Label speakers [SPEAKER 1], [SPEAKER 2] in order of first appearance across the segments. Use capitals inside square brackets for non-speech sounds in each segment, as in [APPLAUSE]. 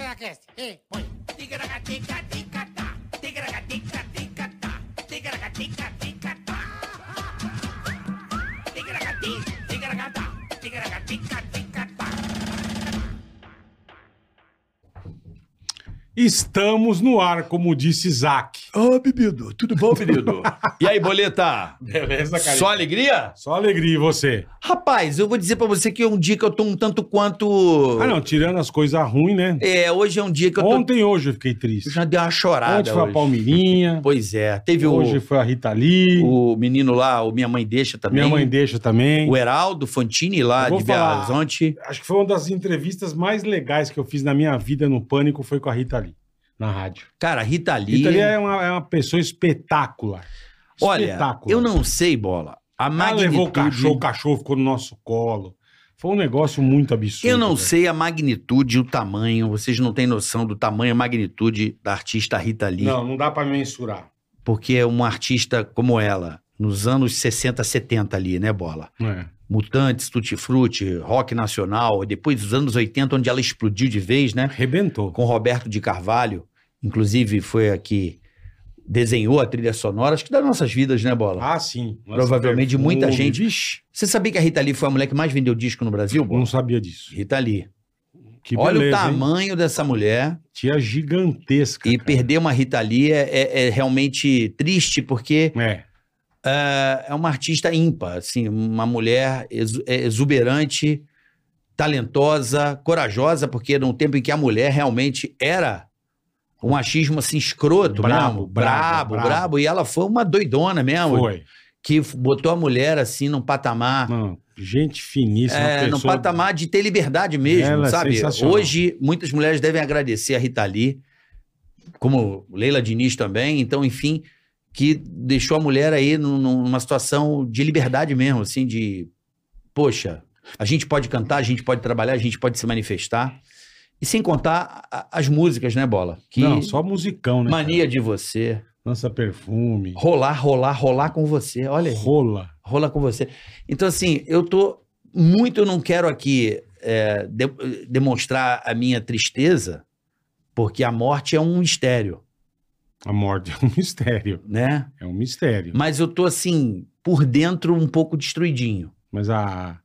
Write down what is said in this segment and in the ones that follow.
[SPEAKER 1] Tigracast. E põe.
[SPEAKER 2] Tigragatica-tica-tá, tigragatica-tica-tá, tigragatica-tica-tá. Tigragati, tigragatá, tigragatica-tica-tá.
[SPEAKER 3] Estamos no ar, como disse Isaac.
[SPEAKER 4] Ô, Bibido, tudo bom, querido? E aí, Boleta?
[SPEAKER 3] Beleza, cara?
[SPEAKER 4] Só alegria?
[SPEAKER 3] Só alegria e você.
[SPEAKER 4] Rapaz, eu vou dizer pra você que é um dia que eu tô um tanto quanto...
[SPEAKER 3] Ah, não, tirando as coisas ruins, né?
[SPEAKER 4] Oh. É, hoje é um dia que eu tô...
[SPEAKER 3] Ontem e hoje eu fiquei
[SPEAKER 4] Eu
[SPEAKER 3] triste.
[SPEAKER 4] já dei uma chorada
[SPEAKER 3] Ontem foi a
[SPEAKER 4] hoje.
[SPEAKER 3] Palmeirinha.
[SPEAKER 4] Pois é, teve
[SPEAKER 3] Hoje foi a Rita Lee.
[SPEAKER 4] o, o menino lá, o Minha Mãe Deixa também.
[SPEAKER 3] Minha mãe deixa também.
[SPEAKER 4] O Heraldo Fontini lá
[SPEAKER 3] Eu vou
[SPEAKER 4] de Belo
[SPEAKER 3] falar.
[SPEAKER 4] Horizonte.
[SPEAKER 3] Acho que foi uma das entrevistas mais legais que eu fiz na minha vida no Pânico foi com a Rita Lee, na rádio.
[SPEAKER 4] Cara, Rita Lee...
[SPEAKER 3] Rita Lee é uma, é uma pessoa espetacular.
[SPEAKER 4] Olha, eu não sei, Bola, a
[SPEAKER 3] Ela
[SPEAKER 4] magnitude...
[SPEAKER 3] levou o cachorro, o cachorro ficou no nosso colo. Foi um negócio muito absurdo.
[SPEAKER 4] Eu não
[SPEAKER 3] velho.
[SPEAKER 4] sei a magnitude, o tamanho, vocês não têm noção do tamanho, a magnitude da artista Rita Lee.
[SPEAKER 3] Não, não dá pra mensurar.
[SPEAKER 4] porque é uma artista como ela, nos anos 60, 70 ali, né, Bola?
[SPEAKER 3] É.
[SPEAKER 4] Mutantes, Tutti Frutti, rock nacional, depois dos anos 80, onde ela explodiu de vez, né?
[SPEAKER 3] Arrebentou.
[SPEAKER 4] Com Roberto de Carvalho, inclusive foi a que desenhou a trilha sonora, acho que das nossas vidas, né, Bola?
[SPEAKER 3] Ah, sim. Lance
[SPEAKER 4] Provavelmente
[SPEAKER 3] perfume.
[SPEAKER 4] muita gente.
[SPEAKER 3] Vixe,
[SPEAKER 4] Você sabia que a Rita Lee foi a mulher que mais vendeu disco no Brasil, Bola?
[SPEAKER 3] não sabia disso.
[SPEAKER 4] Rita Lee.
[SPEAKER 3] Que
[SPEAKER 4] Olha
[SPEAKER 3] beleza,
[SPEAKER 4] o
[SPEAKER 3] hein?
[SPEAKER 4] tamanho dessa mulher.
[SPEAKER 3] Tia gigantesca.
[SPEAKER 4] E
[SPEAKER 3] cara.
[SPEAKER 4] perder uma Rita Lee é- é- é realmente triste, porque
[SPEAKER 3] É.
[SPEAKER 4] é- é uma artista ímpar, assim, uma mulher ex- é, exuberante, talentosa, corajosa, porque num tempo em que a mulher realmente era um achismo assim escroto,
[SPEAKER 3] Brabo,
[SPEAKER 4] mesmo,
[SPEAKER 3] brabo,
[SPEAKER 4] brabo,
[SPEAKER 3] brabo.
[SPEAKER 4] brabo, e ela foi uma doidona mesmo,
[SPEAKER 3] Foi.
[SPEAKER 4] que f- botou a mulher assim num patamar,
[SPEAKER 3] Não, gente finíssima.
[SPEAKER 4] é,
[SPEAKER 3] uma
[SPEAKER 4] num
[SPEAKER 3] pessoa-
[SPEAKER 4] patamar de ter liberdade mesmo,
[SPEAKER 3] Ela é
[SPEAKER 4] sabe?
[SPEAKER 3] sensacional.
[SPEAKER 4] Hoje muitas mulheres devem agradecer a Rita Lee, como Leila Diniz também, então enfim, que deixou a mulher aí num- num- numa situação de liberdade mesmo, assim, de poxa, a gente pode cantar, a gente pode trabalhar, a gente pode se manifestar. E sem contar a- as músicas, né, Bola? Que
[SPEAKER 3] Não, só musicão, né? cara?
[SPEAKER 4] mania de você.
[SPEAKER 3] Lança perfume.
[SPEAKER 4] Rolar, rolar, rolar com você. Olha aí,
[SPEAKER 3] Rola.
[SPEAKER 4] rola com você. Então, assim, eu tô muito, não quero aqui é, de- demonstrar a minha tristeza, porque a morte é um mistério,
[SPEAKER 3] A morte é um [LAUGHS] mistério.
[SPEAKER 4] né?
[SPEAKER 3] É um mistério.
[SPEAKER 4] Mas eu tô, assim, por dentro um pouco destruidinho.
[SPEAKER 3] Mas a.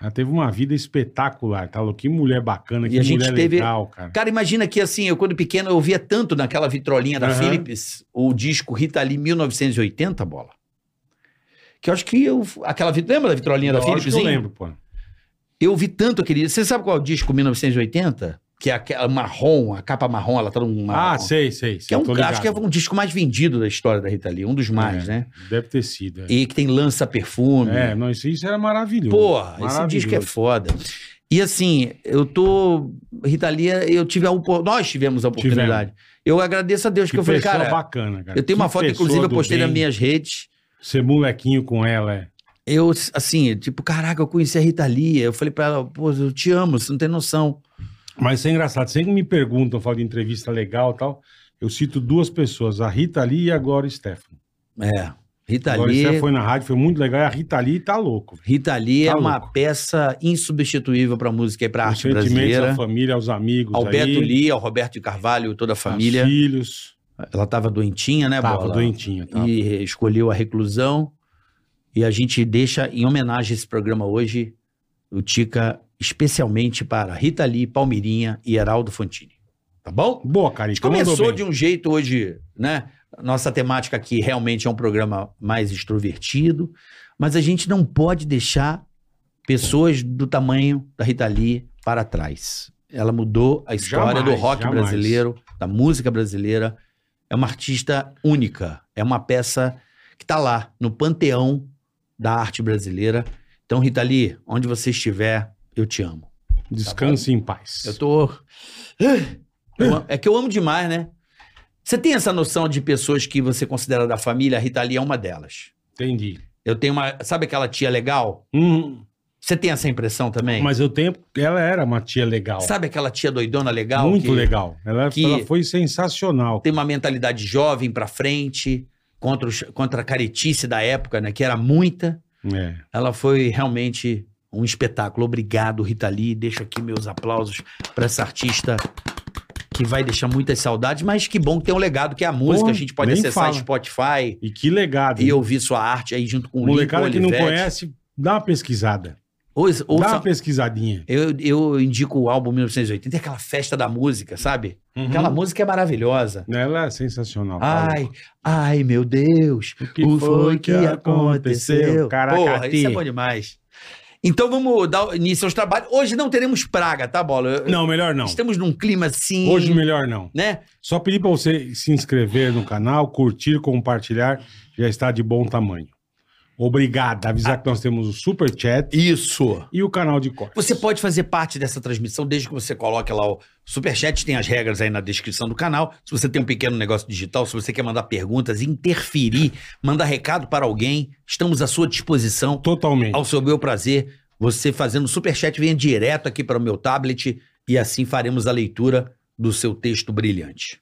[SPEAKER 3] Ela teve uma vida espetacular, tá? louco? Que mulher bacana,
[SPEAKER 4] E
[SPEAKER 3] que
[SPEAKER 4] a gente
[SPEAKER 3] mulher
[SPEAKER 4] teve-
[SPEAKER 3] legal, cara.
[SPEAKER 4] Cara, imagina que assim, eu quando pequeno eu via tanto naquela vitrolinha da
[SPEAKER 3] Aham.
[SPEAKER 4] Philips o disco Rita Lee 1980, bola. Que eu acho que eu, aquela vit- lembra da vitrolinha da
[SPEAKER 3] Lógico
[SPEAKER 4] Philips?
[SPEAKER 3] que eu
[SPEAKER 4] hein?
[SPEAKER 3] lembro, pô.
[SPEAKER 4] Eu vi tanto aquele, você sabe qual é o disco 1980? Que é aquela marrom, a capa marrom, ela tá numa
[SPEAKER 3] Ah, sei, sei. sei
[SPEAKER 4] que é um,
[SPEAKER 3] tô
[SPEAKER 4] acho que é
[SPEAKER 3] ligado.
[SPEAKER 4] um disco mais vendido da história da Rita Lee, um dos mais,
[SPEAKER 3] É.
[SPEAKER 4] né?
[SPEAKER 3] Deve ter sido. é.
[SPEAKER 4] E que tem lança perfume.
[SPEAKER 3] É, não, isso, isso era maravilhoso.
[SPEAKER 4] Porra, esse
[SPEAKER 3] Maravilhoso.
[SPEAKER 4] disco é foda. E assim, eu tô. Rita Lee, eu tive a opor... Nós tivemos a oportunidade. Eu agradeço a Deus que,
[SPEAKER 3] Que
[SPEAKER 4] eu falei,
[SPEAKER 3] pessoa
[SPEAKER 4] cara.
[SPEAKER 3] bacana, cara.
[SPEAKER 4] Eu tenho uma
[SPEAKER 3] Que
[SPEAKER 4] foto,
[SPEAKER 3] pessoa
[SPEAKER 4] inclusive, eu
[SPEAKER 3] do
[SPEAKER 4] postei
[SPEAKER 3] bem.
[SPEAKER 4] nas minhas redes.
[SPEAKER 3] Ser molequinho com ela, é.
[SPEAKER 4] Eu, assim, tipo, caraca, eu conheci a Rita Lee. Eu falei pra ela, pô, eu te amo, você não tem noção.
[SPEAKER 3] Mas isso é engraçado. Sempre me perguntam, falam de entrevista legal e tal. Eu cito duas pessoas, a Rita Lee e a Glória Stefano.
[SPEAKER 4] É. Rita
[SPEAKER 3] A Glória
[SPEAKER 4] Lee.
[SPEAKER 3] Stefano foi na rádio, foi muito legal. E a Rita Lee tá louco. velho.
[SPEAKER 4] Rita Lee é
[SPEAKER 3] Tá
[SPEAKER 4] uma
[SPEAKER 3] louco.
[SPEAKER 4] peça insubstituível pra música e pra
[SPEAKER 3] Os
[SPEAKER 4] arte
[SPEAKER 3] sentimentos
[SPEAKER 4] brasileira.
[SPEAKER 3] à família, aos amigos
[SPEAKER 4] Alberto
[SPEAKER 3] aí,
[SPEAKER 4] Lee, ao Roberto de Carvalho, toda a
[SPEAKER 3] aos
[SPEAKER 4] família.
[SPEAKER 3] filhos.
[SPEAKER 4] Ela tava doentinha, né,
[SPEAKER 3] Ah, tava
[SPEAKER 4] Bola?
[SPEAKER 3] doentinha, tava.
[SPEAKER 4] e escolheu a reclusão. E a gente deixa em homenagem esse programa hoje, o Tica, especialmente para Rita Lee, Palmirinha e Heraldo Fontini. Tá bom?
[SPEAKER 3] Boa,
[SPEAKER 4] A gente
[SPEAKER 3] Carica, mandou
[SPEAKER 4] começou
[SPEAKER 3] bem.
[SPEAKER 4] de um jeito hoje, né? Nossa temática aqui realmente é um programa mais extrovertido, mas a gente não pode deixar pessoas do tamanho da Rita Lee para trás. Ela mudou a história
[SPEAKER 3] Jamais,
[SPEAKER 4] do rock
[SPEAKER 3] jamais.
[SPEAKER 4] brasileiro, da música brasileira. É uma artista única, é uma peça que está lá no panteão da arte brasileira. Então, Rita Lee, onde você estiver, eu te amo.
[SPEAKER 3] Descanse em paz.
[SPEAKER 4] Tá Eu tô. Eu am- é que eu amo demais, né? Você tem essa noção de pessoas que você considera da família? A Rita Lee é uma delas.
[SPEAKER 3] Entendi.
[SPEAKER 4] Eu tenho uma. Sabe aquela tia legal?
[SPEAKER 3] Hum,
[SPEAKER 4] Você tem essa impressão também?
[SPEAKER 3] mas eu tenho... Ela era uma tia legal.
[SPEAKER 4] Sabe aquela tia doidona legal?
[SPEAKER 3] muito
[SPEAKER 4] que
[SPEAKER 3] legal. Ela,
[SPEAKER 4] que-
[SPEAKER 3] ela foi sensacional.
[SPEAKER 4] Tem uma mentalidade jovem pra frente, contra, os- contra a caretice da época, né? Que era muita.
[SPEAKER 3] É.
[SPEAKER 4] Ela foi realmente um espetáculo. Obrigado, Rita Lee. Deixo aqui meus aplausos pra essa artista que que vai deixar muitas saudades, mas que bom que tem um legado, que é a música.
[SPEAKER 3] Porra,
[SPEAKER 4] a gente pode
[SPEAKER 3] nem
[SPEAKER 4] acessar
[SPEAKER 3] fala.
[SPEAKER 4] Spotify
[SPEAKER 3] E que legado.
[SPEAKER 4] e
[SPEAKER 3] hein?
[SPEAKER 4] ouvir sua arte aí junto com o
[SPEAKER 3] Molecada
[SPEAKER 4] Lincoln
[SPEAKER 3] que não
[SPEAKER 4] Olivetti.
[SPEAKER 3] conhece, dá uma pesquisada.
[SPEAKER 4] Ouça- ouça-
[SPEAKER 3] Dá uma pesquisadinha.
[SPEAKER 4] eu, eu indico o álbum 1980, tem é aquela festa da música, sabe? Aquela
[SPEAKER 3] Uhum.
[SPEAKER 4] música é maravilhosa.
[SPEAKER 3] Ela é sensacional. tá
[SPEAKER 4] Ai,
[SPEAKER 3] louco.
[SPEAKER 4] ai, meu Deus.
[SPEAKER 3] o que foi que aconteceu?
[SPEAKER 4] Porra, isso é
[SPEAKER 3] Caracati.
[SPEAKER 4] bom demais. Então vamos dar início aos trabalhos. Hoje não teremos praga, tá, Bola? Eu-
[SPEAKER 3] Não, melhor não.
[SPEAKER 4] Estamos num clima assim,
[SPEAKER 3] Hoje melhor não.
[SPEAKER 4] né?
[SPEAKER 3] Só pedir pra você se inscrever no canal, curtir, compartilhar, já está de bom tamanho. Obrigado. Avisar que nós temos o Super Chat
[SPEAKER 4] Isso.
[SPEAKER 3] e o canal de cortes.
[SPEAKER 4] Você pode fazer parte dessa transmissão desde que você coloque lá o superchat, tem as regras aí na descrição do canal. Se você tem um pequeno negócio digital, se você quer mandar perguntas, interferir, mandar recado para alguém, estamos à sua disposição.
[SPEAKER 3] Totalmente.
[SPEAKER 4] Ao seu meu prazer, você fazendo superchat, venha direto aqui para o meu tablet e assim faremos a leitura do seu texto brilhante.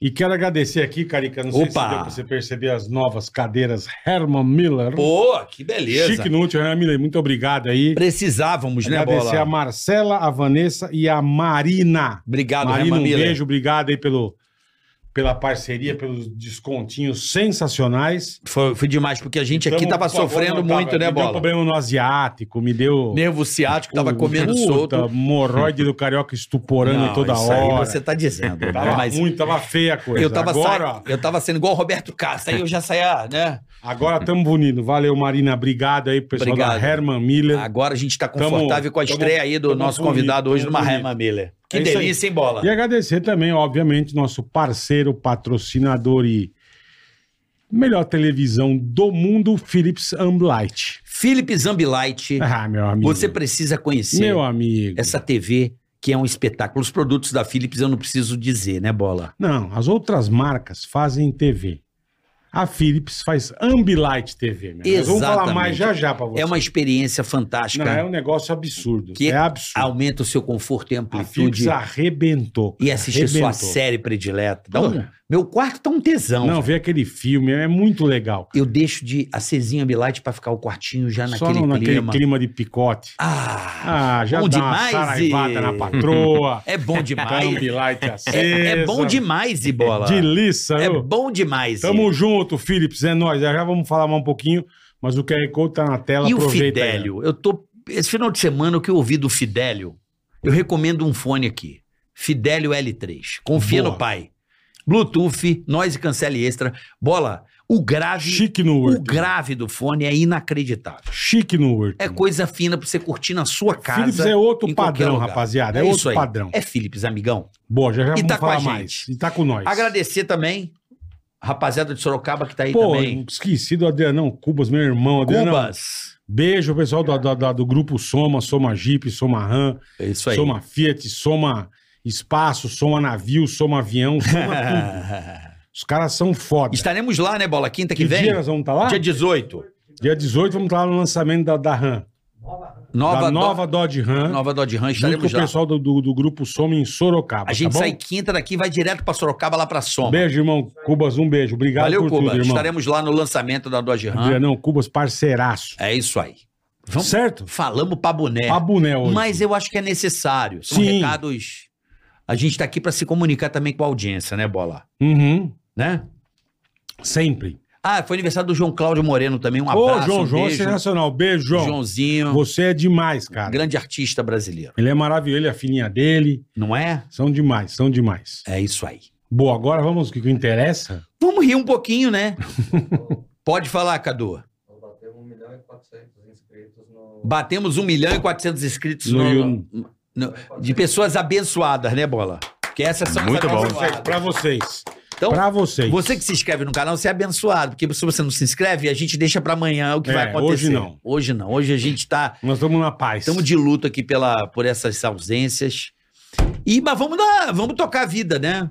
[SPEAKER 3] E quero agradecer aqui, Carica, não sei
[SPEAKER 4] Opa!
[SPEAKER 3] se deu pra você perceber as novas cadeiras Herman Miller.
[SPEAKER 4] Pô, que beleza.
[SPEAKER 3] Chique Nútil, Herman Miller, muito obrigado aí.
[SPEAKER 4] Precisávamos, né,
[SPEAKER 3] agradecer
[SPEAKER 4] Bola?
[SPEAKER 3] a Marcela, a Vanessa e a Marina.
[SPEAKER 4] Obrigado, né,
[SPEAKER 3] Marina,
[SPEAKER 4] Herman
[SPEAKER 3] um
[SPEAKER 4] Miller.
[SPEAKER 3] beijo, obrigado aí pelo, pela parceria, pelos descontinhos sensacionais.
[SPEAKER 4] Foi, foi demais, porque a gente aqui
[SPEAKER 3] Tamo,
[SPEAKER 4] tava
[SPEAKER 3] por favor,
[SPEAKER 4] sofrendo
[SPEAKER 3] não,
[SPEAKER 4] muito,
[SPEAKER 3] tava-
[SPEAKER 4] né,
[SPEAKER 3] me deu um
[SPEAKER 4] Bola?
[SPEAKER 3] problema no asiático, me deu...
[SPEAKER 4] Nervo ciático, tava comendo
[SPEAKER 3] puta,
[SPEAKER 4] solto.
[SPEAKER 3] hemorroide do carioca estuporando
[SPEAKER 4] Não,
[SPEAKER 3] toda
[SPEAKER 4] isso aí
[SPEAKER 3] hora.
[SPEAKER 4] você tá dizendo. né?
[SPEAKER 3] Tava
[SPEAKER 4] Mas
[SPEAKER 3] muito, tava feia a coisa.
[SPEAKER 4] eu tava,
[SPEAKER 3] agora,
[SPEAKER 4] sa- eu tava sendo igual o Roberto Castro, aí eu já saía, né?
[SPEAKER 3] agora tamo bonito. Valeu, Marina, obrigado aí pro pessoal
[SPEAKER 4] Obrigado.
[SPEAKER 3] da Herman Miller.
[SPEAKER 4] Agora a gente tá
[SPEAKER 3] Tamo-
[SPEAKER 4] confortável com a
[SPEAKER 3] tamo-
[SPEAKER 4] estreia aí do
[SPEAKER 3] tamo
[SPEAKER 4] nosso
[SPEAKER 3] bonito,
[SPEAKER 4] convidado hoje
[SPEAKER 3] tamo
[SPEAKER 4] numa
[SPEAKER 3] bonito.
[SPEAKER 4] Rema Miller. Que
[SPEAKER 3] É isso aí.
[SPEAKER 4] delícia, hein, Bola?
[SPEAKER 3] E agradecer também, obviamente, nosso parceiro, patrocinador e melhor televisão do mundo, Philips Ambilight.
[SPEAKER 4] Felipe Zambilight,
[SPEAKER 3] Ah, meu amigo.
[SPEAKER 4] você precisa conhecer
[SPEAKER 3] Meu amigo.
[SPEAKER 4] essa TV que é um espetáculo. Os produtos da Philips eu não preciso dizer, né, Bola?
[SPEAKER 3] Não, as outras marcas fazem TV. A Philips faz Ambilight TV. Meu. Nós vamos falar
[SPEAKER 4] Exatamente.
[SPEAKER 3] mais já já pra você.
[SPEAKER 4] É uma experiência
[SPEAKER 3] Não,
[SPEAKER 4] fantástica.
[SPEAKER 3] é um negócio absurdo.
[SPEAKER 4] Que
[SPEAKER 3] é absurdo.
[SPEAKER 4] Aumenta o seu conforto e
[SPEAKER 3] A Philips
[SPEAKER 4] amplitude.
[SPEAKER 3] arrebentou.
[SPEAKER 4] E assistir sua
[SPEAKER 3] Arrebentou.
[SPEAKER 4] série predileta. Dá um-
[SPEAKER 3] Porra.
[SPEAKER 4] Meu quarto tá um tesão.
[SPEAKER 3] Não, vê aquele filme, é muito legal.
[SPEAKER 4] Eu deixo de acesinha Ambilight pra ficar o quartinho já
[SPEAKER 3] Só
[SPEAKER 4] Tá naquele
[SPEAKER 3] no- naquele
[SPEAKER 4] clima.
[SPEAKER 3] clima. de picote.
[SPEAKER 4] Ah,
[SPEAKER 3] Ah, já
[SPEAKER 4] bom
[SPEAKER 3] dá uma
[SPEAKER 4] demais,
[SPEAKER 3] saraivada
[SPEAKER 4] e-
[SPEAKER 3] na
[SPEAKER 4] [LAUGHS]
[SPEAKER 3] patroa. [LAUGHS]
[SPEAKER 4] é bom
[SPEAKER 3] Cano
[SPEAKER 4] demais.
[SPEAKER 3] de light acesa.
[SPEAKER 4] É, é bom demais, e bola.
[SPEAKER 3] Delícia,
[SPEAKER 4] É
[SPEAKER 3] viu?
[SPEAKER 4] bom demais.
[SPEAKER 3] Tamo junto, Philips, é nóis. Já já vamos falar mais um pouquinho, mas o QR Code tá na tela,
[SPEAKER 4] E o
[SPEAKER 3] aproveita. aí.
[SPEAKER 4] Fidélio? Eu tô. Esse final de semana, o que eu ouvi do Fidélio, eu recomendo um fone aqui. Fidélio L3. Confia
[SPEAKER 3] Boa.
[SPEAKER 4] no pai. Bluetooth, noise cancele extra. Bola, o grave.
[SPEAKER 3] Chique no
[SPEAKER 4] o
[SPEAKER 3] Urto.
[SPEAKER 4] grave do fone é inacreditável.
[SPEAKER 3] Chique no Urto.
[SPEAKER 4] É coisa fina pra você curtir na sua casa.
[SPEAKER 3] Hum. Philips é outro
[SPEAKER 4] em qualquer
[SPEAKER 3] padrão,
[SPEAKER 4] lugar.
[SPEAKER 3] rapaziada. É,
[SPEAKER 4] É isso
[SPEAKER 3] outro
[SPEAKER 4] aí.
[SPEAKER 3] padrão.
[SPEAKER 4] É Philips, amigão.
[SPEAKER 3] Boa, já já
[SPEAKER 4] E
[SPEAKER 3] vamos
[SPEAKER 4] tá com a
[SPEAKER 3] falar
[SPEAKER 4] gente.
[SPEAKER 3] mais. E tá com nós.
[SPEAKER 4] Agradecer também, a rapaziada de Sorocaba que tá aí
[SPEAKER 3] Pô,
[SPEAKER 4] também.
[SPEAKER 3] esqueci do Adrianão Cubas, meu irmão. Adrianão,
[SPEAKER 4] Cubas.
[SPEAKER 3] beijo, pessoal do, do, do- do grupo Soma, Soma Jeep, Soma Ram,
[SPEAKER 4] É isso aí. [LAUGHS]
[SPEAKER 3] Soma Fiat, Soma Espaço, Soma Navio, Soma
[SPEAKER 4] [LAUGHS]
[SPEAKER 3] Avião, Soma tudo. Os caras são foda.
[SPEAKER 4] Estaremos lá, né, Bola? Quinta que,
[SPEAKER 3] que
[SPEAKER 4] vem?
[SPEAKER 3] dia nós vamos estar lá?
[SPEAKER 4] Dia
[SPEAKER 3] Dia,
[SPEAKER 4] 18.
[SPEAKER 3] 18 vamos estar lá no lançamento da, da RAM.
[SPEAKER 4] Nova,
[SPEAKER 3] da
[SPEAKER 4] Do-
[SPEAKER 3] nova Dodge RAM.
[SPEAKER 4] Nova Dodge Ram,
[SPEAKER 3] junto com o
[SPEAKER 4] estaremos lá.
[SPEAKER 3] pessoal do, do, do grupo Soma em Sorocaba.
[SPEAKER 4] A gente
[SPEAKER 3] tá bom?
[SPEAKER 4] sai quinta daqui, vai direto pra Sorocaba, lá pra Soma.
[SPEAKER 3] Beijo, irmão. Cubas, um beijo. Obrigado
[SPEAKER 4] Valeu,
[SPEAKER 3] por
[SPEAKER 4] Cuba.
[SPEAKER 3] tudo, irmão.
[SPEAKER 4] Estaremos lá no lançamento da Dodge Ram.
[SPEAKER 3] Adrianão, Cubas, parceiraço.
[SPEAKER 4] É isso aí. Vamos-
[SPEAKER 3] Certo?
[SPEAKER 4] Falamos pra boné.
[SPEAKER 3] Pabuné hoje.
[SPEAKER 4] Mas eu acho que é necessário. São
[SPEAKER 3] Sim.
[SPEAKER 4] recados. A gente tá aqui pra se comunicar também com a audiência, né, Bola?
[SPEAKER 3] Uhum.
[SPEAKER 4] Né?
[SPEAKER 3] Sempre.
[SPEAKER 4] Ah, foi aniversário do João Cláudio Moreno também. Um
[SPEAKER 3] Ô,
[SPEAKER 4] abraço.
[SPEAKER 3] João,
[SPEAKER 4] um
[SPEAKER 3] João é
[SPEAKER 4] beijo.
[SPEAKER 3] sensacional. Beijo, João.
[SPEAKER 4] Joãozinho,
[SPEAKER 3] Você é demais, cara.
[SPEAKER 4] grande artista brasileiro.
[SPEAKER 3] Ele é maravilhoso, ele é a filhinha dele.
[SPEAKER 4] Não é?
[SPEAKER 3] São demais, são demais.
[SPEAKER 4] É isso aí.
[SPEAKER 3] Boa, agora vamos o que, que interessa.
[SPEAKER 4] Vamos rir um pouquinho,
[SPEAKER 3] [LAUGHS]
[SPEAKER 4] né? Pode falar, Cadu.
[SPEAKER 1] Nós batemos 1 milhão e 400 inscritos no.
[SPEAKER 4] Batemos 1 milhão e 400 inscritos
[SPEAKER 3] No
[SPEAKER 4] no-
[SPEAKER 3] Yun-
[SPEAKER 4] no- de pessoas abençoadas, né, Bola? Porque essas são as
[SPEAKER 5] Muito bom.
[SPEAKER 4] abençoadas.
[SPEAKER 3] Pra vocês.
[SPEAKER 4] Então,
[SPEAKER 3] pra vocês.
[SPEAKER 4] Você que se inscreve no canal, você é abençoado. Porque se você não se inscreve, a gente deixa pra amanhã o que
[SPEAKER 3] É,
[SPEAKER 4] vai acontecer.
[SPEAKER 3] hoje não.
[SPEAKER 4] Hoje não. Hoje a gente tá.
[SPEAKER 3] Nós estamos na paz.
[SPEAKER 4] Estamos de luto aqui pela, por essas ausências. E, mas vamos, dar, vamos tocar a vida, né?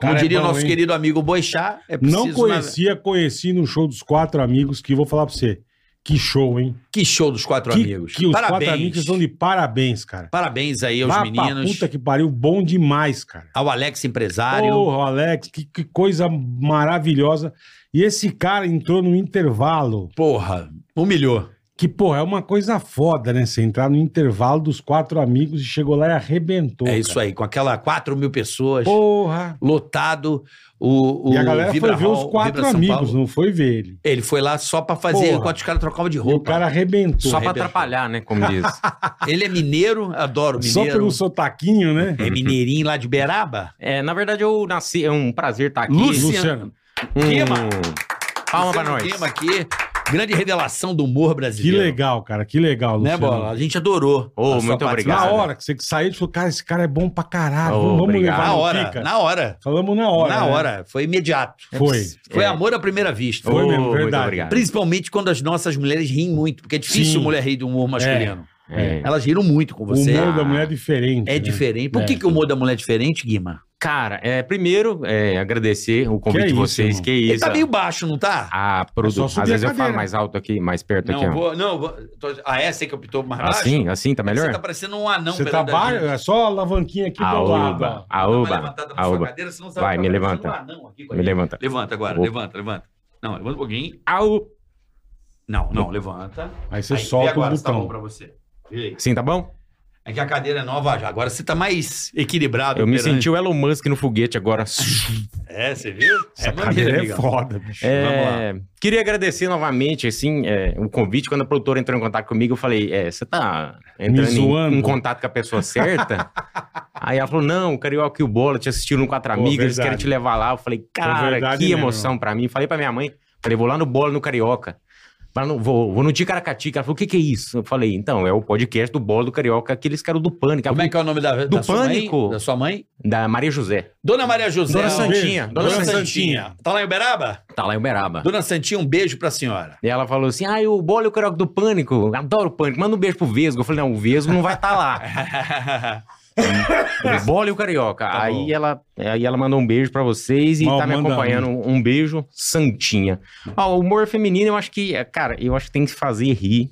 [SPEAKER 4] Como
[SPEAKER 3] Cara, é
[SPEAKER 4] diria o
[SPEAKER 3] bom,
[SPEAKER 4] nosso
[SPEAKER 3] hein?
[SPEAKER 4] querido amigo Boixá, é preciso.
[SPEAKER 3] Não
[SPEAKER 4] uma-
[SPEAKER 3] conhecia, conheci no show dos quatro amigos, que vou falar pra você. Que show, hein?
[SPEAKER 4] Que show dos quatro
[SPEAKER 3] que,
[SPEAKER 4] amigos.
[SPEAKER 3] que os
[SPEAKER 4] Parabéns.
[SPEAKER 3] quatro amigos estão de parabéns, cara.
[SPEAKER 4] Parabéns aí aos
[SPEAKER 3] Vá pra
[SPEAKER 4] meninos.
[SPEAKER 3] Puta que pariu, bom demais, cara.
[SPEAKER 4] Ao Alex empresário.
[SPEAKER 3] Porra, Alex, que, que coisa maravilhosa. E esse cara entrou no intervalo.
[SPEAKER 4] Porra, humilhou.
[SPEAKER 3] Que, pô, é uma coisa foda, né? Você entrar no intervalo dos quatro amigos e chegou lá e arrebentou.
[SPEAKER 4] é isso aí, com aquela 4 mil pessoas,
[SPEAKER 3] Porra!
[SPEAKER 4] lotado. O, o
[SPEAKER 3] e a galera
[SPEAKER 4] Vibra
[SPEAKER 3] foi ver
[SPEAKER 4] Hall,
[SPEAKER 3] os quatro
[SPEAKER 4] Vibra São
[SPEAKER 3] amigos,
[SPEAKER 4] Paulo.
[SPEAKER 3] não foi ver ele.
[SPEAKER 4] Ele foi lá só pra fazer
[SPEAKER 3] Porra.
[SPEAKER 4] enquanto os caras trocavam de
[SPEAKER 3] E o
[SPEAKER 4] roupa.
[SPEAKER 3] cara arrebentou.
[SPEAKER 5] Só
[SPEAKER 3] Só,
[SPEAKER 5] pra atrapalhar, né? Como
[SPEAKER 3] [LAUGHS]
[SPEAKER 5] diz.
[SPEAKER 4] Ele é mineiro, adoro mineiro.
[SPEAKER 3] pelo sotaquinho, né?
[SPEAKER 4] É mineirinho lá de Beraba.
[SPEAKER 5] É, na verdade, eu nasci. É um prazer estar aqui.
[SPEAKER 4] Luciano.
[SPEAKER 5] Hum,
[SPEAKER 4] Quema.
[SPEAKER 5] Palma pra
[SPEAKER 4] Luciano
[SPEAKER 5] nós.
[SPEAKER 4] Queima é aqui, grande revelação do humor
[SPEAKER 3] Que
[SPEAKER 4] brasileiro.
[SPEAKER 3] legal, cara. Que legal,
[SPEAKER 4] Né,
[SPEAKER 3] Luciano.
[SPEAKER 4] Bola? A gente adorou.
[SPEAKER 5] Ô,
[SPEAKER 4] a sua
[SPEAKER 5] muito
[SPEAKER 3] Na
[SPEAKER 5] obrigado.
[SPEAKER 4] participação.
[SPEAKER 3] hora que você saiu, você falou, cara, esse cara é bom pra caralho.
[SPEAKER 5] Ô,
[SPEAKER 3] vamos
[SPEAKER 5] obrigado.
[SPEAKER 3] levar
[SPEAKER 4] Na
[SPEAKER 3] no
[SPEAKER 4] hora,
[SPEAKER 3] pica.
[SPEAKER 4] na hora.
[SPEAKER 3] Falamos na hora.
[SPEAKER 4] Na
[SPEAKER 3] né?
[SPEAKER 4] hora. Foi imediato.
[SPEAKER 3] Foi.
[SPEAKER 4] Foi
[SPEAKER 5] É.
[SPEAKER 4] amor à primeira vista.
[SPEAKER 3] Foi
[SPEAKER 5] Ô,
[SPEAKER 3] mesmo, verdade.
[SPEAKER 5] Muito obrigado.
[SPEAKER 4] Principalmente quando as nossas mulheres riem muito, porque é difícil
[SPEAKER 3] Sim.
[SPEAKER 4] a mulher rir do humor masculino.
[SPEAKER 5] É.
[SPEAKER 4] Elas riram muito com
[SPEAKER 3] O
[SPEAKER 4] você.
[SPEAKER 3] humor da mulher é diferente.
[SPEAKER 4] É
[SPEAKER 3] né?
[SPEAKER 4] diferente. Por
[SPEAKER 3] É.
[SPEAKER 4] que, que o humor da mulher é diferente, Guima?
[SPEAKER 5] Cara, é, primeiro, é, agradecer o
[SPEAKER 3] Que
[SPEAKER 5] convite de
[SPEAKER 3] isso,
[SPEAKER 5] vocês.
[SPEAKER 3] irmão.
[SPEAKER 5] Que
[SPEAKER 4] Ele
[SPEAKER 5] isso.
[SPEAKER 4] tá meio baixo, não tá?
[SPEAKER 5] Ah,
[SPEAKER 3] É
[SPEAKER 5] produto.
[SPEAKER 3] só
[SPEAKER 5] Às
[SPEAKER 3] subir
[SPEAKER 5] vezes
[SPEAKER 3] a
[SPEAKER 5] eu falo
[SPEAKER 3] cadeira.
[SPEAKER 5] mais alto aqui, mais perto
[SPEAKER 4] não,
[SPEAKER 5] aqui. ó.
[SPEAKER 4] vou, não, vou, tô- ah, é? Você que optou mais baixo?
[SPEAKER 5] Assim, assim, tá
[SPEAKER 4] Você
[SPEAKER 5] melhor?
[SPEAKER 4] tá parecendo um anão.
[SPEAKER 3] Você tá
[SPEAKER 4] perante a gente.
[SPEAKER 3] baixo, é só a alavanquinha aqui
[SPEAKER 4] Ah,
[SPEAKER 3] do lado. ó.
[SPEAKER 5] Aoba,
[SPEAKER 1] Dá uma
[SPEAKER 5] aoba,
[SPEAKER 1] levantada na sua
[SPEAKER 5] aoba.
[SPEAKER 1] cadeira, senão você
[SPEAKER 5] Ah, Vai,
[SPEAKER 1] ficar
[SPEAKER 5] me
[SPEAKER 1] parecendo
[SPEAKER 5] levanta.
[SPEAKER 1] um anão aqui com a
[SPEAKER 5] Me
[SPEAKER 1] gente.
[SPEAKER 5] levanta.
[SPEAKER 4] Levanta agora,
[SPEAKER 5] Opa.
[SPEAKER 4] levanta, levanta. Não, levanta um pouquinho.
[SPEAKER 5] Au.
[SPEAKER 4] Não, não, levanta.
[SPEAKER 3] Aí você
[SPEAKER 4] Aí, vê
[SPEAKER 3] solta
[SPEAKER 4] agora
[SPEAKER 3] o
[SPEAKER 4] se tá bom
[SPEAKER 3] botão.
[SPEAKER 4] pra você. Vê aí.
[SPEAKER 5] Sim, tá bom?
[SPEAKER 4] É que a cadeira é nova já. Agora você tá mais equilibrado.
[SPEAKER 5] Eu me
[SPEAKER 4] perante-
[SPEAKER 5] senti um o Elon Musk no foguete agora.
[SPEAKER 4] É, você viu?
[SPEAKER 3] Essa
[SPEAKER 4] é
[SPEAKER 3] cadeira
[SPEAKER 4] maneiro,
[SPEAKER 3] é
[SPEAKER 4] amigão.
[SPEAKER 3] foda, bicho.
[SPEAKER 5] É, Queria agradecer novamente, assim, é, o convite. Quando a produtora entrou em contato comigo, eu falei, é, você tá
[SPEAKER 3] Me
[SPEAKER 5] entrando em,
[SPEAKER 3] zoando.
[SPEAKER 5] em contato com a
[SPEAKER 3] [LAUGHS]
[SPEAKER 5] pessoa certa? Aí ela falou, não, o Carioca e o Bola te assistiram no Quatro
[SPEAKER 3] Pô,
[SPEAKER 5] Amigos, eles
[SPEAKER 3] verdade. É
[SPEAKER 5] querem te levar lá. Eu falei, cara,
[SPEAKER 3] verdade
[SPEAKER 5] que
[SPEAKER 3] mesmo.
[SPEAKER 5] emoção pra mim. Falei pra minha mãe, falei, vou lá no Bola, no Carioca. Falei, não, vou, vou no Ticaracatica. Ela falou, o que que é isso? Eu falei, então, é o podcast do Bola, do Carioca, aqueles caras do Pânico.
[SPEAKER 4] Como é que é o nome da, da
[SPEAKER 5] Do
[SPEAKER 4] sua mãe?
[SPEAKER 5] Pânico.
[SPEAKER 4] Da sua mãe?
[SPEAKER 5] Da Maria José.
[SPEAKER 4] Dona Maria José.
[SPEAKER 5] Dona
[SPEAKER 4] ó.
[SPEAKER 5] Santinha.
[SPEAKER 4] Dona,
[SPEAKER 5] Dona
[SPEAKER 4] Santinha.
[SPEAKER 3] Santinha.
[SPEAKER 4] Tá lá em Uberaba?
[SPEAKER 5] Tá lá em Uberaba.
[SPEAKER 4] Dona Santinha, um beijo pra senhora.
[SPEAKER 5] E ela falou assim: ah, o Bola e o Carioca do Pânico, adoro o Pânico, manda um beijo pro Vesgo. Eu falei: não, o
[SPEAKER 4] [LAUGHS]
[SPEAKER 5] Vesgo não vai estar lá.
[SPEAKER 4] Ah.
[SPEAKER 5] o Bola e o Carioca.
[SPEAKER 4] Tá bom.
[SPEAKER 5] aí, ela, aí ela mandou um beijo pra vocês e
[SPEAKER 3] Mal
[SPEAKER 5] tá me
[SPEAKER 3] manda
[SPEAKER 5] acompanhando. Um beijo, Santinha. Ó, o humor feminino, eu acho que, é, cara, eu acho que tem que fazer rir.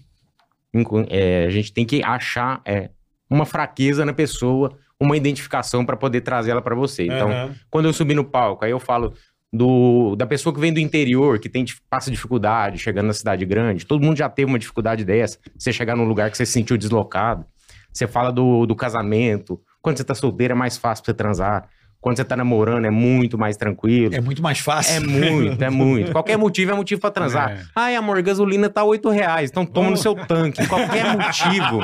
[SPEAKER 5] Enco- é, a gente tem que achar é, uma fraqueza na pessoa, uma identificação pra poder trazer ela pra você.
[SPEAKER 4] É
[SPEAKER 5] Então,
[SPEAKER 3] Aham.
[SPEAKER 5] quando eu subi no palco, aí eu falo do, da pessoa que vem do interior, que tem, dif- passa dificuldade chegando na cidade grande, todo mundo já teve uma dificuldade dessa, você chegar num lugar que você se sentiu deslocado. Você fala do, do casamento, quando você tá solteiro é mais fácil pra você transar, quando você tá namorando é muito mais tranquilo.
[SPEAKER 4] É muito mais
[SPEAKER 5] É
[SPEAKER 4] fácil.
[SPEAKER 5] muito, é muito. Qualquer motivo é motivo pra transar.
[SPEAKER 3] É.
[SPEAKER 5] Ai, amor, gasolina tá 8 reais, então toma no seu tanque. Qualquer motivo.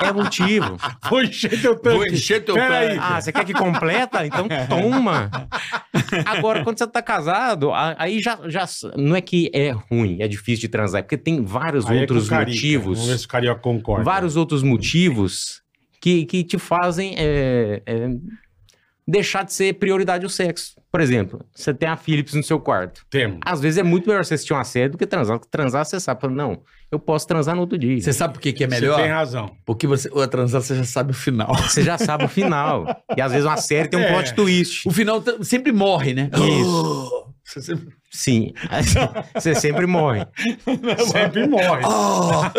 [SPEAKER 5] É motivo.
[SPEAKER 3] Vou encher teu
[SPEAKER 4] Vou
[SPEAKER 3] tanque.
[SPEAKER 4] encher teu
[SPEAKER 3] Pera aí.
[SPEAKER 4] tanque.
[SPEAKER 5] Ah, você quer que
[SPEAKER 3] [LAUGHS]
[SPEAKER 5] completa? Então
[SPEAKER 3] É.
[SPEAKER 5] toma. Agora, quando você tá casado, a- aí já, já não é que é ruim, é difícil de transar, é porque tem vários
[SPEAKER 3] Aí é com
[SPEAKER 5] outros
[SPEAKER 3] o Carica. Vamos ver
[SPEAKER 5] motivos,
[SPEAKER 3] se o Carioca concorda.
[SPEAKER 5] vários outros motivos que, que te fazem é, é, deixar de ser prioridade o sexo. Por exemplo, você tem a Philips no seu quarto.
[SPEAKER 3] Temos.
[SPEAKER 5] Às vezes é muito melhor você assistir uma série do que transar. Porque Transar, você sabe, fala, não, eu posso transar no outro dia.
[SPEAKER 4] Você sabe por que, que é
[SPEAKER 3] Você tem
[SPEAKER 4] melhor?
[SPEAKER 3] razão.
[SPEAKER 4] Porque você, a transar, você já sabe o final.
[SPEAKER 5] Você já sabe o final. E às vezes uma série tem um
[SPEAKER 3] É.
[SPEAKER 5] plot twist.
[SPEAKER 4] O final t- sempre morre, né?
[SPEAKER 5] Isso.
[SPEAKER 4] Você sempre-
[SPEAKER 5] Sim,
[SPEAKER 3] Então.
[SPEAKER 5] [LAUGHS] você sempre morre.
[SPEAKER 3] Sempre
[SPEAKER 4] [LAUGHS]
[SPEAKER 3] morre.
[SPEAKER 4] Ah,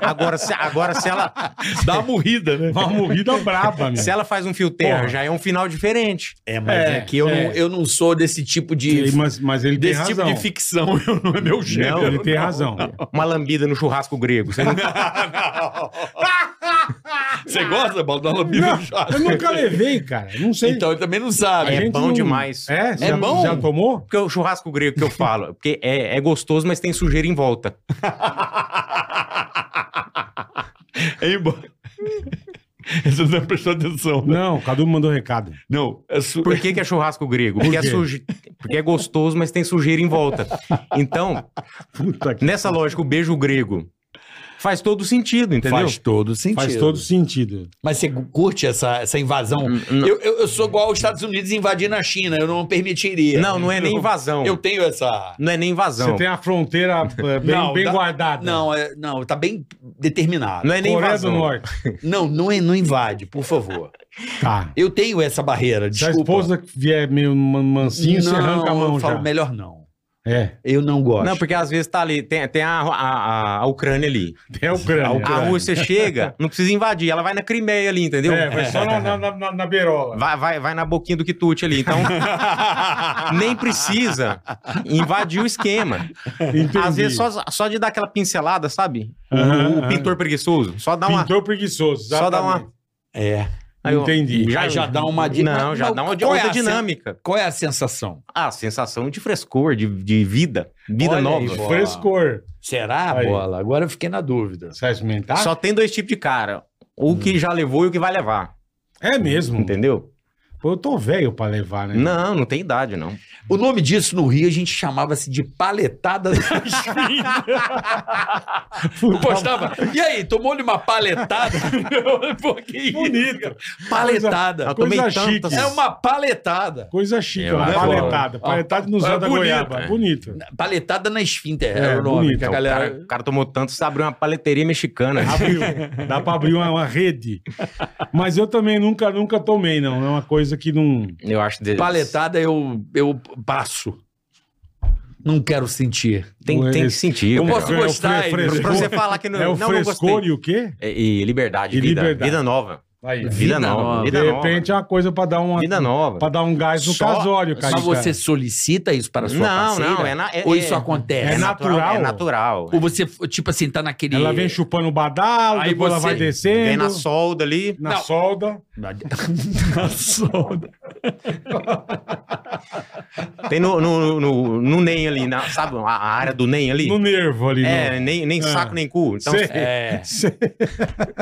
[SPEAKER 5] Agora, se, agora se, ela,
[SPEAKER 4] [GASPS] Dá uma morrida, né?
[SPEAKER 3] Uma morrida braba, meu.
[SPEAKER 5] se ela faz um fio terra,
[SPEAKER 3] Porra.
[SPEAKER 5] já é um final diferente.
[SPEAKER 4] É, mas
[SPEAKER 3] É,
[SPEAKER 4] é, que eu,
[SPEAKER 3] é.
[SPEAKER 4] Não, eu não sou desse tipo de.
[SPEAKER 3] Ele- Mas, mas ele tem
[SPEAKER 4] desse
[SPEAKER 3] razão.
[SPEAKER 4] tipo de ficção. [LAUGHS] Eu não é meu gênero.
[SPEAKER 3] Não, ele tem razão.
[SPEAKER 5] Uma lambida no churrasco grego. Você não-
[SPEAKER 4] Você gosta, Baldo? Dá uma lambida
[SPEAKER 3] Não,
[SPEAKER 4] no chá.
[SPEAKER 3] eu nunca levei, cara. Não sei.
[SPEAKER 4] Então ele também não sabe.
[SPEAKER 3] A
[SPEAKER 5] é
[SPEAKER 3] gente
[SPEAKER 5] bom
[SPEAKER 3] não-
[SPEAKER 5] demais.
[SPEAKER 3] É? É
[SPEAKER 4] bom?
[SPEAKER 3] Já tomou?
[SPEAKER 5] Porque o churrasco grego que eu falo, porque é, é gostoso, mas tem sujeira em volta.
[SPEAKER 4] É [LAUGHS] embora. Você não prestou atenção. né?
[SPEAKER 3] Não, o Cadu mandou recado.
[SPEAKER 4] Não, é su...
[SPEAKER 5] Por que, que é churrasco grego? Porque,
[SPEAKER 3] Por quê?
[SPEAKER 5] é suje... porque é gostoso, mas tem sujeira em volta. Então,
[SPEAKER 3] Puta
[SPEAKER 4] [LAUGHS]
[SPEAKER 3] que
[SPEAKER 5] nessa lógica, o beijo grego faz todo sentido, entendeu?
[SPEAKER 4] faz todo sentido.
[SPEAKER 3] Faz todo sentido.
[SPEAKER 4] Mas você curte essa, essa invasão?
[SPEAKER 5] Não,
[SPEAKER 4] Eu, eu, eu sou igual aos Estados Unidos invadindo a China. Eu não permitiria.
[SPEAKER 5] não, não é nem invasão.
[SPEAKER 4] Eu tenho essa.
[SPEAKER 5] Não é nem invasão.
[SPEAKER 3] Você tem a fronteira eh, bem,
[SPEAKER 4] Não,
[SPEAKER 3] bem
[SPEAKER 4] dá-
[SPEAKER 3] guardada.
[SPEAKER 4] Não, é, não, tá bem determinado.
[SPEAKER 5] Não é nem
[SPEAKER 3] Coreia do
[SPEAKER 5] invasão.
[SPEAKER 3] Norte.
[SPEAKER 4] Não, não, é- não invade, por favor.
[SPEAKER 3] Tá.
[SPEAKER 4] Eu tenho essa barreira,
[SPEAKER 3] Se a
[SPEAKER 4] desculpa.
[SPEAKER 3] esposa vier meio man- mansinho, você arranca a mão
[SPEAKER 4] eu falo,
[SPEAKER 3] já.
[SPEAKER 4] melhor não.
[SPEAKER 3] É,
[SPEAKER 4] Eu não gosto.
[SPEAKER 5] Não, porque às vezes tá ali, tem, tem a, a, a- a Ucrânia ali.
[SPEAKER 3] é o grande.
[SPEAKER 5] A Rússia
[SPEAKER 3] [LAUGHS]
[SPEAKER 5] chega, não precisa invadir, ela vai na Crimeia ali, entendeu? É.
[SPEAKER 3] É, foi só na, na, na, na beirola.
[SPEAKER 5] Vai, vai, vai na boquinha do quitute
[SPEAKER 3] [LAUGHS]
[SPEAKER 5] ali. Então, nem precisa invadir o esquema.
[SPEAKER 3] Entendi.
[SPEAKER 5] Às vezes, só, só de dar aquela pincelada, sabe? O-
[SPEAKER 3] Aham,
[SPEAKER 5] o
[SPEAKER 3] aham.
[SPEAKER 5] pintor preguiçoso. Só dá uma.
[SPEAKER 3] Pintor preguiçoso.
[SPEAKER 5] Só dá uma-
[SPEAKER 3] exatamente.
[SPEAKER 4] É.
[SPEAKER 5] Aí eu-
[SPEAKER 3] Entendi.
[SPEAKER 4] Já, já dá uma... di-
[SPEAKER 5] Não, já
[SPEAKER 4] Mas
[SPEAKER 5] dá uma
[SPEAKER 4] qual é
[SPEAKER 5] outra
[SPEAKER 4] a
[SPEAKER 5] dinâmica.
[SPEAKER 4] sen- Qual é a sensação?
[SPEAKER 5] Ah, sensação de frescor, de, de vida. Vida
[SPEAKER 4] Olha
[SPEAKER 5] nova.
[SPEAKER 4] aí, bola.
[SPEAKER 3] Frescor.
[SPEAKER 4] Será,
[SPEAKER 3] Aí.
[SPEAKER 4] bola? Agora eu fiquei na dúvida.
[SPEAKER 3] Você vai experimentar?
[SPEAKER 5] Só tem dois tipos de cara. O que já levou e o que vai levar.
[SPEAKER 3] É Hum. mesmo.
[SPEAKER 5] Entendeu?
[SPEAKER 3] Pô, eu tô velho pra levar, né? [LAUGHS]
[SPEAKER 5] Não, não tem idade, não.
[SPEAKER 4] O nome disso no Rio a gente chamava-se de paletada das
[SPEAKER 3] né?
[SPEAKER 4] Eu postava. E aí, tomou-lhe
[SPEAKER 3] [LAUGHS]
[SPEAKER 4] uma paletada? Pô, que isso?
[SPEAKER 3] Bonito. Tá
[SPEAKER 4] Paletada.
[SPEAKER 5] Eu
[SPEAKER 3] Coisa
[SPEAKER 5] tomei
[SPEAKER 3] chique.
[SPEAKER 5] tantas.
[SPEAKER 4] É uma paletada.
[SPEAKER 3] Coisa chique,
[SPEAKER 5] Eu
[SPEAKER 3] uma
[SPEAKER 5] acho
[SPEAKER 3] paletada.
[SPEAKER 5] bom.
[SPEAKER 3] Paletada no Zé
[SPEAKER 4] É
[SPEAKER 3] da
[SPEAKER 4] bonito,
[SPEAKER 3] goiaba.
[SPEAKER 5] é.
[SPEAKER 3] Bonito.
[SPEAKER 4] Paletada na esfínter
[SPEAKER 3] É,
[SPEAKER 4] era o nome
[SPEAKER 3] bonito.
[SPEAKER 4] que a
[SPEAKER 5] Então, O
[SPEAKER 4] galera...
[SPEAKER 5] cara, o cara tomou tanto, você abriu uma
[SPEAKER 3] [LAUGHS]
[SPEAKER 5] paleteria mexicana.
[SPEAKER 3] Abriu. Dá pra abrir uma, uma rede. Mas eu também nunca, nunca tomei, não. É uma coisa que não.
[SPEAKER 5] Eu acho deles.
[SPEAKER 4] Paletada eu, eu passo. Não quero sentir.
[SPEAKER 5] Tem, tem que
[SPEAKER 3] Esse-
[SPEAKER 5] sentir.
[SPEAKER 4] Eu
[SPEAKER 5] cara.
[SPEAKER 4] posso- gostar,
[SPEAKER 3] é o
[SPEAKER 4] hein?
[SPEAKER 3] fre-
[SPEAKER 5] Pra- Pra você
[SPEAKER 3] frescor.
[SPEAKER 5] falar que não,
[SPEAKER 3] É o
[SPEAKER 5] não, não
[SPEAKER 3] frescor
[SPEAKER 5] gostei.
[SPEAKER 3] e o quê?
[SPEAKER 5] E, e liberdade,
[SPEAKER 3] E
[SPEAKER 5] vida,
[SPEAKER 3] liberdade.
[SPEAKER 5] vida nova.
[SPEAKER 3] Aí.
[SPEAKER 5] Vida,
[SPEAKER 4] Vida
[SPEAKER 5] nova,
[SPEAKER 4] nova.
[SPEAKER 5] vida
[SPEAKER 3] de
[SPEAKER 5] nova.
[SPEAKER 3] repente é uma coisa pra dar uma.
[SPEAKER 5] Vida nova.
[SPEAKER 3] Pra dar um gás no
[SPEAKER 4] Só-
[SPEAKER 3] casório, cara.
[SPEAKER 4] Mas você solicita isso para a sua
[SPEAKER 5] Não,
[SPEAKER 4] parceira?
[SPEAKER 5] não, é na- é-
[SPEAKER 4] Ou isso
[SPEAKER 5] é-
[SPEAKER 4] acontece?
[SPEAKER 3] É natural?
[SPEAKER 5] É natural.
[SPEAKER 4] Ou você, tipo assim, tá naquele...
[SPEAKER 3] Ela vem chupando o badalo,
[SPEAKER 4] Aí
[SPEAKER 3] depois ela
[SPEAKER 4] você
[SPEAKER 3] vai descendo.
[SPEAKER 5] Vem
[SPEAKER 3] na,
[SPEAKER 5] na solda ali.
[SPEAKER 4] Não.
[SPEAKER 3] solda. [LAUGHS]
[SPEAKER 4] na solda.
[SPEAKER 5] Tem no, no, no, no NEM ali, na- sabe? A área do NEM ali.
[SPEAKER 3] No nervo ali.
[SPEAKER 5] É,
[SPEAKER 3] no-
[SPEAKER 5] nem, nem
[SPEAKER 3] É.
[SPEAKER 5] saco, nem cu. Então,
[SPEAKER 3] Sei.
[SPEAKER 4] É.
[SPEAKER 3] Cê-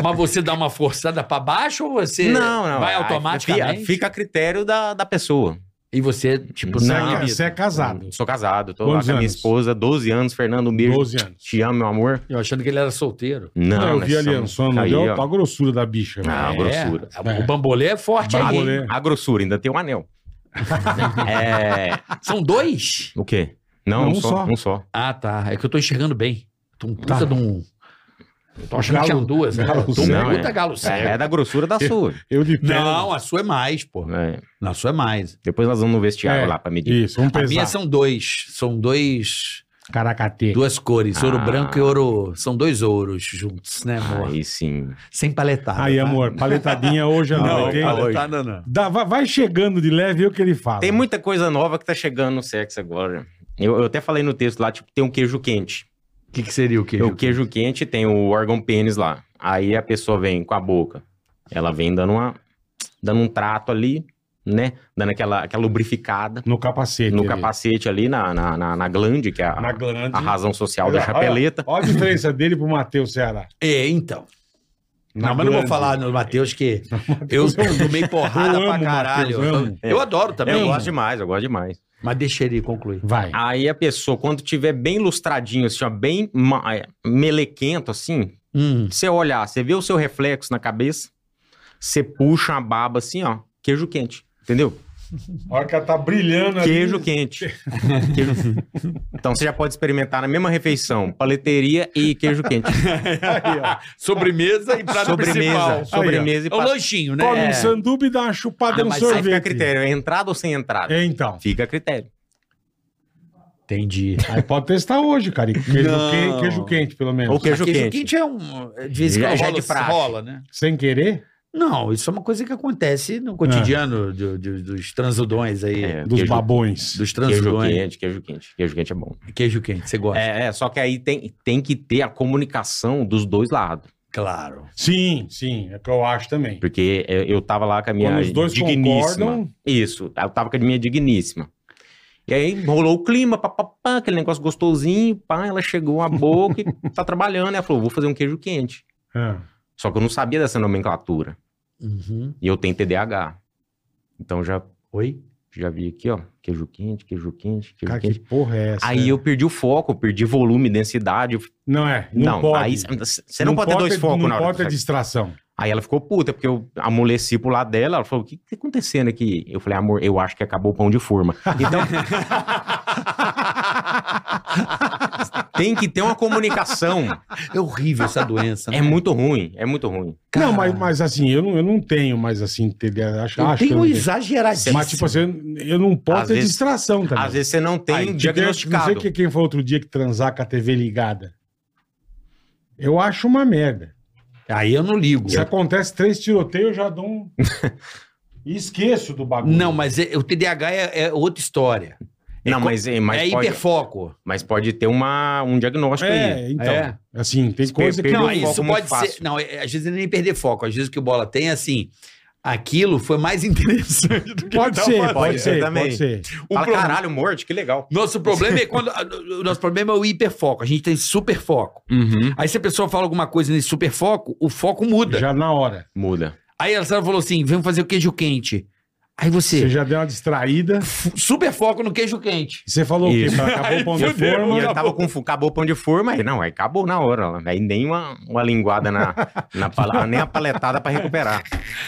[SPEAKER 4] Mas você dá uma forçada pra baixo ou você
[SPEAKER 5] Não, não.
[SPEAKER 4] vai
[SPEAKER 5] aí
[SPEAKER 4] automaticamente?
[SPEAKER 5] Fica, fica a critério da, da pessoa.
[SPEAKER 4] E você, tipo,
[SPEAKER 3] Você,
[SPEAKER 5] Não,
[SPEAKER 3] é,
[SPEAKER 5] amigo.
[SPEAKER 3] você é casado.
[SPEAKER 5] Sou casado, tô
[SPEAKER 3] Quantos
[SPEAKER 5] lá com a minha
[SPEAKER 3] anos?
[SPEAKER 5] esposa, 12 anos, Fernando, um beijo.
[SPEAKER 3] 12 anos.
[SPEAKER 5] Te amo, meu amor.
[SPEAKER 4] eu achando que ele era solteiro.
[SPEAKER 5] Não,
[SPEAKER 3] Ah, eu
[SPEAKER 5] nós
[SPEAKER 3] vi ali,
[SPEAKER 5] somos-
[SPEAKER 3] Anson, não
[SPEAKER 5] aí,
[SPEAKER 3] deu
[SPEAKER 5] ó.
[SPEAKER 3] a grossura da bicha. velho.
[SPEAKER 5] Ah, grossura. Ah,
[SPEAKER 3] É.
[SPEAKER 4] O bambolê é forte aí.
[SPEAKER 3] Bambolê.
[SPEAKER 4] hein?
[SPEAKER 5] A grossura, ainda tem um anel. [LAUGHS] é.
[SPEAKER 4] Ah, São dois?
[SPEAKER 5] O quê? Não,
[SPEAKER 3] Não,
[SPEAKER 5] um,
[SPEAKER 3] um
[SPEAKER 5] só,
[SPEAKER 3] só.
[SPEAKER 5] Um só.
[SPEAKER 4] Ah, tá. É que eu tô enxergando bem. Tô um puta
[SPEAKER 3] Tá.
[SPEAKER 4] de um... Tô achando que
[SPEAKER 3] Galo-
[SPEAKER 4] tinha duas. né?
[SPEAKER 3] galo
[SPEAKER 4] Tô um
[SPEAKER 5] cego.
[SPEAKER 4] puta galo cego.
[SPEAKER 5] É, é da grossura da sua.
[SPEAKER 3] Eu de pé.
[SPEAKER 4] Não, a sua é mais, pô.
[SPEAKER 5] É.
[SPEAKER 4] Não, a sua é mais.
[SPEAKER 5] Depois nós vamos no vestiário
[SPEAKER 3] É.
[SPEAKER 5] lá pra medir.
[SPEAKER 3] Isso, vamos
[SPEAKER 4] A minha
[SPEAKER 3] pesar.
[SPEAKER 4] são dois. São dois...
[SPEAKER 3] Caracatê.
[SPEAKER 4] Duas cores, ouro
[SPEAKER 5] Ah.
[SPEAKER 4] branco e ouro... São dois ouros juntos, né, amor?
[SPEAKER 5] Aí sim.
[SPEAKER 4] Sem paletada.
[SPEAKER 3] Aí,
[SPEAKER 4] tá?
[SPEAKER 3] amor, paletadinha hoje à
[SPEAKER 4] Não,
[SPEAKER 3] noite, hein?
[SPEAKER 4] paletada não.
[SPEAKER 3] Dá- vai- vai chegando de leve e o que ele fala.
[SPEAKER 5] Tem muita coisa nova que tá chegando no sexo agora. Eu, eu até falei no texto lá, tipo, tem um queijo quente.
[SPEAKER 4] O que, que seria o queijo?
[SPEAKER 5] O queijo quente tem o órgão pênis lá. Aí a pessoa vem com a boca. Ela vem dando uma... Dando um trato ali, né? Dando aquela, aquela lubrificada
[SPEAKER 3] No capacete.
[SPEAKER 5] no
[SPEAKER 3] ali.
[SPEAKER 5] capacete ali, na, na, na, na glande, que é a,
[SPEAKER 3] Na glande.
[SPEAKER 5] a
[SPEAKER 4] Ah,
[SPEAKER 5] razão social da
[SPEAKER 3] Olha,
[SPEAKER 5] chapeleta.
[SPEAKER 3] Olha a diferença dele pro Matheus Ceará.
[SPEAKER 4] É, então.
[SPEAKER 3] Na
[SPEAKER 4] não, mas não vou
[SPEAKER 3] grande.
[SPEAKER 4] falar no Matheus que
[SPEAKER 3] [LAUGHS]
[SPEAKER 4] eu tomei porrada
[SPEAKER 3] Eu amo
[SPEAKER 4] pra
[SPEAKER 3] o
[SPEAKER 4] caralho.
[SPEAKER 3] Matheus, eu amo.
[SPEAKER 4] eu adoro também.
[SPEAKER 5] Eu
[SPEAKER 4] eu
[SPEAKER 5] gosto
[SPEAKER 4] acho.
[SPEAKER 5] demais, eu gosto demais.
[SPEAKER 4] Mas deixa ele concluir.
[SPEAKER 3] Vai.
[SPEAKER 5] Aí a pessoa, quando tiver bem lustradinho, assim, ó, bem ma- é, melequento, assim,
[SPEAKER 4] Hum.
[SPEAKER 5] você olhar, você vê o seu reflexo na cabeça, você puxa a baba assim, ó, queijo quente. Entendeu?
[SPEAKER 3] A hora que ela tá brilhando ali.
[SPEAKER 5] Queijo quente. Queijo- Então você já pode experimentar na mesma refeição, paleteria e queijo
[SPEAKER 3] [LAUGHS]
[SPEAKER 5] quente.
[SPEAKER 3] Aí, ó.
[SPEAKER 4] Sobremesa e prato
[SPEAKER 5] sobremesa,
[SPEAKER 4] principal.
[SPEAKER 5] sobremesa e
[SPEAKER 4] É o
[SPEAKER 5] pa-
[SPEAKER 4] lanchinho, né?
[SPEAKER 3] Come um
[SPEAKER 4] É.
[SPEAKER 3] sanduba e dá uma chupada
[SPEAKER 5] Ah,
[SPEAKER 3] no
[SPEAKER 5] mas aí fica a
[SPEAKER 3] um sorvete.
[SPEAKER 5] critério, é entrada ou sem entrada?
[SPEAKER 3] É, então.
[SPEAKER 5] Fica a critério.
[SPEAKER 4] Entendi.
[SPEAKER 3] Aí pode testar hoje, cara. E Queijo,
[SPEAKER 4] Não.
[SPEAKER 3] que- queijo quente, pelo menos.
[SPEAKER 5] Ou queijo,
[SPEAKER 4] Queijo
[SPEAKER 5] quente.
[SPEAKER 4] quente é um. De vez em
[SPEAKER 5] Já-
[SPEAKER 4] quando
[SPEAKER 5] já é
[SPEAKER 4] rola,
[SPEAKER 5] de praxe.
[SPEAKER 4] rola, né?
[SPEAKER 3] Sem querer?
[SPEAKER 4] Não, isso é uma coisa que acontece no cotidiano do- do- dos transudões aí.
[SPEAKER 5] É,
[SPEAKER 3] Dos
[SPEAKER 5] queijo-
[SPEAKER 3] babões.
[SPEAKER 4] Dos
[SPEAKER 5] Queijo
[SPEAKER 4] transudões. Queijo
[SPEAKER 5] quente, queijo quente. Queijo quente é bom.
[SPEAKER 4] quente, você gosta.
[SPEAKER 5] É, é, só que aí tem, tem que ter a comunicação dos dois lados.
[SPEAKER 4] Claro.
[SPEAKER 3] Sim, sim. É o que eu acho também.
[SPEAKER 5] Porque é, eu tava lá com a minha
[SPEAKER 3] Quando os dois
[SPEAKER 5] digníssima.
[SPEAKER 3] concordam...
[SPEAKER 5] Isso, eu tava com a minha digníssima. E aí rolou o clima, papapá, aquele negócio gostosinho, pá, ela chegou a boca e [LAUGHS] tá trabalhando. né? Ela falou, vou fazer um queijo quente.
[SPEAKER 3] Ah.
[SPEAKER 5] Só que eu não sabia dessa nomenclatura.
[SPEAKER 4] Uhum.
[SPEAKER 5] E eu tenho TDAH. Então já,
[SPEAKER 4] Oi?
[SPEAKER 5] já vi aqui, ó, queijo quente, queijo quente, queijo
[SPEAKER 3] Cara, que
[SPEAKER 5] quente.
[SPEAKER 3] porra é essa?
[SPEAKER 5] Aí eu perdi o foco, eu perdi volume, densidade. eu-
[SPEAKER 3] Não é, não,
[SPEAKER 5] Não,
[SPEAKER 3] pode.
[SPEAKER 5] aí você não, pode, ter dois focos
[SPEAKER 3] Não
[SPEAKER 5] na hora.
[SPEAKER 3] pode
[SPEAKER 5] do
[SPEAKER 3] ter
[SPEAKER 5] sexo.
[SPEAKER 3] distração.
[SPEAKER 5] Aí ela ficou puta, porque eu amoleci pro lado dela. Ela falou: o que que tá acontecendo aqui? Eu falei, amor, eu acho que acabou o pão de forma. Então. Tem que ter uma comunicação.
[SPEAKER 4] É horrível essa doença. né?
[SPEAKER 5] É muito ruim, é muito ruim.
[SPEAKER 4] Cara,
[SPEAKER 3] Não, mas, mas assim, eu não, eu não tenho mais assim, teria, acho,
[SPEAKER 4] Eu
[SPEAKER 3] acho que eu
[SPEAKER 4] tenho
[SPEAKER 3] não tenho.
[SPEAKER 4] exageradíssimo.
[SPEAKER 3] Mas tipo assim, eu- eu não posso
[SPEAKER 5] Às
[SPEAKER 3] ter
[SPEAKER 5] vezes-
[SPEAKER 3] distração também.
[SPEAKER 5] Às vezes você não tem
[SPEAKER 3] Tá Aí, tipo,
[SPEAKER 5] diagnosticado.
[SPEAKER 3] Não sei que- quem foi outro dia que transar com a TV ligada. Eu acho uma merda.
[SPEAKER 4] Aí eu não ligo.
[SPEAKER 3] Se acontece três tiroteios, eu já dou um... e esqueço do bagulho.
[SPEAKER 4] Não, mas é- o TDAH é, é outra história.
[SPEAKER 5] Não,
[SPEAKER 4] co-
[SPEAKER 5] mas, é- mas,
[SPEAKER 4] é
[SPEAKER 5] pode,
[SPEAKER 4] hiperfoco.
[SPEAKER 5] mas pode ter uma, um diagnóstico aí.
[SPEAKER 3] É, então.
[SPEAKER 4] É.
[SPEAKER 3] Assim, tem coisa que...
[SPEAKER 5] Perdeu
[SPEAKER 4] Não, é
[SPEAKER 5] o
[SPEAKER 4] [LAUGHS]
[SPEAKER 3] Não,
[SPEAKER 5] aí-
[SPEAKER 4] isso
[SPEAKER 5] foco muito
[SPEAKER 4] pode ser.
[SPEAKER 5] fácil.
[SPEAKER 4] Não, é- às vezes nem perder foco. Às vezes o que o Bola tem é assim. Aquilo foi mais [LAUGHS] interessante do que
[SPEAKER 3] pode,
[SPEAKER 4] ele tava
[SPEAKER 3] ser,
[SPEAKER 4] fazendo.
[SPEAKER 3] pode ser,
[SPEAKER 5] também.
[SPEAKER 3] pode ser.
[SPEAKER 4] O
[SPEAKER 5] Fala,
[SPEAKER 4] problema-
[SPEAKER 5] caralho, morte, que legal.
[SPEAKER 4] Nosso problema é quando. O nosso problema é o hiperfoco. A gente tem super foco.
[SPEAKER 5] Uhum.
[SPEAKER 4] Aí se a pessoa fala alguma coisa nesse super foco, o foco muda.
[SPEAKER 3] Já na hora.
[SPEAKER 5] Muda.
[SPEAKER 4] Aí a Sara falou assim: vamos fazer o queijo quente. Aí
[SPEAKER 3] Você
[SPEAKER 4] você,
[SPEAKER 3] já deu uma distraída.
[SPEAKER 4] f- super foco no queijo quente.
[SPEAKER 3] e Você falou o quê?
[SPEAKER 5] Isso.
[SPEAKER 3] Acabou
[SPEAKER 5] [LAUGHS]
[SPEAKER 3] o pão de
[SPEAKER 4] Aí fudeu,
[SPEAKER 5] E
[SPEAKER 3] forma.
[SPEAKER 5] eu tava com fu- acabou o pão de forma, aí não, aí acabou na hora. lá. Aí nem uma, uma linguada na, na pala- nem a paletada pra recuperar.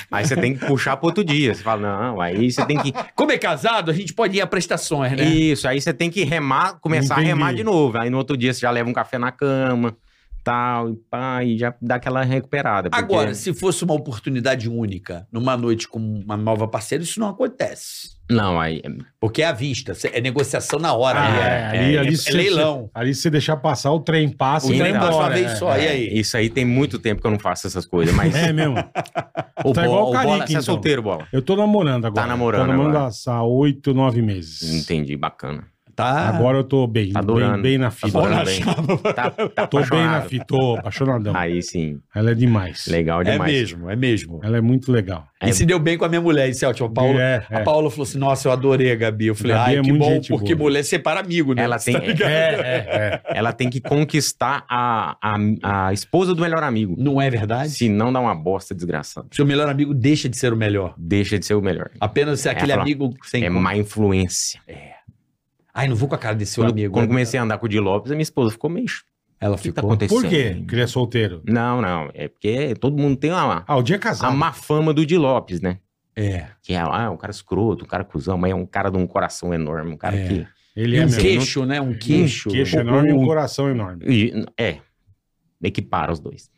[SPEAKER 5] Aí você tem que puxar pro outro dia. Você fala, não, aí
[SPEAKER 3] [LAUGHS]
[SPEAKER 5] você tem que.
[SPEAKER 4] Como é casado, a gente pode ir a prestações, né?
[SPEAKER 5] Isso, aí você tem que remar, começar a remar
[SPEAKER 3] É, Entendi.
[SPEAKER 5] de novo. Aí no outro dia você já leva um café na cama, tal, e pá, e já dá aquela recuperada. porque-
[SPEAKER 4] Agora, se fosse uma oportunidade única, numa noite com uma nova parceira, isso não acontece.
[SPEAKER 5] Não, aí.
[SPEAKER 4] Porque é à vista, cê- é negociação na hora.
[SPEAKER 3] Ah,
[SPEAKER 4] né?
[SPEAKER 3] é, ali,
[SPEAKER 5] é,
[SPEAKER 3] ali
[SPEAKER 4] é
[SPEAKER 3] se-
[SPEAKER 4] leilão.
[SPEAKER 3] Ali se você deixar passar, o trem passa
[SPEAKER 4] O
[SPEAKER 3] e
[SPEAKER 4] trem
[SPEAKER 3] vai
[SPEAKER 4] passa uma
[SPEAKER 3] embora.
[SPEAKER 4] vez
[SPEAKER 3] é.
[SPEAKER 4] só, e aí?
[SPEAKER 5] Isso aí tem muito tempo que eu não faço essas coisas,
[SPEAKER 3] [LAUGHS]
[SPEAKER 5] mas.
[SPEAKER 3] É mesmo.
[SPEAKER 4] O
[SPEAKER 3] tá
[SPEAKER 4] bo-
[SPEAKER 3] igual o
[SPEAKER 4] o assim,
[SPEAKER 3] Carica,
[SPEAKER 5] Bola, você é
[SPEAKER 3] então.
[SPEAKER 5] solteiro, bola.
[SPEAKER 3] Eu tô namorando agora.
[SPEAKER 5] namorando
[SPEAKER 3] Tô namorando
[SPEAKER 5] agora.
[SPEAKER 3] há- há oito, nove meses.
[SPEAKER 5] Entendi, bacana.
[SPEAKER 4] Tá.
[SPEAKER 3] Agora eu tô bem,
[SPEAKER 5] Tá
[SPEAKER 3] bem,
[SPEAKER 5] adorando.
[SPEAKER 3] bem na fita.
[SPEAKER 5] adorando bem. Tá, tá
[SPEAKER 3] tô bem na
[SPEAKER 5] apaixonado.
[SPEAKER 3] fita, então. tô apaixonadão.
[SPEAKER 5] Aí sim,
[SPEAKER 3] Ela é demais.
[SPEAKER 5] legal
[SPEAKER 4] é
[SPEAKER 5] demais.
[SPEAKER 4] mesmo, é mesmo.
[SPEAKER 3] Ela é muito legal.
[SPEAKER 4] E se deu bem com a minha mulher, isso é ótimo. A Paula,
[SPEAKER 3] é, é.
[SPEAKER 4] a Paula falou assim: Nossa, eu adorei a Gabi. Eu falei:
[SPEAKER 3] Gabi
[SPEAKER 4] Ai,
[SPEAKER 3] é
[SPEAKER 4] que
[SPEAKER 3] muito
[SPEAKER 4] bom,
[SPEAKER 3] gente
[SPEAKER 4] porque
[SPEAKER 3] boa."
[SPEAKER 4] mulher separa amigo, né?
[SPEAKER 5] Ela tem,
[SPEAKER 3] É, é, é.
[SPEAKER 5] ela tem que conquistar a, a, a esposa do melhor amigo.
[SPEAKER 4] Não é verdade?
[SPEAKER 5] Se não dá uma bosta desgraçada.
[SPEAKER 4] Seu melhor amigo deixa de ser o melhor.
[SPEAKER 5] Deixa de ser o melhor.
[SPEAKER 4] Apenas ser aquele
[SPEAKER 5] fala,
[SPEAKER 4] amigo sem.
[SPEAKER 5] é má influência.
[SPEAKER 3] É
[SPEAKER 4] Ai, não vou com a cara desse seu
[SPEAKER 5] Quando,
[SPEAKER 4] amigo.
[SPEAKER 5] quando comecei a andar com o Di Lopes, a minha esposa ficou meio. O
[SPEAKER 4] Ela
[SPEAKER 5] que, que tá
[SPEAKER 4] ficou.
[SPEAKER 5] acontecendo?
[SPEAKER 3] Por quê? Porque ele é solteiro.
[SPEAKER 5] Não, não. É porque todo mundo tem uma,
[SPEAKER 3] Ah, o dia é
[SPEAKER 5] a
[SPEAKER 3] casado.
[SPEAKER 5] má fama do Di Lopes, né?
[SPEAKER 4] é.
[SPEAKER 5] Que é ah, um cara escroto, um cara cuzão, mas é um cara de um coração enorme, um cara
[SPEAKER 3] É.
[SPEAKER 5] que.
[SPEAKER 3] Ele é
[SPEAKER 4] um
[SPEAKER 3] mesmo.
[SPEAKER 4] queixo, né?
[SPEAKER 5] Hum,
[SPEAKER 4] Um queixo.
[SPEAKER 3] Um queixo enorme e um coração enorme.
[SPEAKER 5] E- é. Equipara os dois.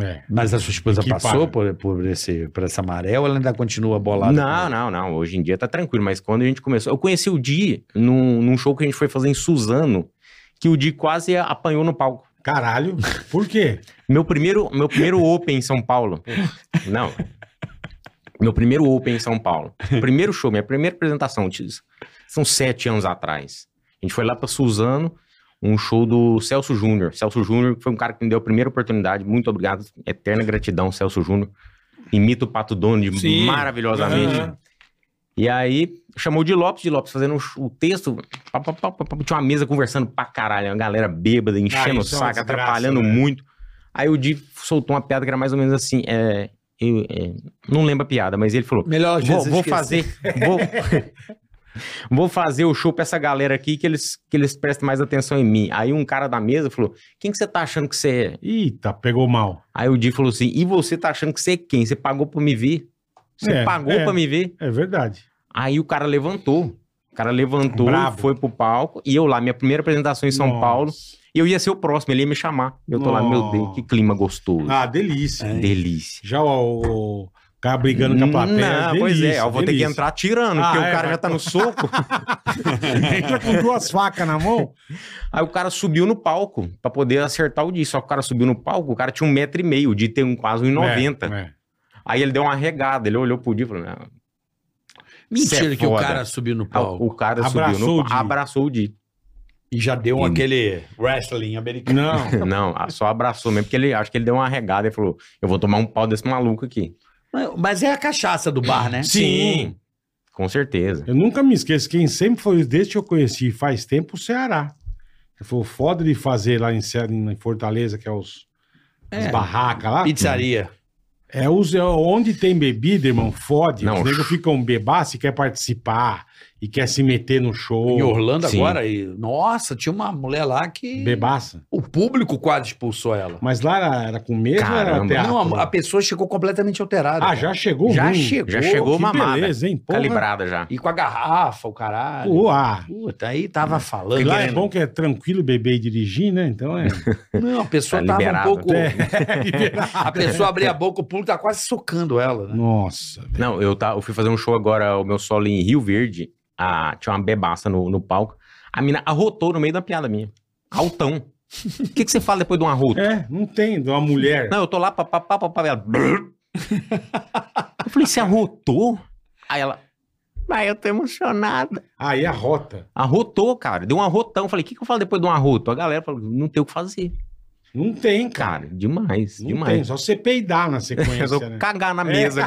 [SPEAKER 3] É.
[SPEAKER 4] Mas a sua esposa
[SPEAKER 3] Que paga.
[SPEAKER 4] passou por, por, esse, por essa amarela ou ela ainda continua bolada?
[SPEAKER 5] Não, não, não. Hoje em dia tá tranquilo, mas quando a gente começou. Eu conheci o Di num, num show que a gente foi fazer em Suzano, que o Di quase apanhou no palco.
[SPEAKER 3] Caralho. Por quê?
[SPEAKER 5] Meu primeiro, meu primeiro Open em São Paulo. Não. Meu primeiro Open em São Paulo. Primeiro show, minha primeira apresentação. t- São sete anos atrás. A gente foi lá pra Suzano, um show do Celso Júnior. Celso Júnior foi um cara que me deu a primeira oportunidade. Muito obrigado. Eterna gratidão, Celso Júnior. Imita o Pato Donald
[SPEAKER 3] Sim.
[SPEAKER 5] maravilhosamente.
[SPEAKER 3] Aham.
[SPEAKER 5] E aí, chamou de Lopes, de Lopes fazendo um sh- o texto. pá, pá, pá, pá, pá, tinha uma mesa conversando pra caralho, uma galera bêbada, enchendo o
[SPEAKER 3] isso é uma
[SPEAKER 5] saco,
[SPEAKER 3] desgraça,
[SPEAKER 5] atrapalhando
[SPEAKER 3] né?
[SPEAKER 5] muito. Aí o Di soltou uma piada que era mais ou menos assim. É, eu, é, não lembro a piada, mas ele falou:
[SPEAKER 4] Melhor,
[SPEAKER 5] Vou, vou fazer.
[SPEAKER 3] [LAUGHS]
[SPEAKER 5] Vou, vou fazer o show pra essa galera aqui que eles, que eles prestem mais atenção em mim. Aí um cara da mesa falou: Quem que você tá achando que você é?
[SPEAKER 3] Eita, pegou mal.
[SPEAKER 5] Aí o Di falou assim: E você tá achando que você é quem? Você pagou pra me ver? Você
[SPEAKER 3] É,
[SPEAKER 5] pagou
[SPEAKER 3] é.
[SPEAKER 5] pra me ver?
[SPEAKER 3] É verdade.
[SPEAKER 5] Aí o cara levantou. O cara levantou,
[SPEAKER 3] Bravo.
[SPEAKER 5] foi pro palco. E eu lá, minha primeira apresentação em São
[SPEAKER 3] Nossa.
[SPEAKER 5] Paulo. E eu ia ser o próximo, ele ia me chamar. Eu tô lá, meu Deus, que clima gostoso.
[SPEAKER 3] Ah, delícia.
[SPEAKER 5] Delícia.
[SPEAKER 3] Já o, o cara brigando com a plateia.
[SPEAKER 5] Não,
[SPEAKER 3] delícia,
[SPEAKER 5] pois é, eu vou ter
[SPEAKER 3] delícia.
[SPEAKER 5] que entrar tirando,
[SPEAKER 3] Ah,
[SPEAKER 5] porque
[SPEAKER 3] é,
[SPEAKER 5] o cara
[SPEAKER 3] vai-
[SPEAKER 5] já tá
[SPEAKER 3] [LAUGHS]
[SPEAKER 5] no soco.
[SPEAKER 3] Entra com duas facas na
[SPEAKER 5] [LAUGHS]
[SPEAKER 3] mão.
[SPEAKER 5] Aí o cara subiu no palco pra poder acertar o dia. Só que o cara subiu no palco, o cara tinha um metro e meio, o dia tem um, quase um 90.
[SPEAKER 3] É, é.
[SPEAKER 5] Aí ele deu uma regada, ele olhou pro dia e falou: "Não." Cê
[SPEAKER 4] Mentira
[SPEAKER 5] é
[SPEAKER 4] que o
[SPEAKER 5] foda.
[SPEAKER 4] cara subiu no
[SPEAKER 5] Aí
[SPEAKER 4] palco
[SPEAKER 5] O cara
[SPEAKER 3] Abraçou
[SPEAKER 5] subiu
[SPEAKER 3] o
[SPEAKER 5] no
[SPEAKER 3] Di.
[SPEAKER 5] palco, abraçou o dia.
[SPEAKER 4] e já deu
[SPEAKER 5] Hum.
[SPEAKER 4] aquele wrestling americano.
[SPEAKER 3] é. Não.
[SPEAKER 5] [LAUGHS] Não, a- só abraçou mesmo, porque ele acho que ele deu uma regada e falou: Eu vou tomar um pau desse maluco aqui.
[SPEAKER 4] Mas- Mas é a cachaça do bar, né?
[SPEAKER 3] Sim.
[SPEAKER 5] Com certeza.
[SPEAKER 3] Eu nunca me esqueço, quem sempre foi, desde que eu conheci faz tempo, o Ceará. Ele falou, foda de fazer lá em, Ce- em Fortaleza, que é os, as
[SPEAKER 4] É.
[SPEAKER 3] barracas lá.
[SPEAKER 4] Pizzaria.
[SPEAKER 3] É, os, é onde tem bebida, irmão, fode.
[SPEAKER 5] Não.
[SPEAKER 3] Os negros ficam bebaço e quer participar e quer se meter no show.
[SPEAKER 4] Em Orlando
[SPEAKER 5] Sim.
[SPEAKER 4] agora, e, nossa, tinha uma mulher lá que
[SPEAKER 3] Bebaça.
[SPEAKER 4] o público quase expulsou ela.
[SPEAKER 3] Mas lá era, era com medo ou era
[SPEAKER 5] Caramba.
[SPEAKER 3] teatro?
[SPEAKER 4] Não, a, a pessoa chegou completamente alterada.
[SPEAKER 3] Ah, já chegou
[SPEAKER 4] Já
[SPEAKER 3] ruim.
[SPEAKER 4] chegou.
[SPEAKER 5] Já chegou
[SPEAKER 3] que
[SPEAKER 5] mamada.
[SPEAKER 3] beleza, hein? Porra.
[SPEAKER 5] Calibrada já.
[SPEAKER 4] E com a garrafa, o caralho.
[SPEAKER 3] Uá.
[SPEAKER 4] Puta, aí tava falando.
[SPEAKER 3] E lá é
[SPEAKER 4] querendo-
[SPEAKER 3] bom que é tranquilo beber e dirigir, né? Então é.
[SPEAKER 4] Não, a pessoa
[SPEAKER 5] Tá
[SPEAKER 4] tava
[SPEAKER 5] liberado.
[SPEAKER 4] um pouco.
[SPEAKER 3] é liberado.
[SPEAKER 4] A pessoa abria a boca, o pulo tá quase socando ela, né?
[SPEAKER 3] Nossa. velho.
[SPEAKER 5] Não, eu, tá, eu fui fazer um show agora, o meu solo em Rio Verde. Ah, tinha uma bebaça no, no palco. A mina arrotou no meio da piada minha. Altão. O que, que você fala depois de um arroto?
[SPEAKER 3] É, não tem, de uma mulher.
[SPEAKER 5] Não, eu tô lá, papapá, papapá. Ela. brrr. Eu falei, você arrotou? Aí ela. Mas eu tô emocionada.
[SPEAKER 3] Aí a rota.
[SPEAKER 5] Arrotou, cara. Deu um arrotão. Eu Falei, o que, que eu falo depois de um arroto? A galera falou, não tem o que fazer.
[SPEAKER 3] Não tem, cara.
[SPEAKER 5] Cara, demais,
[SPEAKER 3] Não tem,
[SPEAKER 5] demais.
[SPEAKER 3] só você peidar
[SPEAKER 5] [LAUGHS]
[SPEAKER 3] na
[SPEAKER 5] Resolveu
[SPEAKER 3] sequência, né?
[SPEAKER 5] cagar na mesa.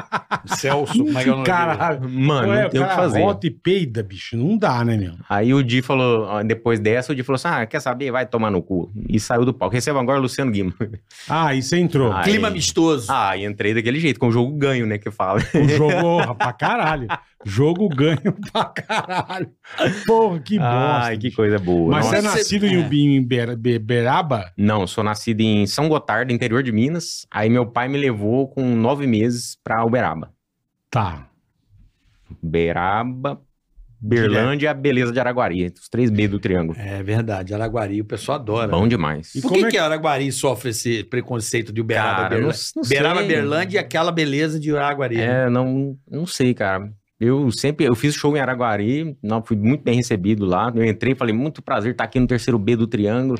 [SPEAKER 3] [LAUGHS]
[SPEAKER 4] Celso, como é que é o nome dele?
[SPEAKER 3] Caralho.
[SPEAKER 5] Mano,
[SPEAKER 3] Ué,
[SPEAKER 5] não
[SPEAKER 3] o
[SPEAKER 5] tem o que
[SPEAKER 3] cara
[SPEAKER 5] fazer.
[SPEAKER 3] rota e peida, bicho. Não dá, né, meu?
[SPEAKER 5] Aí o Di falou, ó, depois dessa, o Di falou assim: Ah, quer saber? Vai tomar no cu. E saiu do palco. Receba agora o Luciano Guima. [LAUGHS]
[SPEAKER 3] Ah, e você entrou.
[SPEAKER 5] Ah,
[SPEAKER 4] Clima
[SPEAKER 5] Aí.
[SPEAKER 4] amistoso.
[SPEAKER 5] Ah, e entrei daquele jeito, com o jogo ganho, né? Que fala.
[SPEAKER 3] O jogo, porra, pra caralho. Jogo ganho [LAUGHS] pra caralho. Porra, que bosta.
[SPEAKER 5] Ai, que
[SPEAKER 3] bicho.
[SPEAKER 5] coisa boa.
[SPEAKER 3] Mas
[SPEAKER 5] Nossa.
[SPEAKER 3] você é
[SPEAKER 4] Nossa.
[SPEAKER 3] nascido em
[SPEAKER 4] É.
[SPEAKER 3] Ubi- em Ber- Be- Beraba?
[SPEAKER 5] Não, sou nascido em São Gotardo, interior de Minas. Aí meu pai me levou com nove meses pra Uberaba.
[SPEAKER 3] Tá.
[SPEAKER 5] Uberaba, Berlândia, Beleza de Araguari. Os três B do triângulo.
[SPEAKER 4] É verdade, Araguari, o pessoal adora. né?
[SPEAKER 5] Bom demais.
[SPEAKER 3] E
[SPEAKER 4] Por
[SPEAKER 3] como
[SPEAKER 4] que,
[SPEAKER 3] é
[SPEAKER 4] que Araguari sofre esse preconceito de Uberaba,
[SPEAKER 5] Cara, não-
[SPEAKER 4] Berlândia?
[SPEAKER 5] não sei.
[SPEAKER 4] Beraba, Berlândia e é aquela beleza de Araguari. né?
[SPEAKER 5] É, não, não sei, cara. Eu sempre, eu fiz show em Araguari, não, fui muito bem recebido lá. Eu entrei e falei, muito prazer estar aqui no terceiro B
[SPEAKER 4] [LAUGHS]
[SPEAKER 5] do Triângulo.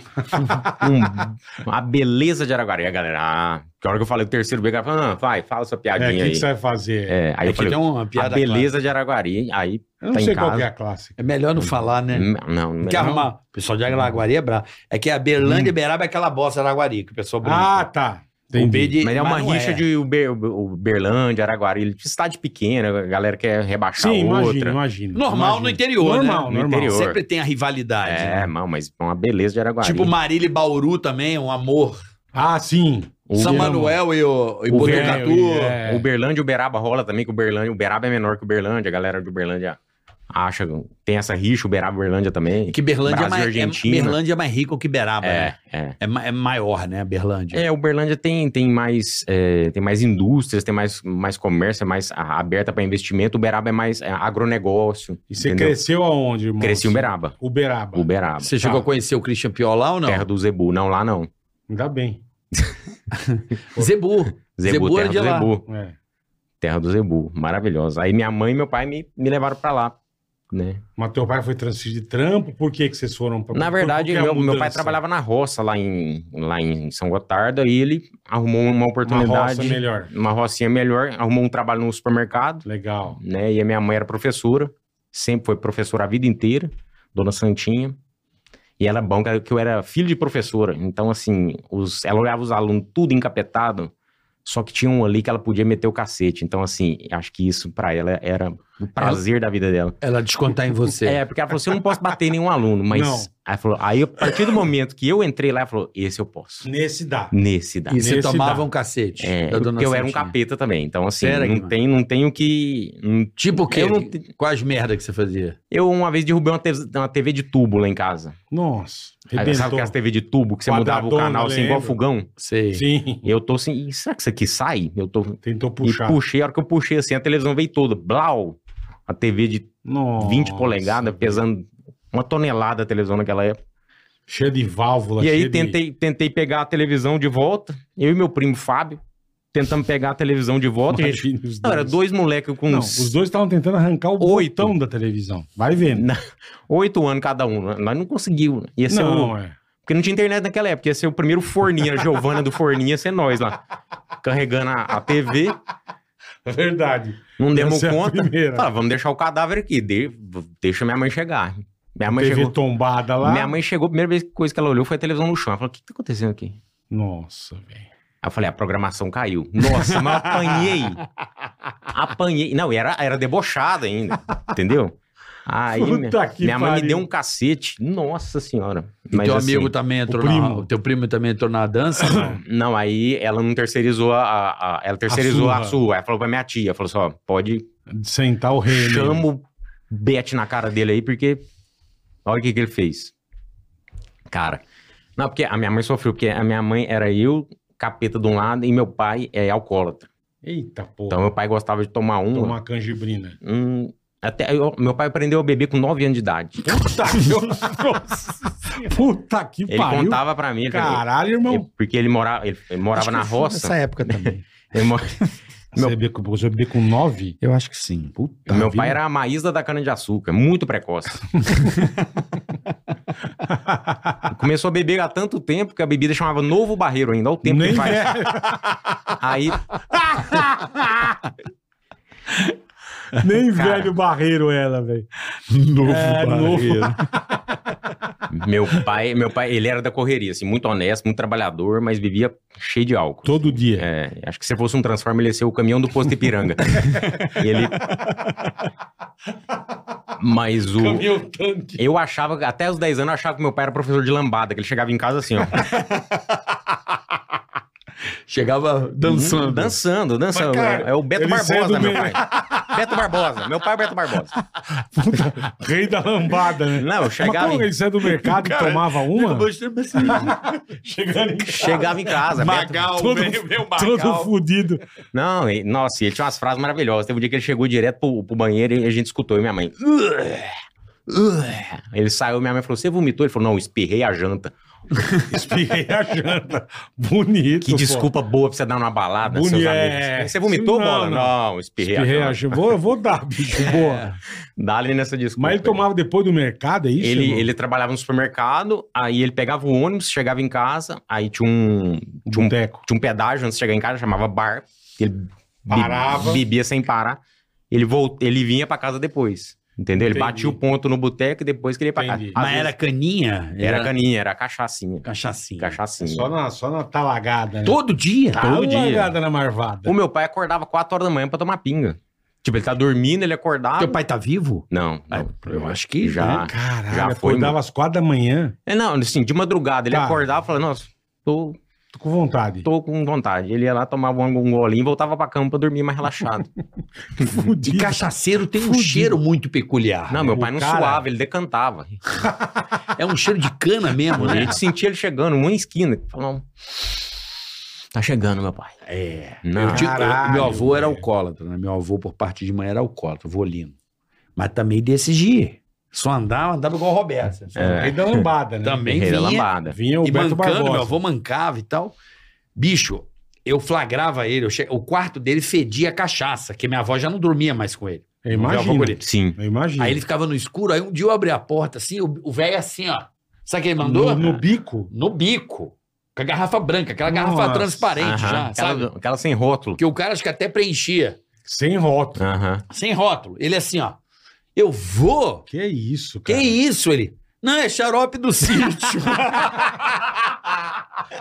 [SPEAKER 5] Um- a beleza de Araguari. A galera, ah, que hora que eu falei o terceiro B, a galera falou, não, vai, fala sua
[SPEAKER 3] É, o que
[SPEAKER 5] piadinha
[SPEAKER 3] que,
[SPEAKER 5] aí.
[SPEAKER 3] você vai fazer?
[SPEAKER 5] É, aí
[SPEAKER 4] É
[SPEAKER 5] eu
[SPEAKER 4] que
[SPEAKER 5] falei,
[SPEAKER 4] tem uma
[SPEAKER 5] a
[SPEAKER 4] piada
[SPEAKER 5] beleza de Araguari. Aí,
[SPEAKER 3] Eu não
[SPEAKER 5] Tá em
[SPEAKER 3] sei qual
[SPEAKER 5] casa.
[SPEAKER 3] que é a clássica.
[SPEAKER 4] É melhor não falar, né?
[SPEAKER 5] hum, não, não. Hum.
[SPEAKER 4] Tem que arrumar. O pessoal de Araguari é brabo. É que a Berlândia e Beraba é aquela bosta Araguari, que o pessoal brinca.
[SPEAKER 3] Ah, tá.
[SPEAKER 4] o
[SPEAKER 3] Entendi.
[SPEAKER 4] B de,
[SPEAKER 5] Mas é uma
[SPEAKER 4] mas não
[SPEAKER 5] rixa de Uber, Uberlândia, Araguari, cidade pequena, a galera quer rebaixar
[SPEAKER 3] Sim,
[SPEAKER 5] outra.
[SPEAKER 3] imagino, imagino.
[SPEAKER 4] Normal
[SPEAKER 3] imagino.
[SPEAKER 4] no interior, né?
[SPEAKER 3] normal,
[SPEAKER 5] No
[SPEAKER 3] Normal,
[SPEAKER 5] interior.
[SPEAKER 4] Sempre tem a rivalidade.
[SPEAKER 5] É,
[SPEAKER 4] né?
[SPEAKER 5] não, mas é uma beleza de Araguari.
[SPEAKER 4] Tipo Marília e Bauru também, um amor.
[SPEAKER 3] Ah, sim.
[SPEAKER 5] O- é um
[SPEAKER 4] São Manuel e, o, e
[SPEAKER 5] O
[SPEAKER 4] Botucatu.
[SPEAKER 3] É.
[SPEAKER 5] Uberlândia e Uberaba rola também, que Uberlândia, Uberaba é menor que Uberlândia, a galera de Uberlândia acha, tem essa rixa, Uberaba e Uberlândia também.
[SPEAKER 4] Que Berlândia é,
[SPEAKER 5] Brasil e
[SPEAKER 4] mais, é,
[SPEAKER 5] Argentina.
[SPEAKER 4] Berlândia é mais rico que Beraba.
[SPEAKER 5] É,
[SPEAKER 4] né?
[SPEAKER 5] é.
[SPEAKER 4] É, ma- é maior, né, Berlândia?
[SPEAKER 5] É, Uberlândia tem, tem mais é, tem mais indústrias, tem mais, mais comércio, é mais a- aberta para investimento. Uberaba é mais é, agronegócio.
[SPEAKER 3] E você
[SPEAKER 5] entendeu?
[SPEAKER 3] cresceu aonde, irmão?
[SPEAKER 5] Cresci em Uberaba.
[SPEAKER 3] Uberaba.
[SPEAKER 5] Uberaba.
[SPEAKER 4] Você chegou
[SPEAKER 3] Tá.
[SPEAKER 4] a conhecer o Christian Pior lá ou não?
[SPEAKER 5] Terra do Zebu. Não, lá não.
[SPEAKER 3] Ainda bem.
[SPEAKER 4] Zebu.
[SPEAKER 5] Zebu,
[SPEAKER 4] Zebu era
[SPEAKER 5] terra
[SPEAKER 4] de
[SPEAKER 5] do
[SPEAKER 4] lá.
[SPEAKER 5] Zebu.
[SPEAKER 3] É.
[SPEAKER 5] Terra do Zebu. Maravilhosa. Aí minha mãe e meu pai me, me levaram para lá, né?
[SPEAKER 3] Mas teu pai foi transferido de trampo, por que, que vocês foram pra
[SPEAKER 5] Na
[SPEAKER 3] por-
[SPEAKER 5] verdade,
[SPEAKER 3] por que a
[SPEAKER 5] meu, meu pai
[SPEAKER 3] mudança?
[SPEAKER 5] trabalhava na roça lá em, lá em São Gotardo, aí ele arrumou uma
[SPEAKER 3] uma
[SPEAKER 5] oportunidade,
[SPEAKER 3] roça
[SPEAKER 5] uma,
[SPEAKER 3] melhor.
[SPEAKER 5] rocinha melhor, arrumou um trabalho no supermercado,
[SPEAKER 3] Legal.
[SPEAKER 5] né? E a minha mãe era professora, sempre foi professora a vida inteira, dona Santinha. E ela é bom que eu era filho de professora, então assim, os, ela olhava os alunos tudo encapetado, só que tinha um ali que ela podia meter o cacete. Então assim, acho que isso pra ela era o prazer da vida dela.
[SPEAKER 4] Ela descontar em você. [LAUGHS]
[SPEAKER 5] É, porque ela falou assim: eu não posso bater em nenhum aluno, mas.
[SPEAKER 3] Não.
[SPEAKER 5] Aí, falou, aí, a partir do momento que eu entrei lá, ela falou: esse eu posso.
[SPEAKER 3] Nesse dá.
[SPEAKER 5] Nesse dá.
[SPEAKER 4] e você
[SPEAKER 3] Nesse
[SPEAKER 4] tomava
[SPEAKER 3] dá.
[SPEAKER 4] um cacete.
[SPEAKER 5] É,
[SPEAKER 4] da
[SPEAKER 5] porque
[SPEAKER 4] dona
[SPEAKER 5] eu era um
[SPEAKER 4] Santinha.
[SPEAKER 5] capeta também. Então, assim,
[SPEAKER 4] Sério,
[SPEAKER 5] não,
[SPEAKER 4] Guimar?
[SPEAKER 5] tem, não tenho que. não-
[SPEAKER 4] Tipo o quê?
[SPEAKER 5] Eu não
[SPEAKER 4] Quais merda que você fazia?
[SPEAKER 5] Eu uma vez derrubei uma TV, uma TV de tubo lá em casa.
[SPEAKER 3] Nossa.
[SPEAKER 5] Aí, sabe
[SPEAKER 3] Arrebentou.
[SPEAKER 5] aquelas TV de tubo que você mudava o
[SPEAKER 3] Quadradona,
[SPEAKER 5] canal assim, igual
[SPEAKER 3] lembro.
[SPEAKER 5] fogão?
[SPEAKER 4] Sei.
[SPEAKER 3] Sim.
[SPEAKER 5] E eu tô assim, "Ih, será que isso aqui sai? Eu tô.
[SPEAKER 3] Tentou
[SPEAKER 5] E
[SPEAKER 3] puxar.
[SPEAKER 5] puxei, a hora que eu puxei assim, a televisão veio toda. Blau! A TV de
[SPEAKER 3] Nossa.
[SPEAKER 5] 20 polegadas, pesando uma tonelada a televisão naquela época.
[SPEAKER 3] Cheia de válvula.
[SPEAKER 5] E aí
[SPEAKER 3] cheia de-
[SPEAKER 5] tentei, tentei pegar a televisão de volta, eu e meu primo Fábio, tentamos pegar a televisão de volta. e a gente-
[SPEAKER 3] Imagina os
[SPEAKER 5] Não, era
[SPEAKER 3] dois.
[SPEAKER 5] dois moleques com
[SPEAKER 3] Não,
[SPEAKER 5] uns
[SPEAKER 3] os dois estavam tentando arrancar o
[SPEAKER 5] Oito.
[SPEAKER 3] botão da televisão. Vai vendo.
[SPEAKER 5] oito anos cada um. né? Nós não conseguimos. Ia ser o-
[SPEAKER 3] Não, é.
[SPEAKER 5] Porque não tinha internet naquela época. Ia ser o primeiro forninho, a Giovana do forninho, ia ser nós lá. Carregando a, a TV,
[SPEAKER 3] É verdade.
[SPEAKER 5] não demos
[SPEAKER 3] Essa é a
[SPEAKER 5] conta.
[SPEAKER 3] primeira.
[SPEAKER 5] Fala, vamos deixar o cadáver aqui, de- deixa minha mãe chegar. Minha mãe
[SPEAKER 3] TV
[SPEAKER 5] chegou.
[SPEAKER 3] tombada tá lá.
[SPEAKER 5] Minha mãe chegou, a primeira vez coisa que ela olhou foi a televisão no chão. Ela falou: o que que tá acontecendo aqui?
[SPEAKER 3] Nossa, velho.
[SPEAKER 5] Aí eu falei, a programação caiu. Nossa, mas eu apanhei. apanhei. Não, e era, era debochado ainda, entendeu? Aí,
[SPEAKER 3] Puta
[SPEAKER 5] minha,
[SPEAKER 3] que
[SPEAKER 5] minha mãe me
[SPEAKER 3] pariu.
[SPEAKER 5] deu um cacete. Nossa senhora.
[SPEAKER 6] E
[SPEAKER 5] Mas
[SPEAKER 6] teu
[SPEAKER 5] assim,
[SPEAKER 6] amigo também entrou
[SPEAKER 3] primo.
[SPEAKER 6] na. O teu primo também entrou na
[SPEAKER 5] [COUGHS]
[SPEAKER 6] dança? não?
[SPEAKER 5] Não, aí ela não terceirizou a. a- a- ela terceirizou
[SPEAKER 3] surra.
[SPEAKER 5] a sua. Ela falou pra minha tia: falou assim, ó, pode.
[SPEAKER 3] Sentar o rei. né?
[SPEAKER 5] Chama o Bet na cara dele aí, porque. Olha o que, que ele fez. Cara. Não, porque a minha mãe sofreu, porque a minha mãe era eu, capeta de um lado, e meu pai é alcoólatra.
[SPEAKER 3] Eita porra.
[SPEAKER 5] Então meu pai gostava de tomar um.
[SPEAKER 3] Tomar canjibrina.
[SPEAKER 5] um até eu- meu pai aprendeu a beber com 9 anos de
[SPEAKER 3] [LAUGHS]
[SPEAKER 5] idade.
[SPEAKER 3] Puta que, [LAUGHS] Nossa, Puta que
[SPEAKER 5] Ele
[SPEAKER 3] pariu.
[SPEAKER 5] contava pra mim. Ele falou-
[SPEAKER 3] Caralho, irmão.
[SPEAKER 5] ele- porque ele morava, ele, ele morava na roça.
[SPEAKER 4] Nessa época também.
[SPEAKER 5] ele mo-
[SPEAKER 3] Tá Você bebeu com- você bebeu com nove?
[SPEAKER 4] Eu acho que sim.
[SPEAKER 5] [LAUGHS]
[SPEAKER 3] Puta
[SPEAKER 5] meu
[SPEAKER 3] vida.
[SPEAKER 5] pai era a Maísa da cana-de-açúcar, muito
[SPEAKER 3] [LAUGHS]
[SPEAKER 5] precoce. Começou a beber há tanto tempo que a bebida chamava Novo Barreiro ainda, olha o tempo
[SPEAKER 3] Nem
[SPEAKER 5] que faz.
[SPEAKER 3] é.
[SPEAKER 5] [LAUGHS] Aí,
[SPEAKER 3] Nem
[SPEAKER 5] Cara.
[SPEAKER 3] velho barreiro ela, velho.
[SPEAKER 4] Novo
[SPEAKER 3] É,
[SPEAKER 4] barreiro.
[SPEAKER 5] [LAUGHS] meu pai, meu pai, ele era da correria, assim, muito honesto, muito trabalhador, mas vivia cheio de álcool.
[SPEAKER 3] Todo dia.
[SPEAKER 5] É, acho que se fosse um Transformer, ele ia ser o caminhão do
[SPEAKER 3] [LAUGHS]
[SPEAKER 5] posto Ipiranga. E ele... Mas o...
[SPEAKER 3] tanque.
[SPEAKER 5] Eu achava, que- até os 10 anos, eu achava que meu pai era professor de lambada, que ele chegava em casa
[SPEAKER 3] [LAUGHS]
[SPEAKER 5] assim, ó.
[SPEAKER 6] Chegava dançando.
[SPEAKER 5] Hum, dançando,
[SPEAKER 3] Mas,
[SPEAKER 5] dançando.
[SPEAKER 3] cara,
[SPEAKER 5] é o Beto
[SPEAKER 3] ele
[SPEAKER 5] Barbosa,
[SPEAKER 3] sendo
[SPEAKER 5] meu
[SPEAKER 3] meio-
[SPEAKER 5] pai. Beto Barbosa. Meu pai é Beto Barbosa.
[SPEAKER 3] Rei da lambada, né?
[SPEAKER 5] Não, eu
[SPEAKER 3] Mas
[SPEAKER 5] chegava,
[SPEAKER 3] como
[SPEAKER 5] em,
[SPEAKER 3] ele saiu do mercado e tomava uma?
[SPEAKER 4] assim,
[SPEAKER 3] Chegando em
[SPEAKER 5] [LAUGHS] chegava em casa. Magal.
[SPEAKER 3] todo, todo fudido.
[SPEAKER 5] Não, e- nossa, e ele tinha umas frases maravilhosas. Teve um dia que ele chegou direto pro, pro banheiro e a gente escutou, e minha mãe... Ele saiu, minha mãe falou, você vomitou? Ele falou, não, espirrei a janta.
[SPEAKER 3] Espirrei a janta. Bonito.
[SPEAKER 5] Que
[SPEAKER 3] pô.
[SPEAKER 5] desculpa boa pra você dar numa balada, seus
[SPEAKER 3] Bonito, é.
[SPEAKER 5] amigos. Você vomitou,
[SPEAKER 3] Não,
[SPEAKER 5] bola?
[SPEAKER 3] não.
[SPEAKER 5] Não, espirrei,
[SPEAKER 3] Espirrei
[SPEAKER 5] a
[SPEAKER 3] a
[SPEAKER 5] janta.
[SPEAKER 3] janta. Vou, eu vou dar, bicho.
[SPEAKER 5] [LAUGHS]
[SPEAKER 3] Boa.
[SPEAKER 5] Dá-lhe nessa desculpa.
[SPEAKER 3] Mas ele tomava depois do mercado, é isso?
[SPEAKER 5] Ele,
[SPEAKER 3] irmão?
[SPEAKER 5] ele trabalhava no supermercado, aí ele pegava o ônibus, chegava em casa, aí tinha um, tinha um,
[SPEAKER 3] Boteco.
[SPEAKER 5] tinha um pedágio antes de chegar em casa, chamava bar. Ele be-
[SPEAKER 3] Parava.
[SPEAKER 5] bebia sem parar. Ele, vol, ele vinha pra casa depois, entendeu? Ele
[SPEAKER 3] Entendi.
[SPEAKER 5] batia o ponto no boteco e depois que ele ia pra
[SPEAKER 3] Entendi.
[SPEAKER 5] casa. Às
[SPEAKER 4] Mas era
[SPEAKER 5] vezes-
[SPEAKER 4] caninha?
[SPEAKER 5] era, caninha, era cachaçinha.
[SPEAKER 4] cachaçinha.
[SPEAKER 5] Cachacinha.
[SPEAKER 3] É Só na, só na talagada, né?
[SPEAKER 4] Todo dia?
[SPEAKER 5] todo dia.
[SPEAKER 3] Talagada na marvada.
[SPEAKER 5] O meu pai acordava 4 horas da manhã pra tomar pinga. Tipo, ele tá dormindo, ele acordava.
[SPEAKER 4] Teu pai tá vivo?
[SPEAKER 5] Não,
[SPEAKER 4] Ah,
[SPEAKER 5] não.
[SPEAKER 4] eu acho que
[SPEAKER 5] já.
[SPEAKER 4] né?
[SPEAKER 3] Caralho,
[SPEAKER 5] Já foi,
[SPEAKER 3] acordava às quatro da manhã.
[SPEAKER 5] É, não, assim, de madrugada. Ele
[SPEAKER 3] Tá.
[SPEAKER 5] acordava e falava, nossa, tô,
[SPEAKER 3] Tô com [LAUGHS] vontade.
[SPEAKER 5] tô com vontade. Ele ia lá, tomava um, um golinho e voltava pra cama pra dormir mais relaxado.
[SPEAKER 3] [LAUGHS]
[SPEAKER 4] E
[SPEAKER 3] Fudido.
[SPEAKER 4] cachaceiro tem um
[SPEAKER 3] Fudido.
[SPEAKER 4] cheiro muito peculiar.
[SPEAKER 5] Não, meu pai não
[SPEAKER 3] cara-
[SPEAKER 5] suava, ele decantava.
[SPEAKER 4] É um cheiro de cana mesmo,
[SPEAKER 5] A
[SPEAKER 4] né?
[SPEAKER 5] gente sentia ele chegando, uma esquina. Falava, tá chegando, meu pai.
[SPEAKER 4] É.
[SPEAKER 5] Não.
[SPEAKER 4] Eu digo, eu-
[SPEAKER 3] Caralho,
[SPEAKER 4] meu avô era
[SPEAKER 3] velho.
[SPEAKER 4] alcoólatra, né? Meu avô, por parte de mãe, era alcoólatra, volino. Mas também desses dias. Só andava, andava igual o Roberto. assim, só
[SPEAKER 5] É.
[SPEAKER 3] Rei da lambada, né?
[SPEAKER 4] Também
[SPEAKER 5] Ferreira
[SPEAKER 4] vinha.
[SPEAKER 5] lambada.
[SPEAKER 3] Vinha o
[SPEAKER 4] e
[SPEAKER 3] Beto
[SPEAKER 4] mancando,
[SPEAKER 3] Barbosa.
[SPEAKER 4] meu avô mancava e tal. Bicho, eu flagrava ele, eu che- o quarto dele fedia a cachaça, que minha avó já não dormia mais com ele.
[SPEAKER 3] Eu
[SPEAKER 4] Meu avô
[SPEAKER 3] imagino.
[SPEAKER 4] com ele.
[SPEAKER 5] Sim.
[SPEAKER 3] Eu imagino.
[SPEAKER 4] Aí ele ficava no escuro, aí um dia eu abri a porta assim, o o velho assim, ó. Sabe o que ele mandou?
[SPEAKER 3] mandou no, no bico.
[SPEAKER 4] No bico. Com a garrafa branca, aquela garrafa
[SPEAKER 3] Nossa.
[SPEAKER 4] transparente
[SPEAKER 5] Aham,
[SPEAKER 4] já,
[SPEAKER 5] aquela,
[SPEAKER 4] sabe?
[SPEAKER 5] aquela sem rótulo.
[SPEAKER 4] Que o cara acho que até preenchia.
[SPEAKER 3] Sem rótulo.
[SPEAKER 5] Aham.
[SPEAKER 4] Sem rótulo. Ele assim, ó. Eu vou?
[SPEAKER 3] Que isso,
[SPEAKER 4] Que
[SPEAKER 3] cara.
[SPEAKER 4] isso, ele? Não, é xarope do sítio.
[SPEAKER 3] [LAUGHS]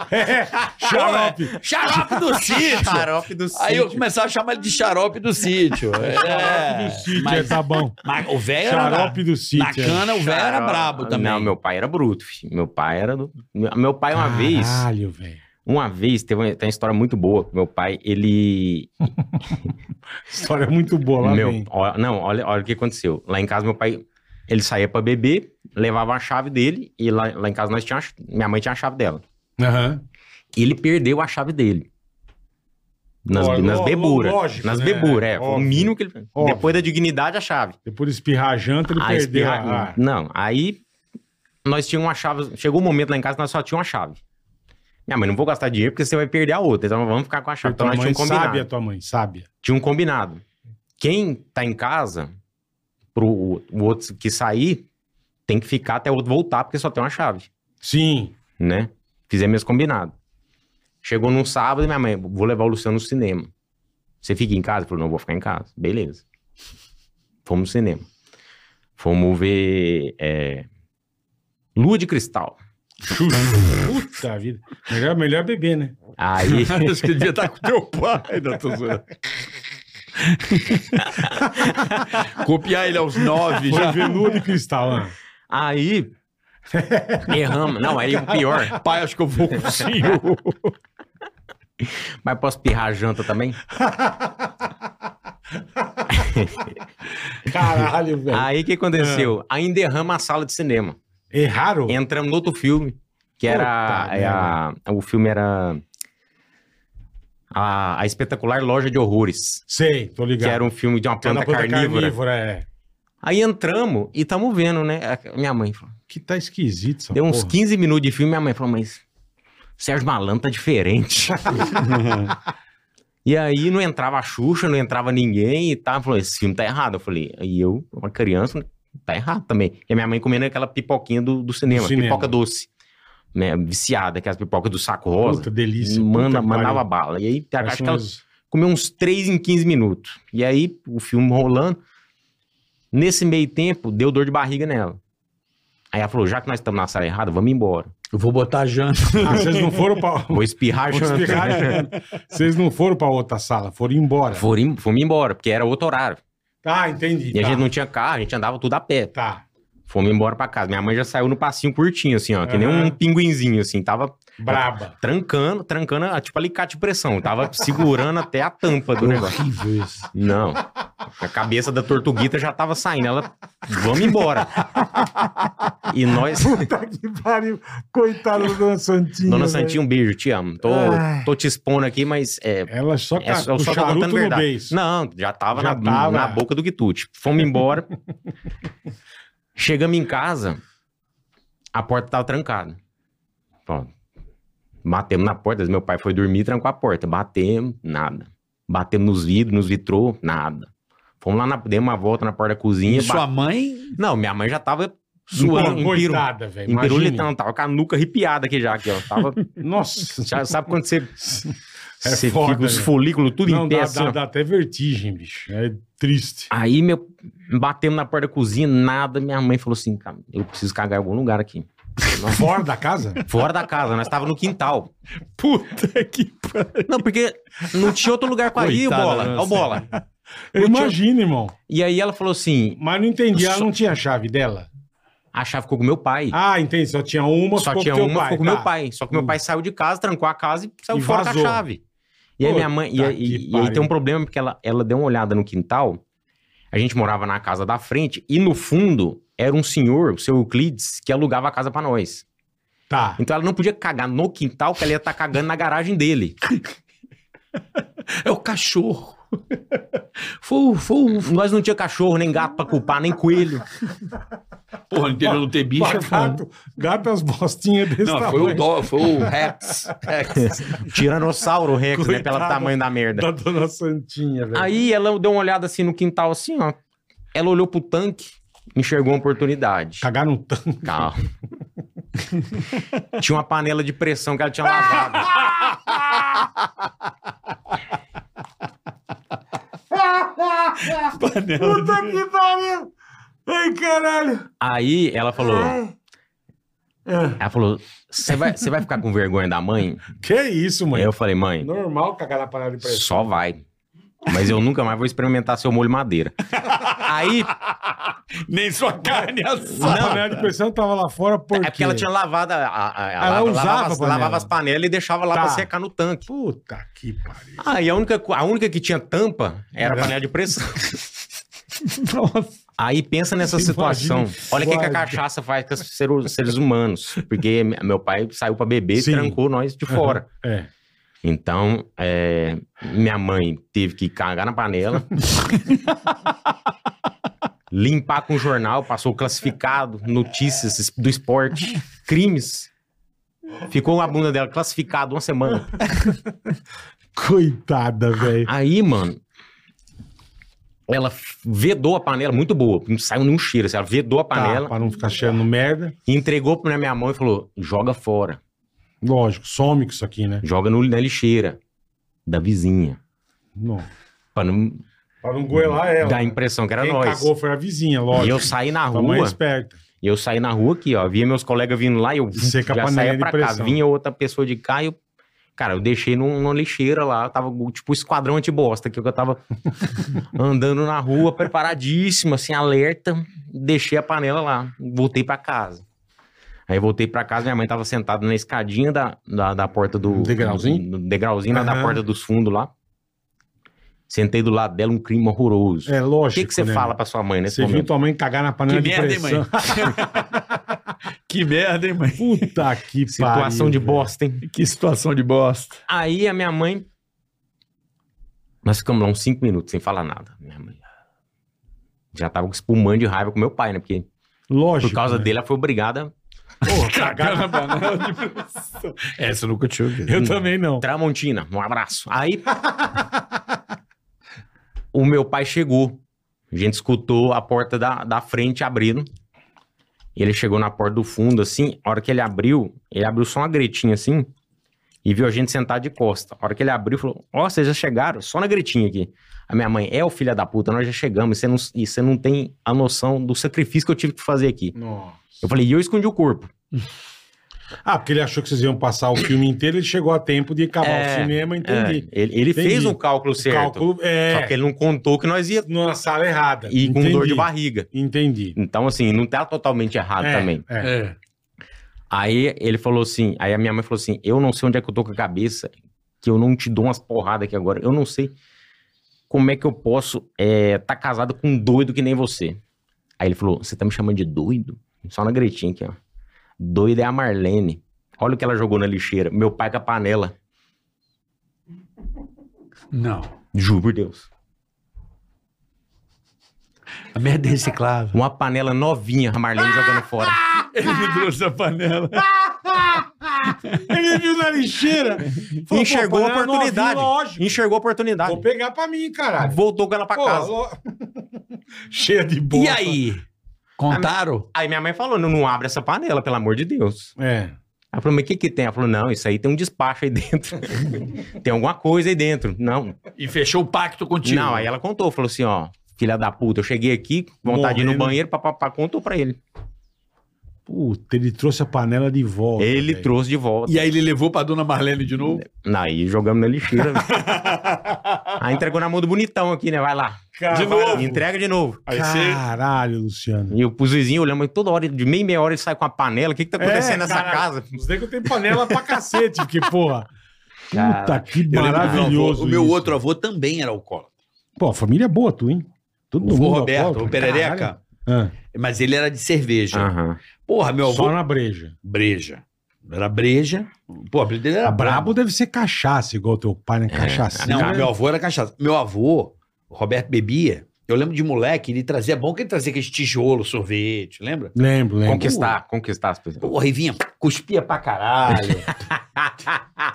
[SPEAKER 3] É, xarope.
[SPEAKER 4] xarope do sítio.
[SPEAKER 5] Xarope do
[SPEAKER 4] Aí eu começava a chamar ele de xarope do sítio.
[SPEAKER 3] Xarope
[SPEAKER 4] É,
[SPEAKER 3] do sítio, é,
[SPEAKER 4] mas,
[SPEAKER 3] tá bom.
[SPEAKER 4] mas o velho era brabo.
[SPEAKER 3] Xarope do
[SPEAKER 4] Na
[SPEAKER 3] sítio. é.
[SPEAKER 4] cana, o velho era brabo também.
[SPEAKER 5] Não, meu pai era bruto. filho. Meu pai era do. Meu pai, uma vez.
[SPEAKER 3] Caralho, velho.
[SPEAKER 5] Uma vez, teve uma, tem uma história muito boa. Meu pai, ele.
[SPEAKER 3] História muito boa lá,
[SPEAKER 5] meu,
[SPEAKER 3] vem.
[SPEAKER 5] ó- não, olha, olha o que aconteceu. Lá em casa, meu pai, ele saía pra beber, levava a chave dele, e lá, lá em casa nós tinha, a ch- minha mãe tinha a chave dela.
[SPEAKER 3] Aham.
[SPEAKER 5] E ele perdeu a chave dele. Nas,
[SPEAKER 3] Ó,
[SPEAKER 5] nas
[SPEAKER 3] lo-
[SPEAKER 5] beburas.
[SPEAKER 3] lógico,
[SPEAKER 5] nas
[SPEAKER 3] né?
[SPEAKER 5] beburas, é. Foi o
[SPEAKER 3] Óbvio.
[SPEAKER 5] mínimo que ele.
[SPEAKER 3] Óbvio.
[SPEAKER 5] Depois da dignidade, a chave.
[SPEAKER 3] Depois de espirrar a janta,
[SPEAKER 4] Ah,
[SPEAKER 3] ele
[SPEAKER 5] a
[SPEAKER 3] perdeu. ah.
[SPEAKER 5] espirra-
[SPEAKER 4] tá,
[SPEAKER 3] a-
[SPEAKER 5] Não, aí nós tínhamos uma chave. Chegou um momento lá em casa que nós só tínhamos uma chave. Minha mãe, não vou gastar dinheiro porque você vai perder a outra. Então vamos ficar com a chave. Então
[SPEAKER 3] tua
[SPEAKER 5] nós
[SPEAKER 3] mãe
[SPEAKER 5] tínhamos combinado
[SPEAKER 3] sábia, tua mãe, sábia.
[SPEAKER 5] tinha um combinado. Quem tá em casa, pro o o outro que sair, tem que ficar até o outro voltar, porque só tem uma chave,
[SPEAKER 3] Sim.
[SPEAKER 5] né? Fizemos esse combinado. Chegou num sábado, minha mãe, vou levar o Luciano no cinema. Você fica em casa? Ele falou, não, vou ficar em casa. Beleza. Fomos no cinema. Fomos ver é, Lua de Cristal.
[SPEAKER 3] Puta vida. Melhor, melhor beber, né?
[SPEAKER 7] [LAUGHS]
[SPEAKER 5] Aí, [LAUGHS]
[SPEAKER 4] Acho que devia estar com teu pai. Não, tô zoando.
[SPEAKER 7] Copiar ele aos nove
[SPEAKER 3] Foi
[SPEAKER 7] já.
[SPEAKER 3] veludo e cristal, né?
[SPEAKER 5] Aí. Erramos. Não, aí o pior.
[SPEAKER 7] Pai, acho que eu vou com o senhor.
[SPEAKER 5] Mas posso pirrar a janta também?
[SPEAKER 3] Caralho,
[SPEAKER 7] É.
[SPEAKER 3] velho.
[SPEAKER 5] Aí o que aconteceu?
[SPEAKER 7] Ah.
[SPEAKER 5] Ainda erramos a sala de cinema.
[SPEAKER 3] Erraram?
[SPEAKER 5] Entramos no outro filme, que era.
[SPEAKER 3] Puta
[SPEAKER 5] é a- o filme era. A, a Espetacular Loja de Horrores.
[SPEAKER 3] Sei, tô
[SPEAKER 5] Que
[SPEAKER 3] ligado.
[SPEAKER 5] era um filme de uma
[SPEAKER 3] Era
[SPEAKER 5] planta, carnívora.
[SPEAKER 3] é. Aí
[SPEAKER 5] Aí entramos e tamo vendo, né? A- Minha mãe falou.
[SPEAKER 3] que tá esquisito essa
[SPEAKER 5] Deu uns
[SPEAKER 3] porra.
[SPEAKER 5] 15 minutos de filme, minha mãe falou, mas. Sérgio Malandro
[SPEAKER 3] [LAUGHS]
[SPEAKER 5] tá diferente. e aí não entrava a Xuxa, não entrava ninguém e tá, falou, esse filme tá errado. Eu falei, e eu, uma criança, né, tá errado também. E a minha mãe comendo aquela pipoquinha do, do cinema,
[SPEAKER 3] Do cinema.
[SPEAKER 5] pipoca doce. Né, viciada, aquelas pipocas do saco rosa.
[SPEAKER 3] Puta delícia. puta
[SPEAKER 5] manda,
[SPEAKER 3] que
[SPEAKER 5] mandava
[SPEAKER 3] pariu.
[SPEAKER 5] bala. E aí, acho
[SPEAKER 3] Parece
[SPEAKER 5] que ela
[SPEAKER 3] umas-
[SPEAKER 5] comeu uns 3 em 15 minutos. E aí, o filme rolando. Nesse meio tempo, deu dor de barriga nela. Aí ela falou: já que nós estamos na sala errada, vamos embora.
[SPEAKER 7] Eu vou botar a janta.
[SPEAKER 3] Ah, vocês não foram
[SPEAKER 5] [LAUGHS]
[SPEAKER 3] pra...
[SPEAKER 5] Vou espirrar,
[SPEAKER 3] Vou te
[SPEAKER 5] já.
[SPEAKER 3] explicar,
[SPEAKER 5] [LAUGHS]
[SPEAKER 3] né? Vocês não foram pra outra sala, foram embora.
[SPEAKER 5] Foram em- Fomos embora, porque era outro horário.
[SPEAKER 3] Tá, entendi.
[SPEAKER 5] E a
[SPEAKER 3] tá.
[SPEAKER 5] gente não tinha carro, a gente andava tudo a pé.
[SPEAKER 3] Tá.
[SPEAKER 5] Fomos embora pra casa. Minha mãe já saiu no passinho curtinho, assim, ó. Que nem
[SPEAKER 3] Aham.
[SPEAKER 5] um pinguinzinho, assim. Tava [LAUGHS]
[SPEAKER 3] Braba.
[SPEAKER 5] trancando, trancando, ah, tipo alicate de pressão. Tava segurando até a tampa do negócio.
[SPEAKER 3] Horrível isso.
[SPEAKER 5] Não. A cabeça da tortuguita já tava saindo. Ela, vamos embora. E nós.
[SPEAKER 3] Puta que pariu. Coitado da Dona Santinha.
[SPEAKER 5] Dona
[SPEAKER 3] velho.
[SPEAKER 5] Santinha, um beijo, te amo. Tô,
[SPEAKER 3] Ai.
[SPEAKER 5] tô te expondo aqui, mas é.
[SPEAKER 3] Ela só
[SPEAKER 5] é
[SPEAKER 3] tá
[SPEAKER 5] só- eu
[SPEAKER 3] com
[SPEAKER 5] só
[SPEAKER 3] o
[SPEAKER 5] tô
[SPEAKER 3] charuto
[SPEAKER 5] contando
[SPEAKER 3] no
[SPEAKER 5] verdade.
[SPEAKER 3] beijo.
[SPEAKER 5] Não, já tava,
[SPEAKER 3] Já
[SPEAKER 5] na,
[SPEAKER 3] tava.
[SPEAKER 5] na boca do quitute. Fomos embora. Chegamos em casa, a porta tava trancada. Ó, batemos na porta, meu pai foi dormir, trancou a porta. Batemos, nada. Batemos nos vidros, nos vitrô, nada. Fomos lá, na, demos uma volta na porta da cozinha.
[SPEAKER 7] E sua
[SPEAKER 5] bate-
[SPEAKER 7] mãe
[SPEAKER 5] Não, minha mãe já tava
[SPEAKER 3] Sua
[SPEAKER 5] suando, empiru-
[SPEAKER 3] coitada, velho. imagina.
[SPEAKER 5] empirulitando, tava com a nuca arrepiada aqui já, aqui, ó. Tava [LAUGHS]
[SPEAKER 3] Nossa. É
[SPEAKER 5] já sabe quando você, você
[SPEAKER 3] foda,
[SPEAKER 5] fica os
[SPEAKER 3] né?
[SPEAKER 5] folículos tudo
[SPEAKER 3] Não,
[SPEAKER 5] em pé,
[SPEAKER 3] dá,
[SPEAKER 5] assim,
[SPEAKER 3] dá-
[SPEAKER 5] ó.
[SPEAKER 3] dá até vertigem, bicho. É triste.
[SPEAKER 5] Aí, meu, batemos na porta da cozinha, nada. Minha mãe falou assim, cara, eu preciso cagar em algum lugar aqui.
[SPEAKER 3] Fora da
[SPEAKER 5] [LAUGHS]
[SPEAKER 3] casa?
[SPEAKER 5] Fora da casa, nós tava no quintal.
[SPEAKER 3] Puta que
[SPEAKER 5] Não, porque não tinha outro lugar pra ir,
[SPEAKER 7] Coitada,
[SPEAKER 3] né?
[SPEAKER 5] bola. Ó,
[SPEAKER 7] nossa.
[SPEAKER 5] bola.
[SPEAKER 3] Eu imagino, irmão.
[SPEAKER 5] E aí ela falou assim,
[SPEAKER 3] Mas não entendi. Ela não tinha a chave dela?
[SPEAKER 5] a chave ficou com meu pai.
[SPEAKER 3] Ah, entendi. Só tinha uma,
[SPEAKER 5] Só
[SPEAKER 3] ficou
[SPEAKER 5] tinha
[SPEAKER 3] com teu
[SPEAKER 5] uma, ficou com
[SPEAKER 3] tá.
[SPEAKER 5] meu pai. Só que meu pai saiu de casa, trancou a casa e saiu
[SPEAKER 3] E
[SPEAKER 5] fora
[SPEAKER 3] vazou.
[SPEAKER 5] com a chave. E
[SPEAKER 3] Puta
[SPEAKER 5] aí minha mãe. E, aí-
[SPEAKER 3] que
[SPEAKER 5] e aí
[SPEAKER 3] pariu.
[SPEAKER 5] tem um problema, porque ela, ela deu uma olhada no quintal. A gente morava na casa da frente, e no fundo era um senhor, o seu Euclides, que alugava a casa pra nós.
[SPEAKER 3] Tá.
[SPEAKER 5] Então ela não podia cagar no quintal, que ela ia estar cagando na garagem
[SPEAKER 3] [LAUGHS]
[SPEAKER 5] dele.
[SPEAKER 7] é o cachorro. Foi, foi.
[SPEAKER 5] Nós não tinha cachorro, nem gato pra culpar, nem
[SPEAKER 3] [LAUGHS]
[SPEAKER 5] coelho.
[SPEAKER 7] Porra, no interior não ter bicho é
[SPEAKER 3] Mas
[SPEAKER 7] foda.
[SPEAKER 3] gato, gato as bostinhas desse
[SPEAKER 7] Não, foi o,
[SPEAKER 3] tamanho.
[SPEAKER 7] dó, foi o Rex. Rex.
[SPEAKER 5] Tiranossauro Rex, né? Pelo
[SPEAKER 3] É. Coitado
[SPEAKER 5] tamanho da merda.
[SPEAKER 3] Da Dona Santinha, velho.
[SPEAKER 5] Aí ela deu uma olhada assim no quintal, assim, ó. Ela olhou pro tanque, enxergou uma oportunidade.
[SPEAKER 3] Cagar no tanque.
[SPEAKER 5] [LAUGHS] Calma. tinha uma panela de pressão que ela tinha lavado.
[SPEAKER 3] Puta que pariu! Ai, caralho!
[SPEAKER 5] Aí ela falou.
[SPEAKER 3] É. Ah.
[SPEAKER 5] Ela falou: Você vai, cê vai ficar com vergonha da mãe?
[SPEAKER 3] Que isso,
[SPEAKER 5] Aí
[SPEAKER 3] mãe?
[SPEAKER 5] eu falei, mãe,
[SPEAKER 3] Normal cagar na parada de pressão.
[SPEAKER 5] só vai. Mas eu nunca mais vou experimentar seu
[SPEAKER 3] [LAUGHS]
[SPEAKER 5] molho madeira. Aí,
[SPEAKER 7] [LAUGHS] Nem sua carne
[SPEAKER 3] A
[SPEAKER 7] assada.
[SPEAKER 3] panela de pressão tava lá fora por
[SPEAKER 5] é porque ela tinha lavado. a- a- a-
[SPEAKER 3] Ela
[SPEAKER 5] lava-
[SPEAKER 3] usava
[SPEAKER 5] lavava, as-
[SPEAKER 3] a panela.
[SPEAKER 5] lavava as panelas e deixava lá
[SPEAKER 3] Tá.
[SPEAKER 5] pra secar no tanque.
[SPEAKER 3] Puta que
[SPEAKER 7] [LAUGHS]
[SPEAKER 3] pariu.
[SPEAKER 5] Aí a única, co- a única que tinha tampa era a
[SPEAKER 3] Era-
[SPEAKER 5] panela de pressão.
[SPEAKER 3] Nossa.
[SPEAKER 5] Aí pensa nessa
[SPEAKER 3] Imagina
[SPEAKER 5] situação. Olha o que, que a
[SPEAKER 3] guarda.
[SPEAKER 5] cachaça faz com os seres- seres humanos. Porque me- meu pai saiu pra beber
[SPEAKER 3] Sim.
[SPEAKER 5] e trancou nós de fora.
[SPEAKER 3] É.
[SPEAKER 5] Então, é, minha mãe teve que cagar
[SPEAKER 3] [LAUGHS]
[SPEAKER 5] na panela. limpar com jornal, passou classificado, notícias es- do esporte, crimes. Ficou a bunda dela classificada uma semana.
[SPEAKER 3] Coitada, velho.
[SPEAKER 5] Aí, mano, ela f- vedou a panela, muito boa, não saiu nenhum cheiro. assim, Ela vedou a panela,
[SPEAKER 3] Tá, pra não ficar cheirando merda.
[SPEAKER 5] E entregou pra minha mãe e falou: joga fora,
[SPEAKER 3] Lógico, some com isso aqui, né?
[SPEAKER 5] joga no, na lixeira da vizinha.
[SPEAKER 3] Não.
[SPEAKER 5] Pra não
[SPEAKER 3] Pra não goelar ela.
[SPEAKER 5] dar a impressão que era
[SPEAKER 3] É, Quem
[SPEAKER 5] nós.
[SPEAKER 3] cagou foi a vizinha, lógico.
[SPEAKER 5] E eu saí na
[SPEAKER 3] Tua mãe é
[SPEAKER 5] rua,
[SPEAKER 3] esperta.
[SPEAKER 5] e eu saí na rua aqui, ó. Via meus colegas vindo lá e eu
[SPEAKER 3] Seca a
[SPEAKER 5] já
[SPEAKER 3] panela
[SPEAKER 5] saía
[SPEAKER 3] de
[SPEAKER 5] pra cá.
[SPEAKER 3] pressão.
[SPEAKER 5] Vinha outra pessoa de cá e eu Cara, eu deixei num- numa lixeira lá, eu tava tipo esquadrão antibosta, que eu tava [LAUGHS] andando na rua, preparadíssimo, assim, alerta, deixei a panela lá, voltei pra casa. Aí voltei pra casa, minha mãe tava sentada na escadinha da, da, da porta do...
[SPEAKER 3] Degrauzinho?
[SPEAKER 5] Do, degrauzinho, lá da
[SPEAKER 3] Aham.
[SPEAKER 5] porta dos fundos lá. Sentei do lado dela, um crime horroroso.
[SPEAKER 3] É
[SPEAKER 5] o
[SPEAKER 3] lógico.
[SPEAKER 5] que, que você
[SPEAKER 3] né?
[SPEAKER 5] fala pra sua mãe nesse
[SPEAKER 3] Você viu
[SPEAKER 5] momento?
[SPEAKER 3] tua mãe cagar na
[SPEAKER 5] Né,
[SPEAKER 3] panela
[SPEAKER 7] Que
[SPEAKER 3] de
[SPEAKER 7] merda, hein,
[SPEAKER 3] pressão.
[SPEAKER 7] mãe? [LAUGHS] que merda, hein, mãe? [LAUGHS]
[SPEAKER 3] Puta que
[SPEAKER 5] Situação
[SPEAKER 3] pariu,
[SPEAKER 5] de
[SPEAKER 3] velho.
[SPEAKER 5] bosta, hein?
[SPEAKER 7] Que situação de bosta.
[SPEAKER 5] Aí a minha mãe. Nós ficamos lá uns cinco minutos sem falar nada. Minha mãe já tava espumando de raiva com meu pai, né? Porque
[SPEAKER 3] Lógico.
[SPEAKER 5] por causa
[SPEAKER 3] né?
[SPEAKER 5] dele ela foi obrigada.
[SPEAKER 7] Cagar na panela de pressão. Essa eu nunca tinha ouvido.
[SPEAKER 3] Eu também não.
[SPEAKER 5] Tramontina, um abraço. Aí. o meu pai chegou. A gente escutou a porta da, da frente abrindo. E ele chegou na porta do fundo, assim. A hora que ele abriu, ele abriu só uma gretinha assim. E viu a gente sentado de costa. A hora que ele abriu, falou: Ó, vocês já chegaram? Só na gretinha aqui. A minha mãe é o filho da puta, nós já chegamos. E você não, e você não tem a noção do sacrifício que eu tive que fazer aqui.
[SPEAKER 3] Nossa.
[SPEAKER 5] Eu falei: e eu escondi o corpo.
[SPEAKER 3] Ah, porque ele achou que vocês iam passar o filme inteiro, ele chegou a tempo de acabar
[SPEAKER 5] É,
[SPEAKER 3] o cinema, entendi.
[SPEAKER 5] É, ele ele
[SPEAKER 3] Entendi.
[SPEAKER 5] fez um cálculo
[SPEAKER 3] O
[SPEAKER 5] certo.
[SPEAKER 3] cálculo
[SPEAKER 5] Só
[SPEAKER 3] é
[SPEAKER 5] que ele não contou que nós ia
[SPEAKER 3] na sala errada.
[SPEAKER 5] e com
[SPEAKER 3] É, Entendi.
[SPEAKER 5] dor de barriga.
[SPEAKER 3] Entendi.
[SPEAKER 5] Então, assim, não tá totalmente errado
[SPEAKER 3] É,
[SPEAKER 5] também.
[SPEAKER 3] é.
[SPEAKER 7] É.
[SPEAKER 5] Aí ele falou assim, aí a minha mãe falou assim, eu não sei onde é que eu tô com a cabeça, que eu não te dou umas porradas aqui agora. Eu não sei como é que eu posso é, tá casado com um doido que nem você. Aí ele falou, você tá me chamando de doido? Só na gretinha aqui, ó. Doida é a Marlene. Olha o que ela jogou na lixeira. Meu pai com a panela.
[SPEAKER 7] Não.
[SPEAKER 5] Juro por Deus.
[SPEAKER 7] A merda é reciclável.
[SPEAKER 5] Uma panela novinha, a Marlene jogando fora.
[SPEAKER 7] [LAUGHS] Ele me trouxe a
[SPEAKER 5] [LAUGHS]
[SPEAKER 7] panela.
[SPEAKER 3] Ele viu na lixeira. falou,
[SPEAKER 5] Enxergou
[SPEAKER 3] pô,
[SPEAKER 5] a
[SPEAKER 3] panela
[SPEAKER 5] oportunidade.
[SPEAKER 3] novinha, lógico.
[SPEAKER 5] Enxergou a oportunidade.
[SPEAKER 3] Vou pegar pra mim, caralho.
[SPEAKER 5] Voltou com ela pra
[SPEAKER 3] Pô,
[SPEAKER 5] casa.
[SPEAKER 3] lo- [LAUGHS] Cheia de bosta.
[SPEAKER 7] E aí? Contaram?
[SPEAKER 5] Aí minha mãe falou: não, não abre essa panela, pelo amor de Deus.
[SPEAKER 3] É.
[SPEAKER 5] Ela falou: mas o que, que tem? Ela falou: não, isso aí tem um despacho aí dentro. tem alguma coisa aí dentro. Não.
[SPEAKER 7] E fechou o pacto contigo?
[SPEAKER 5] Não, aí ela contou, falou assim: ó, filha da puta, eu cheguei aqui, vontade de ir no
[SPEAKER 3] Morrendo.
[SPEAKER 5] banheiro, papapá, contou pra ele.
[SPEAKER 3] Puta, ele trouxe a panela de volta.
[SPEAKER 5] ele
[SPEAKER 3] velho.
[SPEAKER 5] trouxe de volta.
[SPEAKER 7] E aí ele levou pra dona Marlene de novo?
[SPEAKER 5] Aí jogamos na lixeira. aí entregou na mão do bonitão aqui, né? Vai lá.
[SPEAKER 3] Caralho.
[SPEAKER 5] Entrega de novo.
[SPEAKER 3] Caralho, Luciano.
[SPEAKER 5] E o pros vizinhos olhando, mas toda hora, de meia em meia hora ele sai com a panela. O que que tá acontecendo nessa
[SPEAKER 3] caralho.
[SPEAKER 5] casa?
[SPEAKER 3] Os negros tem panela pra cacete, porque, porra. Puta, que
[SPEAKER 7] Eu lembro do
[SPEAKER 3] maravilhoso.
[SPEAKER 4] O meu
[SPEAKER 3] isso.
[SPEAKER 4] outro avô também era alcoólatra.
[SPEAKER 3] Pô, a família é boa, tu, hein? Todo
[SPEAKER 4] O avô
[SPEAKER 3] mundo
[SPEAKER 4] Roberto,
[SPEAKER 3] alcoólatra.
[SPEAKER 4] o Perereca.
[SPEAKER 3] Caralho.
[SPEAKER 4] Mas ele era de cerveja.
[SPEAKER 5] Aham.
[SPEAKER 4] Porra, meu
[SPEAKER 3] Ah,
[SPEAKER 4] avô.
[SPEAKER 3] só na breja.
[SPEAKER 4] Breja. Era breja. Pô, o apelido dele era
[SPEAKER 3] A
[SPEAKER 4] brabo.
[SPEAKER 3] brabo deve ser cachaça, igual teu pai, né? Cachaça.
[SPEAKER 4] É. Não, meu avô era cachaça. Meu avô, o Roberto bebia. Eu lembro de moleque, ele trazia, é bom que ele trazia aquele tijolo, sorvete, lembra?
[SPEAKER 3] Lembro, lembro.
[SPEAKER 5] Conquistar, conquistar as pessoas.
[SPEAKER 4] Porra, e vinha, cuspia pra
[SPEAKER 3] [LAUGHS]
[SPEAKER 4] caralho.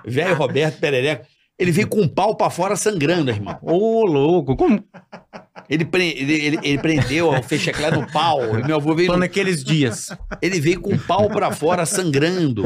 [SPEAKER 4] Velho Roberto Perereco. Ele veio com um pau pra fora sangrando, irmão.
[SPEAKER 5] Ô, louco, como
[SPEAKER 4] Ele, pre- ele, ele- ele prendeu o fecheclé no pau. E meu avô veio,
[SPEAKER 5] foi naqueles dias?
[SPEAKER 4] ele veio com um pau pra fora sangrando.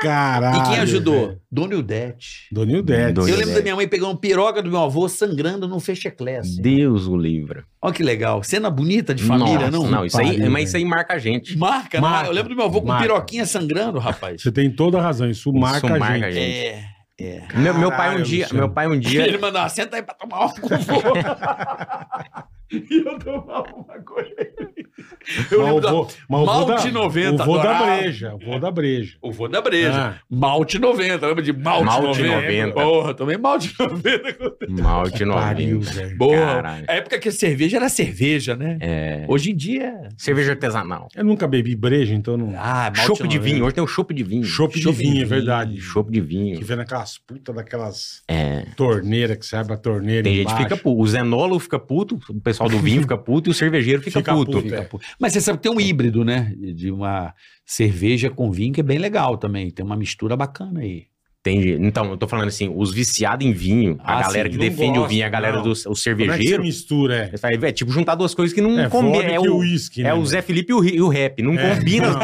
[SPEAKER 3] Caralho.
[SPEAKER 4] E quem ajudou?
[SPEAKER 3] velho.
[SPEAKER 4] Dona Ildete.
[SPEAKER 3] Dona Ildete.
[SPEAKER 5] Dona
[SPEAKER 4] Eu lembro
[SPEAKER 5] Ildete.
[SPEAKER 4] da minha mãe pegando piroca do meu avô sangrando num fecheclé. assim.
[SPEAKER 5] Deus o livra.
[SPEAKER 4] Olha que legal. Cena bonita de família,
[SPEAKER 5] Nossa,
[SPEAKER 4] não?
[SPEAKER 5] Não, isso aí,
[SPEAKER 3] Pariu,
[SPEAKER 5] mas isso aí marca a gente.
[SPEAKER 4] Marca,
[SPEAKER 3] Marca.
[SPEAKER 4] né? Eu lembro do meu avô com
[SPEAKER 3] Marca.
[SPEAKER 4] piroquinha sangrando, rapaz.
[SPEAKER 3] Você tem toda a razão, isso marca a [LAUGHS] gente.
[SPEAKER 5] marca a gente.
[SPEAKER 4] É, é.
[SPEAKER 5] Meu, meu pai um
[SPEAKER 3] Caralho,
[SPEAKER 5] dia,
[SPEAKER 3] Luciano.
[SPEAKER 5] meu pai um dia,
[SPEAKER 4] Ele mandou, "Ah, senta aí pra tomar uma com o vô." [LAUGHS] E eu tomava uma coisa. Eu
[SPEAKER 3] Mas
[SPEAKER 4] lembro
[SPEAKER 3] o
[SPEAKER 4] da-
[SPEAKER 3] vô- mas o vô
[SPEAKER 4] Malte
[SPEAKER 3] da-
[SPEAKER 4] 90,
[SPEAKER 3] O vô da
[SPEAKER 4] adorava.
[SPEAKER 3] breja, o vô da breja.
[SPEAKER 4] O vô da breja.
[SPEAKER 3] Ah.
[SPEAKER 4] Malte 90, lembra de Malte,
[SPEAKER 5] Malte
[SPEAKER 4] 90?
[SPEAKER 5] 90.
[SPEAKER 4] Porra, tomei Malte [LAUGHS] 90.
[SPEAKER 5] [LAUGHS] mal de
[SPEAKER 3] Pariu,
[SPEAKER 5] novinho.
[SPEAKER 3] velho.
[SPEAKER 4] Boa.
[SPEAKER 5] Caralho.
[SPEAKER 4] A época que a cerveja era cerveja, né?
[SPEAKER 5] É,
[SPEAKER 4] Hoje em dia...
[SPEAKER 5] cerveja artesanal.
[SPEAKER 3] Eu nunca bebi breja, então não.
[SPEAKER 4] Ah,
[SPEAKER 5] Chope de vinho, hoje tem um chope de vinho.
[SPEAKER 3] Chope de vinho, é verdade.
[SPEAKER 5] Chope de
[SPEAKER 3] Que
[SPEAKER 5] vinho.
[SPEAKER 3] vem naquelas putas daquelas
[SPEAKER 5] É.
[SPEAKER 3] torneiras que você abre a torneira
[SPEAKER 5] Tem gente que
[SPEAKER 3] embaixo.
[SPEAKER 5] fica puto. O zenólogo fica puto, o pessoal do
[SPEAKER 3] [LAUGHS]
[SPEAKER 5] vinho fica puto e o cervejeiro fica,
[SPEAKER 3] Fica
[SPEAKER 5] puto.
[SPEAKER 3] puto, é.
[SPEAKER 4] Mas você sabe que tem um híbrido, né? De uma cerveja com vinho que é bem legal também. Tem uma mistura bacana aí.
[SPEAKER 5] Entendi. Então, eu tô falando assim, os viciados em vinho, a
[SPEAKER 4] Ah,
[SPEAKER 5] galera
[SPEAKER 4] sim,
[SPEAKER 5] que
[SPEAKER 3] não
[SPEAKER 5] defende o
[SPEAKER 3] gosta,
[SPEAKER 5] vinho, a galera
[SPEAKER 3] não.
[SPEAKER 5] dos os
[SPEAKER 3] Como é que você
[SPEAKER 5] cervejeiros.
[SPEAKER 3] mistura, é?
[SPEAKER 5] Eles falam, É tipo juntar duas coisas que não
[SPEAKER 3] É,
[SPEAKER 5] combinam.
[SPEAKER 3] vodka
[SPEAKER 5] É,
[SPEAKER 3] e
[SPEAKER 5] o,
[SPEAKER 3] uísque, né,
[SPEAKER 5] é o
[SPEAKER 3] velho?
[SPEAKER 5] Zé Felipe e o, ri- e o rap. Não
[SPEAKER 3] É,
[SPEAKER 5] combina.
[SPEAKER 3] não.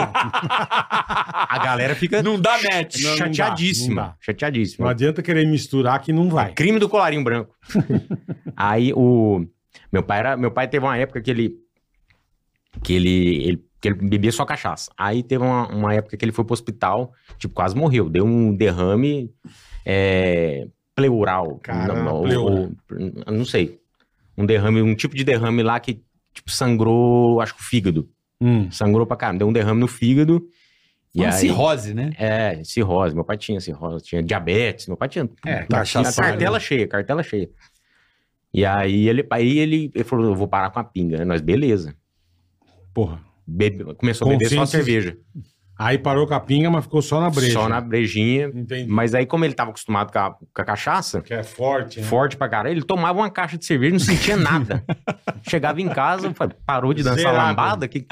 [SPEAKER 5] A galera fica
[SPEAKER 4] Não dá match.
[SPEAKER 3] Não, não dá,
[SPEAKER 5] chateadíssima.
[SPEAKER 3] não dá. Não
[SPEAKER 5] Chateadíssima.
[SPEAKER 3] adianta querer misturar que não vai.
[SPEAKER 5] Crime do
[SPEAKER 3] [LAUGHS]
[SPEAKER 5] colarinho branco. Aí o. Meu pai era. Meu pai teve uma época que ele. Que ele, ele que ele bebia só cachaça. Aí teve uma, uma época que ele foi pro hospital, tipo, quase morreu. Deu um derrame é, pleural.
[SPEAKER 3] Caramba,
[SPEAKER 5] não, não,
[SPEAKER 3] pleura.
[SPEAKER 5] ou- eu não sei. Um derrame, um tipo de derrame lá que, tipo, sangrou, acho que o fígado.
[SPEAKER 3] Hum.
[SPEAKER 5] Sangrou pra caramba. Deu um derrame no fígado. E
[SPEAKER 4] Uma
[SPEAKER 5] aí,
[SPEAKER 3] assim?
[SPEAKER 4] cirrose, né?
[SPEAKER 5] É, cirrose. Meu pai tinha cirrose. Tinha diabetes. Meu pai tinha
[SPEAKER 4] É,
[SPEAKER 5] Tá,
[SPEAKER 4] cachaça.
[SPEAKER 5] tinha cartela cheia, cartela cheia. E aí ele, aí ele, ele falou, eu vou parar com a pinga. Aí Nós, beleza.
[SPEAKER 3] Porra.
[SPEAKER 5] Bebe- começou a beber só
[SPEAKER 3] Consciente-
[SPEAKER 5] cerveja.
[SPEAKER 3] Aí parou com a pinga, mas ficou só na breja.
[SPEAKER 5] Só na brejinha.
[SPEAKER 3] Entendi.
[SPEAKER 5] Mas aí como ele tava acostumado com a, com a cachaça,
[SPEAKER 3] Que é forte, né?
[SPEAKER 5] forte pra caralho, ele tomava uma caixa de cerveja e não sentia nada. Chegava em casa, eu falei, parou de dançar
[SPEAKER 3] Zerado.
[SPEAKER 5] lambada, que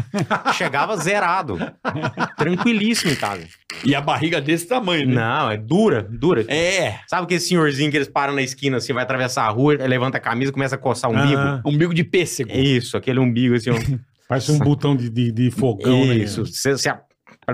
[SPEAKER 5] chegava zerado. Tranquilíssimo em casa.
[SPEAKER 4] E a barriga desse tamanho, né?
[SPEAKER 5] Não, é dura, dura.
[SPEAKER 4] É,
[SPEAKER 5] Sabe aquele senhorzinho que eles param na esquina assim, vai atravessar a rua, ele levanta a camisa e começa a coçar o umbigo?
[SPEAKER 3] Aham.
[SPEAKER 4] umbigo de pêssego.
[SPEAKER 5] É Isso, aquele
[SPEAKER 3] [LAUGHS]
[SPEAKER 5] umbigo assim, ó.
[SPEAKER 3] Parece um botão de, de, de fogão, né?
[SPEAKER 5] Isso, você, você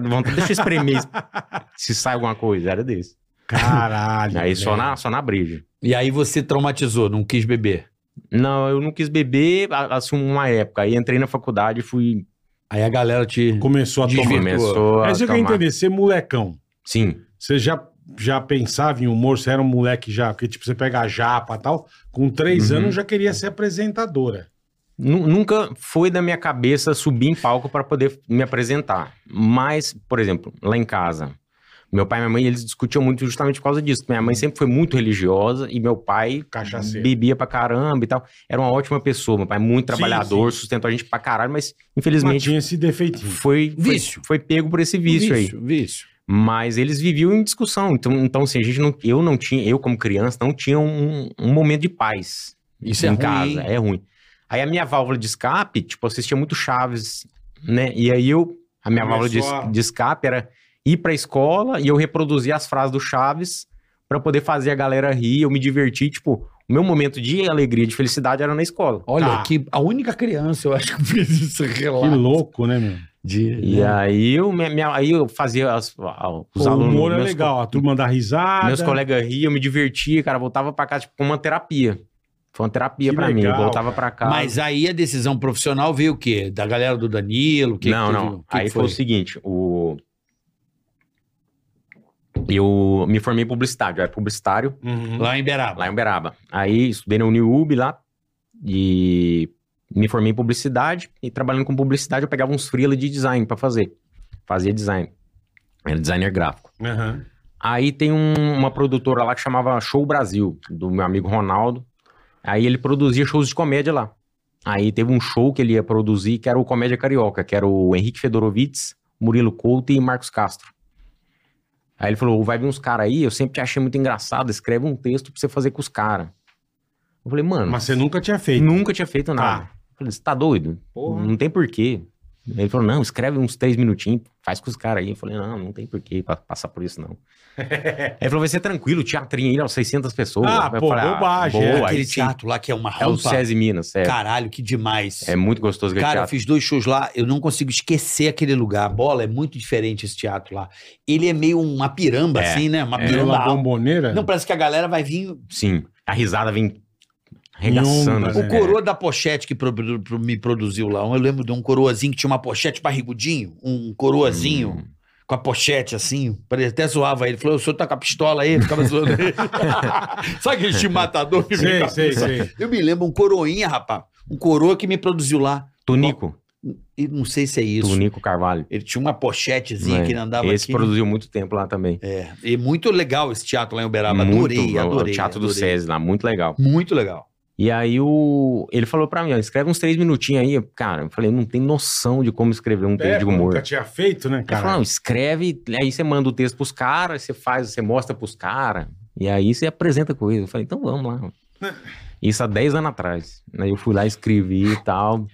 [SPEAKER 5] vontade, deixa eu espremer [LAUGHS] se sai alguma coisa, era desse.
[SPEAKER 3] Caralho.
[SPEAKER 5] Aí só
[SPEAKER 3] velho.
[SPEAKER 5] na, só na breja.
[SPEAKER 4] E aí você traumatizou, não quis beber.
[SPEAKER 5] Não, eu não quis beber, a- assim, uma época. Aí entrei na faculdade e fui...
[SPEAKER 4] Aí a galera te.
[SPEAKER 3] Começou a tomar.
[SPEAKER 4] Desvirtuou.
[SPEAKER 5] Começou a
[SPEAKER 3] Mas É eu queria
[SPEAKER 5] tomar.
[SPEAKER 3] entender, você molecão,
[SPEAKER 5] Sim,
[SPEAKER 3] você já, já pensava em humor? Você era um moleque já, porque tipo, você pega a japa e tal, com três
[SPEAKER 5] Uhum.
[SPEAKER 3] anos já queria ser apresentadora.
[SPEAKER 5] Nu- nunca foi da minha cabeça subir em palco para poder me apresentar. Mas, por exemplo, lá em casa, meu pai e minha mãe, eles discutiam muito justamente por causa disso. Minha mãe sempre foi muito religiosa e meu pai
[SPEAKER 3] Cachaceiro.
[SPEAKER 5] bebia pra caramba e tal. Era uma ótima pessoa, meu pai é muito
[SPEAKER 3] Sim,
[SPEAKER 5] trabalhador, sustentou a gente pra caralho, mas
[SPEAKER 3] Mas
[SPEAKER 5] infelizmente
[SPEAKER 3] tinha esse defeitinho.
[SPEAKER 5] foi, foi
[SPEAKER 4] Vício.
[SPEAKER 5] foi pego por esse vício, aí.
[SPEAKER 4] Vício.
[SPEAKER 5] Mas eles viviam em discussão. Então, então assim, a gente não, eu não tinha, eu como criança não tinha um, um momento de paz
[SPEAKER 4] Isso é
[SPEAKER 5] em
[SPEAKER 4] ruim.
[SPEAKER 5] casa,
[SPEAKER 4] hein?
[SPEAKER 5] é ruim. Aí a minha válvula de escape, tipo, eu assistia muito Chaves, né? E aí eu, a minha válvula de,
[SPEAKER 3] Começou a-
[SPEAKER 5] de escape era ir pra escola e eu reproduzia as frases do Chaves pra poder fazer a galera rir, eu me divertir, tipo, o meu momento de alegria, de felicidade era na escola.
[SPEAKER 4] Olha,
[SPEAKER 3] Tá.
[SPEAKER 4] que a única criança, eu acho que [LAUGHS] fez esse relato.
[SPEAKER 3] Que louco, né, meu?
[SPEAKER 4] De,
[SPEAKER 5] E aí eu, minha, minha- aí eu fazia as- a- os
[SPEAKER 3] o
[SPEAKER 5] alunos.
[SPEAKER 3] humor é
[SPEAKER 5] meus
[SPEAKER 3] legal, a turma dá
[SPEAKER 5] co-
[SPEAKER 3] risada.
[SPEAKER 5] Meus colegas riam, eu me divertia, cara, voltava pra casa, tipo, como uma terapia. Foi uma terapia
[SPEAKER 3] Que
[SPEAKER 5] pra mim,
[SPEAKER 3] legal,
[SPEAKER 5] eu voltava pra casa.
[SPEAKER 4] Mas aí a decisão profissional veio o quê? Da galera do Danilo? Que
[SPEAKER 5] não,
[SPEAKER 4] que
[SPEAKER 5] não.
[SPEAKER 4] teve- que
[SPEAKER 5] aí
[SPEAKER 4] que
[SPEAKER 5] foi? o seguinte, o... Eu me formei em publicidade, eu era publicitário
[SPEAKER 3] Uhum.
[SPEAKER 4] Lá em Beraba.
[SPEAKER 5] um lá em Uberaba. Aí estudei na Uniub lá e me formei em publicidade e trabalhando com publicidade eu pegava uns freela de design pra fazer. Fazia design. Era designer gráfico.
[SPEAKER 3] Aham.
[SPEAKER 5] Aí tem um- uma produtora lá que chamava Show Brasil, do meu amigo Ronaldo. Aí ele produzia shows de comédia lá. Aí teve um show que ele ia produzir, que era o Comédia Carioca, que era o Henrique Fedorovitz, Murilo Couto e Marcos Castro. Aí ele falou, vai vir uns caras aí, eu sempre te achei muito engraçado, escreve um texto pra você fazer com os caras. Eu falei, mano,
[SPEAKER 3] Mas você Ah. nunca tinha feito.
[SPEAKER 5] nunca tinha feito nada. Eu falei, você tá doido?
[SPEAKER 3] Porra.
[SPEAKER 5] Não tem porquê. Ele falou, não, escreve uns três minutinhos, faz com os caras aí. Eu falei, não, não tem porquê pa- passar por isso, não.
[SPEAKER 4] [LAUGHS]
[SPEAKER 5] aí ele falou, vai ser tranquilo, teatrinho aí, ó, 600 pessoas.
[SPEAKER 3] Ah,
[SPEAKER 5] eu
[SPEAKER 3] pô, bobagem, é.
[SPEAKER 5] boa, aí
[SPEAKER 4] Aquele
[SPEAKER 5] sim.
[SPEAKER 4] teatro lá que é uma
[SPEAKER 5] É o
[SPEAKER 4] rampa.
[SPEAKER 5] SESI Minas, é.
[SPEAKER 4] Caralho, que demais.
[SPEAKER 5] É muito gostoso aquele
[SPEAKER 4] Cara, eu
[SPEAKER 5] teatro.
[SPEAKER 4] fiz dois shows lá, eu não consigo esquecer aquele lugar. A bola é muito diferente esse teatro lá. Ele é meio uma piramba,
[SPEAKER 5] É.
[SPEAKER 4] assim, né? Uma
[SPEAKER 3] Era
[SPEAKER 4] piramba
[SPEAKER 3] uma
[SPEAKER 4] alta.
[SPEAKER 3] bomboneira?
[SPEAKER 4] Não, parece que a galera vai vir.
[SPEAKER 5] Sim, a risada vem arregaçando.
[SPEAKER 3] Em ondas,
[SPEAKER 5] assim.
[SPEAKER 4] O coroa da pochete que pro- pro- pro- me produziu lá. Eu lembro de um coroazinho que tinha uma pochete barrigudinho, um coroazinho.
[SPEAKER 5] Hum.
[SPEAKER 4] Com a pochete assim, ele até zoava ele. Falou, o senhor tá com a pistola aí, ficava zoando ele. [LAUGHS] Sabe aquele de matador que
[SPEAKER 3] Sei,
[SPEAKER 4] fica-
[SPEAKER 3] sei, sei.
[SPEAKER 4] Eu me lembro um coroinha, rapaz. Um coroa que me produziu lá.
[SPEAKER 5] Tunico,
[SPEAKER 4] E não sei se é isso.
[SPEAKER 5] Tunico Carvalho.
[SPEAKER 4] Ele tinha uma pochetezinha
[SPEAKER 5] É.
[SPEAKER 4] que ele andava
[SPEAKER 5] Esse
[SPEAKER 4] aqui.
[SPEAKER 5] produziu muito tempo lá também.
[SPEAKER 4] É. E muito legal esse teatro lá em Uberaba.
[SPEAKER 5] muito, É
[SPEAKER 4] adorei,
[SPEAKER 5] o-
[SPEAKER 4] adorei.
[SPEAKER 5] O teatro do
[SPEAKER 4] adorei.
[SPEAKER 5] SESI lá, muito legal.
[SPEAKER 4] Muito legal.
[SPEAKER 5] E aí o... ele falou pra mim, ó, escreve uns três minutinhos aí. Cara, eu falei, não tem noção de como escrever um
[SPEAKER 4] É,
[SPEAKER 5] texto de humor.
[SPEAKER 4] tá
[SPEAKER 3] nunca tinha feito, né,
[SPEAKER 5] Ele falou,
[SPEAKER 3] cara?
[SPEAKER 5] não, escreve, aí você manda o texto pros caras, você faz, você mostra pros caras, e aí você apresenta coisa. Eu falei, então vamos lá.
[SPEAKER 3] [LAUGHS]
[SPEAKER 5] Isso há 10 anos atrás. Aí eu fui lá, escrevi e tal,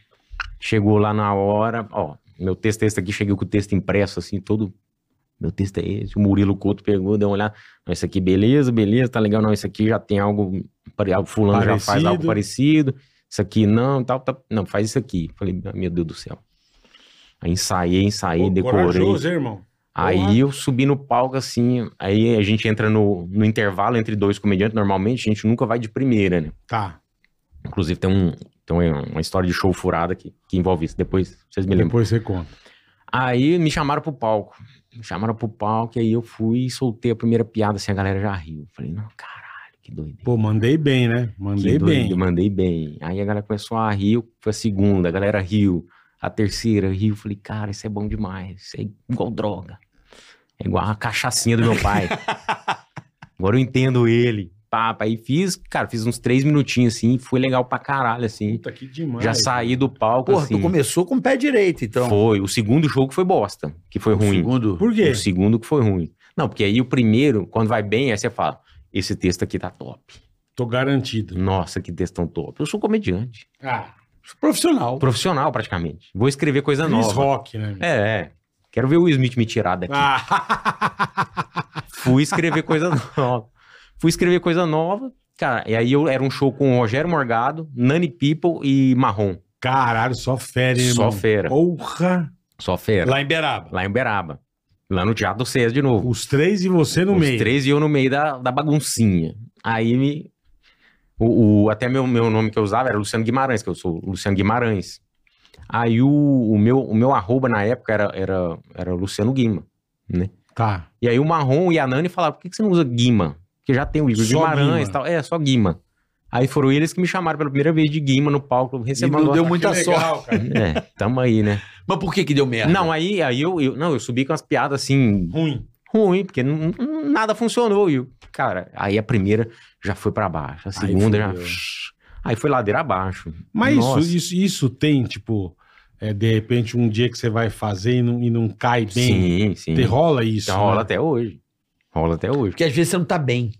[SPEAKER 5] chegou lá na hora, ó, meu texto é esse aqui, cheguei com o texto impresso, assim, todo, meu texto é esse, o Murilo Couto pegou, deu uma olhada, não, isso aqui beleza, beleza, tá legal, não, isso aqui já tem algo, pare- algo fulano já faz
[SPEAKER 3] Parecido.
[SPEAKER 5] algo parecido, isso aqui não, tal, tal, não, faz isso aqui. Falei, meu Deus do céu. Aí ensaiei, ensaiei,
[SPEAKER 3] Pô,
[SPEAKER 5] decorei.
[SPEAKER 3] corajoso, hein, irmão. Porra.
[SPEAKER 5] Aí eu subi no palco assim, aí a gente entra no, no intervalo entre dois comediantes, normalmente a gente nunca vai de primeira, né?
[SPEAKER 3] Tá.
[SPEAKER 5] um, Inclusive tem, um, tem uma história de show furada que, que envolve isso, depois vocês me lembram.
[SPEAKER 3] Depois você conta.
[SPEAKER 5] Aí me chamaram pro palco. Me chamaram pro palco, e aí eu fui e soltei a primeira piada, assim, a galera já riu. Falei, não, caralho, que doideira.
[SPEAKER 3] Pô, mandei bem, né? Mandei
[SPEAKER 5] Que doido,
[SPEAKER 3] bem.
[SPEAKER 5] Mandei bem. Aí a galera começou a rir, foi a segunda, a galera riu. A terceira riu, falei, cara, isso é bom demais. Isso é igual droga. É igual a cachaçinha do meu pai. Agora eu entendo ele. Papo, aí fiz, cara, fiz uns três minutinhos assim, foi legal pra caralho, assim.
[SPEAKER 3] Puta, que demais.
[SPEAKER 5] Já saí do palco,
[SPEAKER 4] Porra,
[SPEAKER 5] assim.
[SPEAKER 4] tu começou com o pé direito, então.
[SPEAKER 5] Foi. O segundo jogo foi bosta, que foi
[SPEAKER 4] O
[SPEAKER 5] ruim.
[SPEAKER 4] Segundo.
[SPEAKER 3] Por quê?
[SPEAKER 5] O segundo que foi ruim. Não, porque aí o primeiro, quando vai bem, aí você fala, esse texto aqui tá top.
[SPEAKER 3] Tô garantido.
[SPEAKER 5] Nossa, que textão top. Eu sou comediante.
[SPEAKER 3] Ah,
[SPEAKER 7] Profissional.
[SPEAKER 5] Profissional, praticamente. Vou escrever coisa
[SPEAKER 3] Chris
[SPEAKER 5] nova.
[SPEAKER 3] Rock, Ah. né?
[SPEAKER 5] É, é. Quero ver o Will Smith me tirar daqui. Fui escrever coisa [LAUGHS] nova. Fui escrever coisa nova. Cara, e aí eu era um show com o Rogério Morgado, Nani People e Marrom.
[SPEAKER 3] Caralho, só fera, hein,
[SPEAKER 5] Só
[SPEAKER 3] irmão?
[SPEAKER 5] fera.
[SPEAKER 3] Porra.
[SPEAKER 5] Só fera. Lá,
[SPEAKER 7] Lá em Beraba.
[SPEAKER 5] em Uberaba. Lá no Teatro do César de novo.
[SPEAKER 3] Os três e você no
[SPEAKER 5] Os
[SPEAKER 3] meio.
[SPEAKER 5] três e eu no meio da, da baguncinha. Aí me. O, o- até meu, meu nome que eu usava era Luciano Guimarães, que eu sou Luciano Guimarães. Aí o, o meu, o meu arroba na época era, era, era Luciano Guima.
[SPEAKER 3] Tá.
[SPEAKER 5] E aí o Marrom e a Nani falaram: por que, que você não usa Guima? Porque já tem o Igor
[SPEAKER 3] Só
[SPEAKER 5] Guimarães
[SPEAKER 3] Guima.
[SPEAKER 5] e tal. É, só Guima. Aí foram eles que me chamaram pela primeira vez de Guima no palco.
[SPEAKER 7] E
[SPEAKER 5] Recebendo
[SPEAKER 7] não deu muita sorte.
[SPEAKER 5] É, tamo aí, né?
[SPEAKER 7] [LAUGHS] Mas por que que deu
[SPEAKER 3] É.
[SPEAKER 7] merda?
[SPEAKER 5] Não, aí, aí eu, eu- não, eu subi com as piadas assim,
[SPEAKER 3] Ruim.
[SPEAKER 5] ruim, porque n- n- nada funcionou. E, o- cara, aí a primeira já foi pra baixo, a segunda já.
[SPEAKER 3] fudeu.
[SPEAKER 5] Aí foi ladeira abaixo.
[SPEAKER 3] Mas
[SPEAKER 5] Nossa.
[SPEAKER 3] isso, isso, isso tem, tipo, é, de repente um dia que você vai fazer e não, e não cai bem.
[SPEAKER 5] Sim, sim.
[SPEAKER 3] Te rola isso.
[SPEAKER 5] Então, rola
[SPEAKER 3] né?
[SPEAKER 5] até hoje. Rola até hoje.
[SPEAKER 7] Porque às vezes você não tá bem.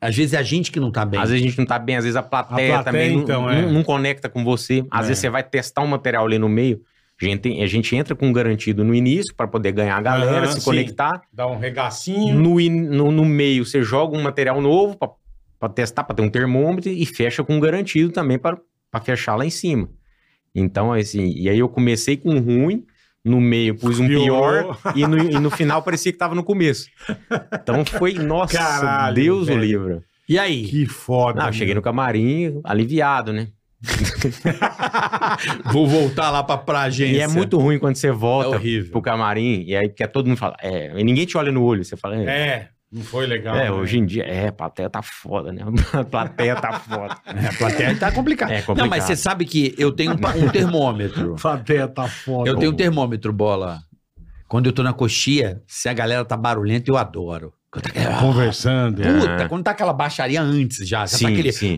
[SPEAKER 7] Às vezes é a gente que não tá bem.
[SPEAKER 5] Às vezes a gente não tá bem, às vezes a plateia,
[SPEAKER 3] A plateia,
[SPEAKER 5] também não,
[SPEAKER 3] então,
[SPEAKER 5] não,
[SPEAKER 3] é.
[SPEAKER 5] não conecta com você. Às
[SPEAKER 3] É.
[SPEAKER 5] vezes você vai testar um material ali no meio. A gente, a gente entra com um garantido no início pra poder ganhar a galera,
[SPEAKER 3] Aham,
[SPEAKER 5] se
[SPEAKER 3] sim.
[SPEAKER 5] conectar.
[SPEAKER 3] Dá um regacinho.
[SPEAKER 5] No, in- no, no meio você joga um material novo pra- pra testar, pra ter um termômetro e fecha com um garantido também pra pra fechar lá em cima. Então, assim, e aí eu comecei com um ruim, no meio pus um
[SPEAKER 3] Piorou.
[SPEAKER 5] pior
[SPEAKER 3] [LAUGHS]
[SPEAKER 5] e no, e no final parecia que tava no começo. Então foi, nossa,
[SPEAKER 3] Caralho,
[SPEAKER 5] Deus
[SPEAKER 3] velho.
[SPEAKER 5] o livro.
[SPEAKER 7] E aí?
[SPEAKER 3] Que foda.
[SPEAKER 5] Ah, eu cheguei no camarim aliviado, né?
[SPEAKER 7] Vou voltar lá pra, pra agência.
[SPEAKER 5] E é muito ruim quando você volta
[SPEAKER 7] horrível.
[SPEAKER 5] pro camarim e aí porque todo mundo fala, é, e ninguém te olha no olho, você fala, é,
[SPEAKER 3] É, não foi legal.
[SPEAKER 5] É,
[SPEAKER 3] né?
[SPEAKER 5] hoje em dia, é, a plateia tá foda, né? [LAUGHS] A plateia tá foda.
[SPEAKER 7] A plateia tá
[SPEAKER 3] [LAUGHS]
[SPEAKER 7] complicada.
[SPEAKER 5] [LAUGHS] É complicado.
[SPEAKER 7] Não, mas você sabe que eu tenho um, um
[SPEAKER 5] [LAUGHS]
[SPEAKER 7] termômetro.
[SPEAKER 3] Plateia tá foda.
[SPEAKER 7] Eu tenho um termômetro, bola. Quando eu tô na coxia, se a galera tá barulhenta, eu adoro. Quando tá-
[SPEAKER 3] Conversando. é.
[SPEAKER 7] Puta, quando tá aquela baixaria antes já, já tá aquele.
[SPEAKER 5] É. sim.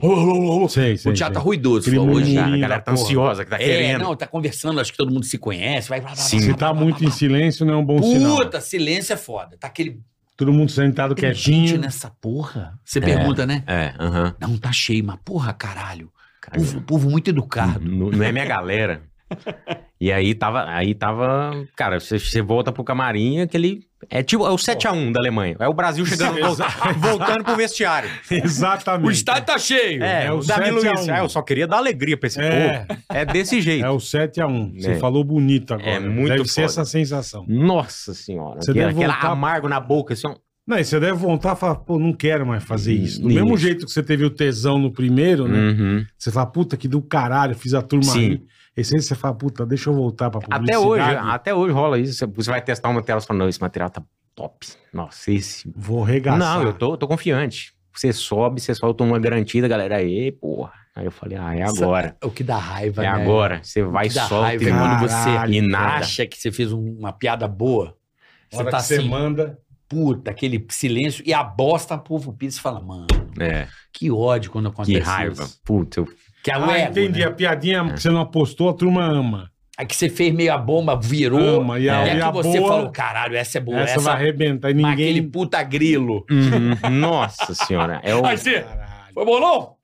[SPEAKER 3] Sei, sei,
[SPEAKER 7] O teatro tá
[SPEAKER 3] sei.
[SPEAKER 7] ruidoso.
[SPEAKER 3] Aquele
[SPEAKER 7] falou, hoje
[SPEAKER 3] murmurinho.
[SPEAKER 5] Já, a
[SPEAKER 3] Menino da
[SPEAKER 5] galera tá
[SPEAKER 3] porra.
[SPEAKER 5] ansiosa, que tá
[SPEAKER 7] É,
[SPEAKER 5] querendo.
[SPEAKER 7] não, tá conversando, acho que todo mundo se conhece. Vai, vai, vai,
[SPEAKER 5] Sim.
[SPEAKER 7] vai,
[SPEAKER 3] Se tá muito em silêncio, não é um bom sinal.
[SPEAKER 7] Puta, silêncio é foda. Tá aquele
[SPEAKER 3] Todo mundo sentado
[SPEAKER 7] Tem
[SPEAKER 3] quietinho.
[SPEAKER 4] né?
[SPEAKER 7] gente nessa porra. Você pergunta, né?
[SPEAKER 5] É, aham.
[SPEAKER 7] Não, tá cheio, mas porra, caralho.
[SPEAKER 5] Cara,
[SPEAKER 7] Povo, povo muito educado.
[SPEAKER 5] não, não é minha galera.
[SPEAKER 7] [LAUGHS]
[SPEAKER 5] E aí tava, aí tava, cara, você, você volta pro camarim, aquele, é tipo, é o 7x1 da Alemanha, é o Brasil chegando, volta- voltando pro vestiário.
[SPEAKER 3] [LAUGHS] Exatamente.
[SPEAKER 7] tá cheio.
[SPEAKER 5] É,
[SPEAKER 3] É
[SPEAKER 5] o
[SPEAKER 3] o
[SPEAKER 5] Davi
[SPEAKER 3] 7 a
[SPEAKER 5] Luiz,
[SPEAKER 3] 1.
[SPEAKER 5] ah, eu só queria dar alegria pra esse povo,
[SPEAKER 3] É,
[SPEAKER 5] [LAUGHS] é desse jeito.
[SPEAKER 3] é o 7x1. Você
[SPEAKER 5] É.
[SPEAKER 3] falou bonito agora.
[SPEAKER 5] É muito
[SPEAKER 3] Deve ser
[SPEAKER 5] foda.
[SPEAKER 3] essa sensação.
[SPEAKER 5] Nossa senhora,
[SPEAKER 3] Você
[SPEAKER 5] aquela,
[SPEAKER 3] deve
[SPEAKER 5] aquela
[SPEAKER 3] voltar-
[SPEAKER 5] amargo na boca, assim, ó.
[SPEAKER 3] Não, e você deve voltar e falar, pô, não quero mais fazer isso. Do
[SPEAKER 5] Isso.
[SPEAKER 3] mesmo jeito que você teve o tesão no primeiro, né?
[SPEAKER 5] Uhum.
[SPEAKER 3] Você fala, puta, que do caralho, fiz a turma
[SPEAKER 5] Sim.
[SPEAKER 3] aí. Esse aí você fala, puta, deixa eu voltar pra publicidade.
[SPEAKER 5] Até hoje, até hoje rola isso. Você- Você vai testar um material e fala, não, esse material tá top. Nossa, esse.
[SPEAKER 3] Vou regaçar.
[SPEAKER 5] Não, eu tô, tô confiante. Você sobe, você solta uma garantida, galera. Aí, porra. Aí eu falei, ah, é agora.
[SPEAKER 7] O que dá raiva,
[SPEAKER 5] É
[SPEAKER 7] né?
[SPEAKER 5] agora. Você vai,
[SPEAKER 7] O que dá
[SPEAKER 5] solta
[SPEAKER 7] raiva
[SPEAKER 5] e
[SPEAKER 7] é quando
[SPEAKER 5] manda.
[SPEAKER 7] você
[SPEAKER 3] Caralho,
[SPEAKER 5] E nada.
[SPEAKER 7] acha que você fez um- uma piada boa. Você
[SPEAKER 3] Hora
[SPEAKER 7] tá
[SPEAKER 3] que você
[SPEAKER 7] assim,
[SPEAKER 3] manda.
[SPEAKER 7] puta, aquele silêncio. E a bosta, o povo pisa e fala, mano,
[SPEAKER 5] É,
[SPEAKER 7] que ódio quando acontece
[SPEAKER 5] que raiva.
[SPEAKER 7] isso.
[SPEAKER 5] Puta, eu...
[SPEAKER 7] Que é o
[SPEAKER 3] Ah,
[SPEAKER 7] ego,
[SPEAKER 3] entendi.
[SPEAKER 7] né?
[SPEAKER 3] A piadinha
[SPEAKER 5] É.
[SPEAKER 3] que você não apostou, a turma ama.
[SPEAKER 7] A que você fez meio a bomba, virou.
[SPEAKER 3] Ama. E a,
[SPEAKER 7] E
[SPEAKER 4] né?
[SPEAKER 3] e
[SPEAKER 7] a
[SPEAKER 3] a
[SPEAKER 7] que você
[SPEAKER 3] boa,
[SPEAKER 7] falou, caralho, essa é boa.
[SPEAKER 3] essa,
[SPEAKER 7] Essa,
[SPEAKER 3] vai arrebentar. E
[SPEAKER 7] mas
[SPEAKER 3] ninguém... Hum.
[SPEAKER 7] aquele puta grilo.
[SPEAKER 5] Uhum. Nossa senhora. É o...
[SPEAKER 7] Aí você,
[SPEAKER 3] Caralho.
[SPEAKER 7] foi bom não?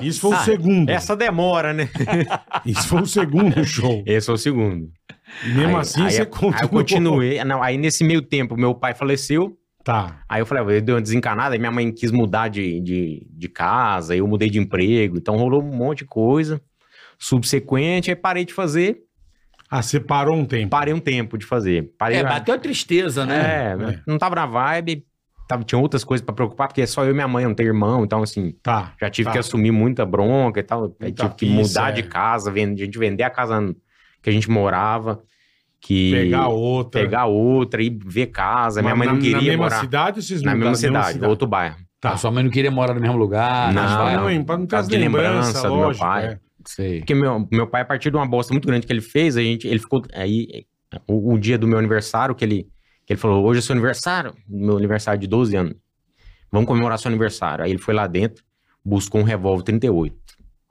[SPEAKER 3] Isso foi o
[SPEAKER 5] Ah,
[SPEAKER 3] segundo.
[SPEAKER 5] Essa demora, né?
[SPEAKER 3] Isso foi o segundo show.
[SPEAKER 5] Esse é o segundo.
[SPEAKER 3] E mesmo
[SPEAKER 5] Aí-
[SPEAKER 3] assim,
[SPEAKER 5] aí,
[SPEAKER 3] você
[SPEAKER 5] aí, eu continuei. Não, aí nesse meio tempo, meu pai faleceu.
[SPEAKER 3] Tá.
[SPEAKER 5] Aí eu falei, ah, eu dei uma desencanada, aí minha mãe quis mudar de, de, de casa, aí eu mudei de emprego, então rolou um monte de coisa. Subsequente, aí parei de fazer,
[SPEAKER 3] Ah, você parou um tempo.
[SPEAKER 5] parei um tempo de fazer. Parei,
[SPEAKER 7] É, bateu a tristeza, né?
[SPEAKER 5] É,
[SPEAKER 3] É.
[SPEAKER 5] não tava na vibe, tava, tinha outras coisas pra preocupar, porque é só eu e minha mãe, eu não tenho irmão, então assim,
[SPEAKER 3] Tá.
[SPEAKER 5] já tive
[SPEAKER 3] Tá.
[SPEAKER 5] que assumir muita bronca e tal, aí
[SPEAKER 3] Muita
[SPEAKER 5] tive que
[SPEAKER 3] pizza,
[SPEAKER 5] mudar
[SPEAKER 3] é.
[SPEAKER 5] de casa, vende- a gente vender a casa que a gente morava. que
[SPEAKER 3] Pegar outra.
[SPEAKER 5] pegar outra e ver casa. Minha
[SPEAKER 3] Mas
[SPEAKER 5] mãe não
[SPEAKER 3] na-
[SPEAKER 5] queria
[SPEAKER 3] Na mesma
[SPEAKER 5] morar
[SPEAKER 3] cidade ou vocês
[SPEAKER 5] na
[SPEAKER 3] mudaram
[SPEAKER 5] mesma
[SPEAKER 3] de
[SPEAKER 5] cidade, outro bairro.
[SPEAKER 3] Tá.
[SPEAKER 4] A sua mãe não queria morar no mesmo lugar? né?
[SPEAKER 5] Não,
[SPEAKER 3] Ah,
[SPEAKER 5] bairro?
[SPEAKER 3] não, hein, pra não
[SPEAKER 5] Por
[SPEAKER 3] ter
[SPEAKER 5] causa
[SPEAKER 3] as
[SPEAKER 5] de
[SPEAKER 3] lembranças,
[SPEAKER 5] lembrança do meu
[SPEAKER 3] lógico.
[SPEAKER 5] pai.
[SPEAKER 3] é.
[SPEAKER 4] Sei.
[SPEAKER 5] Porque meu, meu pai, a partir de uma bosta muito grande que ele fez, a gente, ele ficou. Aí, o, o dia do meu aniversário, que ele, que ele falou: hoje é seu aniversário, meu aniversário de 12 anos. Vamos comemorar seu aniversário. Aí ele foi lá dentro, buscou um revólver 38.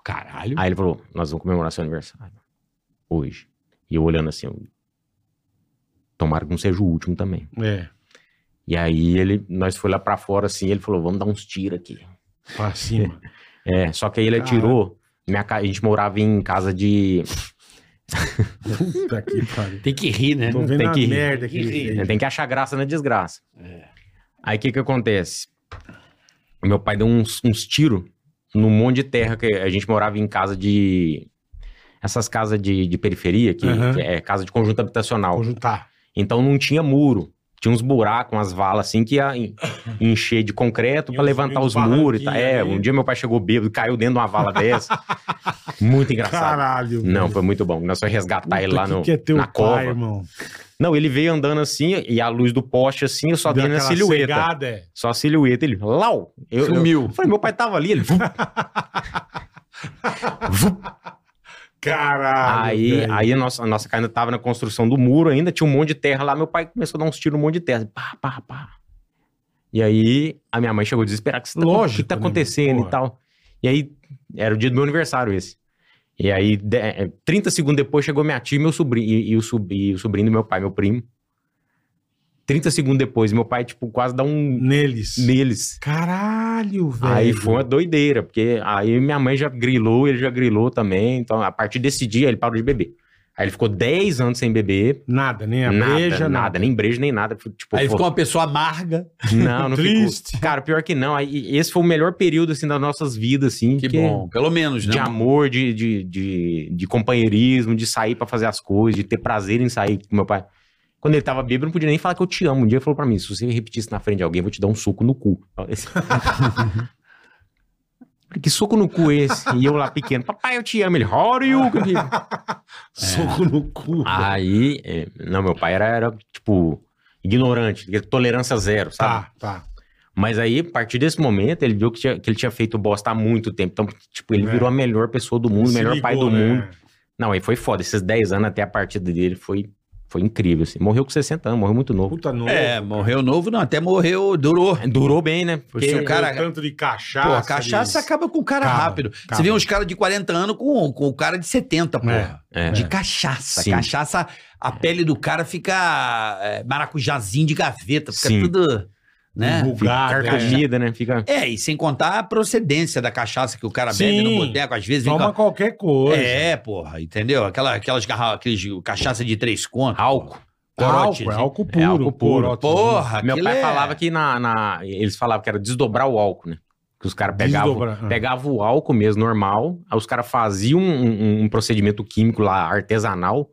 [SPEAKER 4] Caralho.
[SPEAKER 5] Aí ele falou: nós vamos comemorar seu aniversário. Hoje. E eu olhando assim, eu, tomara que não seja o último também.
[SPEAKER 3] É,
[SPEAKER 5] E aí ele, nós foi lá pra fora assim, ele falou: vamos dar uns tiros aqui.
[SPEAKER 3] pra cima.
[SPEAKER 5] É, só que aí ele
[SPEAKER 3] Caralho.
[SPEAKER 5] atirou. Minha, ca- a gente morava em casa de.
[SPEAKER 3] Puta que pariu.
[SPEAKER 4] Tem que rir, né?
[SPEAKER 3] Tô vendo
[SPEAKER 5] É, tem
[SPEAKER 3] a
[SPEAKER 5] que-
[SPEAKER 3] merda que ele
[SPEAKER 4] que-
[SPEAKER 3] fez.
[SPEAKER 5] Tem que achar graça na desgraça.
[SPEAKER 3] É.
[SPEAKER 5] Aí o que que acontece? O Meu pai deu uns, uns tiros num monte de terra que a gente morava em casa de... Essas casas de, de periferia, que,
[SPEAKER 3] Aham.
[SPEAKER 5] que é casa de conjunto habitacional.
[SPEAKER 3] Conjuntar.
[SPEAKER 5] Então não tinha muro. Tinha uns buracos, umas valas assim que
[SPEAKER 3] [COUGHS]
[SPEAKER 5] ia en- encher de
[SPEAKER 3] E
[SPEAKER 5] concreto
[SPEAKER 3] um
[SPEAKER 5] pra
[SPEAKER 3] uns-
[SPEAKER 5] levantar
[SPEAKER 3] e uns
[SPEAKER 5] os muros e tal. É,
[SPEAKER 3] barranquinhos ali.
[SPEAKER 5] um dia meu pai chegou bêbado, caiu dentro de
[SPEAKER 3] [LAUGHS]
[SPEAKER 5] uma vala dessa. Muito engraçado.
[SPEAKER 3] Caralho.
[SPEAKER 5] Não,
[SPEAKER 3] velho.
[SPEAKER 5] foi muito bom. Nós só resgatar ele
[SPEAKER 3] Puta,
[SPEAKER 5] lá
[SPEAKER 3] que
[SPEAKER 5] no,
[SPEAKER 3] que é teu
[SPEAKER 5] na
[SPEAKER 3] pai,
[SPEAKER 5] cova.
[SPEAKER 3] irmão?
[SPEAKER 5] Não, ele veio andando assim, e a luz do poste assim, eu só
[SPEAKER 3] Deu
[SPEAKER 5] vi na
[SPEAKER 3] aquela
[SPEAKER 5] silhueta.
[SPEAKER 3] cegada, é.
[SPEAKER 5] Só a silhueta, ele, lau! Eu,
[SPEAKER 4] Sumiu.
[SPEAKER 5] Eu, falei, meu pai tava ali, ele... "Vum".
[SPEAKER 3] Caralho.
[SPEAKER 5] aí
[SPEAKER 3] velho.
[SPEAKER 5] aí a, nossa, a nossa casa ainda tava na construção do muro ainda, tinha um monte de terra lá, meu pai começou a dar uns tiros num monte de terra. Pá, pá, pá. E aí, a minha mãe chegou desesperada, que, você tá-
[SPEAKER 3] Lógico,
[SPEAKER 5] que tá
[SPEAKER 3] né,
[SPEAKER 5] acontecendo
[SPEAKER 3] porra.
[SPEAKER 5] e tal. E aí, era o dia do meu aniversário esse. E aí, de- eh, 30 segundos depois, chegou minha tia e meu sobrinho, e, e o, sub- e o sobrinho do meu pai, meu primo. 30 segundos depois, meu pai, tipo, quase dá um
[SPEAKER 3] Neles.
[SPEAKER 5] neles.
[SPEAKER 3] Caralho, velho.
[SPEAKER 5] Aí foi uma doideira, porque aí minha mãe já grilou, ele já grilou também. Então, a partir desse dia, ele parou de beber. Aí ele ficou 10 anos sem beber.
[SPEAKER 3] Nada, nem a
[SPEAKER 5] nada,
[SPEAKER 3] breja,
[SPEAKER 5] nada, nem breja, nem nada. Tipo,
[SPEAKER 4] Aí ele
[SPEAKER 5] pô,
[SPEAKER 4] ficou uma pessoa amarga.
[SPEAKER 5] não, não
[SPEAKER 3] triste.
[SPEAKER 5] Ficou. Cara, pior que não. Aí, esse foi o melhor período, assim, das nossas vidas, assim.
[SPEAKER 4] Que
[SPEAKER 5] porque-
[SPEAKER 4] bom. Pelo menos, né?
[SPEAKER 5] De amor, de, de, de, de companheirismo, de sair pra fazer as coisas, de ter prazer em sair com meu pai. Quando ele tava bêbado, eu não podia nem falar que eu te amo. Um dia ele falou pra mim: se você repetir isso na frente de alguém, eu vou te dar um soco no cu. Eu [LAUGHS] falei assim. Falei, Que soco no cu é esse? E eu lá pequeno, papai, eu te amo. Ele, how are you?
[SPEAKER 3] [LAUGHS] Soco no cu.
[SPEAKER 5] Aí, é, não, meu pai era, era tipo, ignorante, tolerância zero, sabe?
[SPEAKER 3] tá, tá.
[SPEAKER 5] Mas aí, a partir desse momento, ele viu que, tinha- que ele tinha feito bosta há muito tempo. Então, tipo, ele
[SPEAKER 3] É.
[SPEAKER 5] virou a melhor pessoa do mundo, o
[SPEAKER 3] Se
[SPEAKER 5] melhor pai do
[SPEAKER 3] ligou, né?
[SPEAKER 5] mundo. Não, aí foi foda. Esses 10 anos até a partida dele foi, foi incrível. Assim. Morreu com 60 anos, morreu muito novo.
[SPEAKER 3] Puta novo.
[SPEAKER 4] É, morreu novo, não. Até morreu, durou.
[SPEAKER 5] Durou bem, né? Porque
[SPEAKER 4] se
[SPEAKER 3] Porque
[SPEAKER 4] o cara-
[SPEAKER 3] deu Tanto de cachaça.
[SPEAKER 4] Pô, a cachaça é
[SPEAKER 3] de-
[SPEAKER 4] acaba com o cara
[SPEAKER 3] Acaba,
[SPEAKER 4] rápido.
[SPEAKER 3] acaba.
[SPEAKER 4] Você vê uns caras de 40 anos com, com o cara de 70, porra.
[SPEAKER 5] é.
[SPEAKER 4] De cachaça.
[SPEAKER 5] Sim.
[SPEAKER 4] Cachaça, a pele do cara fica é, maracujazinho de gaveta, fica
[SPEAKER 5] Sim.
[SPEAKER 4] tudo, né?
[SPEAKER 3] Bugado,
[SPEAKER 5] fica
[SPEAKER 3] é.
[SPEAKER 5] comida, né? Fica.
[SPEAKER 4] É, e sem contar a procedência da cachaça que o cara bebe
[SPEAKER 3] Sim.
[SPEAKER 4] no boteco, às vezes vem
[SPEAKER 3] Toma
[SPEAKER 4] com
[SPEAKER 3] qualquer
[SPEAKER 4] a...
[SPEAKER 3] coisa.
[SPEAKER 4] É, porra, entendeu? Aquela, aquelas garra... aqueles cachaça de três contos.
[SPEAKER 5] Álcool.
[SPEAKER 4] Corote.
[SPEAKER 3] álcool, é álcool puro.
[SPEAKER 5] É álcool puro.
[SPEAKER 3] corote.
[SPEAKER 4] Porra,
[SPEAKER 5] Meu
[SPEAKER 4] aquilo
[SPEAKER 5] pai
[SPEAKER 4] é-
[SPEAKER 5] falava que na, na- Eles falavam que era desdobrar o álcool, né? Que os caras pegavam.
[SPEAKER 3] Desdobrar, é.
[SPEAKER 5] Pegava o álcool mesmo, normal. Aí os caras faziam um, um- um procedimento químico lá, artesanal,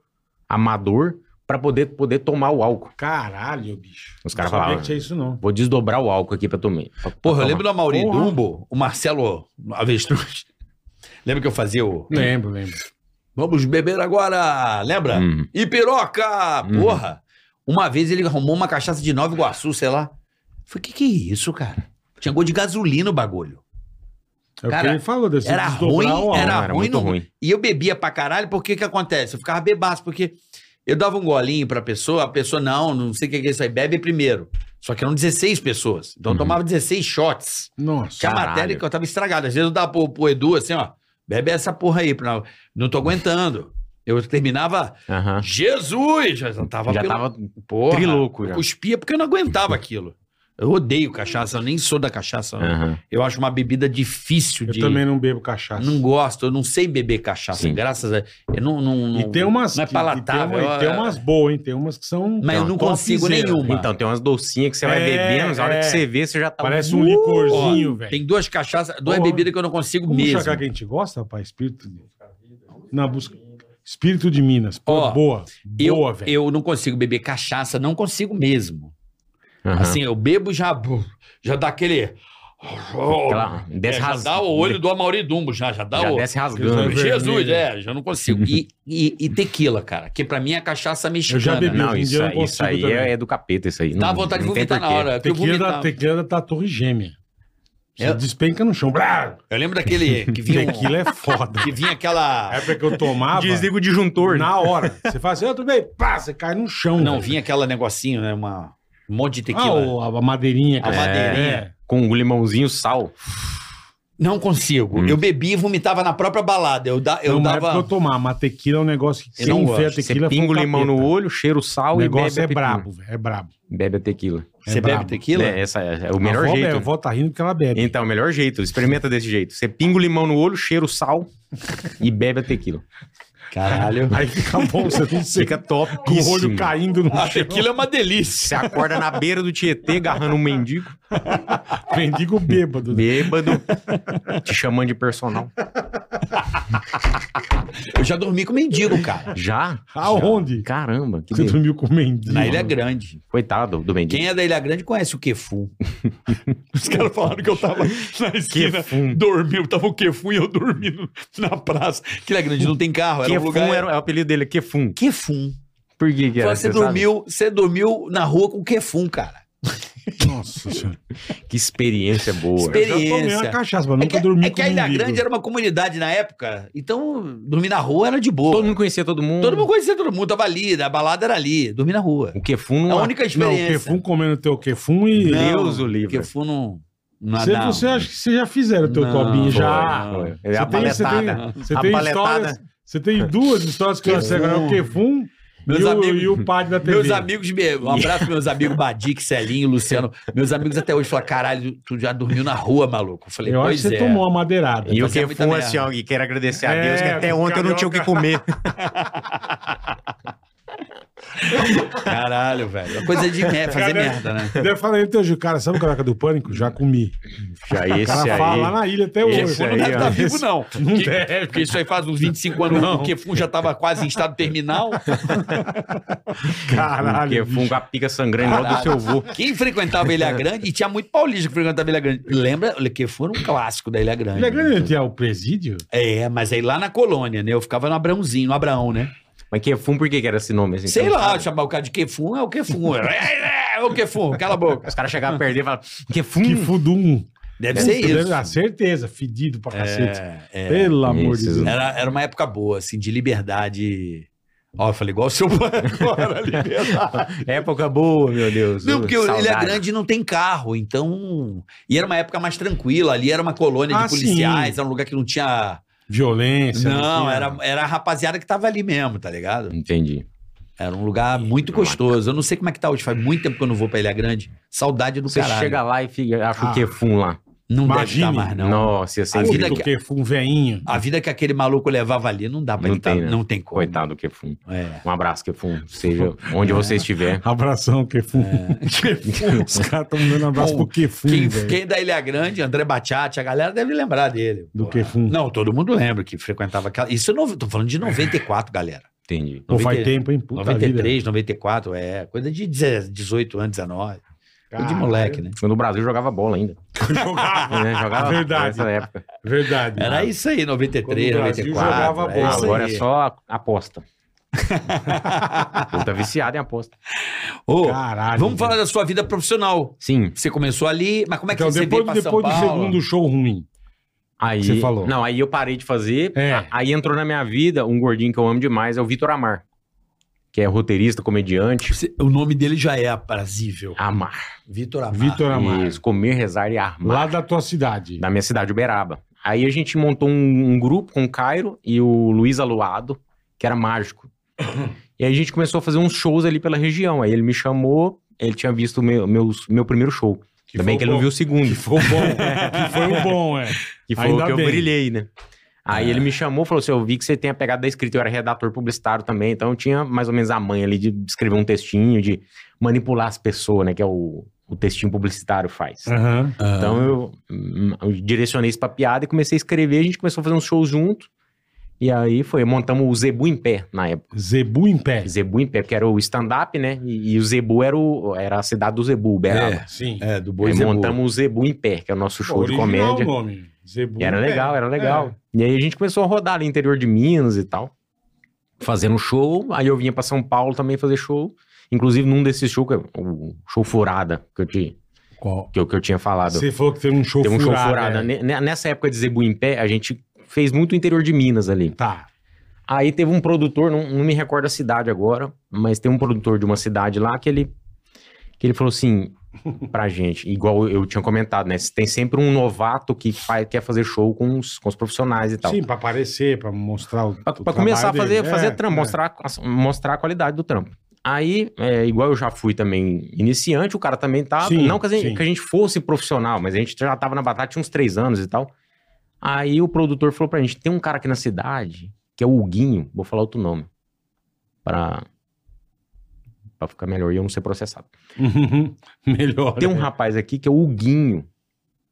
[SPEAKER 5] amador, pra poder, poder tomar o álcool.
[SPEAKER 3] Caralho, bicho.
[SPEAKER 5] Os caras
[SPEAKER 3] Não sabia
[SPEAKER 5] falavam.
[SPEAKER 3] que tinha isso, não.
[SPEAKER 5] Vou desdobrar o álcool aqui pra tomar. pra- pra
[SPEAKER 4] Porra, eu
[SPEAKER 5] tomar.
[SPEAKER 4] lembro do Amaury
[SPEAKER 3] Porra.
[SPEAKER 4] Dumbo, o Marcelo Avestruz. [LAUGHS] Lembra que eu fazia o...
[SPEAKER 3] Lembro, lembro.
[SPEAKER 4] Vamos beber agora, lembra?
[SPEAKER 5] Hum.
[SPEAKER 4] E piroca,
[SPEAKER 5] Uhum.
[SPEAKER 4] porra. Uma vez ele arrumou uma cachaça de Nova Iguaçu, sei lá. Falei, que que é isso, cara? Tinha gosto de gasolina o bagulho.
[SPEAKER 3] É o que
[SPEAKER 4] Cara,
[SPEAKER 3] ele falou, desse
[SPEAKER 4] era
[SPEAKER 3] desdobrar
[SPEAKER 4] ruim,
[SPEAKER 3] o álcool.
[SPEAKER 4] era ruim
[SPEAKER 5] muito
[SPEAKER 4] no-
[SPEAKER 5] ruim.
[SPEAKER 4] E eu bebia pra caralho, porque o que acontece? Eu ficava bebaço, porque eu dava um golinho pra pessoa, a pessoa, não, não sei o que que é isso aí, bebe primeiro. Só que eram 16 pessoas. Então eu
[SPEAKER 5] Uhum.
[SPEAKER 4] tomava 16 shots.
[SPEAKER 3] Nossa.
[SPEAKER 4] Tinha
[SPEAKER 5] Caralho.
[SPEAKER 4] matéria que eu tava estragado. Às vezes eu dava pro, pro Edu assim, ó, bebe essa porra aí, pra... não tô aguentando. Eu terminava,
[SPEAKER 5] Aham.
[SPEAKER 4] Jesus! Já tava
[SPEAKER 5] Já
[SPEAKER 4] pelo-
[SPEAKER 5] tava
[SPEAKER 4] Porra,
[SPEAKER 5] trilouco.
[SPEAKER 4] Eu
[SPEAKER 5] Já.
[SPEAKER 4] cuspia porque eu não aguentava aquilo. Eu odeio cachaça, eu nem sou da cachaça. não.
[SPEAKER 5] Aham.
[SPEAKER 4] Eu acho uma bebida difícil
[SPEAKER 3] Eu
[SPEAKER 4] de.
[SPEAKER 3] também não bebo cachaça.
[SPEAKER 4] Não gosto, eu não sei beber cachaça,
[SPEAKER 5] Sim.
[SPEAKER 4] graças a eu não, não, não-
[SPEAKER 3] E tem umas.
[SPEAKER 4] Não é
[SPEAKER 3] que- E
[SPEAKER 4] palatável. é,
[SPEAKER 3] tem, uma- e tem umas boas, hein? Tem umas que são.
[SPEAKER 4] Mas eu não
[SPEAKER 3] topzera.
[SPEAKER 4] consigo nenhuma.
[SPEAKER 5] Então, tem umas docinhas que você vai
[SPEAKER 3] É,
[SPEAKER 5] bebendo, na hora
[SPEAKER 3] é.
[SPEAKER 5] que você vê, você já tá.
[SPEAKER 3] Parece um
[SPEAKER 4] Ó,
[SPEAKER 3] licorzinho, velho.
[SPEAKER 4] Tem duas cachaças, duas
[SPEAKER 3] Porra.
[SPEAKER 4] bebidas que eu não consigo
[SPEAKER 3] Como
[SPEAKER 4] mesmo.
[SPEAKER 3] chacar que a gente gosta, rapaz? Espírito de... Na busca. Espírito de Minas. Pô,
[SPEAKER 4] Ó,
[SPEAKER 3] boa.
[SPEAKER 4] Eu,
[SPEAKER 3] Boa, velho.
[SPEAKER 4] eu não consigo beber cachaça, não consigo mesmo.
[SPEAKER 5] Aham. Assim,
[SPEAKER 4] Assim, eu bebo já já dá aquele
[SPEAKER 5] Aquela, desce
[SPEAKER 4] É, já
[SPEAKER 5] ras-
[SPEAKER 4] dá o olho do Amauridumbo, já, já dá
[SPEAKER 5] já
[SPEAKER 4] o.
[SPEAKER 5] desce rasgando.
[SPEAKER 3] Exato.
[SPEAKER 4] Jesus,
[SPEAKER 3] vermelho.
[SPEAKER 4] é, já não consigo. E, e, e tequila, cara, que pra mim é cachaça mexicana. né?
[SPEAKER 3] já bebi.
[SPEAKER 5] Não,
[SPEAKER 3] Hoje em
[SPEAKER 5] isso
[SPEAKER 3] um dia eu
[SPEAKER 5] aí,
[SPEAKER 3] não
[SPEAKER 5] isso
[SPEAKER 3] consigo
[SPEAKER 5] aí
[SPEAKER 3] também.
[SPEAKER 5] é, é do capeta, isso aí.
[SPEAKER 4] Dá
[SPEAKER 5] Não-
[SPEAKER 4] vontade de
[SPEAKER 5] não tem
[SPEAKER 4] vomitar na
[SPEAKER 5] porquê.
[SPEAKER 4] hora. que eu
[SPEAKER 3] Tequila, da,
[SPEAKER 4] vomitava.
[SPEAKER 3] tequila da Torre Gêmea. Você
[SPEAKER 4] É.
[SPEAKER 3] despenca no chão. Blá!
[SPEAKER 4] Eu lembro daquele que vinha, um-
[SPEAKER 3] Tequila é
[SPEAKER 4] [LAUGHS]
[SPEAKER 3] foda.
[SPEAKER 4] que vinha aquela.
[SPEAKER 3] A época que eu tomava,
[SPEAKER 5] Desliga o disjuntor.
[SPEAKER 3] na hora. Você fala assim, eu tudo bem. Pá, você cai no chão.
[SPEAKER 4] Não,
[SPEAKER 3] velho.
[SPEAKER 4] vinha aquela negocinho, né? Uma, um monte de
[SPEAKER 3] Ah,
[SPEAKER 4] tequila. É.
[SPEAKER 3] o- É. a, a madeirinha.
[SPEAKER 4] A madeirinha.
[SPEAKER 5] Com um limãozinho, sal.
[SPEAKER 4] Não consigo.
[SPEAKER 5] Hum.
[SPEAKER 4] Eu bebi e vomitava na própria balada. Eu, da, eu
[SPEAKER 3] Eu não dava...
[SPEAKER 4] dava.
[SPEAKER 3] é porque eu tomava, mas tequila é um negócio que
[SPEAKER 4] Eu não
[SPEAKER 3] quem vê a
[SPEAKER 4] gosto.
[SPEAKER 5] Você
[SPEAKER 3] tequila
[SPEAKER 5] pinga o
[SPEAKER 3] foi um
[SPEAKER 5] limão
[SPEAKER 3] capeta.
[SPEAKER 5] no olho, cheira o sal
[SPEAKER 3] O
[SPEAKER 5] e bebe
[SPEAKER 3] negócio
[SPEAKER 5] a
[SPEAKER 3] é
[SPEAKER 5] tequila.
[SPEAKER 3] brabo, velho, é brabo.
[SPEAKER 5] Bebe a tequila.
[SPEAKER 4] Você
[SPEAKER 3] é
[SPEAKER 4] bebe
[SPEAKER 3] brabo.
[SPEAKER 4] tequila?
[SPEAKER 5] É, essa é, é o
[SPEAKER 3] A
[SPEAKER 5] melhor
[SPEAKER 3] avó
[SPEAKER 5] jeito.
[SPEAKER 3] bebe, A avó tá rindo porque ela bebe.
[SPEAKER 5] Então, o melhor jeito. Experimenta desse jeito. Você pinga o limão no olho, cheira o sal e bebe a tequila.
[SPEAKER 3] [LAUGHS]
[SPEAKER 4] Caralho.
[SPEAKER 3] Aí fica bom, você não sei.
[SPEAKER 5] Fica top.
[SPEAKER 3] Com o olho caindo no
[SPEAKER 4] [LAUGHS] A
[SPEAKER 3] chão.
[SPEAKER 4] tequila é uma delícia.
[SPEAKER 5] Você acorda na beira do Tietê, agarrando um mendigo,
[SPEAKER 3] Mendigo bêbado.
[SPEAKER 5] bêbado, te chamando de personal.
[SPEAKER 4] Eu já dormi com mendigo, cara.
[SPEAKER 5] Já?
[SPEAKER 3] Aonde?
[SPEAKER 5] Já. Caramba, que
[SPEAKER 3] Você
[SPEAKER 5] beleza.
[SPEAKER 3] dormiu com o mendigo.
[SPEAKER 4] Na Ilha Grande.
[SPEAKER 5] Coitado do mendigo.
[SPEAKER 4] Quem é da Ilha Grande conhece o Quefum. [LAUGHS] Os caras falaram que eu tava na esquina,
[SPEAKER 5] Quefum.
[SPEAKER 4] dormiu, tava o Quefum e eu dormindo na praça. Que Ilha Grande não tem carro, era
[SPEAKER 5] Quefum
[SPEAKER 4] um lugar...
[SPEAKER 5] era, é o apelido dele, Quefum.
[SPEAKER 4] Quefum.
[SPEAKER 5] Por que que era?
[SPEAKER 4] Você,
[SPEAKER 5] sabe?
[SPEAKER 4] dormiu, você dormiu na rua com o Quefum, cara.
[SPEAKER 3] Nossa senhora.
[SPEAKER 5] Que experiência boa.
[SPEAKER 4] Experi-
[SPEAKER 3] Eu já tomei
[SPEAKER 4] Experiência.
[SPEAKER 3] uma cachaça, mas
[SPEAKER 4] É
[SPEAKER 3] nunca
[SPEAKER 4] que,
[SPEAKER 3] dormi
[SPEAKER 4] é que a Ilha
[SPEAKER 3] mendigo.
[SPEAKER 4] Grande era uma comunidade na época, então dormir na rua era de boa.
[SPEAKER 5] Todo
[SPEAKER 4] Todo,
[SPEAKER 5] mundo conhecia todo mundo.
[SPEAKER 4] mundo conhecia todo mundo, tava ali, a balada era ali, dormir na rua. É
[SPEAKER 5] O Quefum
[SPEAKER 4] A
[SPEAKER 5] não
[SPEAKER 4] única
[SPEAKER 3] Não, o
[SPEAKER 4] experiência.
[SPEAKER 3] Kefum comendo teu Kefum e...
[SPEAKER 4] Não,
[SPEAKER 5] Deus o livre.
[SPEAKER 4] Quefum não... não é
[SPEAKER 3] Você,
[SPEAKER 4] dá-
[SPEAKER 3] você acha que vocês já fizeram teu
[SPEAKER 4] Não,
[SPEAKER 3] tobinho? Já.
[SPEAKER 5] Foi,
[SPEAKER 4] É
[SPEAKER 5] foi.
[SPEAKER 3] Você
[SPEAKER 5] A
[SPEAKER 3] tem- você
[SPEAKER 5] paletada.
[SPEAKER 3] tem- Você
[SPEAKER 5] A
[SPEAKER 3] tem
[SPEAKER 5] paletada.
[SPEAKER 3] histórias... Você tem duas histórias que eu sei agora. O Kefum e
[SPEAKER 4] Meus
[SPEAKER 3] o,
[SPEAKER 4] amigos-
[SPEAKER 3] e o padre da TV.
[SPEAKER 4] Meus amigos, me- um abraço pros meus amigos Badic, Celinho, Luciano. Meus amigos até hoje falaram: caralho, tu já dormiu na rua, maluco. Eu falei,
[SPEAKER 3] Eu acho
[SPEAKER 4] pois
[SPEAKER 3] que você
[SPEAKER 4] é.
[SPEAKER 3] tomou uma madeirada.
[SPEAKER 5] E o
[SPEAKER 4] Fazia muita
[SPEAKER 5] Kefum
[SPEAKER 4] merda.
[SPEAKER 5] assim, ó, Gui, quero agradecer a
[SPEAKER 3] É,
[SPEAKER 5] Deus que até
[SPEAKER 3] do
[SPEAKER 5] ontem eu não tinha o que comer.
[SPEAKER 4] Caralho, velho. É Coisa de merda, fazer merda, né?
[SPEAKER 3] Deve falar então, Gil, cara, sabe o caraca do pânico? Já comi.
[SPEAKER 5] Já
[SPEAKER 3] O cara fala lá na ilha até hoje. tá
[SPEAKER 5] esse
[SPEAKER 4] Não
[SPEAKER 5] aí,
[SPEAKER 4] deve
[SPEAKER 5] ó.
[SPEAKER 4] estar tá vivo, não.
[SPEAKER 3] Não
[SPEAKER 4] Porque-
[SPEAKER 3] deve.
[SPEAKER 4] Porque isso aí faz uns 25 anos que o Kefum já tava quase em estado terminal.
[SPEAKER 5] Caralho.
[SPEAKER 3] Caralho.
[SPEAKER 5] Kefum
[SPEAKER 3] bicho.
[SPEAKER 5] um com a pica sangrando igual do seu avô.
[SPEAKER 4] Quem frequentava a Ilha Grande, e tinha muito paulista que frequentava a Ilha Grande. Lembra? O Kefum era um clássico da Ilha Grande.
[SPEAKER 3] Ele é grande ele é o presídio?
[SPEAKER 4] É, mas aí lá na colônia, né? Eu ficava no Abrãozinho, no Abraão, né?
[SPEAKER 5] Mas Kefum, por que que era esse nome? Assim,
[SPEAKER 4] Sei
[SPEAKER 5] Então,
[SPEAKER 4] lá, chamar o cara de Kefum é o Kefum. É, é, é o Kefum, cala a boca.
[SPEAKER 5] Os caras chegavam a perder e falavam, Kefum.
[SPEAKER 3] Que fudum.
[SPEAKER 4] Hum. Deve ser isso.
[SPEAKER 3] Ah, certeza, fedido pra cacete.
[SPEAKER 4] É, é.
[SPEAKER 3] Pelo amor
[SPEAKER 5] Esses-
[SPEAKER 3] de Deus.
[SPEAKER 4] Era, era uma época boa, assim, de liberdade. Ó, eu falei, igual o seu [LAUGHS] agora, liberdade.
[SPEAKER 5] Época boa, meu Deus.
[SPEAKER 4] Não, porque
[SPEAKER 5] Saudade.
[SPEAKER 4] ele é grande e não tem carro, então. E era uma época mais tranquila, ali era uma colônia
[SPEAKER 3] Ah,
[SPEAKER 4] de policiais,
[SPEAKER 3] sim.
[SPEAKER 4] era um lugar que não tinha.
[SPEAKER 3] Violência. assim, ah,
[SPEAKER 4] não,
[SPEAKER 3] tinha-
[SPEAKER 4] era, era a rapaziada que tava ali mesmo, tá ligado?
[SPEAKER 5] Entendi.
[SPEAKER 4] Era um lugar muito gostoso. Eu não sei como é que tá hoje, faz muito tempo que eu não vou pra Ilha Grande. Saudade do
[SPEAKER 5] Você
[SPEAKER 4] caralho.
[SPEAKER 5] chega lá e fica, acha
[SPEAKER 3] Ah.
[SPEAKER 5] o Kefum lá.
[SPEAKER 4] Não
[SPEAKER 3] Imagine.
[SPEAKER 4] deve estar mais, não.
[SPEAKER 5] Nossa, ia ser
[SPEAKER 4] A
[SPEAKER 3] Puta
[SPEAKER 5] incrível.
[SPEAKER 4] vida que-
[SPEAKER 3] que foi um veinho.
[SPEAKER 4] A vida que aquele maluco levava ali não dá pra
[SPEAKER 5] Não
[SPEAKER 4] ele tá-
[SPEAKER 5] tem, né?
[SPEAKER 4] Não tem como.
[SPEAKER 5] Coitado do Kefum. [LAUGHS]
[SPEAKER 4] É.
[SPEAKER 5] Um abraço, Kefum. Seja onde você estiver.
[SPEAKER 3] Abração, Kefum. Os caras estão me dando um abraço
[SPEAKER 4] É. Bom,
[SPEAKER 3] pro Kefum,
[SPEAKER 4] Quem,
[SPEAKER 3] velho.
[SPEAKER 4] quem é da Ilha Grande, André Bachati, a galera deve lembrar dele.
[SPEAKER 3] Do
[SPEAKER 4] Pô.
[SPEAKER 3] Kefum.
[SPEAKER 4] Não, todo mundo lembra que frequentava aquela. Isso eu não, tô falando de 94, galera.
[SPEAKER 5] Entendi.
[SPEAKER 3] Não faz
[SPEAKER 4] 90
[SPEAKER 3] tempo, hein? [LAUGHS] Puta
[SPEAKER 4] 93, 94, é. Coisa de 10 18 anos, 19.
[SPEAKER 3] vida.
[SPEAKER 4] Coisa de moleque, né?
[SPEAKER 5] Quando o Brasil jogava bola ainda.
[SPEAKER 3] [LAUGHS] Jogava.
[SPEAKER 5] Né? Jogava
[SPEAKER 3] Ah, Verdade.
[SPEAKER 5] nessa época.
[SPEAKER 3] Verdade. Ah,
[SPEAKER 4] Era isso aí, 93,
[SPEAKER 3] Quando o Brasil
[SPEAKER 4] 94.
[SPEAKER 3] jogava
[SPEAKER 4] é
[SPEAKER 3] bola.
[SPEAKER 4] isso aí.
[SPEAKER 5] Agora é só aposta. Ele tá viciado em aposta.
[SPEAKER 4] Ô,
[SPEAKER 3] é Caralho. né?
[SPEAKER 4] vamos falar da sua vida profissional.
[SPEAKER 5] Sim.
[SPEAKER 4] Você começou ali, mas como é que
[SPEAKER 3] então,
[SPEAKER 4] você
[SPEAKER 3] depois,
[SPEAKER 4] veio pra
[SPEAKER 3] depois
[SPEAKER 4] São
[SPEAKER 3] do
[SPEAKER 4] Paulo?
[SPEAKER 3] segundo show ruim.
[SPEAKER 5] Aí,
[SPEAKER 3] Você falou.
[SPEAKER 5] Não, aí eu parei de fazer.
[SPEAKER 3] É.
[SPEAKER 5] Aí entrou na minha vida um gordinho que eu amo demais, é o Vitor Amar. Que é roteirista, comediante.
[SPEAKER 4] Você- O nome dele já é aprazível.
[SPEAKER 5] Amar.
[SPEAKER 4] Vitor Amar.
[SPEAKER 3] Vitor Amar.
[SPEAKER 5] ah, Isso, comer, rezar e armar.
[SPEAKER 3] Lá da tua cidade.
[SPEAKER 5] da minha cidade, Uberaba. Aí a gente montou um, um grupo com o Cairo e o Luiz Aluado, que
[SPEAKER 3] [COUGHS]
[SPEAKER 5] era mágico. E aí a gente começou a fazer uns shows ali pela região. Aí ele me chamou, ele tinha visto o meu, meus- meu primeiro show.
[SPEAKER 3] Que
[SPEAKER 5] Também
[SPEAKER 3] foi
[SPEAKER 5] que ele não
[SPEAKER 3] bom.
[SPEAKER 5] viu o segundo,
[SPEAKER 3] Que foi o bom. né? que foi o bom, é.
[SPEAKER 5] que foi
[SPEAKER 3] Ainda
[SPEAKER 5] o que eu
[SPEAKER 3] bem. É.
[SPEAKER 5] brilhei, né? Aí ele me chamou, falou assim, eu vi que você tem a pegada da escrita, eu era redator publicitário também, então eu tinha mais ou menos a manha ali de escrever um textinho, de manipular as pessoas, né? Que é o, o textinho publicitário faz.
[SPEAKER 3] Aham.
[SPEAKER 4] Ah.
[SPEAKER 5] Então eu, hum, eu direcionei isso pra piada e comecei a escrever. A gente começou a fazer uns shows junto. E aí foi, montamos o Zebu em pé na época.
[SPEAKER 3] Zebu em pé.
[SPEAKER 5] Zebu em pé, porque era o stand-up, né? E, e o Zebu era, o, era a cidade do Zebu, Uberaba.
[SPEAKER 3] Sim.
[SPEAKER 7] É, do
[SPEAKER 5] aí
[SPEAKER 7] Boi Zebu.
[SPEAKER 5] montamos o Zebu em pé, que é o nosso show de comédia.
[SPEAKER 3] o nome. Zebu
[SPEAKER 5] E era
[SPEAKER 3] em pé. É.
[SPEAKER 5] legal, era legal. E aí a gente começou a rodar ali interior de Minas e tal, fazendo show. Aí eu vinha pra São Paulo também fazer show. Inclusive num desses shows, que eu- o show Furada, que eu, te,
[SPEAKER 3] É. Qual?
[SPEAKER 5] que eu, que eu tinha falado.
[SPEAKER 3] Você falou que teve um show
[SPEAKER 5] Teve um show
[SPEAKER 3] furado.
[SPEAKER 5] Furada.
[SPEAKER 3] é.
[SPEAKER 5] Ne- ne- Nessa época de Zebu em pé, a gente fez muito interior de Minas ali.
[SPEAKER 3] Tá.
[SPEAKER 5] Aí teve um produtor, não, não me recordo a cidade agora, mas tem um produtor de uma cidade lá que ele, que ele
[SPEAKER 3] [LAUGHS]
[SPEAKER 5] falou assim pra gente, igual eu tinha comentado, né? Tem sempre um novato que faz- quer fazer show com os, com os profissionais e tal.
[SPEAKER 3] Sim, pra aparecer, pra mostrar o.
[SPEAKER 5] Então. Pra,
[SPEAKER 3] o
[SPEAKER 5] pra começar a
[SPEAKER 3] trabalho
[SPEAKER 5] fazer,
[SPEAKER 3] dele.
[SPEAKER 5] fazer
[SPEAKER 3] É,
[SPEAKER 5] trampo,
[SPEAKER 3] é.
[SPEAKER 5] mostrar, a- mostrar a qualidade do trampo. Aí, é, igual eu já fui também iniciante, o cara também tava.
[SPEAKER 3] Sim,
[SPEAKER 5] não que a, gente,
[SPEAKER 3] sim.
[SPEAKER 5] que a gente fosse profissional, mas a gente já tava na batata tinha uns três anos e tal. Aí o produtor falou pra gente: tem um cara aqui na cidade, que é o Huguinho, vou falar outro nome. Pra. Pra ficar melhor e eu não ser processado.
[SPEAKER 3] Uhum. [LAUGHS] Melhor.
[SPEAKER 5] Tem um
[SPEAKER 3] né?
[SPEAKER 5] rapaz aqui que é o Huguinho.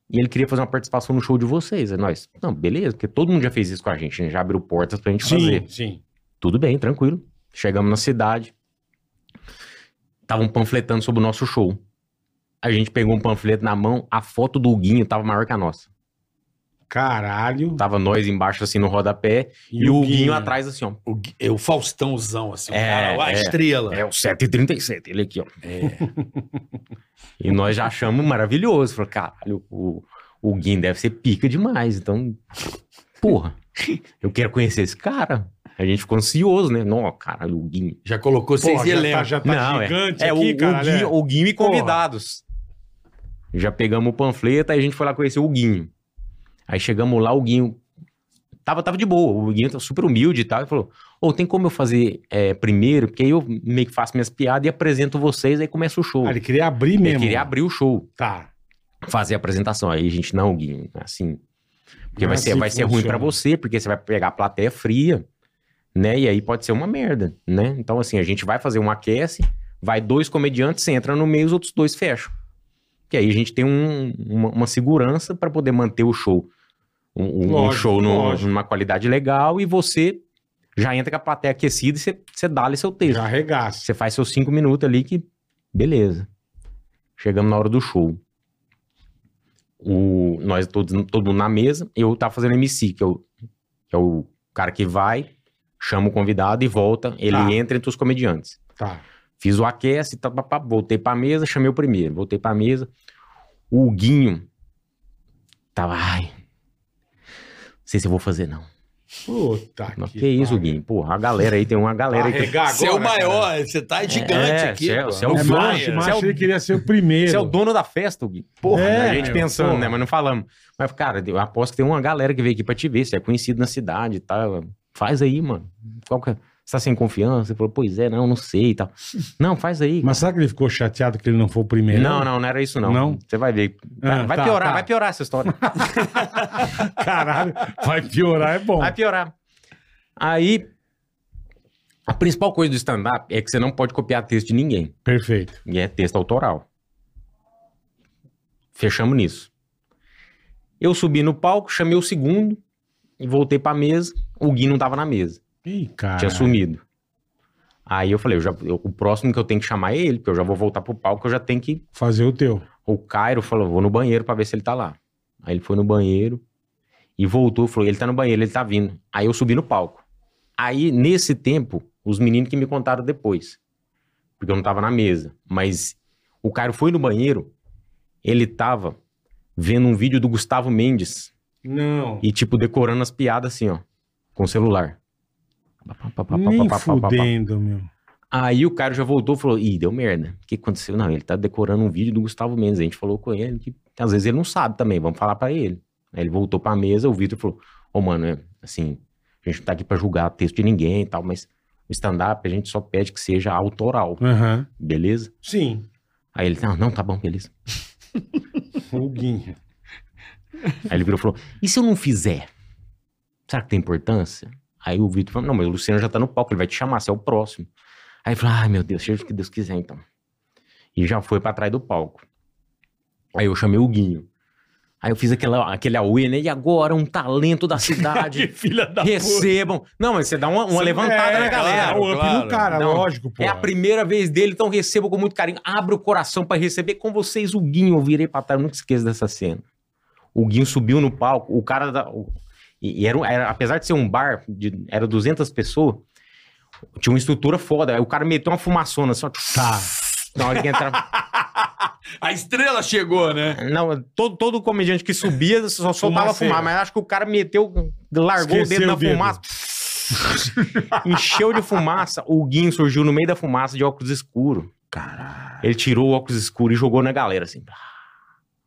[SPEAKER 5] E ele queria fazer uma participação no show de vocês. Aí nós, não, beleza, porque todo mundo já fez isso com a gente, né? Já abriu portas pra gente fazer.
[SPEAKER 3] Sim, sim.
[SPEAKER 5] Tudo bem, tranquilo. Chegamos na cidade. Estavam panfletando sobre o nosso show. A gente pegou um panfleto na mão, a foto do Huguinho tava maior que a nossa.
[SPEAKER 3] Caralho.
[SPEAKER 5] Tava nós embaixo, assim, no rodapé, Tá. e, o Huguinho atrás, assim, ó.
[SPEAKER 7] O, Gui- é o Faustãozão, assim, o
[SPEAKER 5] É,
[SPEAKER 7] cara, a
[SPEAKER 5] é.
[SPEAKER 7] estrela.
[SPEAKER 5] É o 737, ele aqui, ó.
[SPEAKER 3] é.
[SPEAKER 5] E nós já achamos maravilhoso. Falou, caralho, o, o Huguinho deve ser pica demais. Então, porra, eu quero conhecer esse cara. A gente ficou ansioso, né? Não, caralho, o Huguinho.
[SPEAKER 7] Já colocou
[SPEAKER 3] Pô,
[SPEAKER 7] seis
[SPEAKER 3] já
[SPEAKER 7] elencos.
[SPEAKER 3] tá, já tá
[SPEAKER 5] Não, é.
[SPEAKER 3] gigante
[SPEAKER 5] É,
[SPEAKER 3] aqui,
[SPEAKER 5] o,
[SPEAKER 3] cara.
[SPEAKER 5] o, Guinho,
[SPEAKER 3] né?
[SPEAKER 5] o Guinho e
[SPEAKER 3] Porra.
[SPEAKER 5] convidados. Já pegamos o panfleto, aí a gente foi lá conhecer o Guinho. Aí chegamos lá, o Guinho. Tava, tava de boa, o Guinho tava super humilde e tal. Ele falou: Ô, tem como eu fazer é, primeiro? Porque aí eu meio que faço minhas piadas e apresento vocês, aí começa o show.
[SPEAKER 3] Ah, ele queria abrir
[SPEAKER 5] ele
[SPEAKER 3] mesmo.
[SPEAKER 5] queria abrir o show,
[SPEAKER 3] Tá.
[SPEAKER 5] fazer a apresentação. Aí a gente, não, Guinho, assim. Porque
[SPEAKER 3] Não
[SPEAKER 5] vai,
[SPEAKER 3] é
[SPEAKER 5] ser,
[SPEAKER 3] assim
[SPEAKER 5] vai
[SPEAKER 3] que
[SPEAKER 5] ser ruim
[SPEAKER 3] funciona.
[SPEAKER 5] pra você, porque você vai pegar a plateia fria, né? E aí pode ser uma merda, né? Então, assim, a gente vai fazer um aquece, vai dois comediantes, você entra no meio, os outros dois fecham. Que aí a gente tem um- uma, uma segurança pra poder manter o show. Um, um- um
[SPEAKER 3] Lógico,
[SPEAKER 5] show num-
[SPEAKER 3] lógico.
[SPEAKER 5] numa qualidade legal e você já entra com a plateia aquecida e você, você dá ali seu texto.
[SPEAKER 3] Já arregaça.
[SPEAKER 5] Você faz seus cinco minutos ali que. Beleza. Chegamos na hora do show. O, nós todos, todo mundo na mesa. Eu tava fazendo MC, que é o, que é o cara que vai, chama o convidado e volta. Ele
[SPEAKER 3] Tá.
[SPEAKER 5] entra entre os comediantes.
[SPEAKER 3] Tá.
[SPEAKER 5] Fiz o aquece, tá, pá, pá, voltei pra mesa, chamei o primeiro, voltei pra mesa. O Guinho tava, ai. Não sei se eu vou fazer, não.
[SPEAKER 3] Puta
[SPEAKER 5] Mas que, isso,
[SPEAKER 3] pariu.
[SPEAKER 5] Guinho? Porra, a galera aí tem uma galera aí que
[SPEAKER 3] Arregar agora,
[SPEAKER 7] Você é o
[SPEAKER 3] cara.
[SPEAKER 7] maior, você tá gigante
[SPEAKER 5] É,
[SPEAKER 7] aqui.
[SPEAKER 5] você é-
[SPEAKER 7] pô.
[SPEAKER 5] você é o
[SPEAKER 3] É,
[SPEAKER 5] Fly,
[SPEAKER 3] mas,
[SPEAKER 5] Você
[SPEAKER 3] mas
[SPEAKER 5] é o-
[SPEAKER 3] ele queria ser o primeiro.
[SPEAKER 5] Você é o dono da festa, Gui. Porra,
[SPEAKER 3] É,
[SPEAKER 5] né? a gente
[SPEAKER 3] meu,
[SPEAKER 5] pensando,
[SPEAKER 3] porra.
[SPEAKER 5] né? Mas não falamos. Mas, cara, eu aposto que tem uma galera que veio aqui pra te ver. Você é conhecido na cidade e tal. Faz aí, mano. Qual que é? Você tá sem confiança? Você falou, pois é, não, não sei e tal. Não, faz aí.
[SPEAKER 3] Mas será que ele ficou chateado que ele não foi o primeiro?
[SPEAKER 5] Não, não, não era isso, não.
[SPEAKER 3] Não?
[SPEAKER 5] Você vai ver.
[SPEAKER 3] Ah,
[SPEAKER 5] vai
[SPEAKER 3] tá,
[SPEAKER 5] piorar,
[SPEAKER 3] tá.
[SPEAKER 5] vai piorar essa história.
[SPEAKER 3] Caralho, vai piorar, é [LAUGHS] bom.
[SPEAKER 5] Vai piorar. Aí, a principal coisa do stand-up é que você não pode copiar texto de ninguém.
[SPEAKER 3] Perfeito.
[SPEAKER 5] E é texto autoral. Fechamos nisso. Eu subi no palco, chamei o segundo e voltei pra mesa. O Gui não tava na mesa,
[SPEAKER 3] Ih, cara.
[SPEAKER 5] tinha sumido. Aí eu falei, eu já- eu- o próximo que eu tenho que chamar é ele, porque eu já vou voltar pro palco, eu já tenho que.
[SPEAKER 3] Fazer o teu.
[SPEAKER 5] O Cairo falou, vou no banheiro pra ver se ele tá lá. Aí ele foi no banheiro e voltou, falou, ele tá no banheiro, ele tá vindo. Aí eu subi no palco. Aí, nesse tempo, os meninos que me contaram depois, porque eu não tava na mesa, mas o Cairo foi no banheiro, ele tava vendo um vídeo do Gustavo Mendes
[SPEAKER 3] Não.
[SPEAKER 5] e, tipo, decorando as piadas assim, ó, com o celular. Pá, pá, pá, pá, pá,
[SPEAKER 3] Nem
[SPEAKER 5] pá, pá, pá, pá.
[SPEAKER 3] fudendo, meu.
[SPEAKER 5] Aí o cara já voltou e falou: Ih, deu merda. O que aconteceu? Não, ele tá decorando um vídeo do Gustavo Mendes. A gente falou com ele que às vezes ele não sabe também, vamos falar pra ele. Aí ele voltou pra mesa, o Vitor falou: Ô, mano, é, assim, a gente não tá aqui pra julgar texto de ninguém e tal, mas o stand-up a gente só pede que seja autoral,
[SPEAKER 3] Aham.
[SPEAKER 5] beleza?
[SPEAKER 3] Sim,
[SPEAKER 5] Aí ele, não, não, tá bom, beleza.
[SPEAKER 3] o Guinho.
[SPEAKER 5] Aí ele virou e falou: E se eu não fizer? Será que tem importância? Aí o Vitor falou: Não, mas o Luciano já tá no palco, ele vai te chamar, você é o próximo. Aí ele falou: Ai meu Deus, seja o que Deus quiser então. E já foi pra trás do palco. Aí eu chamei o Guinho. Aí eu fiz aquela, aquele auê, né? E agora um talento da cidade.
[SPEAKER 7] filha da
[SPEAKER 5] Recebam. Não, mas você dá uma, uma levantada na galera.
[SPEAKER 3] Dá um up
[SPEAKER 7] claro.
[SPEAKER 3] no cara,
[SPEAKER 5] é, Não,
[SPEAKER 3] lógico, pô.
[SPEAKER 5] É a primeira vez dele, então recebo com muito carinho. Abra o coração pra receber com vocês o Guinho. Eu virei pra trás, eu nunca esqueço dessa cena. O Guinho subiu no palco, o cara da. o- e e era, um- era- apesar de ser um bar, de- era 200 pessoas, tinha uma estrutura foda. Aí o cara meteu uma fumaçona só.
[SPEAKER 3] Tá.
[SPEAKER 5] Na hora
[SPEAKER 3] [LAUGHS]
[SPEAKER 5] que entrava.
[SPEAKER 7] A estrela chegou, né?
[SPEAKER 5] Não, todo, todo comediante que subia só soltava
[SPEAKER 3] Fumaceira.
[SPEAKER 5] fumar, mas acho que o cara meteu, largou
[SPEAKER 3] Esqueceu
[SPEAKER 5] o dedo na
[SPEAKER 3] o dedo.
[SPEAKER 5] fumaça. Encheu de fumaça, o Guinho surgiu no meio da fumaça de óculos escuro. Caralho. Ele tirou o óculos escuro e jogou na galera, assim.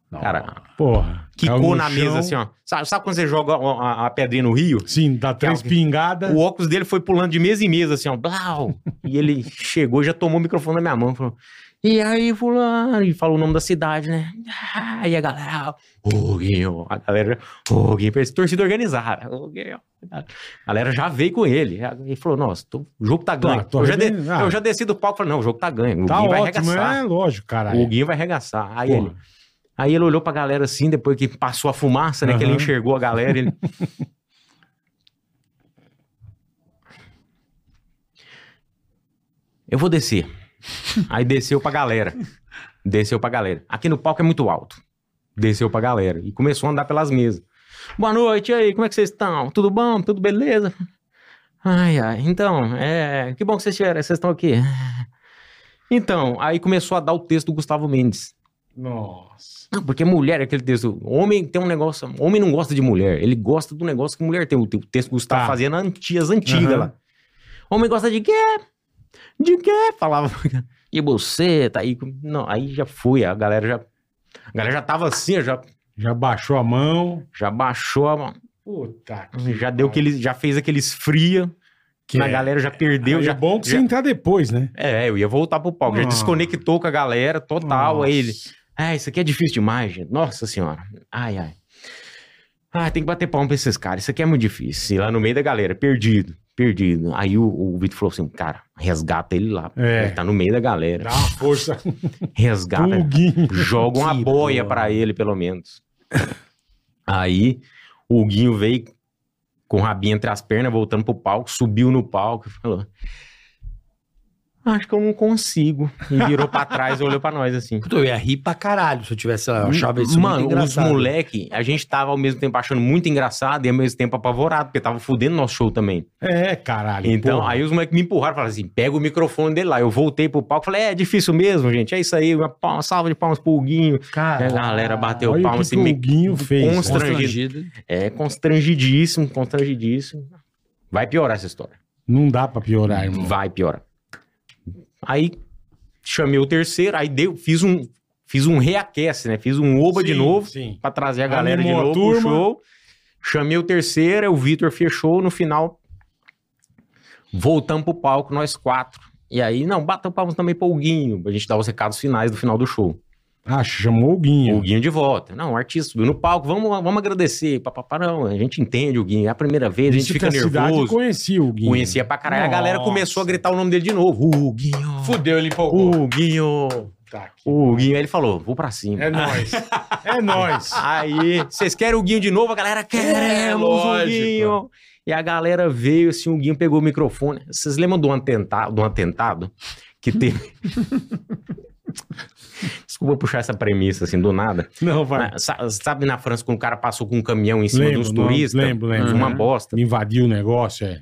[SPEAKER 5] Cara,
[SPEAKER 3] Porra. Caiu
[SPEAKER 5] quicou
[SPEAKER 3] no
[SPEAKER 5] na
[SPEAKER 3] É um chão.
[SPEAKER 5] mesa, assim, ó. Sabe, sabe quando você joga a, a- a pedrinha no rio?
[SPEAKER 3] Sim, dá três
[SPEAKER 5] Calma.
[SPEAKER 3] pingadas.
[SPEAKER 5] O óculos dele foi pulando de mesa em mesa, assim, ó. Blau! E ele chegou, já tomou o microfone na minha mão, falou... E aí, fulano? E falou o nome da cidade, né? Ah, E a galera... Ô, Guinho! A galera... Ô, Guinho! parece Torcida organizada. Ô, Guinho! A galera já veio com ele. Ele falou, nossa, tô- o jogo tá ganho.
[SPEAKER 3] tô
[SPEAKER 5] eu, já de-
[SPEAKER 3] arrebentado.
[SPEAKER 5] eu já desci do palco e falei, não, o jogo tá ganho. O
[SPEAKER 3] Tá
[SPEAKER 5] Guinho vai
[SPEAKER 3] ótimo,
[SPEAKER 5] arregaçar.
[SPEAKER 3] é lógico, caralho.
[SPEAKER 5] O Guinho vai arregaçar. Aí
[SPEAKER 3] Porra.
[SPEAKER 5] ele, aí ele olhou pra galera assim, depois que passou a fumaça, né? Que ele
[SPEAKER 3] Aham.
[SPEAKER 5] enxergou a galera. Ele... Eu vou descer. Aí desceu pra galera. Desceu pra galera. Aqui no palco é muito alto. Desceu pra galera. E começou a andar pelas mesas. Boa noite, e aí, como é que vocês estão? Tudo bom? Tudo beleza? Ai, ai, então, é. Que bom que vocês vieram, vocês estão aqui. Então, aí começou a dar o texto do Gustavo Mendes.
[SPEAKER 3] Nossa.
[SPEAKER 5] Não, porque mulher é aquele texto. Homem tem um negócio. Homem não gosta de mulher. Ele gosta do negócio que mulher tem. O te- o texto que o Gustavo
[SPEAKER 3] Tá.
[SPEAKER 5] fazia nas antigas, antigas
[SPEAKER 3] Aham.
[SPEAKER 5] lá. Homem gosta de quê? De quê? Falava. [LAUGHS] E você, tá aí. com-" Não, aí já foi. A galera já. A galera já tava assim, já,
[SPEAKER 3] Já baixou a mão.
[SPEAKER 5] já baixou a mão.
[SPEAKER 3] Puta.
[SPEAKER 5] Hum, Já deu aquele. Já fez aqueles fria.
[SPEAKER 3] Que
[SPEAKER 5] Que a
[SPEAKER 3] é.
[SPEAKER 5] galera já perdeu.
[SPEAKER 3] Aí
[SPEAKER 5] já,
[SPEAKER 3] é bom que
[SPEAKER 5] já-
[SPEAKER 3] você entrar depois, né?
[SPEAKER 5] É, eu ia voltar pro palco. Já
[SPEAKER 3] Nossa.
[SPEAKER 5] desconectou com a galera total. Aí ele.
[SPEAKER 3] Nossa.
[SPEAKER 5] Ah, isso aqui é difícil demais, gente. Nossa senhora. Ai, ai. Ah, tem que bater palma pra esses caras. Isso aqui é muito difícil. E lá no meio da galera, perdido, perdido. Aí o, o Vitor falou assim, cara, resgata ele lá.
[SPEAKER 3] É.
[SPEAKER 5] Ele tá no meio da galera.
[SPEAKER 3] Dá uma
[SPEAKER 5] [LAUGHS]
[SPEAKER 3] força.
[SPEAKER 5] Resgata.
[SPEAKER 3] pro
[SPEAKER 5] ele.
[SPEAKER 3] Guinho.
[SPEAKER 5] Joga uma
[SPEAKER 7] Que
[SPEAKER 5] boia
[SPEAKER 7] porra.
[SPEAKER 5] pra ele, pelo menos. Aí o Guinho veio com o rabinho entre as pernas, voltando pro palco, subiu no palco e falou: Acho que eu não consigo. E virou pra trás e olhou pra nós assim.
[SPEAKER 7] Puta, eu ia rir pra caralho se eu tivesse
[SPEAKER 4] Hum,
[SPEAKER 7] lá. Eu achava isso
[SPEAKER 5] Mano,
[SPEAKER 7] muito engraçado.
[SPEAKER 5] os moleque, a gente tava ao mesmo tempo achando muito engraçado e ao mesmo tempo apavorado, porque tava fudendo nosso show também.
[SPEAKER 3] É,
[SPEAKER 7] Tá
[SPEAKER 3] caralho.
[SPEAKER 5] Então,
[SPEAKER 3] porra.
[SPEAKER 5] aí os moleques me empurraram, falaram assim, pega o microfone dele lá. Eu voltei pro palco, falei, é difícil mesmo, gente, é isso aí, uma, palma- uma salva de palmas pro Huguinho. E a
[SPEAKER 3] Caralho.
[SPEAKER 5] galera bateu
[SPEAKER 3] Olha
[SPEAKER 5] palma,
[SPEAKER 3] o que,
[SPEAKER 5] assim,
[SPEAKER 3] que o
[SPEAKER 5] me-
[SPEAKER 3] Guinho fez.
[SPEAKER 5] constran- é constrangidíssimo, constrangidíssimo. Vai piorar essa história,
[SPEAKER 3] Não dá pra piorar, irmão.
[SPEAKER 5] vai piorar. Aí, chamei o terceiro, aí deu, fiz um, fiz um reaquece, né, fiz um oba de
[SPEAKER 3] Sim,
[SPEAKER 5] novo.
[SPEAKER 3] Sim.
[SPEAKER 5] Pra trazer a galera
[SPEAKER 3] Animou a
[SPEAKER 5] de novo pro
[SPEAKER 3] turma.
[SPEAKER 5] show. Chamei o terceiro, o Vitor fechou, no final voltamos pro palco nós quatro. E aí, não, batam palmas também pro Huguinho, pra gente dar os recados finais do final do show.
[SPEAKER 3] Ah, chamou o Guinho.
[SPEAKER 5] O Guinho de volta. Não, o artista subiu no palco, vamos, vamos agradecer. Papapá, não, a gente entende o Guinho, é a primeira vez, a
[SPEAKER 3] Disse
[SPEAKER 5] gente fica
[SPEAKER 3] que cidade
[SPEAKER 5] nervoso.
[SPEAKER 3] conhecia o Guinho.
[SPEAKER 5] Conhecia pra caralho. A galera
[SPEAKER 3] Nossa.
[SPEAKER 5] começou a gritar o nome dele de novo. Huguinho,
[SPEAKER 7] Fudeu, ele empolgou.
[SPEAKER 5] Huguinho,
[SPEAKER 3] Tá aqui.
[SPEAKER 5] Huguinho. Aí ele falou, vou pra cima.
[SPEAKER 3] É nóis. É nóis.
[SPEAKER 5] [LAUGHS] Aí, vocês querem o Guinho de novo? A
[SPEAKER 3] É,
[SPEAKER 5] galera, queremos o
[SPEAKER 7] lógico.
[SPEAKER 5] Guinho. E a galera veio, assim, o Guinho pegou o microfone. Vocês lembram do atentado, do atentado
[SPEAKER 3] [LAUGHS]
[SPEAKER 5] que teve... Desculpa puxar essa premissa, assim, do nada.
[SPEAKER 3] Não, vai.
[SPEAKER 5] Mas, sa- sabe na França, quando o cara passou com um caminhão em cima
[SPEAKER 3] Lembro,
[SPEAKER 5] dos
[SPEAKER 3] não,
[SPEAKER 5] turistas?
[SPEAKER 3] lembro, lembro.
[SPEAKER 5] Uma
[SPEAKER 3] Uhum.
[SPEAKER 5] bosta.
[SPEAKER 3] Invadiu o negócio, é.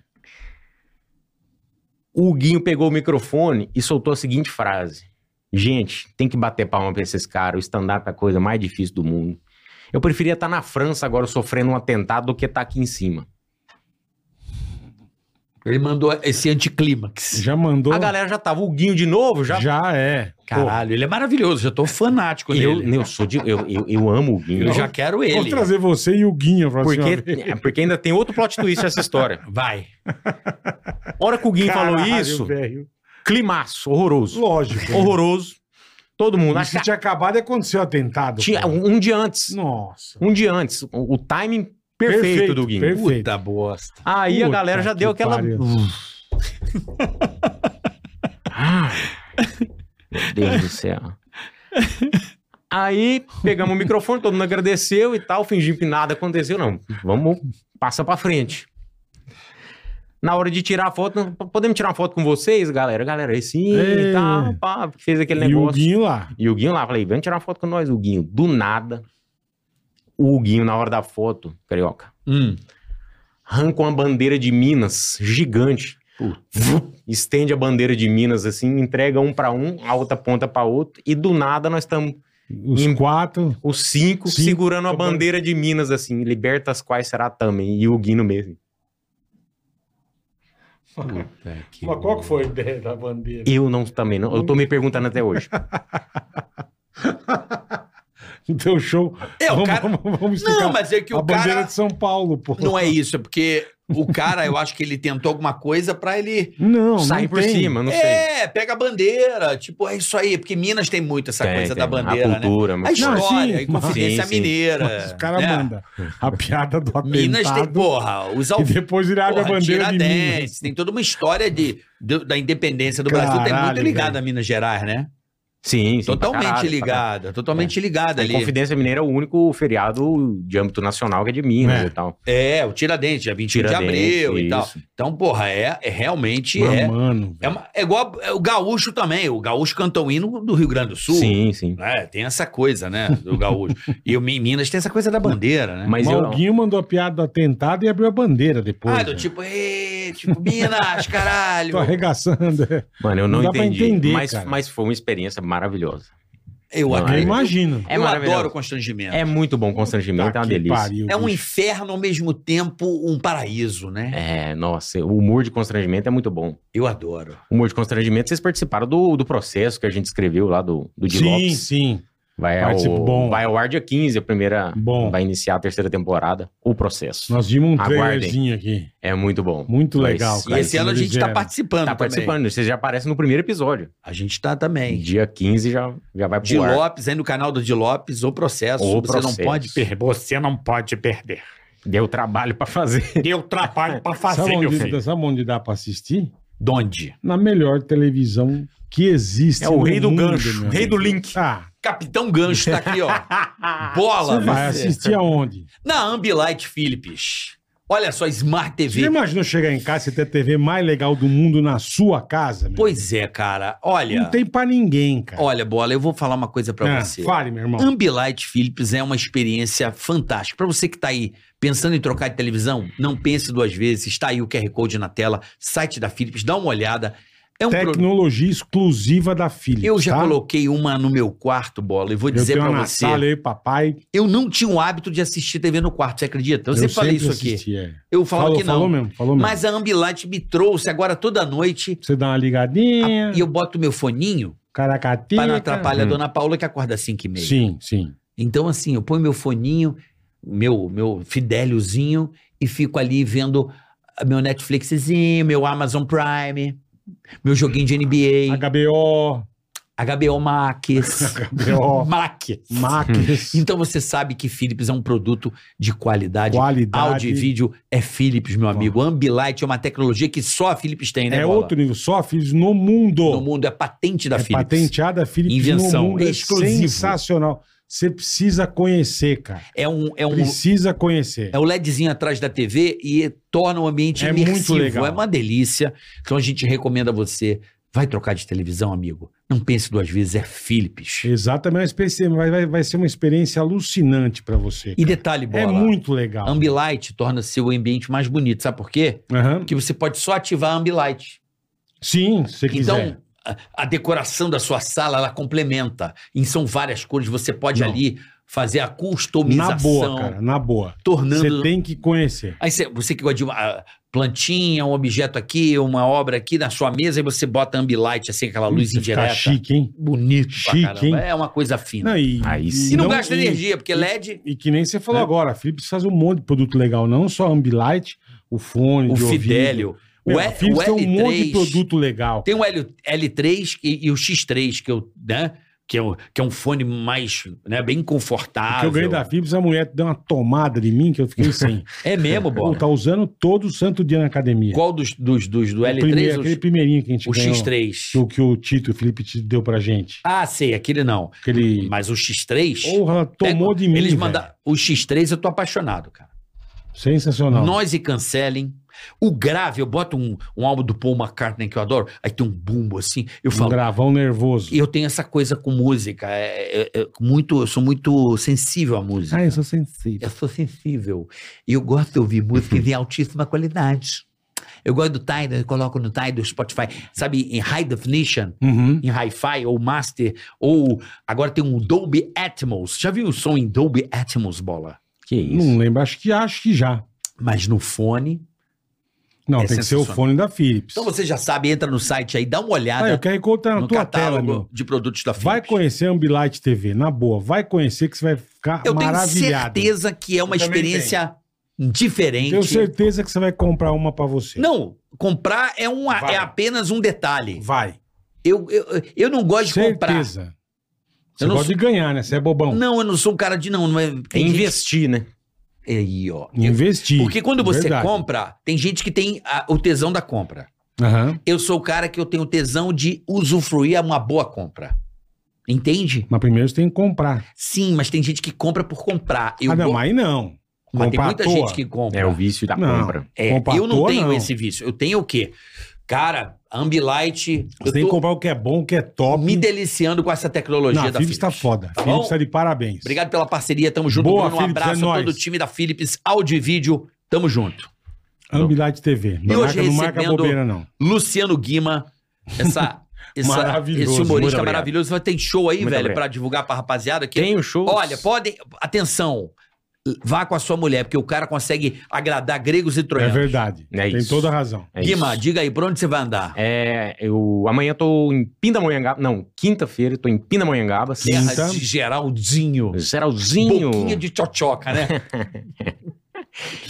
[SPEAKER 5] O Guinho pegou o microfone e soltou a seguinte frase: Gente, tem que bater palma pra esses caras. O stand-up é a coisa mais difícil do mundo. Eu preferia estar na França agora sofrendo um atentado do que estar aqui em cima.
[SPEAKER 7] Ele mandou esse anticlímax.
[SPEAKER 3] Já mandou.
[SPEAKER 5] A galera já tava, o Guinho de novo já.
[SPEAKER 3] já... é.
[SPEAKER 7] Caralho, ele é maravilhoso. Já tô fanático
[SPEAKER 5] eu,
[SPEAKER 7] dele.
[SPEAKER 5] eu, sou de- eu, eu, eu amo o Guinho.
[SPEAKER 7] Eu já quero
[SPEAKER 3] Pô, Vou
[SPEAKER 7] ele.
[SPEAKER 3] trazer você e o Guinho pra você.
[SPEAKER 5] Porque, é, porque ainda tem outro plot twist essa história.
[SPEAKER 7] Vai.
[SPEAKER 5] A hora que o Guinho falou isso,
[SPEAKER 3] Velho.
[SPEAKER 5] climaço, horroroso.
[SPEAKER 3] Lógico. né?
[SPEAKER 5] Horroroso. Todo mundo.
[SPEAKER 3] Isso
[SPEAKER 5] acha-
[SPEAKER 3] tinha acabado e aconteceu o atentado.
[SPEAKER 5] Tinha
[SPEAKER 3] cara.
[SPEAKER 5] um, um dia antes.
[SPEAKER 3] Nossa.
[SPEAKER 5] Um dia antes. O, o timing perfeito, do Guinho.
[SPEAKER 3] Perfeito.
[SPEAKER 7] Puta bosta.
[SPEAKER 5] Aí a
[SPEAKER 3] Puta
[SPEAKER 5] galera já
[SPEAKER 3] que
[SPEAKER 5] deu aquela.
[SPEAKER 3] pariu.
[SPEAKER 5] Ah, Meu Deus do céu. [LAUGHS] Aí pegamos o microfone, todo mundo agradeceu e tal, fingimos que nada aconteceu. Não, vamos, passa pra frente. Na hora de tirar a foto, não, podemos tirar uma foto com vocês, galera? Galera, aí sim,
[SPEAKER 3] É.
[SPEAKER 5] e tal, pá, fez aquele
[SPEAKER 3] E o
[SPEAKER 5] negócio.
[SPEAKER 3] Guinho lá.
[SPEAKER 5] E o Guinho lá, falei, vem tirar uma foto com nós, o Guinho. Do nada, o Guinho, na hora da foto, carioca,
[SPEAKER 4] Hum.
[SPEAKER 5] arrancou uma bandeira de Minas gigante. Vup, estende a bandeira de Minas assim, entrega um pra um, a outra ponta pra outro, e do nada nós estamos
[SPEAKER 3] Os
[SPEAKER 5] Em-
[SPEAKER 3] quatro.
[SPEAKER 5] os cinco
[SPEAKER 3] Cinco.
[SPEAKER 5] segurando a bandeira de Minas, assim, liberta as quais será também, e o Guino mesmo.
[SPEAKER 3] Mas qual que foi a ideia da bandeira?
[SPEAKER 5] Eu não também, não. Eu tô me perguntando até hoje.
[SPEAKER 3] Então, show.
[SPEAKER 4] É, o
[SPEAKER 3] vamos,
[SPEAKER 4] cara.
[SPEAKER 3] vamos, vamos explicar.
[SPEAKER 4] Não, mas é que
[SPEAKER 3] a
[SPEAKER 4] o
[SPEAKER 3] bandeira
[SPEAKER 4] cara.
[SPEAKER 3] de São Paulo, pô.
[SPEAKER 4] Não é isso, é porque o cara, eu acho que ele tentou alguma coisa pra ele.
[SPEAKER 3] Não,
[SPEAKER 5] Sai
[SPEAKER 3] não
[SPEAKER 5] por
[SPEAKER 3] tem.
[SPEAKER 5] cima, não sei.
[SPEAKER 4] É, pega a bandeira. Tipo, é isso aí. Porque Minas tem muito essa
[SPEAKER 5] Tem,
[SPEAKER 4] coisa
[SPEAKER 5] tem,
[SPEAKER 4] da bandeira,
[SPEAKER 5] a
[SPEAKER 4] né?
[SPEAKER 5] cultura,
[SPEAKER 4] A
[SPEAKER 5] mas-
[SPEAKER 3] Não,
[SPEAKER 4] história,
[SPEAKER 3] sim,
[SPEAKER 4] a Inconfidência
[SPEAKER 5] mas- sim, sim.
[SPEAKER 4] mineira.
[SPEAKER 3] Os caras
[SPEAKER 4] né?
[SPEAKER 3] mandam a piada do atentado.
[SPEAKER 4] [LAUGHS] Minas tem, porra, os
[SPEAKER 3] E
[SPEAKER 4] alf...
[SPEAKER 3] depois ele abre a
[SPEAKER 4] porra,
[SPEAKER 3] bandeira de Minas.
[SPEAKER 4] Tiradentes, tem toda uma história de, do- da independência do Brasil, tem
[SPEAKER 3] Caralho,
[SPEAKER 4] muito ligada a Minas Gerais, né?
[SPEAKER 5] Sim, sim. pra
[SPEAKER 4] totalmente
[SPEAKER 5] caralho, É. pra caralho.
[SPEAKER 4] ligada, totalmente ligada
[SPEAKER 5] A
[SPEAKER 4] ali.
[SPEAKER 5] Confidência Mineira é o único feriado de âmbito nacional que é de Minas
[SPEAKER 3] É.
[SPEAKER 5] e tal.
[SPEAKER 4] É, o Tiradentes, dia 21 de
[SPEAKER 5] Tiradentes,
[SPEAKER 4] abril e tal.
[SPEAKER 5] isso.
[SPEAKER 4] Então, porra, é, é realmente
[SPEAKER 3] Mas,
[SPEAKER 4] é,
[SPEAKER 3] mano,
[SPEAKER 4] é, uma- é igual é o gaúcho também, o gaúcho canta o hino do Rio Grande do Sul.
[SPEAKER 5] Sim, sim.
[SPEAKER 4] né? tem essa coisa, né, do gaúcho. e o Mi- Minas tem essa coisa da bandeira, né?
[SPEAKER 5] Mas
[SPEAKER 3] Mas
[SPEAKER 5] eu
[SPEAKER 3] o
[SPEAKER 5] não.
[SPEAKER 3] Guinho mandou a piada do atentado e abriu a bandeira depois.
[SPEAKER 4] ah, do
[SPEAKER 5] é.
[SPEAKER 3] né?
[SPEAKER 4] tipo, "Ê, tipo, Minas,
[SPEAKER 3] Tô
[SPEAKER 4] caralho.
[SPEAKER 3] arregaçando. é.
[SPEAKER 5] Mano, eu não,
[SPEAKER 3] Não dá pra
[SPEAKER 5] entendi.
[SPEAKER 3] entender,
[SPEAKER 5] mas,
[SPEAKER 3] cara.
[SPEAKER 5] mas foi uma experiência maravilhosa.
[SPEAKER 4] Eu
[SPEAKER 5] Não,
[SPEAKER 3] Eu
[SPEAKER 4] adoro.
[SPEAKER 3] imagino.
[SPEAKER 5] É
[SPEAKER 4] eu
[SPEAKER 5] maravilhoso.
[SPEAKER 4] adoro constrangimento.
[SPEAKER 5] É muito bom o constrangimento, é
[SPEAKER 3] Tá
[SPEAKER 5] uma
[SPEAKER 3] que
[SPEAKER 5] delícia.
[SPEAKER 3] pariu,
[SPEAKER 4] É um
[SPEAKER 3] bicho.
[SPEAKER 4] inferno ao mesmo tempo, um paraíso, né?
[SPEAKER 5] É, nossa, o humor de constrangimento é muito bom.
[SPEAKER 4] Eu adoro.
[SPEAKER 5] Humor de constrangimento, vocês participaram do, do processo que a gente escreveu lá do, do Di
[SPEAKER 3] Sim,
[SPEAKER 5] Lopes.
[SPEAKER 3] sim.
[SPEAKER 5] Vai ao,
[SPEAKER 3] Participo- bom.
[SPEAKER 5] vai ao ar dia 15, a primeira.
[SPEAKER 3] Bom.
[SPEAKER 5] Vai iniciar a terceira temporada. O processo.
[SPEAKER 3] Nós vimos um
[SPEAKER 5] Aguardem.
[SPEAKER 3] trailerzinho aqui.
[SPEAKER 5] É muito bom.
[SPEAKER 3] Muito
[SPEAKER 5] Vai
[SPEAKER 3] legal,
[SPEAKER 5] sim.
[SPEAKER 4] E
[SPEAKER 3] cara.
[SPEAKER 4] esse ano a gente tá
[SPEAKER 3] Fizeram.
[SPEAKER 4] participando.
[SPEAKER 5] Tá
[SPEAKER 4] também.
[SPEAKER 5] participando, vocês já aparecem no primeiro episódio.
[SPEAKER 4] A gente tá também.
[SPEAKER 5] Dia 15 já, já vai pro
[SPEAKER 4] De
[SPEAKER 5] ar.
[SPEAKER 4] Lopes, aí no canal do De Lopes, o processo.
[SPEAKER 5] O
[SPEAKER 4] você
[SPEAKER 5] Processo.
[SPEAKER 4] não pode perder.
[SPEAKER 8] Você não pode perder.
[SPEAKER 5] Deu trabalho pra fazer.
[SPEAKER 8] Deu trabalho
[SPEAKER 4] É
[SPEAKER 8] pra
[SPEAKER 3] Sabe
[SPEAKER 8] fazer, meu filho.
[SPEAKER 3] onde, sabe onde dá pra assistir?
[SPEAKER 4] Donde?
[SPEAKER 3] Na melhor televisão que existe.
[SPEAKER 5] É o
[SPEAKER 3] no
[SPEAKER 5] rei do
[SPEAKER 3] mundo,
[SPEAKER 5] gancho,
[SPEAKER 3] meu
[SPEAKER 5] rei
[SPEAKER 3] amigo.
[SPEAKER 5] do link.
[SPEAKER 3] Ah,
[SPEAKER 4] Capitão Gancho tá aqui, ó. Bola.
[SPEAKER 5] [LAUGHS]
[SPEAKER 3] você vai
[SPEAKER 4] você. [LAUGHS]
[SPEAKER 3] assistir aonde?
[SPEAKER 4] Na Ambilight Philips. Olha só, Smart
[SPEAKER 3] Você
[SPEAKER 4] TV.
[SPEAKER 5] é
[SPEAKER 3] imaginou chegar em casa e ter a TV mais legal do mundo na sua casa? meu?
[SPEAKER 4] Pois é, cara. Olha,
[SPEAKER 3] Não tem pra ninguém, cara.
[SPEAKER 4] olha, Bola, eu vou falar uma coisa pra
[SPEAKER 3] Ah,
[SPEAKER 4] você.
[SPEAKER 3] Fale, meu irmão.
[SPEAKER 4] Ambilight Philips é uma experiência fantástica. Para você que está aí pensando em trocar de televisão, não pense duas vezes. Está aí o QR Code na tela, site da Philips, dá uma olhada. É um pro-
[SPEAKER 3] Tecnologia exclusiva da Philips.
[SPEAKER 4] Eu já
[SPEAKER 3] tá?
[SPEAKER 4] coloquei uma no meu quarto, bola, e vou
[SPEAKER 3] Eu
[SPEAKER 4] dizer
[SPEAKER 3] tenho
[SPEAKER 4] para
[SPEAKER 3] uma na
[SPEAKER 4] você,
[SPEAKER 3] sala, eu e papai.
[SPEAKER 4] eu não tinha o hábito de assistir TV no quarto, você acredita? Eu, sempre falei isso aqui.
[SPEAKER 3] assisti, é.
[SPEAKER 4] Eu falava
[SPEAKER 3] falou,
[SPEAKER 4] que não.
[SPEAKER 3] falou mesmo, falou mesmo.
[SPEAKER 4] Mas a Ambilight me trouxe agora toda noite
[SPEAKER 3] Você dá uma
[SPEAKER 4] a-
[SPEAKER 3] ligadinha,
[SPEAKER 4] e eu boto meu foninho
[SPEAKER 3] caracateca.
[SPEAKER 4] para não atrapalhar a
[SPEAKER 5] Hum.
[SPEAKER 4] dona Paula que acorda às 5 e meia.
[SPEAKER 3] Sim, sim.
[SPEAKER 4] Então, assim, eu ponho meu foninho, meu, meu fideliozinho, e fico ali vendo ah, meu Netflixzinho, meu Amazon Prime, meu joguinho de NBA,
[SPEAKER 3] HBO,
[SPEAKER 4] HBO Max. [LAUGHS]
[SPEAKER 3] HBO,
[SPEAKER 4] Mac.
[SPEAKER 3] Max,
[SPEAKER 4] Então você sabe que Philips é um produto de qualidade.
[SPEAKER 3] qualidade.
[SPEAKER 4] Áudio e vídeo é Philips, meu amigo. Ambilight é uma tecnologia que só a Philips tem, né?
[SPEAKER 3] É
[SPEAKER 4] Bola?
[SPEAKER 3] outro nível, só Philips no mundo.
[SPEAKER 4] No mundo, é patente da
[SPEAKER 3] é
[SPEAKER 4] Philips.
[SPEAKER 3] patenteada Philips
[SPEAKER 4] Invenção,
[SPEAKER 3] no mundo. É
[SPEAKER 4] exclusivo.
[SPEAKER 3] sensacional. Você precisa conhecer, cara.
[SPEAKER 4] É um, é um,
[SPEAKER 3] Precisa conhecer.
[SPEAKER 4] É o LEDzinho atrás da TV e torna o ambiente
[SPEAKER 3] É muito
[SPEAKER 4] imersivo.
[SPEAKER 3] legal.
[SPEAKER 4] É uma delícia. Então a gente recomenda a você. Vai trocar de televisão, amigo. Não pense duas vezes, é Philips.
[SPEAKER 3] Exatamente, é uma experiência- vai, vai, vai ser uma experiência alucinante pra você.
[SPEAKER 4] E detalhe, bola.
[SPEAKER 3] É muito legal.
[SPEAKER 4] Ambilight torna seu ambiente mais bonito. Sabe por quê?
[SPEAKER 3] Aham.
[SPEAKER 4] Porque você pode só ativar a Ambilight.
[SPEAKER 3] Sim, se você quiser.
[SPEAKER 4] Então, a, a decoração da sua sala, ela complementa. E são várias cores. Você pode
[SPEAKER 3] Não.
[SPEAKER 4] ali fazer a customização.
[SPEAKER 3] Na boa, cara, na boa.
[SPEAKER 4] Tornando
[SPEAKER 3] Você tem que conhecer.
[SPEAKER 4] Aí você, você que gosta de uma ah, plantinha, um objeto aqui, uma obra aqui na sua mesa, aí você bota ambilight, assim, aquela luz
[SPEAKER 3] Isso fica
[SPEAKER 4] indireta.
[SPEAKER 3] tá chique, hein?
[SPEAKER 4] Bonito
[SPEAKER 3] Chique,
[SPEAKER 4] pra caramba.
[SPEAKER 3] hein?
[SPEAKER 4] É uma coisa fina.
[SPEAKER 3] Não, e,
[SPEAKER 5] Aí sim.
[SPEAKER 4] e não,
[SPEAKER 3] não-
[SPEAKER 4] gasta
[SPEAKER 3] e-
[SPEAKER 4] energia, Né? porque LED,
[SPEAKER 3] E que nem você falou agora, a Philips faz um monte de produto legal, não só a Ambilight, o fone,
[SPEAKER 4] o
[SPEAKER 3] de ouvido.
[SPEAKER 4] Fidelio,
[SPEAKER 3] Meu,
[SPEAKER 4] o,
[SPEAKER 3] a
[SPEAKER 4] L,
[SPEAKER 3] Philips
[SPEAKER 4] o
[SPEAKER 3] tem um monte de
[SPEAKER 4] L3.
[SPEAKER 3] produto legal.
[SPEAKER 4] Tem o L, L3 e, e o X3, que eu, né? que é um, que é um fone mais, né, bem
[SPEAKER 3] O que
[SPEAKER 4] confortável.
[SPEAKER 3] eu ganhei da Philips, a mulher deu uma tomada de mim que eu fiquei
[SPEAKER 4] [LAUGHS]
[SPEAKER 3] sem.
[SPEAKER 4] É mesmo,
[SPEAKER 3] Pô, [LAUGHS]
[SPEAKER 4] Bola?
[SPEAKER 3] tá usando todo santo dia na academia.
[SPEAKER 4] Qual dos, dos, dos do
[SPEAKER 3] O
[SPEAKER 4] L3?
[SPEAKER 3] primeiro- é aquele
[SPEAKER 4] os-
[SPEAKER 3] primeirinho que a gente
[SPEAKER 4] o
[SPEAKER 3] ganhou.
[SPEAKER 4] X3.
[SPEAKER 3] O que o Tito, o Felipe Tito deu pra gente.
[SPEAKER 4] Ah, sei, aquele não.
[SPEAKER 3] Aquele...
[SPEAKER 4] Mas o X3.
[SPEAKER 3] Porra, ela tomou
[SPEAKER 4] pega-
[SPEAKER 3] de mim,
[SPEAKER 4] Eles
[SPEAKER 3] velho.
[SPEAKER 4] manda... O X3 eu tô apaixonado, cara.
[SPEAKER 3] Sensacional.
[SPEAKER 4] Nós e Cancelem. O grave, eu boto um, um álbum do Paul McCartney que eu adoro, aí tem um bumbo assim, eu
[SPEAKER 3] Um
[SPEAKER 4] falo.
[SPEAKER 3] gravão nervoso.
[SPEAKER 4] eu tenho essa coisa com música, é- é- é muito, eu sou muito sensível à música.
[SPEAKER 3] Ah, eu sou sensível.
[SPEAKER 4] Eu sou sensível. E eu gosto de
[SPEAKER 3] [LAUGHS]
[SPEAKER 4] ouvir música de altíssima qualidade. Eu gosto do Tidal, eu coloco no Tidal, Spotify, sabe, em high definition,
[SPEAKER 3] Uhum.
[SPEAKER 4] em hi-fi ou master, ou agora tem um Dolby Atmos. Já viu o som em Dolby Atmos, bola?
[SPEAKER 5] Que
[SPEAKER 3] Não lembro, acho que acho que já.
[SPEAKER 4] Mas no fone.
[SPEAKER 3] Não,
[SPEAKER 4] É
[SPEAKER 3] tem que ser o
[SPEAKER 4] sensacional.
[SPEAKER 3] fone da Philips.
[SPEAKER 4] Então você já sabe, entra no site aí, dá uma
[SPEAKER 3] ah, eu
[SPEAKER 4] olhada
[SPEAKER 3] quero encontrar na
[SPEAKER 4] no
[SPEAKER 3] tua
[SPEAKER 4] catálogo
[SPEAKER 3] tela, meu.
[SPEAKER 4] de produtos da Philips.
[SPEAKER 3] Vai conhecer a Ambilight TV, na boa. Vai conhecer que você vai ficar
[SPEAKER 4] Eu tenho
[SPEAKER 3] maravilhado.
[SPEAKER 4] certeza que é uma
[SPEAKER 9] Eu também
[SPEAKER 4] experiência diferente.
[SPEAKER 3] Tenho certeza que você vai comprar uma pra você.
[SPEAKER 4] Não, comprar é, um,
[SPEAKER 9] Vai.
[SPEAKER 4] é apenas um detalhe.
[SPEAKER 3] Vai.
[SPEAKER 4] Eu, eu, eu não gosto de comprar.
[SPEAKER 3] Certeza. Você
[SPEAKER 4] Eu não
[SPEAKER 3] gosta de ganhar, né? Você é bobão.
[SPEAKER 4] Não, eu não sou um cara de não. não é,
[SPEAKER 5] É
[SPEAKER 4] gente-
[SPEAKER 5] investir, né?
[SPEAKER 4] Aí, ó.
[SPEAKER 3] Investir.
[SPEAKER 4] Porque quando você
[SPEAKER 3] Verdade.
[SPEAKER 4] compra, tem gente que tem a- o tesão da compra.
[SPEAKER 3] Aham.
[SPEAKER 4] Eu sou o cara que eu tenho tesão de usufruir a uma boa compra. Entende?
[SPEAKER 3] Mas primeiro você tem que comprar.
[SPEAKER 4] Sim, mas tem gente que compra por comprar. Eu
[SPEAKER 3] ah, não,
[SPEAKER 4] go-
[SPEAKER 3] aí não.
[SPEAKER 4] mas tem
[SPEAKER 3] comprar à
[SPEAKER 4] muita
[SPEAKER 3] toa.
[SPEAKER 4] gente que compra.
[SPEAKER 5] É o vício da
[SPEAKER 3] Não.
[SPEAKER 5] compra.
[SPEAKER 4] É,
[SPEAKER 3] Comprar
[SPEAKER 4] eu
[SPEAKER 3] à
[SPEAKER 4] não
[SPEAKER 3] toa,
[SPEAKER 4] tenho
[SPEAKER 3] não.
[SPEAKER 4] esse vício. Eu tenho o quê? Cara, Ambilight.
[SPEAKER 3] Você
[SPEAKER 4] eu
[SPEAKER 3] tem
[SPEAKER 4] tô
[SPEAKER 3] que comprar o que é bom, o que é top.
[SPEAKER 4] me deliciando com essa tecnologia
[SPEAKER 3] Não, a
[SPEAKER 4] da
[SPEAKER 3] Philips
[SPEAKER 4] Philips.
[SPEAKER 3] tá foda.
[SPEAKER 4] Tá
[SPEAKER 3] Philips
[SPEAKER 4] bom?
[SPEAKER 3] tá de parabéns.
[SPEAKER 4] Obrigado pela parceria, tamo junto.
[SPEAKER 3] Boa,
[SPEAKER 4] Bruno, um
[SPEAKER 3] Philips, é
[SPEAKER 4] abraço a todo o
[SPEAKER 3] nóis.
[SPEAKER 4] time da Philips, áudio e vídeo, tamo junto.
[SPEAKER 3] Ambilight TV. Não
[SPEAKER 4] hoje
[SPEAKER 3] marca, não marca
[SPEAKER 4] recebendo-
[SPEAKER 3] bobeira, não.
[SPEAKER 4] Luciano Guima, essa,
[SPEAKER 3] [LAUGHS]
[SPEAKER 4] essa-
[SPEAKER 3] Maravilhoso,
[SPEAKER 4] esse
[SPEAKER 3] muito
[SPEAKER 4] humorista
[SPEAKER 5] obrigado.
[SPEAKER 4] maravilhoso. Vai ter show aí,
[SPEAKER 5] Muito
[SPEAKER 4] velho,
[SPEAKER 5] obrigado.
[SPEAKER 4] pra divulgar pra rapaziada aqui.
[SPEAKER 5] Tem o show.
[SPEAKER 4] Olha, podem. Atenção, vá com a sua mulher, porque o cara consegue agradar gregos e
[SPEAKER 3] É
[SPEAKER 4] troianos.
[SPEAKER 3] verdade.
[SPEAKER 5] É
[SPEAKER 3] Tem
[SPEAKER 5] isso.
[SPEAKER 3] toda a razão.
[SPEAKER 5] É
[SPEAKER 4] Guima,
[SPEAKER 5] isso.
[SPEAKER 4] diga aí, pra onde você vai andar?
[SPEAKER 5] É, eu amanhã tô em Pindamonhangaba. Não, quinta-feira eu tô em Pindamonhangaba.
[SPEAKER 4] Terra
[SPEAKER 3] quinta.
[SPEAKER 4] de Geraldinho.
[SPEAKER 5] Geralzinho.
[SPEAKER 4] Boquinha de tchotchoca, né?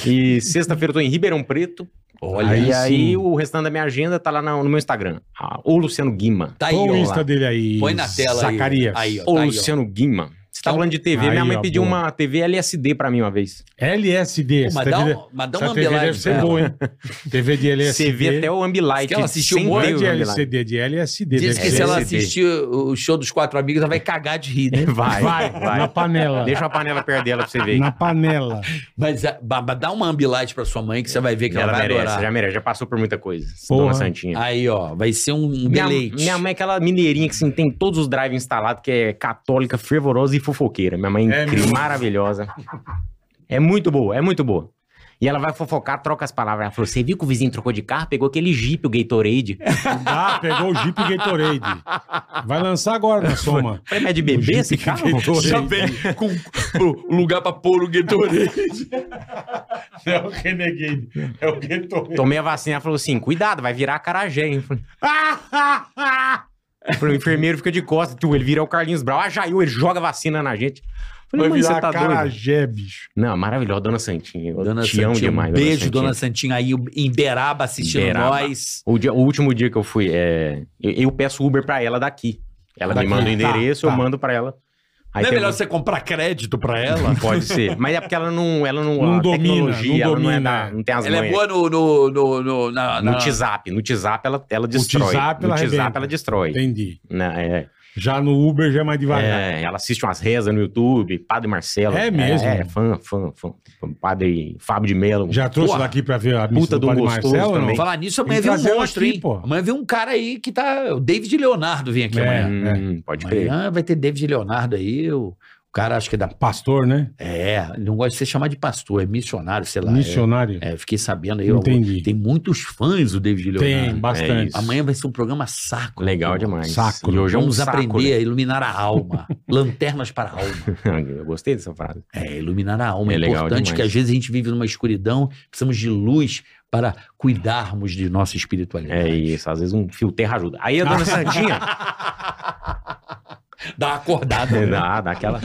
[SPEAKER 5] E sexta-feira eu tô em Ribeirão Preto.
[SPEAKER 4] Olha
[SPEAKER 5] e
[SPEAKER 3] aí sim.
[SPEAKER 5] aí o restante da minha agenda tá lá na- no meu Instagram. Ah, ou Luciano Guima.
[SPEAKER 4] Tá aí,
[SPEAKER 3] Põe o
[SPEAKER 4] ó.
[SPEAKER 3] Insta dele aí.
[SPEAKER 4] Põe na tela aí.
[SPEAKER 3] Zacarias.
[SPEAKER 4] Aí, ó.
[SPEAKER 5] Ou
[SPEAKER 4] tá aí, ó.
[SPEAKER 5] Luciano Guima. Você tá
[SPEAKER 4] Então-
[SPEAKER 5] falando de TV.
[SPEAKER 3] Aí,
[SPEAKER 5] minha mãe
[SPEAKER 3] ó,
[SPEAKER 5] pediu
[SPEAKER 3] boa.
[SPEAKER 5] uma TV LSD pra mim uma vez.
[SPEAKER 3] LSD.
[SPEAKER 4] Pô,
[SPEAKER 3] essa
[SPEAKER 4] mas, dá
[SPEAKER 3] TV
[SPEAKER 4] um, mas dá
[SPEAKER 3] essa
[SPEAKER 4] uma
[SPEAKER 3] TV
[SPEAKER 4] ambelagem
[SPEAKER 3] deve ser
[SPEAKER 4] pra ela.
[SPEAKER 3] boa, hein?
[SPEAKER 4] [LAUGHS]
[SPEAKER 3] TV
[SPEAKER 4] é
[SPEAKER 3] de LSD.
[SPEAKER 5] Você vê até o Ambilight.
[SPEAKER 4] Diz que ela assistiu um
[SPEAKER 5] sem
[SPEAKER 3] Não é
[SPEAKER 5] ver o
[SPEAKER 3] de
[SPEAKER 5] Ambilight.
[SPEAKER 3] LCD, de LSD.
[SPEAKER 4] Diz
[SPEAKER 3] deve
[SPEAKER 4] que
[SPEAKER 3] ser.
[SPEAKER 4] se ela
[SPEAKER 5] LCD.
[SPEAKER 4] assistir o show dos quatro amigos, ela vai cagar de rir, né?
[SPEAKER 5] [LAUGHS] Vai,
[SPEAKER 3] Vai,
[SPEAKER 5] vai,
[SPEAKER 3] na panela.
[SPEAKER 5] Deixa a panela perto dela pra você ver.
[SPEAKER 3] Na panela.
[SPEAKER 4] Mas, ah, ba- ba- dá uma ambilight pra sua mãe que você vai ver que ela,
[SPEAKER 5] ela é
[SPEAKER 4] vai
[SPEAKER 5] merece,
[SPEAKER 4] adorar.
[SPEAKER 5] já merece, já passou por muita coisa.
[SPEAKER 3] Porra.
[SPEAKER 5] Dona Santinha.
[SPEAKER 4] Aí, ó, vai ser um
[SPEAKER 5] Minha,
[SPEAKER 4] deleite.
[SPEAKER 5] minha mãe é aquela mineirinha que assim, tem todos os drives instalados, que é católica, fervorosa e fofoqueira. Minha mãe é incrível, maravilhosa. É muito boa, é muito boa. E ela vai fofocar, troca as palavras. Ela falou: Você viu que o vizinho trocou de carro? Pegou aquele Jeep, o
[SPEAKER 3] [LAUGHS]
[SPEAKER 5] Gatorade. Eu
[SPEAKER 3] Ah, pegou o Jeep Gatorade. Vai lançar agora na soma.
[SPEAKER 5] falei, mas é de bebê esse carro?
[SPEAKER 3] Gatorade.
[SPEAKER 4] já vem com o lugar pra pôr o Gatorade.
[SPEAKER 3] É o Renegade. É o Gatorade.
[SPEAKER 5] Tomei a vacina, ela falou assim: Cuidado, vai virar carajé, hein? Eu falei, "Ah, ah, ah." Eu falei, o enfermeiro fica de costas, tu, ele vira o Carlinhos Brau, ah, Jaiu, ele joga vacina na gente. Eu
[SPEAKER 3] Vai
[SPEAKER 5] Falei, mãe,
[SPEAKER 3] virar
[SPEAKER 5] você tá doido?
[SPEAKER 3] carajé, bicho.
[SPEAKER 5] Não, maravilhosa, Dona Santinha. Eu
[SPEAKER 4] Dona
[SPEAKER 5] te amo
[SPEAKER 4] Santinha,
[SPEAKER 5] demais,
[SPEAKER 4] um beijo, Dona Santinha, aí em Beraba assistindo
[SPEAKER 5] Beraba.
[SPEAKER 4] nós.
[SPEAKER 5] O, dia- o último dia que eu fui, é, eu, eu peço Uber pra ela daqui. Ela
[SPEAKER 3] Daqui,
[SPEAKER 5] me manda o
[SPEAKER 3] tá,
[SPEAKER 5] endereço,
[SPEAKER 3] tá.
[SPEAKER 5] eu mando pra ela. Aí
[SPEAKER 4] não é
[SPEAKER 5] tem
[SPEAKER 4] melhor assim? você
[SPEAKER 5] um-
[SPEAKER 4] comprar crédito
[SPEAKER 5] [LAUGHS]
[SPEAKER 4] pra ela? [LAUGHS]
[SPEAKER 5] Pode ser. Mas é porque ela não. Ela não,
[SPEAKER 3] Não
[SPEAKER 5] a
[SPEAKER 3] domina,
[SPEAKER 5] tecnologia,
[SPEAKER 3] não
[SPEAKER 5] ela não, é
[SPEAKER 3] domina.
[SPEAKER 5] da- não tem as
[SPEAKER 4] ela é
[SPEAKER 5] manhas.
[SPEAKER 4] boa no... no, no, no- na,
[SPEAKER 5] No
[SPEAKER 4] na-
[SPEAKER 5] WhatsApp, no WhatsApp ela, ela destrói.
[SPEAKER 3] WhatsApp
[SPEAKER 5] no
[SPEAKER 3] ela
[SPEAKER 5] WhatsApp
[SPEAKER 3] arrebenta.
[SPEAKER 5] ela destrói.
[SPEAKER 3] Entendi.
[SPEAKER 5] Né, é.
[SPEAKER 3] Já no Uber já é mais devagar.
[SPEAKER 5] É, ela assiste umas rezas no YouTube, Padre Marcelo.
[SPEAKER 3] É mesmo?
[SPEAKER 5] É, fã, fã, fã. fã, Padre Fábio de Melo.
[SPEAKER 3] Já trouxe
[SPEAKER 4] Porra.
[SPEAKER 3] daqui pra ver a missa
[SPEAKER 5] Puta
[SPEAKER 3] do
[SPEAKER 5] do
[SPEAKER 3] Padre
[SPEAKER 5] gostoso
[SPEAKER 3] Marcelo ou não?
[SPEAKER 5] também.
[SPEAKER 4] Falar nisso, amanhã
[SPEAKER 3] Tem
[SPEAKER 4] vem
[SPEAKER 3] que trazer
[SPEAKER 4] um monstro,
[SPEAKER 3] aqui,
[SPEAKER 4] hein?
[SPEAKER 3] pô.
[SPEAKER 4] Amanhã vem um cara aí que tá... O David Leonardo vem aqui
[SPEAKER 3] É.
[SPEAKER 4] amanhã.
[SPEAKER 5] Hum, Pode crer.
[SPEAKER 4] Amanhã vai ter David Leonardo aí, o, o cara acho que é da.
[SPEAKER 3] Pastor, né?
[SPEAKER 4] É, não gosta de ser chamado de pastor, é missionário, sei lá.
[SPEAKER 3] Missionário.
[SPEAKER 4] É, é, fiquei sabendo aí. ó,
[SPEAKER 3] Entendi.
[SPEAKER 4] tem muitos fãs do David Leonardo.
[SPEAKER 3] Tem, bastante.
[SPEAKER 5] isso.
[SPEAKER 4] Amanhã vai ser um programa saco.
[SPEAKER 5] Legal demais.
[SPEAKER 3] Saco.
[SPEAKER 5] E hoje é um
[SPEAKER 4] Vamos
[SPEAKER 5] saco,
[SPEAKER 4] aprender a iluminar a alma. [LAUGHS] Lanternas para a alma.
[SPEAKER 5] né? [LAUGHS] Eu gostei dessa frase.
[SPEAKER 4] É, iluminar a alma. É,
[SPEAKER 5] É legal
[SPEAKER 4] importante
[SPEAKER 5] demais.
[SPEAKER 4] que às vezes a gente vive numa escuridão, precisamos de luz para cuidarmos de nossa espiritualidade.
[SPEAKER 5] É isso, às vezes um fio terra ajuda. Aí a
[SPEAKER 3] [LAUGHS]
[SPEAKER 5] dona Santinha
[SPEAKER 4] Dá uma acordada. né?
[SPEAKER 5] dá, dá aquela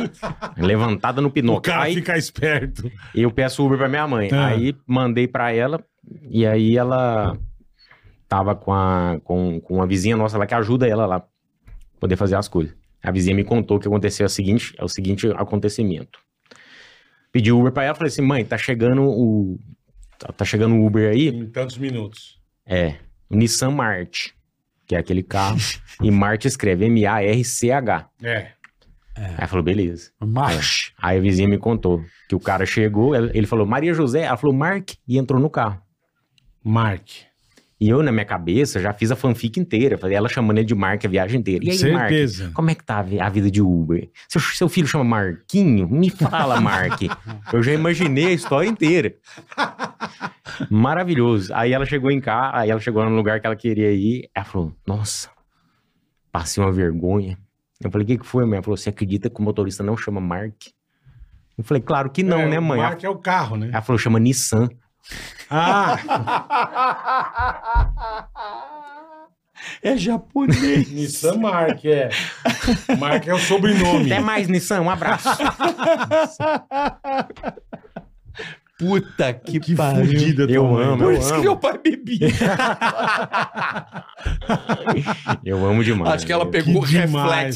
[SPEAKER 5] levantada no
[SPEAKER 3] O
[SPEAKER 5] pinóquio.
[SPEAKER 3] cara
[SPEAKER 5] Aí
[SPEAKER 3] fica esperto.
[SPEAKER 5] eu peço Uber pra minha mãe.
[SPEAKER 3] Ah.
[SPEAKER 5] Aí mandei pra ela, e aí ela tava com, a, com, com uma vizinha nossa lá que ajuda ela lá poder fazer as coisas. A vizinha me contou que aconteceu a seguinte, é o seguinte acontecimento. Pedi Uber pra ela, falei assim, mãe, tá chegando o... Tá, tá chegando o Uber aí?
[SPEAKER 3] Em tantos minutos.
[SPEAKER 5] É, o Nissan Marte, que é aquele
[SPEAKER 3] [LAUGHS]
[SPEAKER 5] carro. e Marte escreve M-A-R-C-H.
[SPEAKER 3] É.
[SPEAKER 5] Aí ela falou, beleza. É.
[SPEAKER 4] March.
[SPEAKER 5] Aí a vizinha me contou que o cara chegou, ela- ele falou Maria José, ela falou Mark e entrou no carro.
[SPEAKER 3] Mark.
[SPEAKER 5] E eu, na minha cabeça, já fiz a fanfic inteira. Falei, ela chamando ele de Mark a viagem inteira. E aí,
[SPEAKER 3] Certeza.
[SPEAKER 5] Mark, como é que tá a vi- a vida de Uber? Seu, seu filho chama Marquinho? Me fala, Mark. eu já imaginei a história inteira. Maravilhoso. Aí ela chegou em cá, aí ela chegou no lugar que ela queria ir. Ela falou, nossa, passei uma vergonha. Eu falei, o que, que foi, mãe? Ela falou, você acredita que o motorista não chama Mark? Eu falei, claro que não,
[SPEAKER 3] É,
[SPEAKER 5] né, mãe?
[SPEAKER 3] O Mark é o carro, né?
[SPEAKER 5] Ela falou, chama Nissan.
[SPEAKER 3] Ah,
[SPEAKER 4] É japonês.
[SPEAKER 3] Nissan Mark, é. Mark é o sobrenome.
[SPEAKER 5] Até mais, Nissan, um abraço.
[SPEAKER 4] Puta que, É.
[SPEAKER 3] Que
[SPEAKER 4] pariu.
[SPEAKER 3] fudida
[SPEAKER 5] é Eu
[SPEAKER 3] tua mãe. né?
[SPEAKER 5] amo,
[SPEAKER 4] Por
[SPEAKER 5] eu
[SPEAKER 4] isso
[SPEAKER 5] amo.
[SPEAKER 4] que meu pai bebia.
[SPEAKER 5] Eu amo demais.
[SPEAKER 4] Acho É que ela
[SPEAKER 5] Eu-
[SPEAKER 4] pegou o
[SPEAKER 3] demais,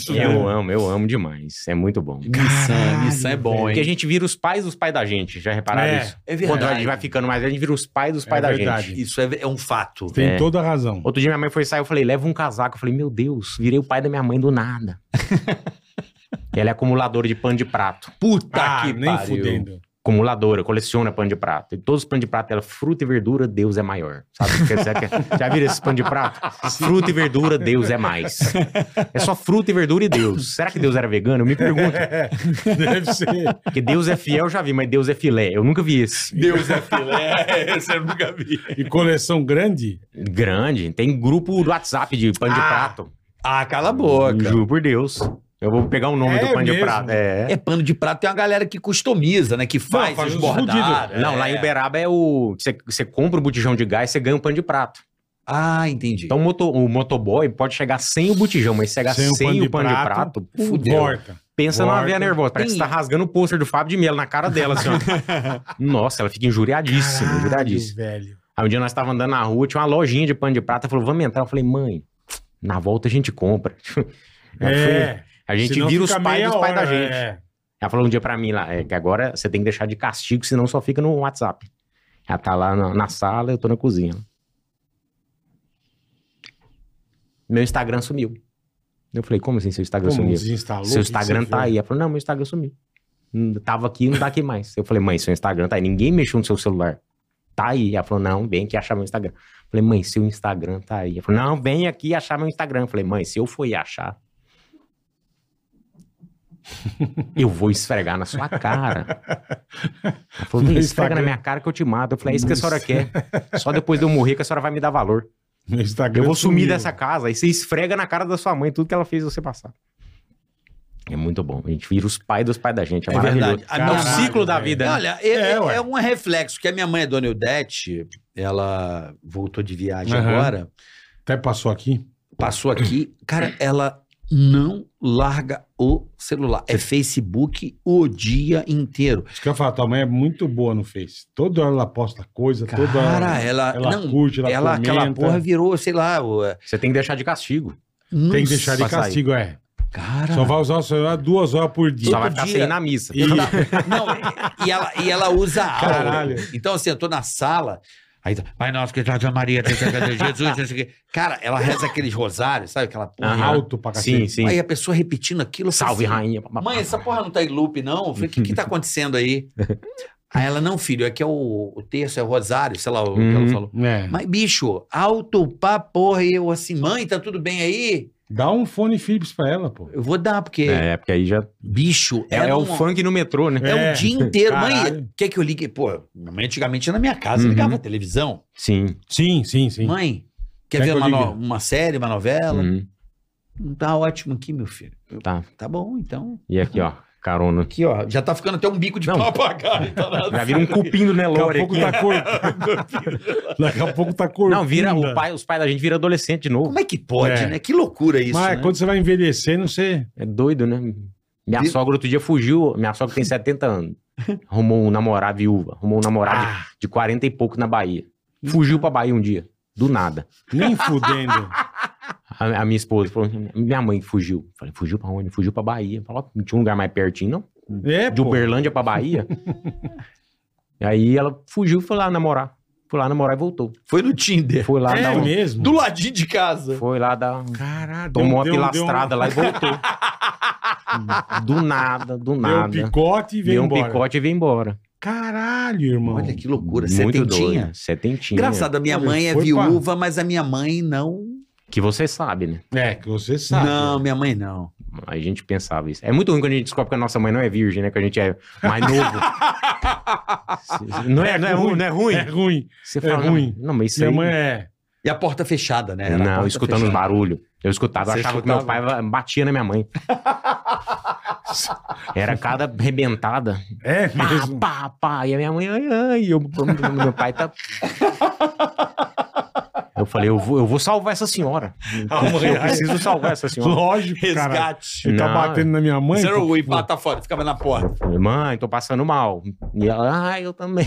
[SPEAKER 4] reflexo.
[SPEAKER 3] cara.
[SPEAKER 4] né?
[SPEAKER 5] Eu amo, eu amo demais. É muito bom.
[SPEAKER 4] Nissan, Nissan é bom,
[SPEAKER 5] Porque a
[SPEAKER 4] hein?
[SPEAKER 5] gente vira os pais dos pais da gente, já repararam
[SPEAKER 3] É,
[SPEAKER 5] isso?
[SPEAKER 4] é
[SPEAKER 5] Quando a
[SPEAKER 4] verdade.
[SPEAKER 5] gente vai ficando mais velho, a gente vira os pais dos
[SPEAKER 3] É
[SPEAKER 5] pais da
[SPEAKER 3] verdade.
[SPEAKER 5] gente.
[SPEAKER 4] Isso é, é um fato.
[SPEAKER 3] Tem
[SPEAKER 5] É.
[SPEAKER 3] toda a razão.
[SPEAKER 5] Outro dia minha mãe foi sair, eu falei, leva um casaco. Eu falei, meu Deus, virei o pai da minha mãe do
[SPEAKER 3] [LAUGHS]
[SPEAKER 5] nada. E ela é acumuladora de pano de prato.
[SPEAKER 4] Puta
[SPEAKER 3] Ah,
[SPEAKER 4] que
[SPEAKER 3] nem
[SPEAKER 4] pariu.
[SPEAKER 3] fudendo.
[SPEAKER 5] Acumuladora, coleciona pano de prato. E todos os panos de prato, ela, fruta e verdura, Deus é maior. Sabe? Quer dizer que- Já viram esse pano de prato? Fruta e verdura, Deus é mais. É só fruta e verdura e Deus. Será que Deus era vegano? Eu me pergunto.
[SPEAKER 3] [LAUGHS] Deve ser.
[SPEAKER 5] Porque Deus é fiel, eu já vi, mas Deus é filé. Eu nunca vi esse.
[SPEAKER 4] Deus é filé. Esse eu nunca vi.
[SPEAKER 3] E coleção grande?
[SPEAKER 5] Grande. Tem grupo do WhatsApp de pano de
[SPEAKER 4] Ah,
[SPEAKER 5] prato.
[SPEAKER 4] Ah, cala a boca.
[SPEAKER 5] Juro por Deus. Eu vou pegar o nome
[SPEAKER 3] É
[SPEAKER 5] do pano de
[SPEAKER 3] mesmo?
[SPEAKER 5] prato. É.
[SPEAKER 4] É pano de prato, tem uma galera que customiza, né? Que faz,
[SPEAKER 3] faz
[SPEAKER 4] os
[SPEAKER 3] uns
[SPEAKER 4] bordados.
[SPEAKER 3] fudidos.
[SPEAKER 5] Não,
[SPEAKER 4] é.
[SPEAKER 5] lá em Uberaba é o. Você, você compra o botijão de gás, você ganha um pano de prato.
[SPEAKER 4] Ah, entendi.
[SPEAKER 5] Então o, moto- o motoboy pode chegar sem o botijão, mas se chegar sem, o pano de prato,
[SPEAKER 3] uh,
[SPEAKER 4] fudeu.
[SPEAKER 3] Corta.
[SPEAKER 5] pensa numa
[SPEAKER 3] Volta.
[SPEAKER 5] veia nervosa. Parece que você tá rasgando o pôster do Fábio de Melo na cara dela, assim, ó. Nossa, ela fica injuriadíssima, injuriadíssima.
[SPEAKER 3] velho.
[SPEAKER 5] Aí um dia nós estávamos andando na rua, tinha uma lojinha de pano de prata, falou, vamos entrar. Eu falei, mãe, na volta a gente compra. [LAUGHS]
[SPEAKER 3] É.
[SPEAKER 5] A gente
[SPEAKER 3] senão
[SPEAKER 5] vira os
[SPEAKER 3] fica
[SPEAKER 5] pais
[SPEAKER 3] meia
[SPEAKER 5] dos pais da
[SPEAKER 3] hora,
[SPEAKER 5] gente.
[SPEAKER 3] é.
[SPEAKER 5] Ela falou um dia pra mim lá, é, que agora você tem que deixar de castigo, senão só fica no WhatsApp. Ela tá lá na, na sala, eu tô na cozinha. Meu Instagram sumiu. Eu falei, como assim seu Instagram
[SPEAKER 3] Como
[SPEAKER 5] sumiu?
[SPEAKER 3] desinstalou?
[SPEAKER 5] Seu
[SPEAKER 3] O que que
[SPEAKER 5] Instagram
[SPEAKER 3] você
[SPEAKER 5] tá
[SPEAKER 3] fez?
[SPEAKER 5] aí. Ela falou, não, meu Instagram sumiu. Hum, Tava aqui, não tá aqui mais. Eu falei, mãe, seu Instagram tá aí. Ninguém mexeu no seu celular. Tá aí. Ela falou, não, vem aqui achar meu Instagram. Eu falei, mãe, seu Instagram tá aí. Ela falou, não, vem aqui achar meu Instagram. Eu falei, mãe, se eu for ir
[SPEAKER 3] [LAUGHS]
[SPEAKER 5] achar, eu vou esfregar na sua cara. Ela falou, vem,
[SPEAKER 3] Meu
[SPEAKER 5] esfrega na
[SPEAKER 3] Instagram.
[SPEAKER 5] minha cara que eu te mato. Eu falei, é isso que a senhora quer. Só depois de eu morrer que a senhora vai me dar valor.
[SPEAKER 3] Meu Instagram
[SPEAKER 5] Eu vou sumir
[SPEAKER 3] sumiu.
[SPEAKER 5] dessa casa. Aí você esfrega na cara da sua mãe tudo que ela fez você passar. É muito bom. A gente vira os pais dos pais da gente. É,
[SPEAKER 4] É
[SPEAKER 5] maravilhoso.
[SPEAKER 4] verdade. A
[SPEAKER 5] é
[SPEAKER 4] minha
[SPEAKER 5] um
[SPEAKER 3] Caralho,
[SPEAKER 5] ciclo da
[SPEAKER 3] velho.
[SPEAKER 5] vida. né?
[SPEAKER 4] Olha, é, é-
[SPEAKER 3] É, ué.
[SPEAKER 4] é um reflexo, que a minha mãe é dona Eudete, ela voltou de viagem
[SPEAKER 3] Aham.
[SPEAKER 4] agora,
[SPEAKER 3] Até passou aqui.
[SPEAKER 4] passou aqui, cara, ela não larga o celular. É Facebook o dia inteiro.
[SPEAKER 3] Isso que eu ia falar, tua mãe é muito boa no Face. Toda hora ela posta coisa, toda
[SPEAKER 4] Cara,
[SPEAKER 3] hora
[SPEAKER 4] ela,
[SPEAKER 3] ela
[SPEAKER 4] não,
[SPEAKER 3] curte, ela,
[SPEAKER 4] ela
[SPEAKER 3] comenta.
[SPEAKER 4] aquela porra virou, sei lá, o- é,
[SPEAKER 5] Você tem que deixar de castigo.
[SPEAKER 4] não
[SPEAKER 3] Tem que deixar de
[SPEAKER 5] Pra sair.
[SPEAKER 3] castigo, é.
[SPEAKER 4] Cara, [LAUGHS]
[SPEAKER 3] Só vai usar o celular duas horas por dia.
[SPEAKER 5] Só vai ficar
[SPEAKER 4] dia-
[SPEAKER 5] sem ir na missa.
[SPEAKER 3] E-
[SPEAKER 4] [LAUGHS] Não, e ela, e ela usa a aura.
[SPEAKER 3] Caralho.
[SPEAKER 4] Então, assim, eu tô na sala. Aí, tá, Pai Nosso, que Santa Maria, tem Santa Jesus, não sei o quê. Cara, ela reza aqueles rosários, sabe? Aquela porra.
[SPEAKER 5] Aham.
[SPEAKER 3] É alto pra
[SPEAKER 5] Sim,
[SPEAKER 3] cacete.
[SPEAKER 5] sim.
[SPEAKER 4] Aí a pessoa repetindo aquilo. eu falei
[SPEAKER 5] assim, Salve,
[SPEAKER 4] assim,
[SPEAKER 5] rainha.
[SPEAKER 4] Mãe, essa porra não tá em loop, não? Eu falei, o que que tá acontecendo aí? Aí ela, não, filho, aqui é o, o terço, é o rosário, sei lá o que ela
[SPEAKER 5] Uhum.
[SPEAKER 4] falou.
[SPEAKER 3] É.
[SPEAKER 4] Mas, bicho, alto pra porra, e eu assim, mãe, tá tudo bem aí?
[SPEAKER 3] Dá um fone Philips pra ela, pô.
[SPEAKER 4] Eu vou dar, porque,
[SPEAKER 5] É, porque aí já.
[SPEAKER 4] bicho,
[SPEAKER 5] É,
[SPEAKER 4] era
[SPEAKER 5] é o
[SPEAKER 4] um-
[SPEAKER 5] funk no metrô, né?
[SPEAKER 4] É, o
[SPEAKER 3] É.
[SPEAKER 4] dia inteiro. Mãe,
[SPEAKER 3] Caralho.
[SPEAKER 4] quer que eu ligue? Pô, minha mãe antigamente ia na minha casa,
[SPEAKER 5] Uhum.
[SPEAKER 4] ligava a televisão.
[SPEAKER 5] Sim.
[SPEAKER 3] Sim, sim, sim.
[SPEAKER 4] Mãe, quer,
[SPEAKER 3] Quer
[SPEAKER 4] ver
[SPEAKER 3] que eu
[SPEAKER 4] uma, no-
[SPEAKER 3] ligue?
[SPEAKER 4] uma série, uma novela?
[SPEAKER 5] Uhum.
[SPEAKER 4] Não tá ótimo aqui, meu filho. Eu,
[SPEAKER 5] Tá.
[SPEAKER 4] Tá bom, então.
[SPEAKER 5] E aqui, ó. Carona.
[SPEAKER 4] Aqui, ó, já tá ficando até um bico de
[SPEAKER 5] Não.
[SPEAKER 4] papagaio.
[SPEAKER 5] [LAUGHS]
[SPEAKER 4] Tá na-
[SPEAKER 5] Já vira um cupim do
[SPEAKER 3] Daqui a
[SPEAKER 5] Nelore.
[SPEAKER 3] pouco
[SPEAKER 5] aqui.
[SPEAKER 3] tá cortando. Daqui a pouco tá cortando.
[SPEAKER 5] Não, vira o pai, os pais da gente viram adolescente de novo.
[SPEAKER 4] Como é que pode,
[SPEAKER 3] É.
[SPEAKER 4] né? Que loucura isso,
[SPEAKER 3] Mas
[SPEAKER 4] né?
[SPEAKER 3] quando você vai envelhecendo, você.
[SPEAKER 5] É doido, né? Minha
[SPEAKER 4] De-
[SPEAKER 5] sogra outro dia fugiu. Minha sogra tem
[SPEAKER 3] [LAUGHS]
[SPEAKER 5] 70 anos. Arrumou um namorado viúva. Arrumou um namorado de-
[SPEAKER 3] Ah.
[SPEAKER 5] de 40 e pouco na Bahia. Fugiu pra Bahia um dia. Do nada.
[SPEAKER 3] Nem fudendo.
[SPEAKER 5] A, a minha esposa falou: minha mãe fugiu. Falei, fugiu pra onde? Fugiu pra Bahia. Falou, ó, não tinha um lugar mais pertinho, não?
[SPEAKER 3] É,
[SPEAKER 5] De um
[SPEAKER 3] pô.
[SPEAKER 5] Uberlândia pra
[SPEAKER 3] [LAUGHS]
[SPEAKER 5] Bahia. E aí ela fugiu e foi lá namorar. Foi lá namorar e voltou.
[SPEAKER 4] Foi no Tinder.
[SPEAKER 5] Foi lá
[SPEAKER 3] É
[SPEAKER 5] dar um-
[SPEAKER 3] mesmo?
[SPEAKER 4] Do ladinho de casa.
[SPEAKER 5] Foi lá dar. um-
[SPEAKER 3] Caralho.
[SPEAKER 5] Tomou uma
[SPEAKER 3] deu- um- deu-
[SPEAKER 5] pilastrada lá e
[SPEAKER 3] [LAUGHS]
[SPEAKER 5] voltou. do nada, do
[SPEAKER 3] Deu, deu
[SPEAKER 5] nada.
[SPEAKER 3] um picote e veio
[SPEAKER 5] Deu um
[SPEAKER 3] embora.
[SPEAKER 5] picote e veio embora.
[SPEAKER 3] Caralho, irmão.
[SPEAKER 4] Olha que loucura.
[SPEAKER 5] Muito
[SPEAKER 4] Setentinha.
[SPEAKER 5] doido. Setentinha.
[SPEAKER 4] Engraçado, a minha
[SPEAKER 3] Olha,
[SPEAKER 4] mãe é
[SPEAKER 3] foi pra-
[SPEAKER 4] viúva, mas a minha mãe não.
[SPEAKER 5] Que você sabe, né?
[SPEAKER 3] É, que você sabe.
[SPEAKER 4] Não, minha mãe não.
[SPEAKER 5] A gente pensava isso. É muito ruim quando a gente descobre que a nossa mãe não é virgem, né? Que a gente é mais novo. não, é, não, é ruim, não é ruim?
[SPEAKER 3] É ruim.
[SPEAKER 5] Você
[SPEAKER 3] é ruim.
[SPEAKER 5] Não, mas isso
[SPEAKER 3] Minha
[SPEAKER 5] aí...
[SPEAKER 3] mãe é.
[SPEAKER 4] E a porta fechada, né? Era a
[SPEAKER 5] Não,
[SPEAKER 4] porta
[SPEAKER 5] escutando os
[SPEAKER 4] fechada.
[SPEAKER 5] barulhos. Eu escutava, eu
[SPEAKER 4] Você
[SPEAKER 5] achava que meu pai va- batia na minha mãe. Era cada arrebentada.
[SPEAKER 3] É
[SPEAKER 5] Pá,
[SPEAKER 3] mesmo.
[SPEAKER 5] pá, pá. E a minha mãe, ai, ai. E eu, meu pai tá. Eu falei, eu vou, eu vou salvar essa senhora. Eu preciso salvar essa senhora.
[SPEAKER 3] Lógico, cara.
[SPEAKER 4] Resgate.
[SPEAKER 3] Ele tá
[SPEAKER 5] Não,
[SPEAKER 3] batendo na minha mãe.
[SPEAKER 4] Zero way, pá, tá fora. Ficava na porta.
[SPEAKER 5] Eu falei, mãe, tô passando mal. E ela, ai, eu também.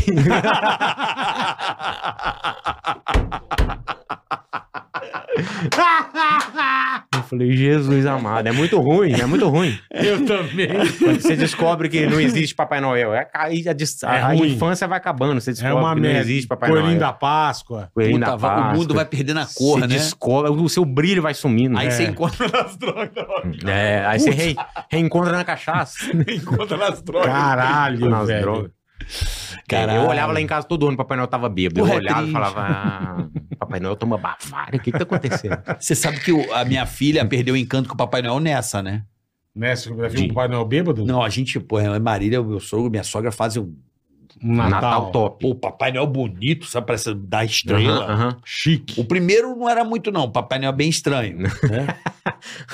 [SPEAKER 5] eu falei, Jesus amado, é muito ruim, é muito ruim.
[SPEAKER 3] Eu também.
[SPEAKER 5] Quando você descobre que não existe Papai Noel, é, aí a, dis-
[SPEAKER 3] É
[SPEAKER 5] a
[SPEAKER 3] ruim.
[SPEAKER 5] infância vai acabando, você
[SPEAKER 3] É
[SPEAKER 5] descobre
[SPEAKER 3] uma
[SPEAKER 5] que não
[SPEAKER 3] merda.
[SPEAKER 5] existe Papai
[SPEAKER 3] Coelhinho
[SPEAKER 5] Noel.
[SPEAKER 3] da Páscoa.
[SPEAKER 5] Coelhinho
[SPEAKER 4] Puta, va- o mundo vai perdendo a cor, né?
[SPEAKER 5] você descobre, o seu brilho vai sumindo.
[SPEAKER 4] Aí
[SPEAKER 5] É.
[SPEAKER 4] você encontra [LAUGHS] nas drogas.
[SPEAKER 5] É, aí você re- reencontra na cachaça.
[SPEAKER 4] encontra nas drogas.
[SPEAKER 3] Caralho,
[SPEAKER 5] Nas
[SPEAKER 3] velho.
[SPEAKER 5] drogas.
[SPEAKER 4] Caralho.
[SPEAKER 5] Eu olhava lá em casa todo ano, Papai Noel tava bêbado.
[SPEAKER 4] Porra,
[SPEAKER 5] eu
[SPEAKER 4] é
[SPEAKER 5] olhava e
[SPEAKER 4] triste.
[SPEAKER 5] falava, ah, Papai Noel toma Bavária, o que que tá acontecendo?
[SPEAKER 4] Você sabe que o- a minha filha perdeu o encanto com o Papai Noel nessa, né?
[SPEAKER 3] Nessa, vai vir
[SPEAKER 5] De-
[SPEAKER 3] um Papai Noel bêbado?
[SPEAKER 4] Não, a gente, pô, é Marília, meu sogro, minha sogra fazem um.
[SPEAKER 3] Um Natal.
[SPEAKER 5] Natal top.
[SPEAKER 4] Pô, Papai Noel bonito, sabe? Parece da estrela.
[SPEAKER 5] Aham, aham.
[SPEAKER 3] Chique.
[SPEAKER 4] O primeiro não era muito, não. Papai Noel é bem estranho. Né?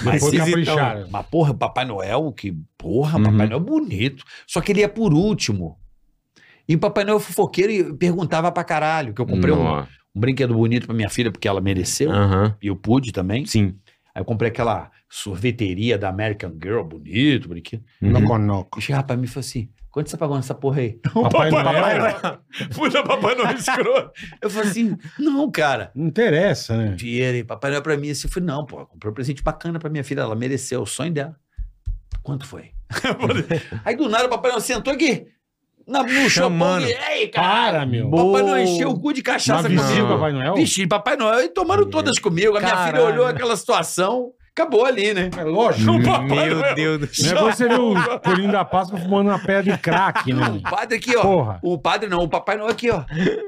[SPEAKER 4] Mas,
[SPEAKER 3] Depois
[SPEAKER 4] esses-
[SPEAKER 3] capricharam.
[SPEAKER 4] mas, porra, Papai Noel, que porra,
[SPEAKER 5] Uhum.
[SPEAKER 4] Papai Noel é bonito. Só que ele ia por último. E o Papai Noel é fofoqueiro e perguntava pra caralho, que eu comprei um,
[SPEAKER 5] Nó.
[SPEAKER 4] um brinquedo bonito pra minha filha, porque ela mereceu.
[SPEAKER 5] Aham,
[SPEAKER 4] E eu pude também.
[SPEAKER 5] sim.
[SPEAKER 4] Aí eu comprei aquela sorveteria da American Girl, bonito, brinquedo.
[SPEAKER 5] Uhum.
[SPEAKER 3] Noconoco.
[SPEAKER 5] [LAUGHS]
[SPEAKER 4] E chegava pra mim e falou assim: quanto você pagou nessa porra aí?
[SPEAKER 3] Papai, Noel.
[SPEAKER 4] [LAUGHS] Puta, Papai Noel é escroto. Eu falei assim: não, cara.
[SPEAKER 3] Não interessa, né?
[SPEAKER 4] dinheiro, hein? Papai Noel pra mim, assim, eu falei, não, pô, comprei um presente bacana pra minha filha, ela mereceu, o sonho dela. Quanto foi? [LAUGHS] Aí do nada o Papai Noel sentou aqui, na no
[SPEAKER 5] Chamando.
[SPEAKER 4] shopping, ei, cara,
[SPEAKER 3] Para, meu.
[SPEAKER 4] Papai Noel encheu o cu de
[SPEAKER 3] Na
[SPEAKER 4] cachaça
[SPEAKER 3] visita do
[SPEAKER 5] mano.
[SPEAKER 3] Papai Noel?
[SPEAKER 4] Vestido de Papai Noel e tomaram todas comigo, a minha
[SPEAKER 5] Caralho.
[SPEAKER 4] filha olhou aquela situação, acabou ali, né?
[SPEAKER 3] É lógico. Não
[SPEAKER 5] Meu Deus do
[SPEAKER 3] é você ver o Coelhinho da Páscoa fumando uma pedra de crack,
[SPEAKER 4] O
[SPEAKER 3] né?
[SPEAKER 4] padre aqui, ó,
[SPEAKER 3] Porra.
[SPEAKER 4] o padre não, o Papai Noel aqui, ó,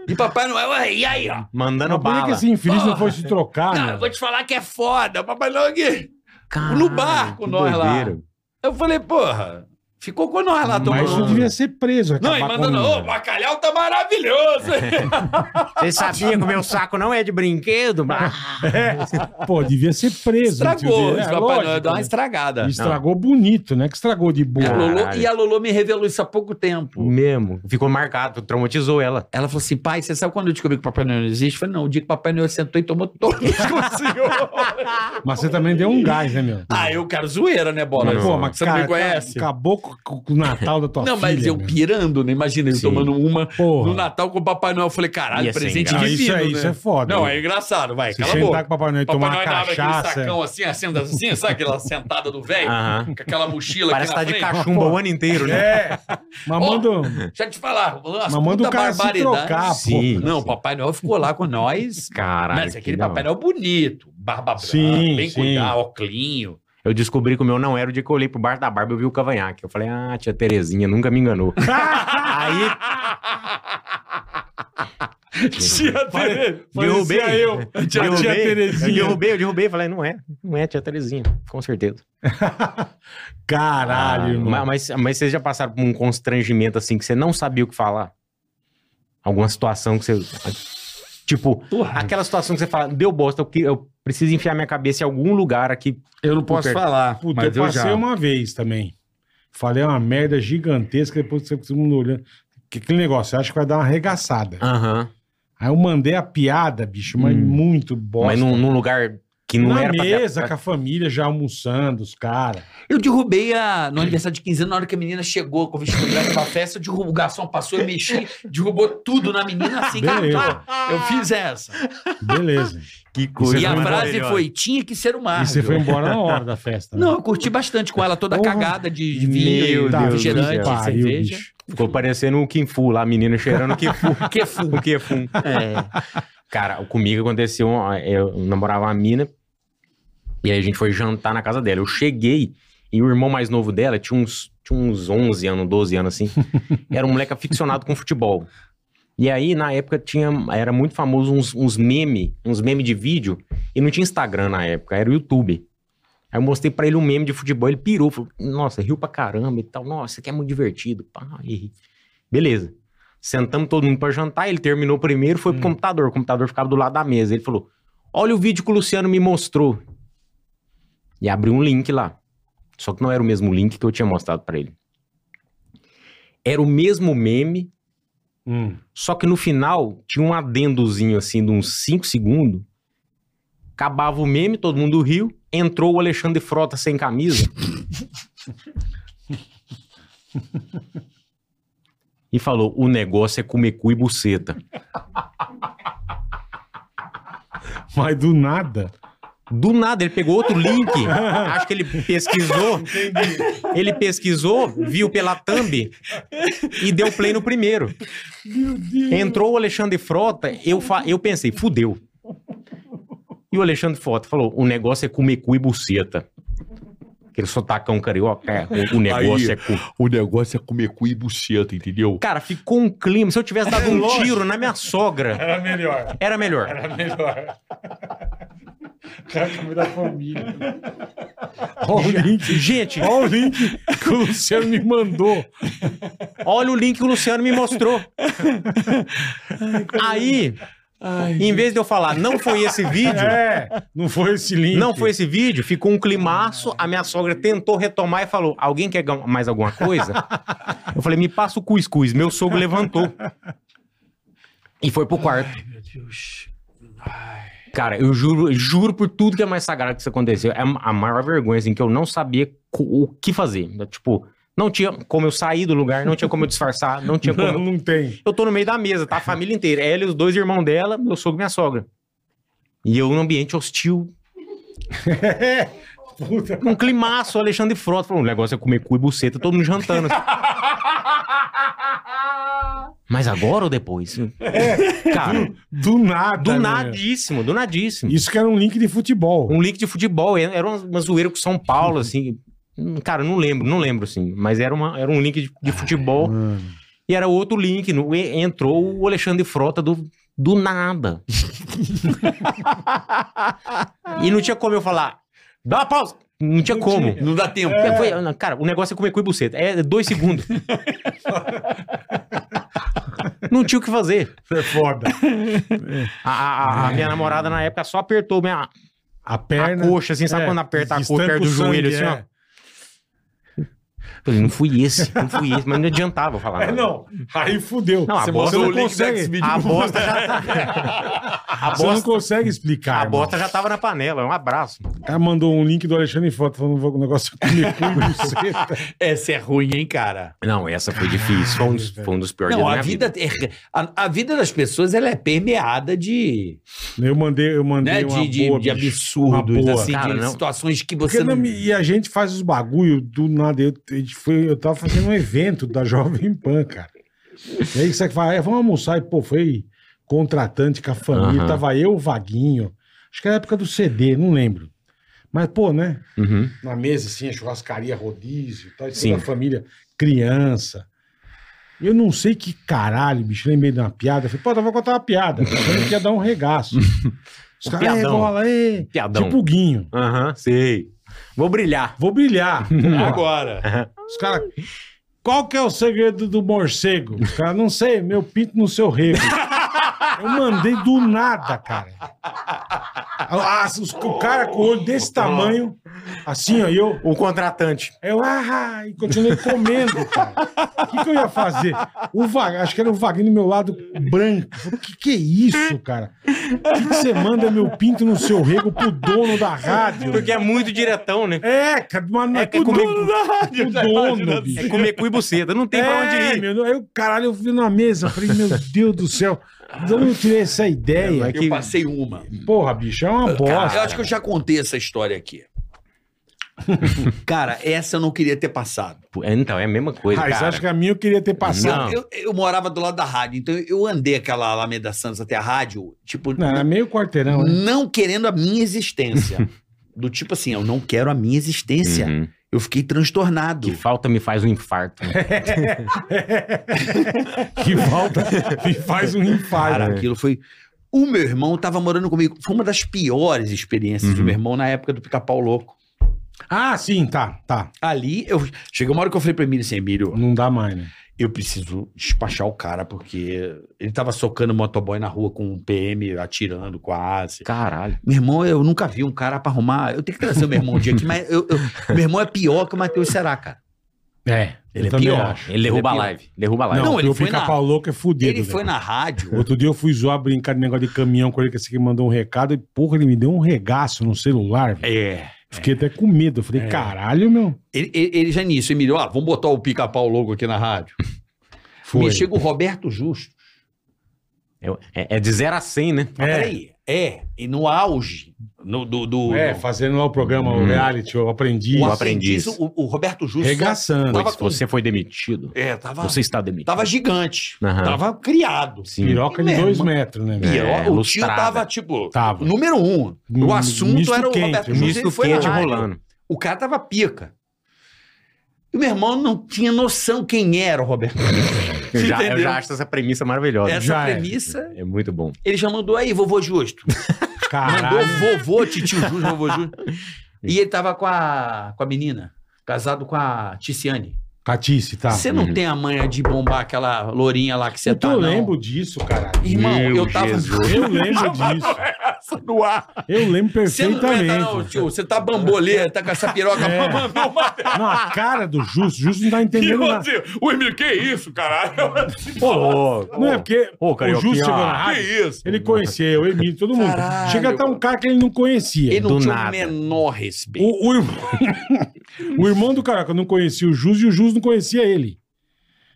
[SPEAKER 4] e Papai Noel, aí, e aí, ó,
[SPEAKER 5] Mandando
[SPEAKER 3] Mas por que assim,
[SPEAKER 5] bala.
[SPEAKER 3] que esse infeliz não foi se trocar,
[SPEAKER 4] não,
[SPEAKER 3] meu?
[SPEAKER 4] eu vou te falar que é foda, Papai Noel aqui,
[SPEAKER 5] Caralho,
[SPEAKER 4] no bar com
[SPEAKER 5] que
[SPEAKER 4] nós lá.
[SPEAKER 5] doideira.
[SPEAKER 4] Eu falei, porra, ficou com nós lá um tomando.
[SPEAKER 3] Mas isso devia ser preso.
[SPEAKER 4] Não, e
[SPEAKER 3] acabar
[SPEAKER 4] mandando,
[SPEAKER 3] com- né?"
[SPEAKER 4] ô, bacalhau tá maravilhoso.
[SPEAKER 3] É
[SPEAKER 5] Você sabia que o meu saco não é de brinquedo? Ah,
[SPEAKER 3] Pô, devia ser preso.
[SPEAKER 4] Estragou,
[SPEAKER 3] entendeu? É,
[SPEAKER 4] o Papai Noel
[SPEAKER 3] lógico,
[SPEAKER 4] deu uma É.
[SPEAKER 3] né?
[SPEAKER 4] estragada.
[SPEAKER 3] E Estragou bonito, né? Que estragou de
[SPEAKER 4] E a
[SPEAKER 3] boa.
[SPEAKER 4] Lolo-
[SPEAKER 5] Caralho.
[SPEAKER 4] e a Lolo me revelou isso há pouco tempo.
[SPEAKER 5] Mesmo. Ficou marcado, traumatizou ela.
[SPEAKER 4] Ela falou assim, pai, você sabe quando eu descobri que o Papai Noel não existe? Eu falei, não, o dia que o Papai Noel sentou e tomou todos [LAUGHS] com o senhor.
[SPEAKER 3] Mas você também deu um gás, né, meu?
[SPEAKER 4] ah, eu quero zoeira, né, Bola?
[SPEAKER 5] Mas,
[SPEAKER 3] pô, mas
[SPEAKER 4] você não
[SPEAKER 3] cara,
[SPEAKER 4] me conhece?
[SPEAKER 3] acabou com, com o Natal da tua filha.
[SPEAKER 4] não, mas eu
[SPEAKER 3] meu.
[SPEAKER 4] pirando, né? Imagina ele
[SPEAKER 5] Sim.
[SPEAKER 4] tomando uma
[SPEAKER 3] Porra.
[SPEAKER 4] no Natal com o Papai Noel. Eu falei, caralho,
[SPEAKER 5] Ia ser
[SPEAKER 4] presente
[SPEAKER 3] Não,
[SPEAKER 4] divino,
[SPEAKER 3] isso, é,
[SPEAKER 4] né?
[SPEAKER 3] isso é foda.
[SPEAKER 4] Não, é
[SPEAKER 3] é...
[SPEAKER 4] engraçado, vai,
[SPEAKER 3] Se
[SPEAKER 4] cala a boca.
[SPEAKER 3] sentar com o Papai Noel e tomar
[SPEAKER 4] Papai
[SPEAKER 3] uma
[SPEAKER 4] Noel dava aquele
[SPEAKER 3] cachaça. Ah.
[SPEAKER 4] sacão assim, acenda assim, sabe aquela sentada do velho?
[SPEAKER 5] Aham.
[SPEAKER 4] Com aquela mochila
[SPEAKER 5] [LAUGHS] Parece que
[SPEAKER 4] aqui
[SPEAKER 5] tá
[SPEAKER 4] na
[SPEAKER 5] de
[SPEAKER 4] frente.
[SPEAKER 5] cachumba o ano inteiro, né?
[SPEAKER 3] É. Mas manda,
[SPEAKER 4] Deixa eu te falar, umas
[SPEAKER 3] mas manda
[SPEAKER 4] puta
[SPEAKER 3] o cara se
[SPEAKER 4] barbaridades.
[SPEAKER 3] trocar,
[SPEAKER 5] Sim.
[SPEAKER 3] pô.
[SPEAKER 4] Não, o Papai Noel ficou lá com
[SPEAKER 3] [LAUGHS]
[SPEAKER 4] nós.
[SPEAKER 5] Caralho.
[SPEAKER 7] é
[SPEAKER 4] mas é aquele
[SPEAKER 5] que da
[SPEAKER 4] Papai
[SPEAKER 5] hora.
[SPEAKER 4] Noel bonito, barba branca,
[SPEAKER 3] né, Sim,
[SPEAKER 4] bem
[SPEAKER 3] sim.
[SPEAKER 4] cuidado, oclinho.
[SPEAKER 5] Eu descobri que o meu não era o dia que eu olhei pro bar da barba e eu vi o cavanhaque. Eu falei, ah, tia Terezinha, nunca me enganou. Aí
[SPEAKER 4] Tia Tere-
[SPEAKER 5] derrubei.
[SPEAKER 3] Parecia [LAUGHS] eu.
[SPEAKER 5] Tia, derrubei,
[SPEAKER 3] tia Terezinha.
[SPEAKER 5] Eu derrubei, eu derrubei. Falei, não é. Não é tia Terezinha, com certeza.
[SPEAKER 3] [LAUGHS] Caralho,
[SPEAKER 5] Ah,
[SPEAKER 3] irmão.
[SPEAKER 5] ma- Mas, mas vocês já passaram por um constrangimento assim que você não sabia o que falar? Alguma situação que você. Tipo, aquela situação que você fala, deu bosta, eu, que- eu preciso enfiar minha cabeça em algum lugar aqui.
[SPEAKER 7] Eu não
[SPEAKER 5] posso
[SPEAKER 7] falar,
[SPEAKER 3] Puta, eu passei uma vez também. Falei uma merda gigantesca, depois você todo mundo olhando. Que, aquele negócio, eu acho que vai dar uma arregaçada.
[SPEAKER 5] Aham.
[SPEAKER 3] Aí eu mandei a piada, bicho, mas
[SPEAKER 5] Hum.
[SPEAKER 3] muito bosta.
[SPEAKER 5] Mas num, num lugar Que não
[SPEAKER 3] Na
[SPEAKER 5] era pra-
[SPEAKER 3] mesa, com a família, já almoçando, os caras.
[SPEAKER 7] Eu derrubei a, no aniversário de 15 anos, na hora que a menina chegou com o vestido branco pra festa, eu derrubo, o garçom passou, eu mexi, derrubou tudo na menina assim.
[SPEAKER 3] Beleza.
[SPEAKER 7] cara, eu fiz essa.
[SPEAKER 3] Beleza.
[SPEAKER 10] Que
[SPEAKER 3] coisa
[SPEAKER 7] e a
[SPEAKER 3] foi
[SPEAKER 7] frase foi, tinha que ser uma
[SPEAKER 3] E
[SPEAKER 7] árvore.
[SPEAKER 3] você foi embora na hora da festa. né?
[SPEAKER 7] Não, eu curti bastante com ela, toda
[SPEAKER 3] Porra.
[SPEAKER 7] cagada de vinho,
[SPEAKER 5] Meu
[SPEAKER 7] de
[SPEAKER 5] Deus do
[SPEAKER 7] refrigerante,
[SPEAKER 5] céu.
[SPEAKER 3] Pariu,
[SPEAKER 7] cerveja.
[SPEAKER 3] bicho.
[SPEAKER 5] Ficou parecendo o Kim Fu lá, a menina cheirando o Kim
[SPEAKER 7] [LAUGHS]
[SPEAKER 5] Fu.
[SPEAKER 7] Que fu.
[SPEAKER 5] o Kim Fu.
[SPEAKER 7] É.
[SPEAKER 5] Cara, comigo aconteceu, ó, eu namorava uma mina, e aí a gente foi jantar na casa dela. Eu cheguei, e o irmão mais novo dela tinha uns, tinha uns 11 anos, 12
[SPEAKER 7] [LAUGHS]
[SPEAKER 5] anos, assim. Era um moleque aficionado com futebol. E aí, na época, tinha, era muito famoso uns, uns meme, uns meme de vídeo, e não tinha Instagram na época, era o YouTube. Aí eu mostrei pra ele um meme de futebol, ele pirou, falou, nossa, riu pra caramba e tal, nossa, isso aqui é muito divertido, pá, e... Beleza. Sentamos todo mundo pra jantar, ele terminou primeiro, foi pro computador. O computador ficava do lado da mesa. Ele falou: Olha o vídeo que o Luciano me mostrou. E abriu um link lá. Só que não era o mesmo link que eu tinha mostrado pra ele. Era o mesmo meme,
[SPEAKER 3] Hum.
[SPEAKER 5] só que no final tinha um adendozinho assim de uns 5 segundos. Acabava o meme, todo mundo riu. Entrou o Alexandre Frota sem camisa. e falou: o negócio é comer cu e buceta.
[SPEAKER 3] Mas do nada.
[SPEAKER 5] Do nada, ele pegou outro link. acho que ele pesquisou. ele pesquisou, viu pela thumb e deu play no primeiro. Entrou o Alexandre Frota, eu, fa- eu pensei, fudeu. E o Alexandre Frota falou: o negócio é comer cu e buceta. Aquele sotacão carioca, é, o, o negócio
[SPEAKER 11] Aí,
[SPEAKER 5] é cu.
[SPEAKER 11] O negócio é comer cu e buceta, entendeu?
[SPEAKER 5] Cara, ficou um clima. Se eu tivesse dado um
[SPEAKER 3] Lógico.
[SPEAKER 5] tiro na minha sogra,
[SPEAKER 3] É
[SPEAKER 10] Era melhor.
[SPEAKER 5] era melhor.
[SPEAKER 10] Era melhor. Quero comer da família.
[SPEAKER 3] Olha o link.
[SPEAKER 5] Gente,
[SPEAKER 3] Olha o link que o Luciano me mandou.
[SPEAKER 5] Olha o link que o Luciano me mostrou. Aí, em vez de eu falar, não foi esse vídeo,
[SPEAKER 3] É, não foi esse link.
[SPEAKER 5] não foi esse vídeo, ficou um climaço. A minha sogra tentou retomar e falou: Alguém quer gan- mais alguma coisa? Eu falei: Me passa o cuscuz. Meu sogro levantou e foi pro quarto. Cara, eu juro, juro por tudo que é mais sagrado que isso aconteceu. É a maior vergonha, assim, que eu não sabia co- o que fazer. Tipo, não tinha como eu sair do lugar, não tinha como eu disfarçar, não tinha como
[SPEAKER 3] Não, [LAUGHS] não tem.
[SPEAKER 5] eu tô no meio da mesa, tá? A família inteira. Ela e os dois irmãos dela, meu sogro e minha sogra. E eu num ambiente hostil.
[SPEAKER 3] Puta.
[SPEAKER 5] Um climaço, Alexandre Frota falou: o negócio é comer cu e buceta, todo mundo jantando. assim. Mas agora ou depois? Cara,
[SPEAKER 3] Do nada.
[SPEAKER 5] do
[SPEAKER 3] né?
[SPEAKER 5] nadíssimo, do nadíssimo.
[SPEAKER 3] Isso que era um link de futebol.
[SPEAKER 5] Um link de futebol, era era uma, uma zoeira com São
[SPEAKER 3] Uhum.
[SPEAKER 5] Paulo, assim. Hum, Cara, não lembro, não lembro, assim. Mas era, uma, era um link de,
[SPEAKER 3] Ah.
[SPEAKER 5] de futebol.
[SPEAKER 3] Mano.
[SPEAKER 5] E era outro link. No, e- entrou o Alexandre Frota do, do nada. [LAUGHS] e não tinha como eu falar. Dá uma pausa! Não tinha como.
[SPEAKER 7] Não dá tempo.
[SPEAKER 5] Eu falei, "Não, cara, o negócio é comer cu e buceta. É dois
[SPEAKER 3] [LAUGHS]
[SPEAKER 5] segundos. não tinha o que fazer.
[SPEAKER 3] Foi É foda.
[SPEAKER 5] A, a- a minha namorada na época só apertou minha,
[SPEAKER 3] A
[SPEAKER 5] a
[SPEAKER 3] É. perna.
[SPEAKER 5] coxa, assim, sabe
[SPEAKER 3] É,
[SPEAKER 5] quando aperta a coxa
[SPEAKER 3] estanca
[SPEAKER 5] perto
[SPEAKER 3] o
[SPEAKER 5] do joelho,
[SPEAKER 3] sangue, é.
[SPEAKER 5] assim, ó. Eu falei, não fui esse, não fui esse, mas não adiantava falar.
[SPEAKER 3] É,
[SPEAKER 5] nada.
[SPEAKER 3] não. Aí fudeu.
[SPEAKER 5] Não, a
[SPEAKER 3] Você
[SPEAKER 5] bosta-
[SPEAKER 3] não
[SPEAKER 5] o link
[SPEAKER 3] consegue.
[SPEAKER 5] A bosta já tá. A
[SPEAKER 3] Você não
[SPEAKER 5] bosta,
[SPEAKER 3] consegue explicar.
[SPEAKER 5] a
[SPEAKER 3] irmão.
[SPEAKER 5] bosta já tava na panela. Um abraço.
[SPEAKER 3] O cara mandou um link do Alexandre Foto falando que o negócio é comer cu e buceta.
[SPEAKER 5] [LAUGHS]
[SPEAKER 7] Essa é ruim, hein, cara?
[SPEAKER 5] Não, essa foi difícil. Foi um dos, foi um dos piores
[SPEAKER 7] Não,
[SPEAKER 5] dias da
[SPEAKER 7] a
[SPEAKER 5] minha
[SPEAKER 7] vida, é- a, a vida das pessoas ela é permeada de,
[SPEAKER 3] Eu mandei, eu mandei
[SPEAKER 7] né,
[SPEAKER 5] é
[SPEAKER 3] uma
[SPEAKER 7] de, de,
[SPEAKER 3] boa,
[SPEAKER 7] de
[SPEAKER 3] bicho.
[SPEAKER 7] absurdos,
[SPEAKER 3] Uma boa.
[SPEAKER 7] assim,
[SPEAKER 5] Cara,
[SPEAKER 7] de
[SPEAKER 5] não.
[SPEAKER 7] situações que
[SPEAKER 3] Porque
[SPEAKER 7] você
[SPEAKER 3] não
[SPEAKER 7] não.
[SPEAKER 3] me- e a gente faz os bagulho do nada. Eu, a gente foi, eu tava fazendo um evento da [LAUGHS] Jovem Pan, cara. E aí você fala, é, vamos almoçar. E, pô, foi contratante com a família.
[SPEAKER 5] Aham.
[SPEAKER 3] Tava eu, o Vaguinho. Acho que era a época do CD, não lembro. Mas, pô, né?
[SPEAKER 5] vida. Uhum.
[SPEAKER 3] Na mesa, assim, a churrascaria, rodízio e tal. E
[SPEAKER 5] Sim.
[SPEAKER 3] toda a família, criança. E Eu não sei que caralho, bicho. Lembrei de uma piada. Falei, pô, eu vou contar uma piada. Achando que ia dar um
[SPEAKER 5] [LAUGHS]
[SPEAKER 3] regaço. Os
[SPEAKER 5] O
[SPEAKER 3] caras, é,
[SPEAKER 5] piadão.
[SPEAKER 3] bola, é.
[SPEAKER 5] Piadão.
[SPEAKER 3] Tipo o Guinho.
[SPEAKER 5] Aham, sei. Vou brilhar.
[SPEAKER 3] Vou brilhar.
[SPEAKER 7] Agora.
[SPEAKER 4] [LAUGHS]
[SPEAKER 3] Os caras. Qual que é o segredo do morcego? Os caras, não sei, meu pinto no seu rego. Eu mandei do nada, cara. Ah, os- o cara com o olho desse tamanho, Assim, ó, e eu,
[SPEAKER 5] O contratante.
[SPEAKER 3] eu ah, e continuei comendo, cara. O que, que eu ia fazer? O Wag- acho que era o Wagner do meu lado branco. Eu falei, O que, que é isso, cara? O que, que você manda meu pinto no seu rego pro dono da rádio?
[SPEAKER 5] Porque é muito diretão, né?
[SPEAKER 3] É, cara, mas não é,
[SPEAKER 5] É que é
[SPEAKER 3] pro
[SPEAKER 5] comigo-
[SPEAKER 3] dono da rádio. Pro dono, bicho.
[SPEAKER 5] É comer cu e buceta, não tem pra onde ir.
[SPEAKER 3] É, Meu, eu, caralho, eu vi na mesa, falei, meu Deus do céu, de onde eu tirei essa ideia?
[SPEAKER 5] é que-
[SPEAKER 4] Eu passei uma.
[SPEAKER 3] Porra, bicho, é uma bosta.
[SPEAKER 4] eu acho que eu já contei essa história aqui. [LAUGHS] cara, essa eu não queria ter passado.
[SPEAKER 5] Pô, é, Então, é a mesma coisa,
[SPEAKER 3] Ah, você
[SPEAKER 5] cara.
[SPEAKER 3] acha que a minha eu queria ter passado?
[SPEAKER 5] Não.
[SPEAKER 4] Eu, eu morava do lado da rádio, então eu andei aquela Alameda Santos até a rádio, tipo,
[SPEAKER 3] Não, era meio quarteirão,
[SPEAKER 4] [LAUGHS]
[SPEAKER 3] né?
[SPEAKER 4] não querendo a minha [LAUGHS] existência. Do tipo assim, eu não quero a minha existência.
[SPEAKER 5] Uhum.
[SPEAKER 4] Eu fiquei transtornado.
[SPEAKER 5] Que falta me faz um infarto.
[SPEAKER 3] Que volta e faz um
[SPEAKER 4] Cara,
[SPEAKER 3] infarto.
[SPEAKER 4] aquilo foi. O meu irmão tava morando comigo. Foi uma das piores experiências
[SPEAKER 3] Uhum.
[SPEAKER 4] do meu irmão na época do pica-pau louco.
[SPEAKER 3] Ah, sim, tá, tá.
[SPEAKER 4] Ali, eu chegou uma hora que eu falei pra Emílio assim: Emílio,
[SPEAKER 3] Não dá mais, né?
[SPEAKER 4] eu preciso despachar o cara, porque ele tava socando motoboy na rua com um PM atirando quase.
[SPEAKER 5] Caralho.
[SPEAKER 4] Meu irmão, eu nunca vi um cara pra arrumar. Eu tenho que trazer o meu irmão um dia aqui, mas eu- eu- meu irmão é pior que o Matheus Será, cara.
[SPEAKER 3] É,
[SPEAKER 4] Ele é
[SPEAKER 3] também
[SPEAKER 4] pior.
[SPEAKER 3] acho.
[SPEAKER 5] Ele derruba a
[SPEAKER 4] Ele é
[SPEAKER 5] live. Derruba a
[SPEAKER 3] Não,
[SPEAKER 5] live.
[SPEAKER 4] Não, ele
[SPEAKER 3] ele
[SPEAKER 4] foi
[SPEAKER 3] foi
[SPEAKER 4] na-
[SPEAKER 3] pica-pau louco é fudido.
[SPEAKER 4] Ele foi
[SPEAKER 3] velho.
[SPEAKER 4] na rádio.
[SPEAKER 3] Outro dia eu fui zoar, brincar de negócio de caminhão com ele, que esse aqui mandou um recado e, porra, ele me deu um regaço no celular. velho.
[SPEAKER 4] É.
[SPEAKER 3] Fiquei até com medo. Eu falei, caralho, meu.
[SPEAKER 4] Ele, ele- ele já é nisso, Emílio, ó, vamos botar o pica-pau louco aqui na rádio.
[SPEAKER 3] Foi.
[SPEAKER 4] Me chega o Roberto Justo.
[SPEAKER 5] Eu- É, é de 0 a 100, né?
[SPEAKER 4] Mas Peraí, é, e no auge no- do, do,
[SPEAKER 3] É, fazendo lá o programa, o
[SPEAKER 5] Hum.
[SPEAKER 3] reality, o aprendiz.
[SPEAKER 4] o
[SPEAKER 5] Aprendiz.
[SPEAKER 4] aprendiz, o, o Roberto Justo.
[SPEAKER 3] Regaçando.
[SPEAKER 4] Tava
[SPEAKER 5] Se
[SPEAKER 4] com-
[SPEAKER 5] você foi demitido,
[SPEAKER 4] É, tava,
[SPEAKER 5] você está demitido.
[SPEAKER 4] tava gigante,
[SPEAKER 5] Aham.
[SPEAKER 4] tava criado.
[SPEAKER 5] Sim. É,
[SPEAKER 3] Piroca de
[SPEAKER 4] Meu
[SPEAKER 3] dois
[SPEAKER 4] irmão.
[SPEAKER 3] metros, né?
[SPEAKER 4] E
[SPEAKER 3] velho?
[SPEAKER 4] ó, o tio
[SPEAKER 5] lustrada.
[SPEAKER 4] tava, tipo,
[SPEAKER 3] Tava.
[SPEAKER 4] número um.
[SPEAKER 3] Um
[SPEAKER 4] O assunto
[SPEAKER 3] misto
[SPEAKER 4] era o
[SPEAKER 3] quente,
[SPEAKER 4] Roberto
[SPEAKER 3] um
[SPEAKER 4] Justo.
[SPEAKER 5] Misto
[SPEAKER 4] ele foi
[SPEAKER 5] quente
[SPEAKER 4] na rádio. [LAUGHS]
[SPEAKER 5] rolando.
[SPEAKER 4] O cara tava pica. E meu irmão não tinha noção quem era o Roberto. Justo.
[SPEAKER 5] Eu já, eu
[SPEAKER 4] Entendeu?
[SPEAKER 5] já acho essa premissa maravilhosa.
[SPEAKER 4] Essa
[SPEAKER 3] já é.
[SPEAKER 4] premissa,
[SPEAKER 5] É muito bom.
[SPEAKER 4] ele já mandou aí, vovô Justo. Mandou
[SPEAKER 3] [LAUGHS] Caralho.
[SPEAKER 4] vovô, titio Júlio, vovô Júlio.
[SPEAKER 5] [LAUGHS]
[SPEAKER 4] E ele tava com a, com a menina, casado com a Ticiane.
[SPEAKER 3] Catice, tá.
[SPEAKER 4] Você não
[SPEAKER 5] Uhum.
[SPEAKER 4] tem a manha de bombar aquela lourinha lá que você
[SPEAKER 3] Eu
[SPEAKER 4] tá, não?
[SPEAKER 3] lembro disso, caralho.
[SPEAKER 4] Irmão,
[SPEAKER 5] Meu
[SPEAKER 4] eu tava...
[SPEAKER 5] Jesus.
[SPEAKER 3] Eu lembro disso.
[SPEAKER 4] Essa [LAUGHS] no ar.
[SPEAKER 3] Eu lembro
[SPEAKER 4] Você não vai tá, não,
[SPEAKER 3] perfeitamente.
[SPEAKER 4] tio. Você tá bambolê, tá com essa piroca. [LAUGHS]
[SPEAKER 3] É. Não, a cara do Justo, o Justo não tá entendendo nada.
[SPEAKER 2] O Emílio, que isso,
[SPEAKER 4] [LAUGHS]
[SPEAKER 2] caralho?
[SPEAKER 5] Ô,
[SPEAKER 3] Não é porque
[SPEAKER 5] Ô,
[SPEAKER 3] o
[SPEAKER 5] Carioquinha.
[SPEAKER 3] Justo chegou na
[SPEAKER 2] Que
[SPEAKER 3] rádio,
[SPEAKER 2] isso?
[SPEAKER 3] ele conhecia o Emílio, todo mundo.
[SPEAKER 4] Caralho.
[SPEAKER 3] Chega até um cara que ele não conhecia.
[SPEAKER 4] Ele não
[SPEAKER 5] Do
[SPEAKER 4] tinha
[SPEAKER 5] nada.
[SPEAKER 4] o menor respeito.
[SPEAKER 3] O, o irmão- [LAUGHS] o irmão do Caraca não conhecia o Jus e o Jus não conhecia ele.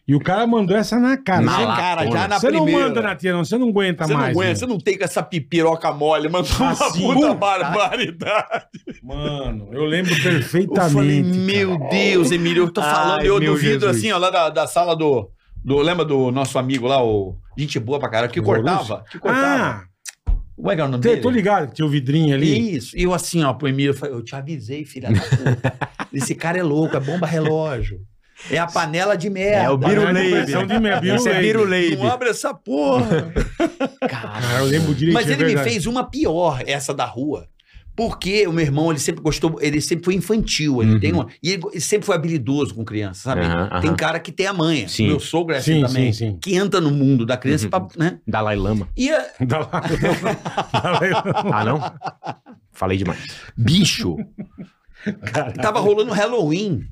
[SPEAKER 3] E o cara mandou essa na cara.
[SPEAKER 4] Na
[SPEAKER 3] Você-
[SPEAKER 4] cara, já na
[SPEAKER 3] você não
[SPEAKER 4] primeira.
[SPEAKER 3] manda na tia, não. Você não aguenta
[SPEAKER 4] Você não
[SPEAKER 3] mais.
[SPEAKER 4] aguenta,
[SPEAKER 3] né?
[SPEAKER 4] você não tem com essa pipiroca mole, mano. Uma
[SPEAKER 3] Assim,
[SPEAKER 4] puta
[SPEAKER 3] puta.
[SPEAKER 4] barbaridade.
[SPEAKER 3] Mano, eu lembro
[SPEAKER 4] [LAUGHS] Eu
[SPEAKER 3] perfeitamente.
[SPEAKER 4] falei,
[SPEAKER 3] cara.
[SPEAKER 4] meu Deus, Emílio, eu tô
[SPEAKER 5] Ai,
[SPEAKER 4] falando, eu
[SPEAKER 5] meu
[SPEAKER 4] do vidro
[SPEAKER 5] Jesus.
[SPEAKER 4] assim, ó, lá da, da sala do, do. Lembra do nosso amigo lá, o. Gente boa pra caralho, que
[SPEAKER 3] O
[SPEAKER 4] cortava. Que cortava.
[SPEAKER 3] Ah,
[SPEAKER 4] Como é que é o nome
[SPEAKER 3] tê-
[SPEAKER 4] dele?
[SPEAKER 3] tô ligado que tinha o vidrinho ali.
[SPEAKER 4] Isso. E eu assim, ó, pro Emílio, eu, falei, eu te avisei, filha da puta. Esse cara é louco, é bomba relógio. É a panela de merda.
[SPEAKER 5] É o
[SPEAKER 3] Caralho,
[SPEAKER 5] Biruleibe.
[SPEAKER 3] pressão de merda,
[SPEAKER 5] Isso é
[SPEAKER 3] Biruleibe.
[SPEAKER 5] Biruleibe.
[SPEAKER 4] Não abre essa
[SPEAKER 5] [LAUGHS]
[SPEAKER 4] porra.
[SPEAKER 3] Cara, eu lembro direitinho.
[SPEAKER 4] Mas
[SPEAKER 3] é
[SPEAKER 4] ele me
[SPEAKER 3] verdade.
[SPEAKER 4] fez uma pior, essa da rua. Porque o meu irmão, ele sempre gostou, ele sempre foi infantil, ele
[SPEAKER 5] Uhum.
[SPEAKER 4] tem uma, e ele, ele sempre foi habilidoso com criança, sabe?
[SPEAKER 5] Aham, aham.
[SPEAKER 4] Tem cara que tem a manha.
[SPEAKER 5] Sim.
[SPEAKER 4] Meu sogro é assim
[SPEAKER 3] Sim,
[SPEAKER 4] também.
[SPEAKER 3] sim, sim.
[SPEAKER 4] Que entra no mundo da criança
[SPEAKER 5] Uhum.
[SPEAKER 4] pra, né?
[SPEAKER 5] Dalai Lama.
[SPEAKER 4] E a-
[SPEAKER 3] [LAUGHS] Dá lá. Dá [LAUGHS] lá-
[SPEAKER 5] Ah,
[SPEAKER 4] [LAUGHS]
[SPEAKER 5] não? Falei demais.
[SPEAKER 4] bicho, tava rolando Halloween.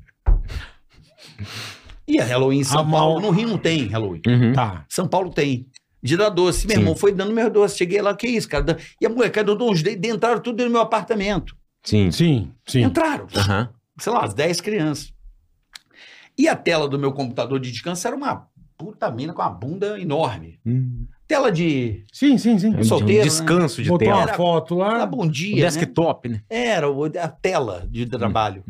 [SPEAKER 4] E a Halloween em São
[SPEAKER 3] A mal-
[SPEAKER 4] Paulo, no Rio não tem Halloween.
[SPEAKER 5] Uhum.
[SPEAKER 3] Tá.
[SPEAKER 4] São Paulo tem. Dia da doce. Meu
[SPEAKER 5] Sim.
[SPEAKER 4] irmão foi dando meu doce. Cheguei lá, que isso, cara? Dan- E a molecada, eu dou uns dedos, entraram tudo no meu apartamento.
[SPEAKER 5] Sim.
[SPEAKER 3] Sim, sim.
[SPEAKER 4] Entraram.
[SPEAKER 5] Aham.
[SPEAKER 4] sei lá, umas 10 crianças. E a tela do meu computador de descanso era uma puta mina com uma bunda enorme. Tela de.
[SPEAKER 3] Sim, sim, sim.
[SPEAKER 5] Uhum. Um
[SPEAKER 4] solteiro, né?
[SPEAKER 5] descanso de
[SPEAKER 3] Botou
[SPEAKER 5] tela.
[SPEAKER 3] uma foto
[SPEAKER 4] Era
[SPEAKER 3] lá.
[SPEAKER 4] bom
[SPEAKER 5] Ah, O
[SPEAKER 4] dia. Né?
[SPEAKER 5] desktop, Hum. né?
[SPEAKER 4] Era o- a tela de trabalho.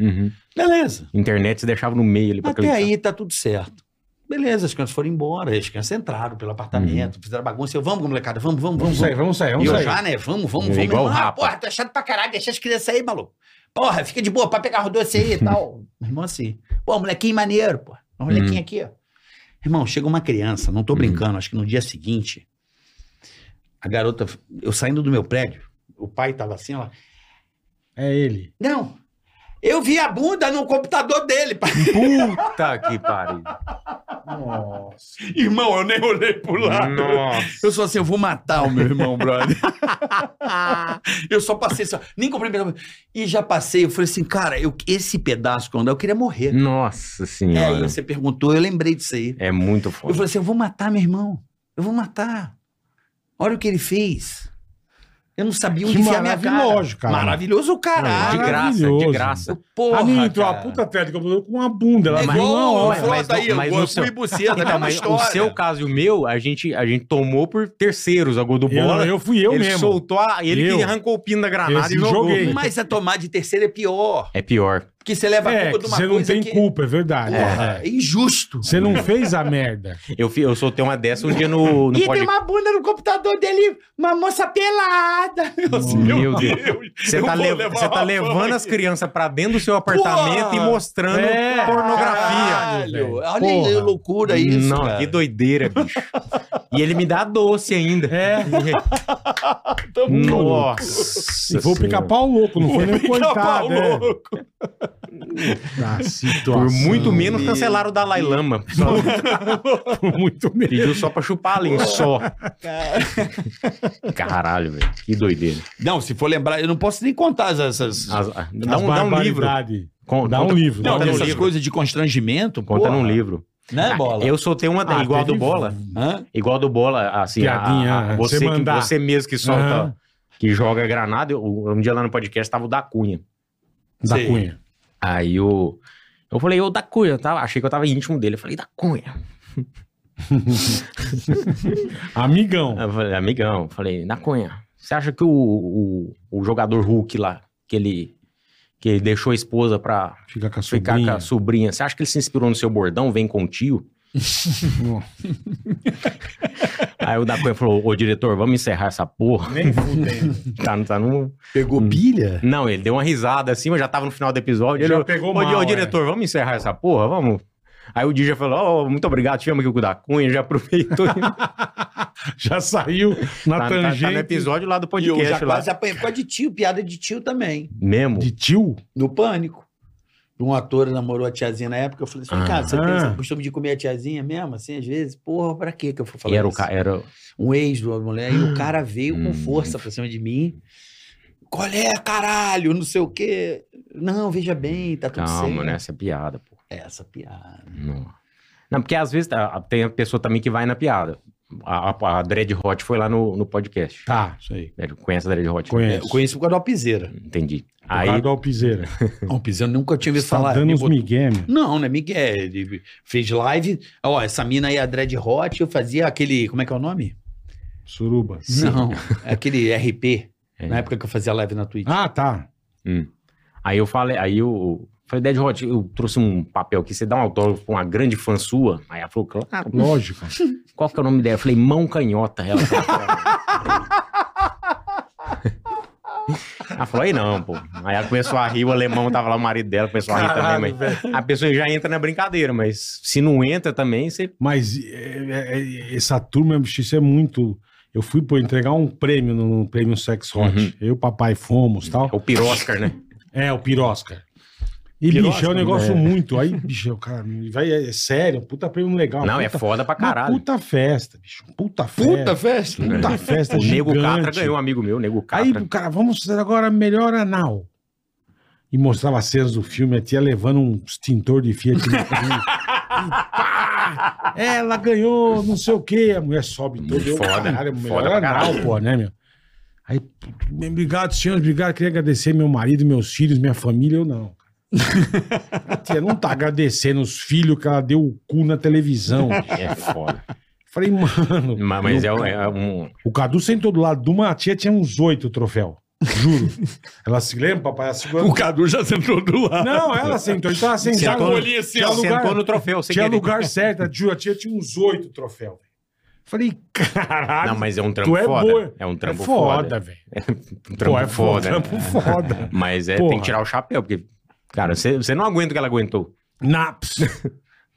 [SPEAKER 4] Beleza.
[SPEAKER 5] Uhum. Internet você deixava no meio ali pra
[SPEAKER 4] Até
[SPEAKER 5] clicar.
[SPEAKER 4] aí tá tudo certo. Beleza, as crianças foram embora, as crianças entraram pelo apartamento,
[SPEAKER 5] Uhum.
[SPEAKER 4] fizeram bagunça. Eu, vamos, molecada, vamos, vamos,
[SPEAKER 3] Vamos
[SPEAKER 4] vamos.
[SPEAKER 3] sair, vamos sair,
[SPEAKER 4] E
[SPEAKER 3] vamos
[SPEAKER 4] eu
[SPEAKER 3] sair.
[SPEAKER 4] já, né? Vamos, vamos,
[SPEAKER 5] É
[SPEAKER 4] vamos.
[SPEAKER 5] igual
[SPEAKER 4] Meu irmão,
[SPEAKER 5] rapa.
[SPEAKER 4] ah, porra, tá chato pra caralho, deixa as crianças aí, maluco. Porra, fica de boa, pra pegar o doce
[SPEAKER 5] [LAUGHS]
[SPEAKER 4] aí e tal. Meu irmão assim, pô, molequinho maneiro, pô. Ó, Molequinho
[SPEAKER 5] Uhum.
[SPEAKER 4] aqui, ó. Irmão, chega uma criança, não tô brincando, acho que no dia seguinte, a garota, eu saindo do meu prédio, o pai tava assim, ó.
[SPEAKER 3] É ele.
[SPEAKER 4] Não,
[SPEAKER 7] Eu vi a bunda no computador dele.
[SPEAKER 4] [LAUGHS]
[SPEAKER 7] pai.
[SPEAKER 5] Puta que pariu.
[SPEAKER 10] Nossa.
[SPEAKER 2] Irmão, eu nem olhei pro lado.
[SPEAKER 5] Nossa.
[SPEAKER 4] Eu sou assim, eu vou matar o meu irmão, brother. eu só passei só, nem cumprimentava. E já passei, eu falei assim, cara, eu, esse pedaço quando eu queria morrer.
[SPEAKER 5] Nossa
[SPEAKER 4] É, aí
[SPEAKER 5] senhora.
[SPEAKER 4] você perguntou, eu lembrei disso aí.
[SPEAKER 5] É, muito
[SPEAKER 4] Eu
[SPEAKER 5] foda.
[SPEAKER 4] falei assim, eu vou matar meu irmão. Eu vou matar. Olha o que ele fez. Eu não sabia onde
[SPEAKER 3] Que
[SPEAKER 4] enfiar minha cara.
[SPEAKER 3] maravilhoso, cara.
[SPEAKER 4] Maravilhoso o
[SPEAKER 5] De
[SPEAKER 4] caralho.
[SPEAKER 5] graça, de
[SPEAKER 3] Maravilhoso.
[SPEAKER 5] graça.
[SPEAKER 4] Porra,
[SPEAKER 3] a Nina entrou
[SPEAKER 4] cara.
[SPEAKER 3] uma puta tela de computador com uma bunda. Ela
[SPEAKER 4] É
[SPEAKER 3] viu
[SPEAKER 5] mas-
[SPEAKER 3] uma
[SPEAKER 5] igual-
[SPEAKER 3] hora.
[SPEAKER 5] mas- mas
[SPEAKER 4] frota
[SPEAKER 5] não-
[SPEAKER 4] aí,
[SPEAKER 5] mas
[SPEAKER 4] Goku
[SPEAKER 5] no seu-
[SPEAKER 4] e Buceta, é a
[SPEAKER 5] Então,
[SPEAKER 4] mesma
[SPEAKER 5] mas o
[SPEAKER 4] história.
[SPEAKER 5] seu caso e o meu, a gente, a gente tomou por terceiros a gol do
[SPEAKER 3] Eu,
[SPEAKER 5] bola.
[SPEAKER 3] eu fui eu
[SPEAKER 5] ele
[SPEAKER 3] mesmo.
[SPEAKER 5] soltou a, ele que
[SPEAKER 3] Eu.
[SPEAKER 5] arrancou o pino da granada
[SPEAKER 3] Esse
[SPEAKER 5] e jogou.
[SPEAKER 3] joguei.
[SPEAKER 4] Mas a tomar de terceira é pior.
[SPEAKER 5] É pior.
[SPEAKER 4] Porque você leva a
[SPEAKER 3] É, que
[SPEAKER 4] culpa de uma
[SPEAKER 3] você não
[SPEAKER 4] coisa
[SPEAKER 3] tem
[SPEAKER 4] que...
[SPEAKER 3] culpa, é
[SPEAKER 7] né?
[SPEAKER 3] verdade.
[SPEAKER 4] Porra,
[SPEAKER 3] É.
[SPEAKER 4] é injusto.
[SPEAKER 3] Você
[SPEAKER 5] [LAUGHS]
[SPEAKER 3] não fez a merda.
[SPEAKER 5] Eu, fi- eu soltei uma dessa um dia no, no
[SPEAKER 7] e
[SPEAKER 5] podcast.
[SPEAKER 7] tem uma bunda no computador dele, uma moça pelada.
[SPEAKER 5] Meu Deus. Você
[SPEAKER 2] eu
[SPEAKER 5] tá,
[SPEAKER 2] vou
[SPEAKER 5] le-
[SPEAKER 2] levar
[SPEAKER 5] você tá
[SPEAKER 2] uma
[SPEAKER 5] levando
[SPEAKER 2] banha.
[SPEAKER 5] as crianças pra dentro do seu apartamento e mostrando
[SPEAKER 3] É,
[SPEAKER 5] pornografia.
[SPEAKER 4] Caralho,
[SPEAKER 3] velho.
[SPEAKER 4] olha aí,
[SPEAKER 3] Porra.
[SPEAKER 4] loucura isso,
[SPEAKER 5] Não,
[SPEAKER 4] cara.
[SPEAKER 5] que doideira, bicho. e ele me dá doce ainda. [LAUGHS]
[SPEAKER 3] É.
[SPEAKER 5] Nossa.
[SPEAKER 3] E foi o
[SPEAKER 5] Senhora.
[SPEAKER 3] pica-pau louco, não foi nem
[SPEAKER 2] Pica-pau
[SPEAKER 3] coitado. É.
[SPEAKER 2] louco.
[SPEAKER 3] Ah, situação.
[SPEAKER 5] Por muito menos
[SPEAKER 4] Meu
[SPEAKER 5] cancelaram o Dalai Lama. Só
[SPEAKER 3] Por muito menos.
[SPEAKER 5] pediu só pra chupar lençol. Caralho, velho. Que doideira.
[SPEAKER 4] Não, se for lembrar, eu não posso nem contar essas, essas-
[SPEAKER 5] As- dá, um, dá um livro.
[SPEAKER 3] barbaridade.
[SPEAKER 5] Con-
[SPEAKER 3] Dá um
[SPEAKER 5] conta-
[SPEAKER 3] livro.
[SPEAKER 5] Não,
[SPEAKER 3] dá um
[SPEAKER 4] essas
[SPEAKER 5] no
[SPEAKER 3] livro.
[SPEAKER 5] livro.
[SPEAKER 4] coisas de constrangimento.
[SPEAKER 5] Conta
[SPEAKER 4] porra.
[SPEAKER 5] num livro.
[SPEAKER 4] Né, bola?
[SPEAKER 5] Eu soltei uma
[SPEAKER 3] Ah,
[SPEAKER 5] igual do
[SPEAKER 3] teve-
[SPEAKER 5] bola.
[SPEAKER 4] Hã?
[SPEAKER 5] Igual do bola, assim, a-
[SPEAKER 3] Piadinha,
[SPEAKER 5] a-
[SPEAKER 3] ah,
[SPEAKER 5] você,
[SPEAKER 3] você
[SPEAKER 5] que-
[SPEAKER 3] mandar.
[SPEAKER 5] você mesmo que solta,
[SPEAKER 3] Aham.
[SPEAKER 5] que joga granada. Eu- um dia lá no podcast tava o da Cunha.
[SPEAKER 3] Da
[SPEAKER 4] Sei.
[SPEAKER 3] Cunha.
[SPEAKER 5] Aí eu, eu falei, ô da Cunha, eu tava, achei que eu tava íntimo dele. Eu falei, da Cunha.
[SPEAKER 3] Amigão.
[SPEAKER 5] Eu falei, amigão, eu falei, da Cunha, você acha que o, o, o jogador Hulk lá, que ele, que ele deixou a esposa pra
[SPEAKER 3] Fica com a sobrinha.
[SPEAKER 5] ficar com a sobrinha, você acha que ele se inspirou no seu bordão, vem com
[SPEAKER 3] [LAUGHS]
[SPEAKER 5] o tio? Aí o da Cunha falou, ô diretor, vamos encerrar essa porra.
[SPEAKER 3] [LAUGHS]
[SPEAKER 10] Nem fudendo.
[SPEAKER 5] Tá, tá num...
[SPEAKER 4] Pegou pilha?
[SPEAKER 5] Não, ele deu uma risada assim, mas já tava no final do episódio.
[SPEAKER 3] Já
[SPEAKER 5] ele
[SPEAKER 3] pegou
[SPEAKER 5] ô,
[SPEAKER 3] mal,
[SPEAKER 5] ô,
[SPEAKER 3] é.
[SPEAKER 5] diretor, vamos encerrar essa porra, vamos. Aí o DJ falou, ó, muito obrigado, tivemos aqui com o da Cunha, já [LAUGHS] aproveitou.
[SPEAKER 3] [LAUGHS]
[SPEAKER 5] tá,
[SPEAKER 3] Já saiu na
[SPEAKER 5] tá- tá
[SPEAKER 3] tangente.
[SPEAKER 5] no episódio lá do
[SPEAKER 4] E eu já
[SPEAKER 5] podcast lá.
[SPEAKER 4] quase apanhei por causa de tio, piada de tio também.
[SPEAKER 5] Mesmo?
[SPEAKER 3] De tio?
[SPEAKER 4] No pânico. Um ator namorou a tiazinha na época, eu falei assim,
[SPEAKER 5] Ah.
[SPEAKER 4] cara, você tem
[SPEAKER 3] Ah.
[SPEAKER 4] esse costume de comer a tiazinha mesmo, assim, às vezes? Porra, pra quê que eu fui falar
[SPEAKER 5] era o
[SPEAKER 4] isso?
[SPEAKER 5] cara, era...
[SPEAKER 4] um ex de uma mulher,
[SPEAKER 5] Ah.
[SPEAKER 4] e o cara veio
[SPEAKER 5] Hum.
[SPEAKER 4] com força pra cima de mim. Qual é, caralho? Não sei o quê. Não, veja bem, tá tudo certo.
[SPEAKER 5] Calma, né? Essa é piada, pô.
[SPEAKER 4] Essa piada.
[SPEAKER 5] Não. Não, porque às vezes tá, tem a pessoa também que vai na piada. A, a, a Dread Hot foi lá no, no podcast.
[SPEAKER 3] Tá, isso aí.
[SPEAKER 5] Velho, Conhece a Dread
[SPEAKER 4] É,
[SPEAKER 5] Hot?
[SPEAKER 4] eu
[SPEAKER 3] Conheço. Tá
[SPEAKER 4] conheço por causa da Alpizeira.
[SPEAKER 5] Entendi.
[SPEAKER 3] Aí...
[SPEAKER 5] Aí,
[SPEAKER 3] do Alpizeira.
[SPEAKER 5] Uhum.
[SPEAKER 4] Alpizeira eu nunca tinha ouvido
[SPEAKER 3] Tá
[SPEAKER 4] falar.
[SPEAKER 3] dando
[SPEAKER 4] Me
[SPEAKER 3] uns
[SPEAKER 4] botou-
[SPEAKER 3] migué, meu.
[SPEAKER 4] Não, né, Miguel? Ele fez live. Ó, essa mina aí, a Dread Hot, eu fazia aquele. Como é que é o nome?
[SPEAKER 3] Suruba.
[SPEAKER 5] [LAUGHS]
[SPEAKER 4] Não, aquele RP.
[SPEAKER 5] É.
[SPEAKER 4] Na época que eu fazia live na Twitch.
[SPEAKER 3] Ah, tá.
[SPEAKER 5] aí eu falei, aí eu falei, Dread Hot, eu trouxe um papel aqui, você dá um autógrafo pra uma grande fã sua? Aí ela falou, claro,
[SPEAKER 3] Lógico.
[SPEAKER 5] [LAUGHS] Qual que é o nome dela? Eu falei, mão canhota. Ela falou, "Ah, ela falou aí não, pô. Aí ela começou a rir, o alemão tava lá, o marido dela começou a rir também. Mas a pessoa já entra na brincadeira, mas se não entra também, você...
[SPEAKER 3] Mas é, é, é, essa turma, bicho, isso é muito. Eu fui pô, entregar um prêmio no, no prêmio Sex Hot.
[SPEAKER 5] Uhum.
[SPEAKER 3] Eu, papai, fomos
[SPEAKER 5] É
[SPEAKER 3] tal.
[SPEAKER 5] o piroscar, né?
[SPEAKER 3] É, o Pirosca. E,
[SPEAKER 5] Pirosca,
[SPEAKER 3] bicho, é um negócio
[SPEAKER 5] né?
[SPEAKER 3] muito. Aí, bicho, o cara, vai, é, é sério, um puta prêmio legal.
[SPEAKER 5] Não,
[SPEAKER 3] puta,
[SPEAKER 5] é foda pra
[SPEAKER 3] uma
[SPEAKER 5] caralho.
[SPEAKER 3] Puta festa, bicho. um Puta festa. um
[SPEAKER 4] festa.
[SPEAKER 3] Puta festa,
[SPEAKER 5] O Nego Catra
[SPEAKER 3] gigante.
[SPEAKER 5] ganhou, um amigo meu, Nego
[SPEAKER 3] Aí,
[SPEAKER 5] Catra.
[SPEAKER 3] o cara, vamos fazer agora melhor anal. E mostrava cenas do filme, a tia levando um extintor de Fiat. no cu. E
[SPEAKER 5] [LAUGHS]
[SPEAKER 3] pá! Ela ganhou, não sei o quê. A mulher sobe toda. eu,
[SPEAKER 5] Foda,
[SPEAKER 3] caralho, melhor
[SPEAKER 5] foda pra
[SPEAKER 3] anal,
[SPEAKER 5] caralho.
[SPEAKER 3] pô, né, meu? Aí, puto, bem, obrigado, senhores, obrigado. Queria agradecer meu marido, meus filhos, minha família. Eu não. cara. a tia não tá agradecendo os filhos que ela deu o cu na
[SPEAKER 5] [LAUGHS]
[SPEAKER 3] televisão.
[SPEAKER 5] É foda.
[SPEAKER 3] Falei, mano.
[SPEAKER 5] Mas, mas é,
[SPEAKER 3] eu-
[SPEAKER 5] um- é um...
[SPEAKER 3] o Cadu sentou do lado de uma, a tia tinha uns oito troféu.
[SPEAKER 5] [LAUGHS]
[SPEAKER 3] Juro. ela se lembra, papai? Ela segurou...
[SPEAKER 2] O Cadu já sentou do lado.
[SPEAKER 3] Não, ela sentou. Então ela
[SPEAKER 2] Tá com o
[SPEAKER 3] sentou.
[SPEAKER 2] olhinho assim,
[SPEAKER 3] Tinha
[SPEAKER 2] ó.
[SPEAKER 3] lugar-
[SPEAKER 5] Sentou no troféu, você
[SPEAKER 3] Tinha
[SPEAKER 5] querer.
[SPEAKER 3] lugar certo. A tia, a tia tinha uns oito troféu. Falei, caralho.
[SPEAKER 5] Não, mas é um trampo
[SPEAKER 3] é
[SPEAKER 5] foda.
[SPEAKER 3] boa.
[SPEAKER 5] É um
[SPEAKER 3] é
[SPEAKER 5] trampo foda.
[SPEAKER 3] foda, velho.
[SPEAKER 5] Um trampo
[SPEAKER 3] Pô, é foda.
[SPEAKER 5] foda. né?
[SPEAKER 3] Trampo
[SPEAKER 5] [LAUGHS]
[SPEAKER 3] foda.
[SPEAKER 5] Mas é,
[SPEAKER 3] Porra.
[SPEAKER 5] tem que tirar o chapéu, porque, cara, você você não aguenta o que ela aguentou.
[SPEAKER 3] Naps.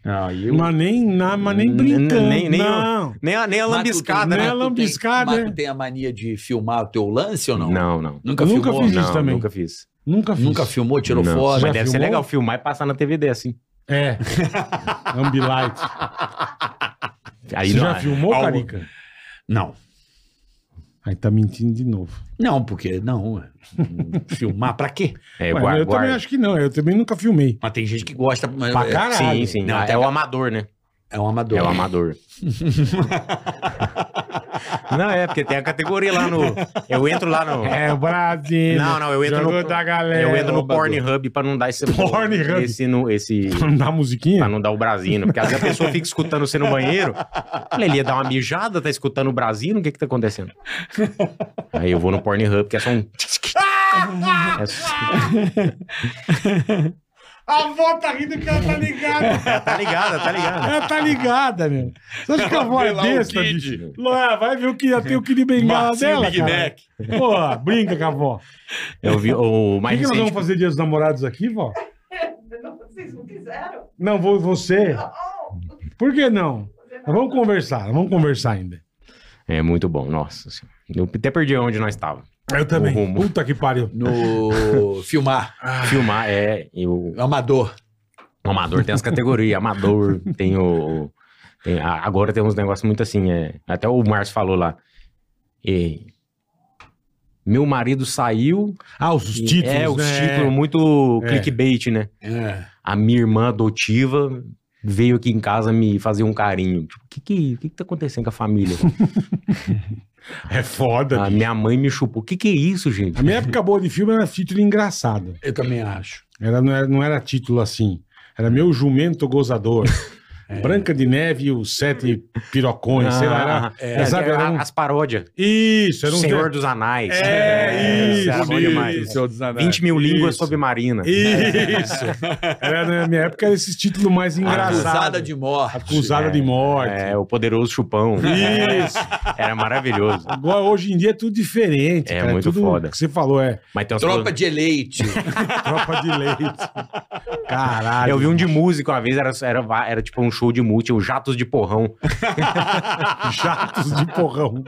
[SPEAKER 5] Não, e
[SPEAKER 3] Mas nem, na, mas nem
[SPEAKER 5] N-
[SPEAKER 3] brincando.
[SPEAKER 5] nem- nem-
[SPEAKER 3] não.
[SPEAKER 5] Nem a, nem a lambiscada,
[SPEAKER 3] né?
[SPEAKER 5] né?
[SPEAKER 3] Nela- lambiscada,
[SPEAKER 4] Mas
[SPEAKER 3] é.
[SPEAKER 4] tu tem a mania de filmar o teu lance ou não?
[SPEAKER 5] Não, não.
[SPEAKER 4] Nunca,
[SPEAKER 3] Eu nunca
[SPEAKER 4] filmou?
[SPEAKER 3] fiz
[SPEAKER 5] Não,
[SPEAKER 3] isso também.
[SPEAKER 5] nunca fiz.
[SPEAKER 3] Nunca fiz.
[SPEAKER 4] Nunca filmou, tirou
[SPEAKER 5] Não.
[SPEAKER 4] foto.
[SPEAKER 5] Mas
[SPEAKER 3] Já
[SPEAKER 5] deve ser
[SPEAKER 3] filmou?
[SPEAKER 5] legal filmar e passar na TVD assim. [LAUGHS]
[SPEAKER 3] É. Ambilight.
[SPEAKER 5] Aí
[SPEAKER 3] Você
[SPEAKER 5] não
[SPEAKER 3] já
[SPEAKER 5] é.
[SPEAKER 3] filmou,
[SPEAKER 2] Algo-
[SPEAKER 3] Carica?
[SPEAKER 4] Não.
[SPEAKER 3] Aí tá mentindo de novo.
[SPEAKER 4] Não, porque não. ué. Filmar pra quê?
[SPEAKER 5] É,
[SPEAKER 3] Ué,
[SPEAKER 5] guarda-
[SPEAKER 3] eu também
[SPEAKER 5] guarda.
[SPEAKER 3] acho que não. Eu também nunca filmei.
[SPEAKER 4] Mas tem gente que gosta. Mas
[SPEAKER 3] Pra
[SPEAKER 4] é,
[SPEAKER 3] caralho.
[SPEAKER 5] Sim, sim.
[SPEAKER 4] Não,
[SPEAKER 5] Ah,
[SPEAKER 4] até
[SPEAKER 5] é o
[SPEAKER 4] ca-
[SPEAKER 5] amador, né?
[SPEAKER 4] é um amador.
[SPEAKER 5] É o amador. [LAUGHS] não, é, porque tem a categoria lá no. Eu entro lá no.
[SPEAKER 3] É, o [LAUGHS] Brasil.
[SPEAKER 5] Não, não, eu entro
[SPEAKER 3] Jogou
[SPEAKER 5] no-
[SPEAKER 3] da galera.
[SPEAKER 5] Eu entro no Pornhub pra não dar esse.
[SPEAKER 3] Pornhub.
[SPEAKER 5] Esse, no, esse.
[SPEAKER 3] [LAUGHS] Não dá
[SPEAKER 5] Pra
[SPEAKER 3] musiquinha?
[SPEAKER 5] não dar o brasino. Porque às vezes a pessoa fica escutando você no banheiro. Falei, ele ia dar uma mijada, tá escutando o brasino? O que que tá acontecendo? Aí eu vou no Pornhub, que é só um. É só-
[SPEAKER 3] A avó tá rindo que ela tá
[SPEAKER 5] [LAUGHS]
[SPEAKER 3] ligada.
[SPEAKER 5] Tá ligado, tá ligado.
[SPEAKER 3] Ela tá ligada, meu. Você acha que a avó é
[SPEAKER 2] Lá o
[SPEAKER 3] besta,
[SPEAKER 2] Kid.
[SPEAKER 3] bicho? Lá, vai ver o que já tem o que de bengala
[SPEAKER 2] Marcinho
[SPEAKER 3] dela,
[SPEAKER 2] Big
[SPEAKER 3] cara. Porra, brinca com a avó.
[SPEAKER 5] Eu vi o
[SPEAKER 3] O que,
[SPEAKER 5] mais
[SPEAKER 3] que nós vamos
[SPEAKER 5] recente.
[SPEAKER 3] fazer dia dos namorados aqui, vó?
[SPEAKER 12] [LAUGHS] Não, vocês não quiseram?
[SPEAKER 3] Não, vou você.
[SPEAKER 12] Não,
[SPEAKER 3] Por que não?
[SPEAKER 12] você não-
[SPEAKER 3] Nós vamos conversar, nós vamos conversar ainda.
[SPEAKER 5] É muito bom, nossa. senhora. Eu até perdi onde nós estávamos.
[SPEAKER 3] Eu
[SPEAKER 5] também.
[SPEAKER 3] Puta que pariu.
[SPEAKER 4] No filmar. um
[SPEAKER 5] Filmar é. e o
[SPEAKER 4] Amador.
[SPEAKER 5] o amador tem as categorias. Amador tem o. tem- a- agora tem uns negócios muito assim. É, até o Márcio falou lá. E, meu marido saiu.
[SPEAKER 3] Ah, os
[SPEAKER 5] e-
[SPEAKER 3] títulos.
[SPEAKER 5] É, os
[SPEAKER 3] né?
[SPEAKER 5] títulos, muito
[SPEAKER 3] É.
[SPEAKER 5] clickbait, né? A minha irmã adotiva veio aqui em casa me fazer um carinho. Tipo, o que que, o que que tá acontecendo com
[SPEAKER 3] [LAUGHS]
[SPEAKER 5] a família?
[SPEAKER 3] É foda.
[SPEAKER 5] a minha mãe me chupou. O que que é isso, gente?
[SPEAKER 3] A minha época boa de filme era título engraçado.
[SPEAKER 4] Eu também acho.
[SPEAKER 3] Era, não, era, não era título assim. Era Meu Jumento Gozador. Branca de Neve e os Sete Pirocões, sei lá. Era,
[SPEAKER 5] Ah, é,
[SPEAKER 3] sabe,
[SPEAKER 5] é,
[SPEAKER 3] era um-
[SPEAKER 5] as paródias.
[SPEAKER 3] Isso, era um...
[SPEAKER 5] Senhor dos Anais.
[SPEAKER 3] É, isso,
[SPEAKER 5] era bom demais.
[SPEAKER 2] Seu desanar.
[SPEAKER 5] 20 É, mil línguas
[SPEAKER 3] Isso.
[SPEAKER 5] submarinas.
[SPEAKER 3] Isso. Era, na minha época era esses títulos mais engraçados.
[SPEAKER 4] Acusada de morte.
[SPEAKER 3] Acusada de morte.
[SPEAKER 5] É, o poderoso chupão.
[SPEAKER 3] Isso.
[SPEAKER 5] Era maravilhoso.
[SPEAKER 3] Agora, hoje em dia é tudo diferente.
[SPEAKER 5] É
[SPEAKER 3] cara.
[SPEAKER 5] muito
[SPEAKER 3] tudo
[SPEAKER 5] foda.
[SPEAKER 3] O que você falou é
[SPEAKER 5] Mas tem umas
[SPEAKER 4] Tropa
[SPEAKER 5] coisas-
[SPEAKER 4] de eleite.
[SPEAKER 3] tropa de leite. Caralho.
[SPEAKER 5] Eu vi um de música uma vez, era, era, va- era tipo um show de multi, o Jatos de Porrão.
[SPEAKER 3] [LAUGHS] Jatos de porrão.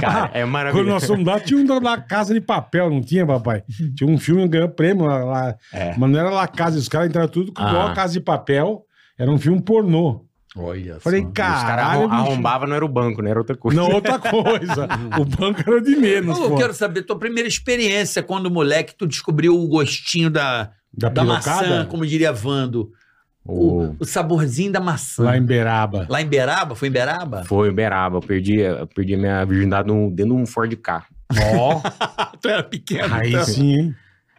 [SPEAKER 5] Cara,
[SPEAKER 3] Ah,
[SPEAKER 5] é
[SPEAKER 3] Quando
[SPEAKER 5] maravilhoso.
[SPEAKER 3] nós fomos lá, tinha um da La Casa de Papel, não tinha, papai?
[SPEAKER 5] Uhum.
[SPEAKER 3] Tinha um filme que ganhou prêmio lá. lá. Mas não era La Casa, os caras entraram tudo com
[SPEAKER 5] É. Ah.
[SPEAKER 3] igual a Casa de Papel. Era um filme pornô.
[SPEAKER 4] Olha
[SPEAKER 3] Falei,
[SPEAKER 5] Os caras arrom-
[SPEAKER 3] caralho, bicho.
[SPEAKER 5] arrombavam, não era o banco, não era outra coisa.
[SPEAKER 3] Não, outra coisa.
[SPEAKER 5] [LAUGHS]
[SPEAKER 3] o banco era de menos,
[SPEAKER 4] Eu
[SPEAKER 3] pô.
[SPEAKER 4] quero saber tua primeira experiência quando moleque tu descobriu o gostinho da,
[SPEAKER 3] Da
[SPEAKER 4] da maçã,
[SPEAKER 3] pirocada?
[SPEAKER 4] como diria Vando. O,
[SPEAKER 5] O-
[SPEAKER 4] o saborzinho da maçã.
[SPEAKER 3] Lá em Beraba.
[SPEAKER 4] Lá em Beraba? Foi em Beraba?
[SPEAKER 5] Foi Uberaba, eu perdi, eu perdi minha virgindade num- dentro de um Ford K.
[SPEAKER 3] Ó,
[SPEAKER 4] [LAUGHS] Tu era
[SPEAKER 5] Tá.
[SPEAKER 4] pequeno.
[SPEAKER 3] aí sim, hein?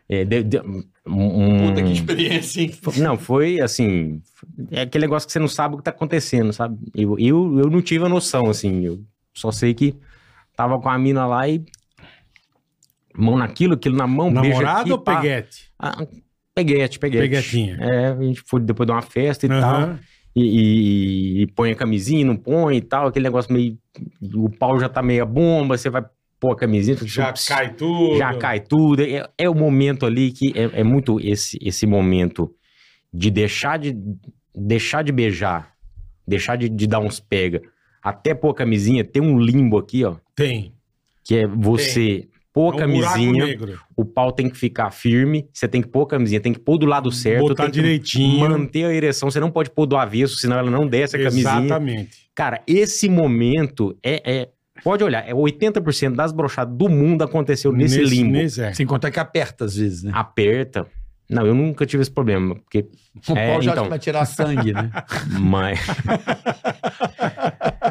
[SPEAKER 5] É, de- de- um- um-
[SPEAKER 2] Puta que experiência, hein?
[SPEAKER 5] Fo- Não, foi assim. É aquele negócio que você não sabe o que tá acontecendo, sabe? Eu, eu, eu não tive a noção, assim. Eu só sei que tava com a mina lá e. Mão naquilo, aquilo na mão, Um beijo aqui,
[SPEAKER 3] Namorado ou
[SPEAKER 5] pá.
[SPEAKER 3] peguete?
[SPEAKER 5] Ah, peguete, peguete.
[SPEAKER 3] Peguetinha.
[SPEAKER 5] É, a gente foi depois de uma festa e tal.
[SPEAKER 3] Aham.
[SPEAKER 5] E, e- e põe a camisinha, não põe e tal. Aquele negócio meio. O pau já tá meio a bomba, você vai pôr a camisinha.
[SPEAKER 3] Já
[SPEAKER 5] tipo,
[SPEAKER 3] cai tudo.
[SPEAKER 5] já cai tudo. É, é o momento ali que é, é muito esse, esse momento de deixar de deixar de beijar, deixar de, de dar uns pega, até pôr a camisinha. Tem um limbo aqui, ó,
[SPEAKER 3] Tem.
[SPEAKER 5] que é você
[SPEAKER 3] É
[SPEAKER 5] pôr
[SPEAKER 3] um
[SPEAKER 5] a
[SPEAKER 3] buraco
[SPEAKER 5] camisinha,
[SPEAKER 3] negro.
[SPEAKER 5] o pau tem que ficar firme, você tem que pôr a camisinha, tem que pôr do lado certo,
[SPEAKER 3] Botar
[SPEAKER 5] tem que
[SPEAKER 3] direitinho.
[SPEAKER 5] manter a ereção. Você não pode pôr do avesso, senão ela não desce a camisinha.
[SPEAKER 3] Exatamente.
[SPEAKER 5] Cara, esse momento é, é- pode olhar, é 80% das brochadas do mundo aconteceu nesse, limbo
[SPEAKER 3] nesse, é.
[SPEAKER 4] Sem contar que aperta às vezes, né?
[SPEAKER 5] aperta. Não, eu nunca tive esse problema, porque
[SPEAKER 4] O
[SPEAKER 5] É,
[SPEAKER 4] pau já
[SPEAKER 5] então.
[SPEAKER 4] vai tirar sangue, né?
[SPEAKER 5] [LAUGHS] mas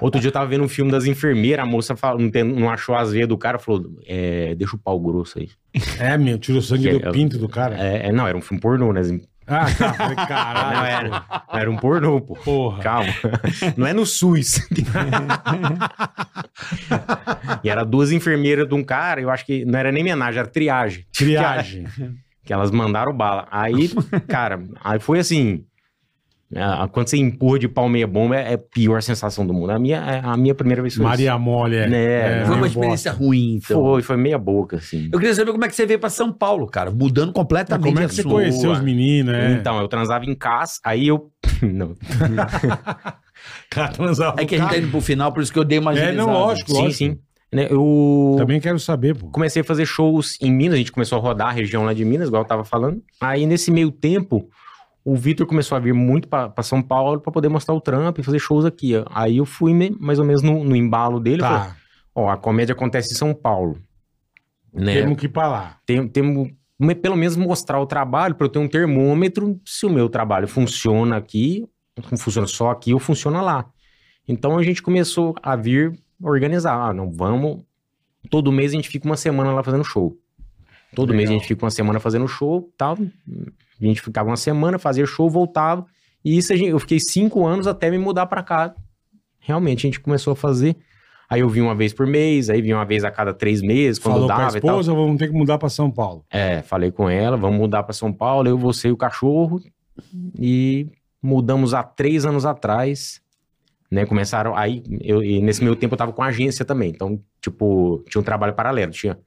[SPEAKER 5] Outro dia eu tava vendo um filme das enfermeiras, a moça fala- não, tem- não achou as veias do cara, falou, é, deixa o pau grosso aí.
[SPEAKER 3] É, meu, tirou sangue
[SPEAKER 5] Que
[SPEAKER 3] do
[SPEAKER 5] é-
[SPEAKER 3] pinto do cara.
[SPEAKER 5] É, é, não, era um filme pornô, né?
[SPEAKER 3] Ah, tá. Falei,
[SPEAKER 5] Ah, Não,
[SPEAKER 3] caralho.
[SPEAKER 5] era, era um pornô, pô.
[SPEAKER 3] Porra.
[SPEAKER 5] Calma. [LAUGHS] Não é no SUS. e era duas enfermeiras de um cara, eu acho que não era nem homenagem, era triagem.
[SPEAKER 3] Triagem.
[SPEAKER 5] Que elas mandaram bala.
[SPEAKER 3] [LAUGHS]
[SPEAKER 5] Aí, cara, aí foi assim. ah, Quando você empurra de pau meia bomba, é é a pior sensação do mundo. A minha, é- a minha primeira vez foi
[SPEAKER 3] Maria Mole. É.
[SPEAKER 5] Né,
[SPEAKER 3] É, uma
[SPEAKER 4] Foi uma
[SPEAKER 3] bosta.
[SPEAKER 4] experiência ruim,
[SPEAKER 5] isso.
[SPEAKER 4] então.
[SPEAKER 5] Foi, foi meia boca, assim.
[SPEAKER 4] Eu queria saber como é que você veio pra São Paulo, cara. Mudando completamente
[SPEAKER 3] Como é
[SPEAKER 4] a
[SPEAKER 3] que você
[SPEAKER 4] sua-
[SPEAKER 3] conheceu os meninos, é?
[SPEAKER 5] Então, eu transava em casa, aí eu. [LAUGHS] Não.
[SPEAKER 3] cara transava
[SPEAKER 4] É que a gente tá indo pro final, por isso que eu dei uma
[SPEAKER 3] É, não,
[SPEAKER 4] agilizada.
[SPEAKER 3] lógico,
[SPEAKER 5] Sim,
[SPEAKER 3] lógico.
[SPEAKER 5] sim. né, eu
[SPEAKER 3] Também quero saber, pô.
[SPEAKER 5] comecei a fazer shows em Minas, a gente começou a rodar a região lá de Minas, igual eu tava falando. Aí nesse meio tempo, o Vitor começou a vir muito pra pra São Paulo pra poder mostrar o trampo e fazer shows aqui. ó. Aí eu fui me- mais ou menos no, no embalo dele. eu falei,
[SPEAKER 3] Tá,
[SPEAKER 5] Ó, a comédia acontece em São Paulo. Né?
[SPEAKER 3] temos que ir pra lá.
[SPEAKER 5] Tem, tem, me- pelo menos mostrar o trabalho pra eu ter um termômetro se o meu trabalho funciona aqui, funciona só aqui ou funciona lá. Então a gente começou a vir organizar. Ah, não, vamos. Todo mês a gente fica uma semana lá fazendo show. Todo mês a gente fica uma semana fazendo show, tal. A gente ficava uma semana, fazia show, voltava. E isso a gente- eu fiquei cinco anos até me mudar pra cá. Realmente, a gente começou a fazer. Aí eu vim uma vez por mês, aí vim uma vez a cada três meses, quando
[SPEAKER 3] Falou com a
[SPEAKER 5] dava e tal.
[SPEAKER 3] esposa, vamos ter que mudar pra São Paulo.
[SPEAKER 5] É, falei com ela, vamos mudar para São Paulo, eu, você e o cachorro. E mudamos há três anos atrás, né? Começaram. Aí, eu, e nesse meu tempo eu tava com agência também. Então, tipo, tinha um trabalho paralelo. Tinha,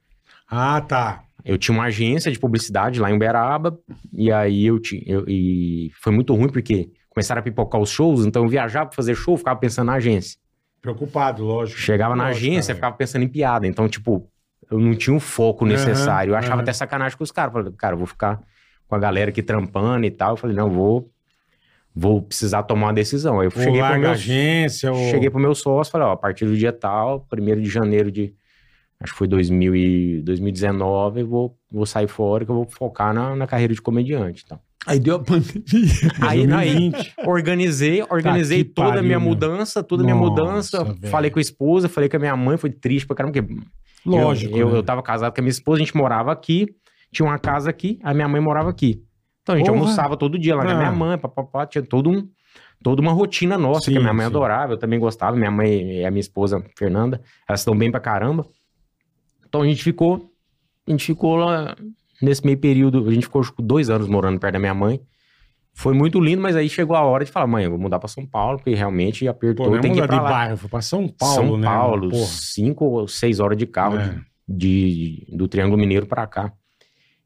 [SPEAKER 3] Ah, tá.
[SPEAKER 5] eu tinha uma agência de publicidade lá em Uberaba, e aí eu tinha. eu- e foi muito ruim porque começaram a pipocar os shows, então eu viajava pra fazer show, ficava pensando na agência.
[SPEAKER 3] Preocupado, lógico.
[SPEAKER 5] Chegava na
[SPEAKER 3] Lógico,
[SPEAKER 5] agência,
[SPEAKER 3] cara.
[SPEAKER 5] ficava pensando em piada. Então, tipo, eu não tinha o foco
[SPEAKER 3] Aham,
[SPEAKER 5] necessário. eu achava
[SPEAKER 3] aham.
[SPEAKER 5] até sacanagem com os caras. Falei, cara, eu vou ficar com a galera aqui trampando e tal. Eu falei, não, vou, vou precisar tomar uma decisão. Aí eu
[SPEAKER 3] Ou
[SPEAKER 5] cheguei pro,
[SPEAKER 3] larga
[SPEAKER 5] meu,
[SPEAKER 3] a agência, ou...
[SPEAKER 5] cheguei pro meu sócio, falei, ó, a partir do dia tal, 1 de janeiro de. Acho que foi 2000 e 2019, eu vou, vou sair fora que eu vou focar na, na carreira de comediante. Então.
[SPEAKER 7] Aí deu a pandemia.
[SPEAKER 5] Aí, aí, organizei, organizei
[SPEAKER 3] Tá que
[SPEAKER 5] toda a minha
[SPEAKER 3] pariu, meu.
[SPEAKER 5] mudança, toda a minha
[SPEAKER 3] Nossa,
[SPEAKER 5] mudança.
[SPEAKER 3] velho.
[SPEAKER 5] Falei com a esposa, falei com a minha mãe, foi triste pra caramba, porque
[SPEAKER 3] Lógico.
[SPEAKER 5] eu, eu,
[SPEAKER 3] né?
[SPEAKER 5] eu tava casado com a minha esposa, a gente morava aqui, tinha uma casa aqui, a minha mãe morava aqui. Então a gente
[SPEAKER 3] Porra.
[SPEAKER 5] almoçava todo dia lá com a
[SPEAKER 3] Ah.
[SPEAKER 5] minha mãe, papapá, tinha todo um, toda uma rotina nossa
[SPEAKER 3] Sim,
[SPEAKER 5] que a minha mãe
[SPEAKER 3] sim.
[SPEAKER 5] adorava, eu também gostava, minha mãe e a minha esposa, Fernanda, elas estão bem pra caramba. Então a gente ficou, a gente ficou lá nesse meio período, a gente ficou acho que, dois anos morando perto da minha mãe. Foi muito lindo, mas aí chegou a hora de falar, mãe, eu vou mudar pra São Paulo, porque realmente
[SPEAKER 3] Pô,
[SPEAKER 5] apertou,
[SPEAKER 3] não é
[SPEAKER 5] tem que ir
[SPEAKER 3] mudar
[SPEAKER 5] pra
[SPEAKER 3] de
[SPEAKER 5] lá.
[SPEAKER 3] bairro, foi pra São Paulo,
[SPEAKER 5] São
[SPEAKER 3] né?
[SPEAKER 5] Paulo,
[SPEAKER 3] Porra.
[SPEAKER 5] cinco ou seis horas de carro
[SPEAKER 3] É.
[SPEAKER 5] de, de- do Triângulo Mineiro pra cá.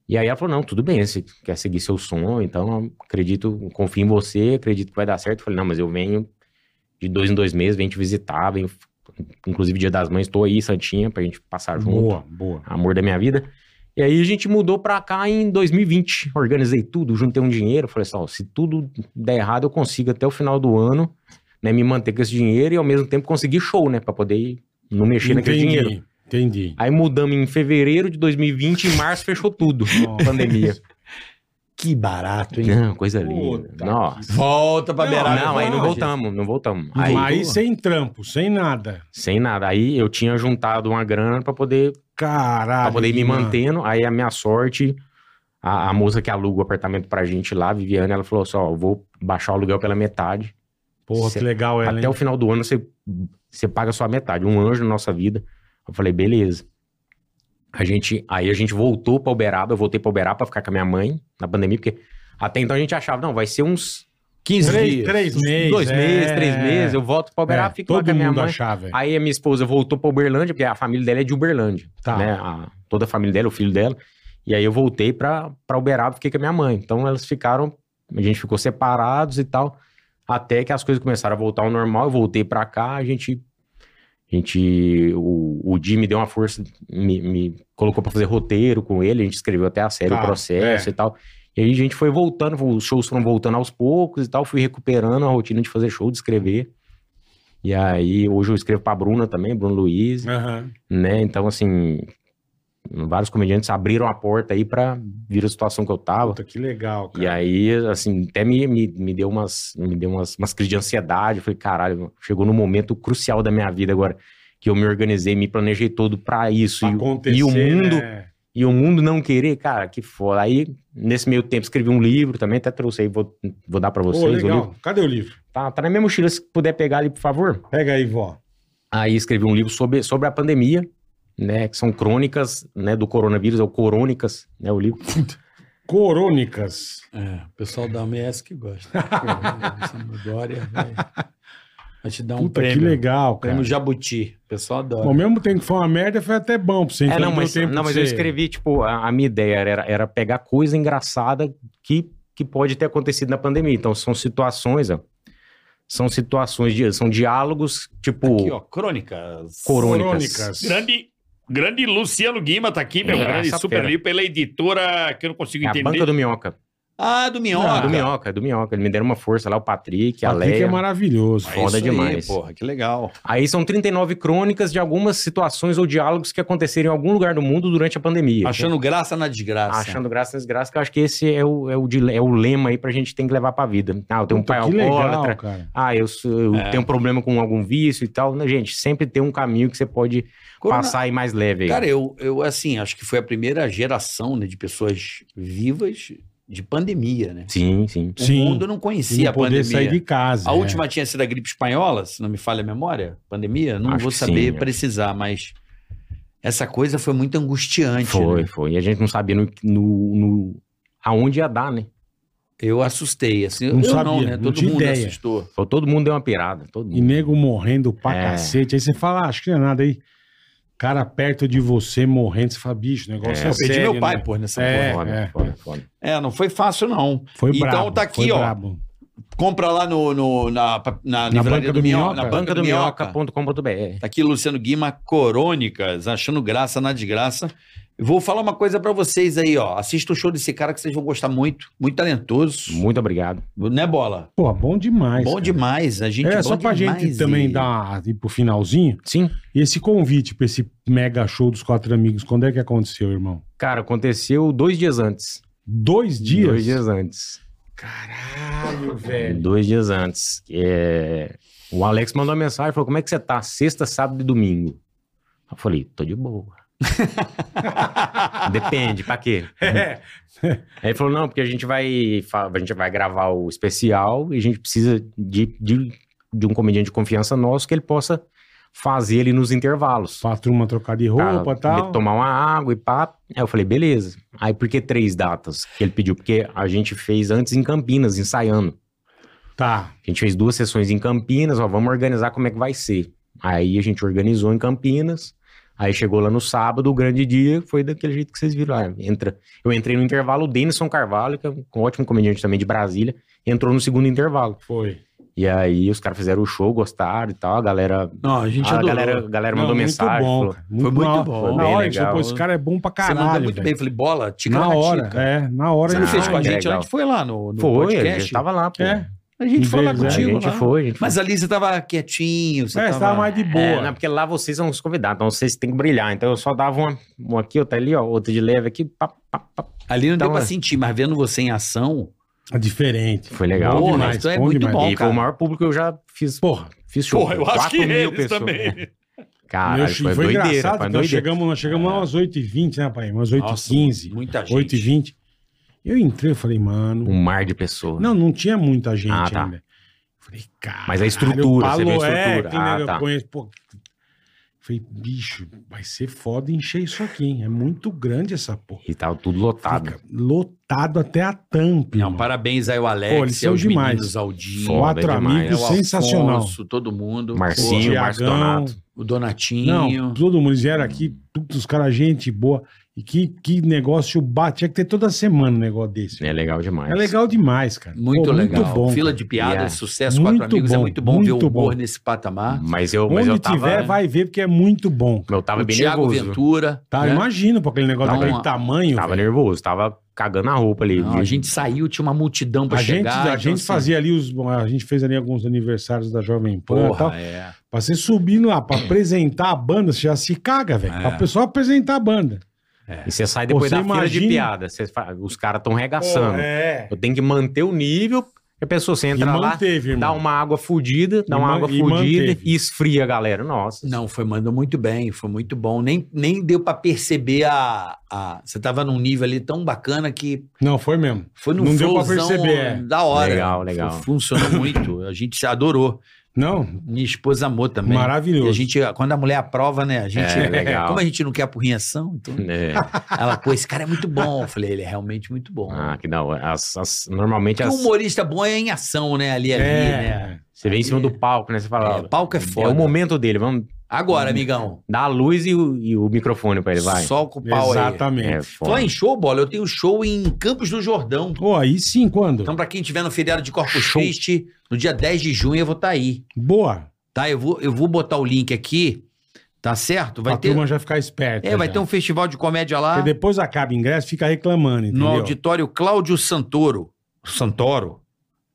[SPEAKER 5] E aí ela falou: não, tudo bem, você quer seguir seu sonho, então acredito, confio em você, acredito que vai dar certo. Eu falei, não, mas eu venho de dois em dois meses, venho te visitar, venho, inclusive dia das mães, tô aí, Santinha, pra gente passar junto
[SPEAKER 3] Boa, boa.
[SPEAKER 5] amor da minha vida. E aí a gente mudou pra cá em 2020. Organizei tudo, juntei um dinheiro. Falei assim, ó, se tudo der errado, eu consigo até o final do ano, né? Me manter com esse dinheiro e ao mesmo tempo conseguir show, né? Pra poder não mexer naquele dinheiro.
[SPEAKER 3] Entendi, entendi.
[SPEAKER 5] Aí mudamos em fevereiro de 2020, em março fechou tudo. pandemia.
[SPEAKER 7] Que barato, hein?
[SPEAKER 5] Não, coisa linda.
[SPEAKER 3] Puta
[SPEAKER 5] Nossa.
[SPEAKER 7] Volta pra
[SPEAKER 3] Não,
[SPEAKER 7] beirada.
[SPEAKER 5] Não, aí não
[SPEAKER 7] Vamos.
[SPEAKER 5] voltamos, não voltamos.
[SPEAKER 3] Aí,
[SPEAKER 5] Aí,
[SPEAKER 3] sem trampo, sem nada.
[SPEAKER 5] sem nada. Aí eu tinha juntado uma grana pra poder
[SPEAKER 3] Caralho.
[SPEAKER 5] pra poder ir me
[SPEAKER 3] Ah, mano.
[SPEAKER 5] mantendo. Aí a minha sorte, a, a moça que aluga o apartamento pra gente lá, a Viviane, ela falou assim: ó, eu vou baixar o aluguel pela metade.
[SPEAKER 3] Porra,
[SPEAKER 5] Cê-
[SPEAKER 3] que legal ela,
[SPEAKER 5] Até
[SPEAKER 3] hein?
[SPEAKER 5] o final do ano você, você paga só a metade. Um anjo na nossa vida. Eu falei, beleza. A gente, aí a gente voltou pra Uberaba, eu voltei pra Uberaba pra ficar com a minha mãe na pandemia, porque até então a gente achava, não, vai ser uns 15
[SPEAKER 3] Três,
[SPEAKER 5] dias.
[SPEAKER 3] três meses.
[SPEAKER 5] dois meses, três meses, eu volto pra Uberaba,
[SPEAKER 3] é,
[SPEAKER 5] fico lá
[SPEAKER 3] todo
[SPEAKER 5] com a minha
[SPEAKER 3] mundo
[SPEAKER 5] mãe.
[SPEAKER 3] achava.
[SPEAKER 5] Aí a minha esposa voltou pra Uberlândia, porque a família dela é de Uberlândia.
[SPEAKER 3] Tá.
[SPEAKER 5] Né? A- toda a família dela, o filho dela. E aí eu voltei pra, pra Uberaba, fiquei com a minha mãe. Então elas ficaram, a gente ficou separados e tal. Até que as coisas começaram a voltar ao normal, eu voltei pra cá, a gente. A gente. O, o Jimmy deu uma força, me, me colocou pra fazer roteiro com ele, a gente escreveu até a série
[SPEAKER 3] Tá,
[SPEAKER 5] o processo e tal. E aí a gente foi voltando, os shows foram voltando aos poucos e tal, fui recuperando a rotina de fazer show, de escrever. E aí, hoje eu escrevo pra Bruna também, Bruno Luiz,
[SPEAKER 3] Aham.
[SPEAKER 5] né? Então, assim, vários comediantes abriram a porta aí pra vir a situação que eu tava.
[SPEAKER 3] Puta, que legal,
[SPEAKER 5] E
[SPEAKER 3] cara.
[SPEAKER 5] aí, assim, até me, me, me deu umas, me deu umas, umas crises de ansiedade. Eu falei, caralho, chegou no momento crucial da minha vida agora, que eu me organizei, me planejei todo pra isso. E,
[SPEAKER 3] Acontecer,
[SPEAKER 5] e o mundo,
[SPEAKER 3] né?
[SPEAKER 5] e o mundo não querer, cara, que foda. Aí, nesse meio tempo, escrevi um livro também, até trouxe aí, vou, vou dar pra
[SPEAKER 3] Pô,
[SPEAKER 5] vocês o livro.
[SPEAKER 3] legal. Cadê o livro?
[SPEAKER 5] Tá, tá na minha mochila, se puder pegar ali, por favor.
[SPEAKER 3] Pega aí, vó.
[SPEAKER 5] Aí escrevi um livro sobre, sobre a pandemia, né? Que são crônicas né, do coronavírus, ou corônicas, né? O livro.
[SPEAKER 3] Corônicas.
[SPEAKER 2] É, o pessoal da OMS que
[SPEAKER 4] [LAUGHS]
[SPEAKER 2] gosta. Essa Dória vai, vai te
[SPEAKER 5] É
[SPEAKER 2] dar um
[SPEAKER 3] Puta, que
[SPEAKER 2] prêmio.
[SPEAKER 3] legal, cara.
[SPEAKER 2] Prêmio Jabuti. O pessoal adora.
[SPEAKER 3] Ao mesmo tempo que foi uma merda, foi até bom Então, pra você
[SPEAKER 5] É,
[SPEAKER 3] entender
[SPEAKER 5] não, mas,
[SPEAKER 3] o tempo
[SPEAKER 5] não,
[SPEAKER 3] que
[SPEAKER 5] mas eu
[SPEAKER 3] você-
[SPEAKER 5] escrevi, tipo, a, a minha ideia era, era pegar coisa engraçada que, que pode ter acontecido na pandemia. Então, são situações, ó. são situações, de, são diálogos, tipo,
[SPEAKER 13] Aqui, ó, crônicas.
[SPEAKER 5] corônicas.
[SPEAKER 13] Grande, grande Luciano Guima tá aqui, meu.
[SPEAKER 5] É,
[SPEAKER 13] grande
[SPEAKER 5] essa
[SPEAKER 13] super
[SPEAKER 5] fera.
[SPEAKER 13] livro pela editora que eu não consigo
[SPEAKER 5] É a
[SPEAKER 13] entender.
[SPEAKER 5] banca do Minhoca.
[SPEAKER 4] Ah, do Minhoca.
[SPEAKER 5] Ah, do Minhoca, do Minhoca. Eles me deram uma força lá, o Patrick, a
[SPEAKER 3] Patrick
[SPEAKER 5] Leia.
[SPEAKER 3] é maravilhoso.
[SPEAKER 5] Foda
[SPEAKER 13] isso aí,
[SPEAKER 5] demais.
[SPEAKER 13] pô.
[SPEAKER 4] Porra, que legal.
[SPEAKER 5] Aí são 39 crônicas de algumas situações ou diálogos que aconteceram em algum lugar do mundo durante a pandemia.
[SPEAKER 4] Achando graça na desgraça.
[SPEAKER 5] Achando graça nas desgraça, que eu acho que esse é o, é o, dile- é o lema aí pra gente tem que levar pra vida. Ah, eu tenho um
[SPEAKER 3] Puta,
[SPEAKER 5] pai
[SPEAKER 3] que legal,
[SPEAKER 5] alcoólatra,
[SPEAKER 3] cara.
[SPEAKER 5] ah, eu, sou- eu
[SPEAKER 13] É.
[SPEAKER 5] tenho um problema com algum vício e tal. Não, gente, sempre tem um caminho que você pode
[SPEAKER 4] Corona-
[SPEAKER 5] passar aí mais leve. aí.
[SPEAKER 4] Cara, eu, eu, assim, acho que foi a primeira geração né, de pessoas vivas de pandemia, né?
[SPEAKER 5] sim, sim.
[SPEAKER 4] O
[SPEAKER 3] Sim.
[SPEAKER 4] mundo não
[SPEAKER 3] E
[SPEAKER 4] conhecia
[SPEAKER 3] não
[SPEAKER 4] a
[SPEAKER 3] poder
[SPEAKER 4] pandemia.
[SPEAKER 3] sair de casa.
[SPEAKER 4] A
[SPEAKER 3] é.
[SPEAKER 4] última tinha sido a gripe espanhola, se não me falha a memória, pandemia. Não
[SPEAKER 5] Acho
[SPEAKER 4] vou
[SPEAKER 5] que
[SPEAKER 4] saber
[SPEAKER 5] sim, é.
[SPEAKER 4] precisar, mas essa coisa foi muito angustiante.
[SPEAKER 5] Foi,
[SPEAKER 4] né?
[SPEAKER 5] foi. E a gente não sabia no, no- no- aonde ia dar, né?
[SPEAKER 4] Eu assustei, assim.
[SPEAKER 3] Não
[SPEAKER 4] eu não,
[SPEAKER 3] sabia,
[SPEAKER 4] né?
[SPEAKER 3] não
[SPEAKER 4] Todo
[SPEAKER 3] tinha
[SPEAKER 4] mundo
[SPEAKER 3] ideia.
[SPEAKER 4] assustou.
[SPEAKER 5] Foi, todo mundo deu uma pirada. Todo
[SPEAKER 3] E
[SPEAKER 5] mundo.
[SPEAKER 3] nego morrendo pra
[SPEAKER 5] É.
[SPEAKER 3] cacete. Aí você fala, ah, acho que não é nada aí. Cara perto de você morrendo, você fala, bicho, o negócio é,
[SPEAKER 4] Eu perdi
[SPEAKER 3] sério.
[SPEAKER 4] meu pai,
[SPEAKER 3] né?
[SPEAKER 4] pô, nessa
[SPEAKER 3] É,
[SPEAKER 4] porra.
[SPEAKER 5] Foda,
[SPEAKER 3] é.
[SPEAKER 5] foda, foda.
[SPEAKER 4] É, não foi fácil, não.
[SPEAKER 3] Foi
[SPEAKER 4] Então
[SPEAKER 3] brabo.
[SPEAKER 4] tá aqui,
[SPEAKER 3] foi
[SPEAKER 4] ó.
[SPEAKER 3] brabo.
[SPEAKER 4] Compra lá no, no- na, na,
[SPEAKER 3] Banca do
[SPEAKER 4] livraria do Minhoca.
[SPEAKER 3] Minhoca.
[SPEAKER 4] Na
[SPEAKER 5] Banca
[SPEAKER 4] banca
[SPEAKER 5] do
[SPEAKER 4] do Minhoca.
[SPEAKER 5] minhoca.com.br.
[SPEAKER 4] Tá aqui Luciano Guima, Corônicas, achando graça na desgraça. Vou falar uma coisa pra vocês aí, ó. Assista o show desse cara que vocês vão gostar muito. Muito talentoso.
[SPEAKER 5] Muito obrigado.
[SPEAKER 4] Né, Bola?
[SPEAKER 3] Pô, bom
[SPEAKER 5] É
[SPEAKER 3] demais.
[SPEAKER 4] bom
[SPEAKER 3] cara.
[SPEAKER 4] demais. A gente
[SPEAKER 3] É,
[SPEAKER 4] bom
[SPEAKER 3] só pra
[SPEAKER 4] demais
[SPEAKER 3] gente
[SPEAKER 4] e-
[SPEAKER 3] também dar ir pro finalzinho.
[SPEAKER 5] Sim.
[SPEAKER 3] E esse convite pra esse mega show dos quatro amigos, quando é que aconteceu, irmão?
[SPEAKER 5] Cara, aconteceu dois dias antes.
[SPEAKER 3] Dois dias?
[SPEAKER 5] Dois dias antes.
[SPEAKER 3] Caralho, [LAUGHS] velho.
[SPEAKER 5] Dois dias antes. É, O Alex mandou uma mensagem falou: Como é que você tá? Sexta, sábado e domingo. Eu falei: Tô de
[SPEAKER 3] [LAUGHS]
[SPEAKER 5] boa. Depende, pra quê?
[SPEAKER 3] É.
[SPEAKER 5] [LAUGHS] Aí ele falou: Não, porque a gente vai, fa- a gente vai gravar o especial e a gente precisa de, de, de um comediante de confiança nosso que ele possa fazer ele nos intervalos.
[SPEAKER 3] Pra turma trocar de roupa e
[SPEAKER 4] Tá,
[SPEAKER 5] pra
[SPEAKER 3] tal.
[SPEAKER 5] de- tomar uma água e pá. Aí eu falei, beleza. Aí por que três datas que ele pediu? Porque a gente fez antes em Campinas, ensaiando.
[SPEAKER 3] Tá.
[SPEAKER 5] A gente fez duas sessões em Campinas, ó, vamos organizar como é que vai ser. Aí a gente organizou em Campinas. Aí chegou lá no sábado, o grande dia, foi daquele jeito que vocês viram. Ah, entra. Eu entrei no intervalo, o Denison Carvalho, que é um ótimo comediante também de Brasília, entrou no segundo intervalo.
[SPEAKER 3] Foi.
[SPEAKER 5] E aí os caras fizeram o show, gostaram e tal, a galera...
[SPEAKER 2] Não, a gente
[SPEAKER 5] a
[SPEAKER 2] adorou.
[SPEAKER 5] Ah, galera, a galera
[SPEAKER 3] Não,
[SPEAKER 5] mandou
[SPEAKER 3] muito
[SPEAKER 5] mensagem,
[SPEAKER 3] bom,
[SPEAKER 5] falou,
[SPEAKER 3] cara. Muito
[SPEAKER 2] muito
[SPEAKER 3] na-
[SPEAKER 2] bom.
[SPEAKER 5] Foi
[SPEAKER 3] Na
[SPEAKER 5] bem
[SPEAKER 3] hora, legal.
[SPEAKER 5] legal.
[SPEAKER 3] Pô, esse cara é bom pra
[SPEAKER 4] Você mandou
[SPEAKER 3] caralho,
[SPEAKER 4] muito
[SPEAKER 3] velho.
[SPEAKER 4] bem. Eu falei, bola, tica
[SPEAKER 3] Na
[SPEAKER 4] na
[SPEAKER 3] hora,
[SPEAKER 4] tica.
[SPEAKER 3] é, na hora.
[SPEAKER 4] Você
[SPEAKER 3] ele
[SPEAKER 4] não fez
[SPEAKER 5] Ah,
[SPEAKER 4] com a
[SPEAKER 5] que
[SPEAKER 4] gente,
[SPEAKER 5] legal.
[SPEAKER 4] a gente foi lá no, no
[SPEAKER 5] Foi, a
[SPEAKER 4] podcast.
[SPEAKER 5] gente tava lá, pô.
[SPEAKER 3] É,
[SPEAKER 4] A gente foi lá
[SPEAKER 3] Beleza,
[SPEAKER 5] a
[SPEAKER 4] contigo.
[SPEAKER 5] gente
[SPEAKER 4] lá.
[SPEAKER 5] foi, a gente
[SPEAKER 4] Mas ali você tava quietinho, você
[SPEAKER 3] é, você
[SPEAKER 4] tava...
[SPEAKER 3] tava mais de boa.
[SPEAKER 5] É, não, porque lá vocês são os convidados, então vocês têm que brilhar. Então eu só dava uma, uma aqui, outra ali, ó, outra de leve aqui. Pá, pá, pá.
[SPEAKER 4] Ali não
[SPEAKER 5] Então,
[SPEAKER 4] deu pra
[SPEAKER 5] é.
[SPEAKER 4] sentir, mas vendo você em ação...
[SPEAKER 3] É diferente.
[SPEAKER 5] Foi legal.
[SPEAKER 4] Porra,
[SPEAKER 3] demais,
[SPEAKER 4] isso é
[SPEAKER 3] bom
[SPEAKER 4] muito
[SPEAKER 3] demais.
[SPEAKER 5] e
[SPEAKER 4] bom,
[SPEAKER 5] foi
[SPEAKER 4] cara.
[SPEAKER 5] o maior público que eu já fiz. Porra, fiz show.
[SPEAKER 13] Porra, eu acho que
[SPEAKER 5] 4 mil
[SPEAKER 13] eles também.
[SPEAKER 5] Caralho,
[SPEAKER 3] Meu,
[SPEAKER 5] foi, doideira, foi
[SPEAKER 3] que nós
[SPEAKER 5] doideira.
[SPEAKER 3] então chegamos, nós chegamos lá umas 8h20, né, pai? Umas 8h15,
[SPEAKER 4] Muita gente.
[SPEAKER 3] 8h20. Eu entrei, eu falei, mano...
[SPEAKER 5] Um mar de pessoas.
[SPEAKER 3] Não, não tinha muita gente
[SPEAKER 5] Ah, tá.
[SPEAKER 3] ainda. Falei, cara...
[SPEAKER 5] Mas a estrutura, você
[SPEAKER 3] Paulo,
[SPEAKER 5] vê a
[SPEAKER 3] é,
[SPEAKER 5] estrutura.
[SPEAKER 3] que
[SPEAKER 5] Ah,
[SPEAKER 3] nego eu
[SPEAKER 5] tá.
[SPEAKER 3] conheço, pô. Falei, bicho, vai ser foda encher isso aqui, hein? É muito grande essa porra.
[SPEAKER 5] E tava tudo lotado.
[SPEAKER 3] Fica lotado até a tampa,
[SPEAKER 4] Não,
[SPEAKER 3] irmão.
[SPEAKER 4] parabéns aí ao
[SPEAKER 3] Pô, eles
[SPEAKER 4] Alex,
[SPEAKER 3] são
[SPEAKER 4] aos
[SPEAKER 3] demais.
[SPEAKER 4] meninos, ao Dinho,
[SPEAKER 5] Foda
[SPEAKER 3] Quatro
[SPEAKER 5] demais.
[SPEAKER 3] amigos,
[SPEAKER 4] É, o
[SPEAKER 3] sensacional.
[SPEAKER 4] Afonso, todo mundo.
[SPEAKER 5] Marcinho,
[SPEAKER 3] Pô,
[SPEAKER 5] Márcio
[SPEAKER 3] Tiagão.
[SPEAKER 5] Donato.
[SPEAKER 4] O Donatinho.
[SPEAKER 3] Não, todo mundo, eles vieram aqui, todos os caras, gente boa. E que, que negócio bate. Tinha que ter toda semana um negócio desse.
[SPEAKER 5] É legal demais.
[SPEAKER 3] É legal demais, cara.
[SPEAKER 4] Muito
[SPEAKER 3] Pô,
[SPEAKER 4] legal.
[SPEAKER 3] bom,
[SPEAKER 4] Fila
[SPEAKER 3] cara.
[SPEAKER 4] de piadas,
[SPEAKER 5] Yeah.
[SPEAKER 4] sucesso,
[SPEAKER 3] Muito
[SPEAKER 4] quatro amigos.
[SPEAKER 3] bom,
[SPEAKER 4] é muito bom ver o
[SPEAKER 3] muito
[SPEAKER 4] humor
[SPEAKER 3] bom.
[SPEAKER 4] nesse patamar.
[SPEAKER 5] Mas eu, mas
[SPEAKER 3] Onde
[SPEAKER 5] eu tava.
[SPEAKER 4] né?
[SPEAKER 3] tiver, vai ver, porque é muito bom.
[SPEAKER 5] Eu tava
[SPEAKER 4] o
[SPEAKER 5] bem
[SPEAKER 4] Thiago
[SPEAKER 5] nervoso.
[SPEAKER 4] Ventura.
[SPEAKER 3] Tá,
[SPEAKER 4] né?
[SPEAKER 3] imagino, pra aquele negócio
[SPEAKER 4] Não,
[SPEAKER 3] daquele
[SPEAKER 4] a-
[SPEAKER 3] tamanho.
[SPEAKER 5] Tava
[SPEAKER 3] velho.
[SPEAKER 5] nervoso, tava cagando a roupa ali.
[SPEAKER 4] Não, a gente saiu, tinha uma multidão pra
[SPEAKER 3] A gente,
[SPEAKER 4] chegar.
[SPEAKER 3] a
[SPEAKER 4] então,
[SPEAKER 3] gente
[SPEAKER 4] assim,
[SPEAKER 3] fazia ali os. A gente fez ali alguns aniversários da Jovem Pan e tal.
[SPEAKER 4] Porra, é.
[SPEAKER 3] Pra você subir lá, pra apresentar a banda, você já se caga,
[SPEAKER 4] É.
[SPEAKER 3] velho. Pra pessoa apresentar a banda.
[SPEAKER 5] E você sai depois
[SPEAKER 3] Você
[SPEAKER 5] da fila de
[SPEAKER 3] imagina-
[SPEAKER 5] piada. você fa- Os caras tão
[SPEAKER 4] Tá
[SPEAKER 5] regaçando.
[SPEAKER 3] é.
[SPEAKER 5] Eu tenho que manter o nível. E a pessoa, você
[SPEAKER 3] E
[SPEAKER 5] entra lá,
[SPEAKER 3] manteve,
[SPEAKER 5] dá
[SPEAKER 3] irmão.
[SPEAKER 5] uma água fudida, dá
[SPEAKER 3] E
[SPEAKER 5] uma
[SPEAKER 3] man-
[SPEAKER 5] água
[SPEAKER 3] e
[SPEAKER 5] fudida
[SPEAKER 3] manteve.
[SPEAKER 5] e esfria a galera. Nossa.
[SPEAKER 4] Não, foi mandou muito bem, foi muito bom. Nem, nem deu pra perceber a, a. Você tava num nível ali tão bacana que
[SPEAKER 3] Não, foi mesmo.
[SPEAKER 4] Foi num
[SPEAKER 3] Não deu pra
[SPEAKER 4] flowzão
[SPEAKER 3] perceber, é.
[SPEAKER 4] da hora.
[SPEAKER 5] Legal, legal.
[SPEAKER 4] Fu-
[SPEAKER 5] [LAUGHS]
[SPEAKER 4] Funcionou muito. A gente se adorou.
[SPEAKER 3] Não,
[SPEAKER 4] Minha esposa amou também. E
[SPEAKER 3] maravilhoso.
[SPEAKER 4] a gente, quando a mulher aprova, né? A gente,
[SPEAKER 5] É, legal.
[SPEAKER 4] Como a gente não quer apurrinhação, então.
[SPEAKER 5] É.
[SPEAKER 4] Ela, pô, esse cara é muito bom. Eu falei, ele é realmente muito bom.
[SPEAKER 5] Ah, que da hora. As- as- normalmente
[SPEAKER 4] Porque o
[SPEAKER 5] as-
[SPEAKER 4] humorista bom é em ação, né? Ali, ali,
[SPEAKER 3] É.
[SPEAKER 4] né?
[SPEAKER 5] você vem em cima do palco, né? Você fala.
[SPEAKER 4] É, palco é
[SPEAKER 5] É o
[SPEAKER 4] foda.
[SPEAKER 5] momento dele, vamos
[SPEAKER 4] Agora, amigão.
[SPEAKER 5] Dá a luz e o, e o microfone pra ele, vai.
[SPEAKER 4] Sol com o pau
[SPEAKER 3] Exatamente.
[SPEAKER 5] É,
[SPEAKER 4] aí.
[SPEAKER 5] foda.
[SPEAKER 4] Falar em show, bola, eu tenho show em Campos do Jordão.
[SPEAKER 5] É.
[SPEAKER 3] Pô, aí sim, quando?
[SPEAKER 4] Então, pra quem tiver no feriado de Corpus
[SPEAKER 5] Show.
[SPEAKER 4] Christi, no dia 10 de junho eu vou estar aí.
[SPEAKER 3] Boa.
[SPEAKER 4] Tá? Eu vou, eu vou botar o link aqui, tá certo? Vai
[SPEAKER 3] a
[SPEAKER 4] ter,
[SPEAKER 3] turma já ficar esperta.
[SPEAKER 4] é, vai
[SPEAKER 3] já.
[SPEAKER 4] ter um festival de comédia lá
[SPEAKER 3] Porque depois acaba o ingresso, fica reclamando,
[SPEAKER 4] no
[SPEAKER 3] entendeu?
[SPEAKER 4] auditório Cláudio Santoro, Santoro,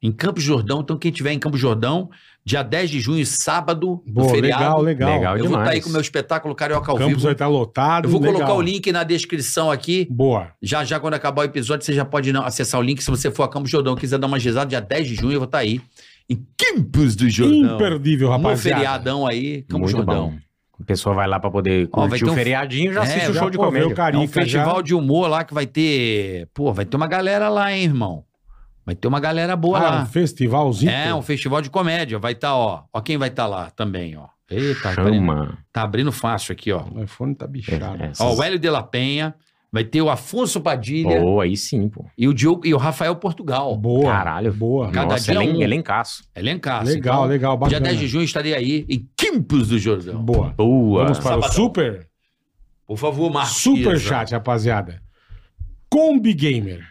[SPEAKER 4] em Campos do Jordão. Então, quem tiver em Campos do Jordão, dia 10 de junho, sábado, no
[SPEAKER 3] Boa,
[SPEAKER 4] feriado.
[SPEAKER 3] legal, legal.
[SPEAKER 5] Legal.
[SPEAKER 4] Eu vou estar aí
[SPEAKER 5] demais.
[SPEAKER 4] com o meu espetáculo Carioca
[SPEAKER 3] O
[SPEAKER 4] ao
[SPEAKER 3] campus
[SPEAKER 4] vivo.
[SPEAKER 3] vai estar lotado.
[SPEAKER 4] Eu vou
[SPEAKER 3] legal.
[SPEAKER 4] colocar o link na descrição aqui.
[SPEAKER 3] Boa.
[SPEAKER 4] Já já, quando acabar o episódio, você já pode não- acessar o link. Se você for a Campos do Jordão, quiser dar uma gizada, dia 10 de junho eu vou estar aí. Em Campos do Jordão.
[SPEAKER 3] Imperdível,
[SPEAKER 4] No
[SPEAKER 3] rapaziada.
[SPEAKER 4] feriadão aí, Campos
[SPEAKER 5] Muito
[SPEAKER 4] do Jordão.
[SPEAKER 5] bom. A pessoa vai lá pra poder
[SPEAKER 4] Ó, vai
[SPEAKER 5] curtir
[SPEAKER 4] ter
[SPEAKER 5] o
[SPEAKER 4] um-
[SPEAKER 5] feriadinho e já
[SPEAKER 4] É,
[SPEAKER 5] assiste o
[SPEAKER 4] já
[SPEAKER 5] show de
[SPEAKER 3] pô, vê
[SPEAKER 5] comédia.
[SPEAKER 3] o cara-
[SPEAKER 4] É um
[SPEAKER 3] Carica,
[SPEAKER 4] festival
[SPEAKER 3] já.
[SPEAKER 4] de humor lá que vai ter... Pô, vai ter uma galera lá, hein, irmão? Vai ter uma galera boa
[SPEAKER 3] Ah, um
[SPEAKER 4] lá.
[SPEAKER 3] festivalzinho.
[SPEAKER 4] É, um festival de comédia. Vai estar, ó. Ó quem vai estar lá também, ó. Eita, tá abrindo,
[SPEAKER 5] Chama.
[SPEAKER 4] tá abrindo fácil aqui, ó.
[SPEAKER 3] O iPhone tá bichado.
[SPEAKER 5] É, essas-
[SPEAKER 4] Ó, o Hélio de la Penha. Vai ter o Afonso Padilha
[SPEAKER 5] Pô, aí sim, pô.
[SPEAKER 4] e, o Diogo, e o Rafael Portugal.
[SPEAKER 3] Boa.
[SPEAKER 5] Caralho.
[SPEAKER 3] Boa.
[SPEAKER 4] Cada
[SPEAKER 5] Nossa,
[SPEAKER 4] dia
[SPEAKER 5] elen-
[SPEAKER 4] um.
[SPEAKER 5] elencaço.
[SPEAKER 4] Elencaço.
[SPEAKER 3] legal,
[SPEAKER 4] Então,
[SPEAKER 3] legal.
[SPEAKER 4] Dia
[SPEAKER 3] Bacana.
[SPEAKER 4] 10 de junho estarei aí em Campos do Jordão.
[SPEAKER 3] Boa.
[SPEAKER 5] Boa.
[SPEAKER 3] Vamos para o
[SPEAKER 4] Sabadão.
[SPEAKER 3] super,
[SPEAKER 4] Por favor, Marcos.
[SPEAKER 3] super chat, rapaziada. Combi Gamer.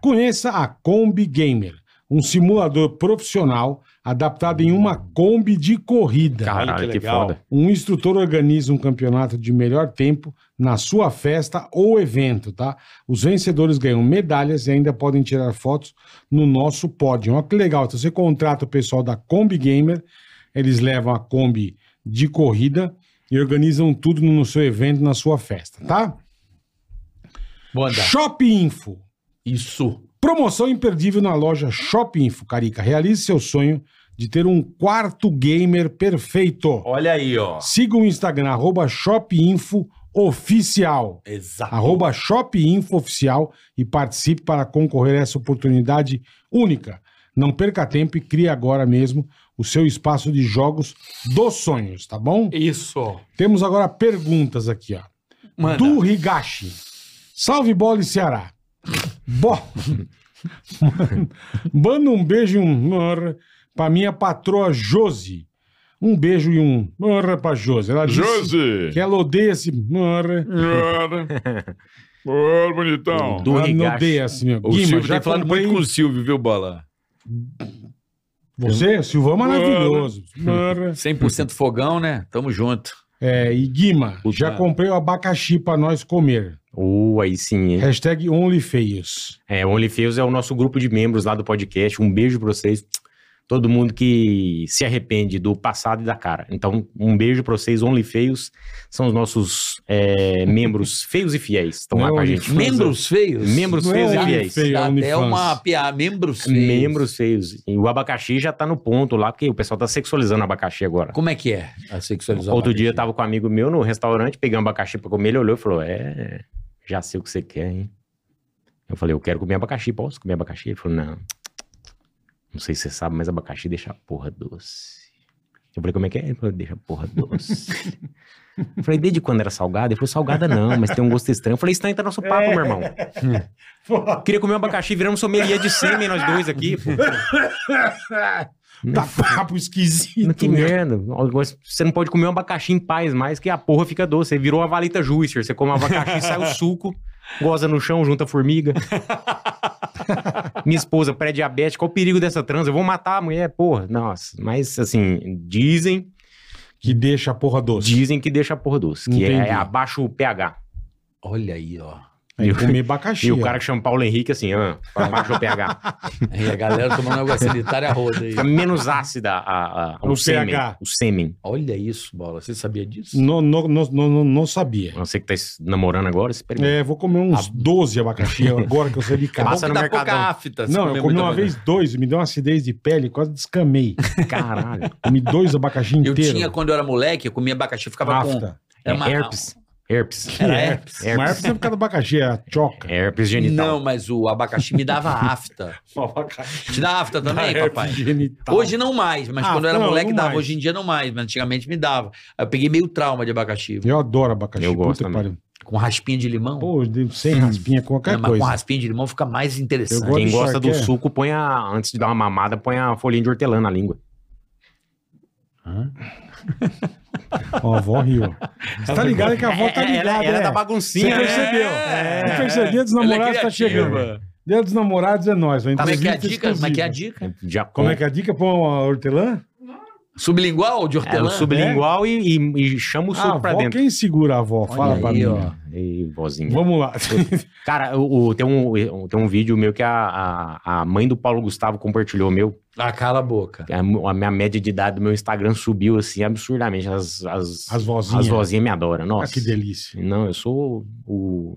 [SPEAKER 3] Conheça a Combi Gamer, um simulador profissional adaptado em uma Kombi de corrida.
[SPEAKER 5] Caralho, que, foda.
[SPEAKER 3] Um instrutor organiza um campeonato de melhor tempo na sua festa ou evento, tá? Os vencedores ganham medalhas e ainda podem tirar fotos no nosso pódio. Olha que legal. Então você contrata o pessoal da Kombi Gamer, eles levam a Kombi de corrida e organizam tudo no seu evento, na sua festa, tá?
[SPEAKER 4] Banda.
[SPEAKER 3] Shop Info.
[SPEAKER 4] Isso.
[SPEAKER 3] Promoção imperdível na loja Shop Info, Carica. Realize seu sonho de ter um quarto gamer perfeito.
[SPEAKER 4] Olha aí, ó.
[SPEAKER 3] Siga o Instagram, arroba shopinfooficial.
[SPEAKER 4] Exato.
[SPEAKER 3] Arroba shopinfooficial e participe para concorrer a essa oportunidade única. Não perca tempo e crie agora mesmo o seu espaço de jogos dos sonhos, tá bom?
[SPEAKER 2] Isso.
[SPEAKER 3] Temos agora perguntas aqui, ó.
[SPEAKER 4] Manda.
[SPEAKER 3] Do Higashi. Salve bola e Ceará. Bo... [LAUGHS] Manda um beijo e um mor pra minha patroa Josi. Um beijo e um mor pra Josi. Ela disse
[SPEAKER 11] Josi!
[SPEAKER 3] que ela odeia esse mor.
[SPEAKER 11] Cara. Ô, bonitão.
[SPEAKER 5] Do
[SPEAKER 3] ela me
[SPEAKER 5] Higashi.
[SPEAKER 3] odeia esse meu.
[SPEAKER 11] O Silvio
[SPEAKER 3] já
[SPEAKER 11] tem falado
[SPEAKER 3] comprei-
[SPEAKER 11] muito com o Silvio, viu, Bola?
[SPEAKER 3] Você, Silvão, é maravilhoso.
[SPEAKER 11] [LAUGHS]
[SPEAKER 3] Mor.
[SPEAKER 4] 100% fogão, né? Tamo junto.
[SPEAKER 3] É, e Guima,
[SPEAKER 4] Puta.
[SPEAKER 3] já comprei o abacaxi pra nós comer.
[SPEAKER 5] Uh, aí sim, hein?
[SPEAKER 3] Hashtag OnlyFeios.
[SPEAKER 5] É, o OnlyFeels é o nosso grupo de membros lá do podcast. Um beijo pra vocês. Todo mundo que se arrepende do passado e da cara. Então, um beijo pra vocês, OnlyFeios. São os nossos
[SPEAKER 4] [LAUGHS]
[SPEAKER 5] é, membros feios e fiéis. Estão lá
[SPEAKER 3] Não,
[SPEAKER 5] com a gente.
[SPEAKER 3] OnlyFans,
[SPEAKER 4] Membros feios?
[SPEAKER 5] Membros
[SPEAKER 3] Não é
[SPEAKER 5] feios e
[SPEAKER 3] OnlyFans.
[SPEAKER 5] fiéis. É
[SPEAKER 3] Feio,
[SPEAKER 4] Dá até
[SPEAKER 3] OnlyFans.
[SPEAKER 4] uma piada. Membros feios.
[SPEAKER 5] Membros feios. E o abacaxi já tá no ponto lá, porque o pessoal tá sexualizando o abacaxi agora.
[SPEAKER 4] Como é que é a sexualização?
[SPEAKER 5] Outro dia eu tava com um amigo meu no restaurante, peguei um abacaxi pra comer, ele olhou e falou: É, já sei o que você quer, hein? Eu falei, eu quero comer abacaxi, posso comer abacaxi? Ele falou, não. Não sei se você sabe, mas abacaxi deixa a porra doce. Eu falei, como é que é? Ele falou, deixa a porra doce. eu falei, desde quando era salgada? Ele falou, salgada não, mas tem um gosto estranho. Eu falei, estranho tá nosso papo, meu irmão. Queria comer um abacaxi, viramos sommelier de sêmen nós dois aqui, pô.
[SPEAKER 3] Tá papo
[SPEAKER 5] Hum. Mas
[SPEAKER 3] esquisito.
[SPEAKER 5] Que
[SPEAKER 3] né?
[SPEAKER 5] merda. Você não pode comer um abacaxi em paz mais, que a porra fica doce. Você virou a valita juicer. Você come
[SPEAKER 3] [LAUGHS]
[SPEAKER 5] um abacaxi, sai o suco, goza no chão, junta formiga. Minha esposa pré-diabética, qual o perigo dessa transa? Eu vou matar a mulher, porra. Nossa, mas assim, dizem,
[SPEAKER 3] Que deixa a porra doce.
[SPEAKER 5] dizem que deixa a porra doce, que
[SPEAKER 3] Entendi.
[SPEAKER 5] é abaixo o pH.
[SPEAKER 4] Olha aí, ó. [LAUGHS]
[SPEAKER 3] E comer abacaxi.
[SPEAKER 5] E o
[SPEAKER 3] ó.
[SPEAKER 5] cara que chama Paulo Henrique assim, ah, abaixo o pH.
[SPEAKER 4] Aí a galera tomando água sanitária a roda
[SPEAKER 5] [LAUGHS]
[SPEAKER 4] aí.
[SPEAKER 5] Fica menos ácida a, a-
[SPEAKER 3] O
[SPEAKER 5] o, sêmen,
[SPEAKER 3] pH.
[SPEAKER 5] o sêmen.
[SPEAKER 4] Olha isso, Bola. Você sabia disso?
[SPEAKER 3] Não, não, não, não, não- não sabia.
[SPEAKER 5] Você que tá es- namorando agora,
[SPEAKER 4] Hum.
[SPEAKER 5] experimenta.
[SPEAKER 3] É, vou comer uns
[SPEAKER 4] Ah.
[SPEAKER 3] 12 abacaxi agora que eu saí
[SPEAKER 4] [LAUGHS]
[SPEAKER 3] de
[SPEAKER 4] É bom
[SPEAKER 3] casa.
[SPEAKER 5] Passa
[SPEAKER 4] que
[SPEAKER 5] no
[SPEAKER 4] dá
[SPEAKER 5] Mercadão.
[SPEAKER 4] pouca afta. se
[SPEAKER 3] Não,
[SPEAKER 4] comer
[SPEAKER 3] eu comi
[SPEAKER 4] muita
[SPEAKER 3] uma
[SPEAKER 4] coisa.
[SPEAKER 3] vez dois, me deu uma acidez de pele, quase descamei.
[SPEAKER 5] Caralho.
[SPEAKER 3] Comi dois abacaxi
[SPEAKER 4] [LAUGHS] Eu
[SPEAKER 3] inteiros.
[SPEAKER 4] tinha, quando eu era moleque, eu comia abacaxi, eu ficava com...
[SPEAKER 3] afta.
[SPEAKER 5] É
[SPEAKER 4] Era uma-
[SPEAKER 5] herpes. Herpes.
[SPEAKER 4] Era herpes.
[SPEAKER 3] Mas afta
[SPEAKER 5] Herpes.
[SPEAKER 3] não é por causa do abacaxi, é a choca.
[SPEAKER 4] [LAUGHS]
[SPEAKER 5] Herpes genital.
[SPEAKER 4] Não, mas o abacaxi me dava afta. Te dá afta também, papai?
[SPEAKER 3] Genital.
[SPEAKER 4] Hoje não mais, mas
[SPEAKER 3] Ah,
[SPEAKER 4] quando eu era
[SPEAKER 3] não,
[SPEAKER 4] moleque
[SPEAKER 3] não
[SPEAKER 4] dava.
[SPEAKER 3] mais.
[SPEAKER 4] Hoje em dia não mais, mas antigamente me dava. Aí eu peguei meio trauma de abacaxi.
[SPEAKER 3] Eu adoro abacaxi.
[SPEAKER 5] Eu gosto
[SPEAKER 3] puta que
[SPEAKER 5] também.
[SPEAKER 3] pariu.
[SPEAKER 4] Com raspinha de limão.
[SPEAKER 3] Pô, eu dei sem raspinha,
[SPEAKER 4] né,
[SPEAKER 3] qualquer
[SPEAKER 4] mas com
[SPEAKER 3] coisa.
[SPEAKER 4] raspinha de limão fica mais
[SPEAKER 3] Eu
[SPEAKER 4] interessante.
[SPEAKER 3] gosto-
[SPEAKER 5] Quem gosta do
[SPEAKER 3] Quer?
[SPEAKER 5] suco, põe a. Antes de dar uma mamada, põe a folhinha de hortelã na língua.
[SPEAKER 3] Ó, a avó riu. Você tá ligado que a avó tá
[SPEAKER 5] É,
[SPEAKER 3] ligada,
[SPEAKER 5] ela, ela
[SPEAKER 3] é.
[SPEAKER 5] é da baguncinha,
[SPEAKER 3] Você
[SPEAKER 5] né?
[SPEAKER 3] percebeu.
[SPEAKER 5] É.
[SPEAKER 3] Você percebeu, Dia dos
[SPEAKER 4] Ela é
[SPEAKER 3] namorados tá
[SPEAKER 4] criativa.
[SPEAKER 3] chegando. Dia dos namorados é nós. uma
[SPEAKER 4] Como é que é a
[SPEAKER 3] entrevista
[SPEAKER 4] dica? Como é que é a
[SPEAKER 3] exclusiva.
[SPEAKER 4] dica?
[SPEAKER 5] Já com-
[SPEAKER 3] Como é que é a dica? Põe uma hortelã?
[SPEAKER 4] Sublingual de
[SPEAKER 5] É, o
[SPEAKER 4] hortelã?
[SPEAKER 5] sublingual
[SPEAKER 3] né?
[SPEAKER 5] e, e- e chama o
[SPEAKER 3] A
[SPEAKER 5] suco
[SPEAKER 3] avó,
[SPEAKER 5] pra dentro.
[SPEAKER 3] quem segura a avó? Fala
[SPEAKER 4] aí,
[SPEAKER 3] pra mim.
[SPEAKER 4] ó.
[SPEAKER 5] Ei, vozinha.
[SPEAKER 3] Vamos lá.
[SPEAKER 5] Cara, o, o- tem, um, tem um vídeo meu que a, a, a mãe do Paulo Gustavo compartilhou meu.
[SPEAKER 4] Ah, cala a boca.
[SPEAKER 5] A, a minha média de idade do meu Instagram subiu assim absurdamente. As, as,
[SPEAKER 3] As vozinhas.
[SPEAKER 5] as vozinhas me adoram,
[SPEAKER 3] Ah,
[SPEAKER 5] nossa.
[SPEAKER 3] que delícia.
[SPEAKER 5] Não, eu sou o.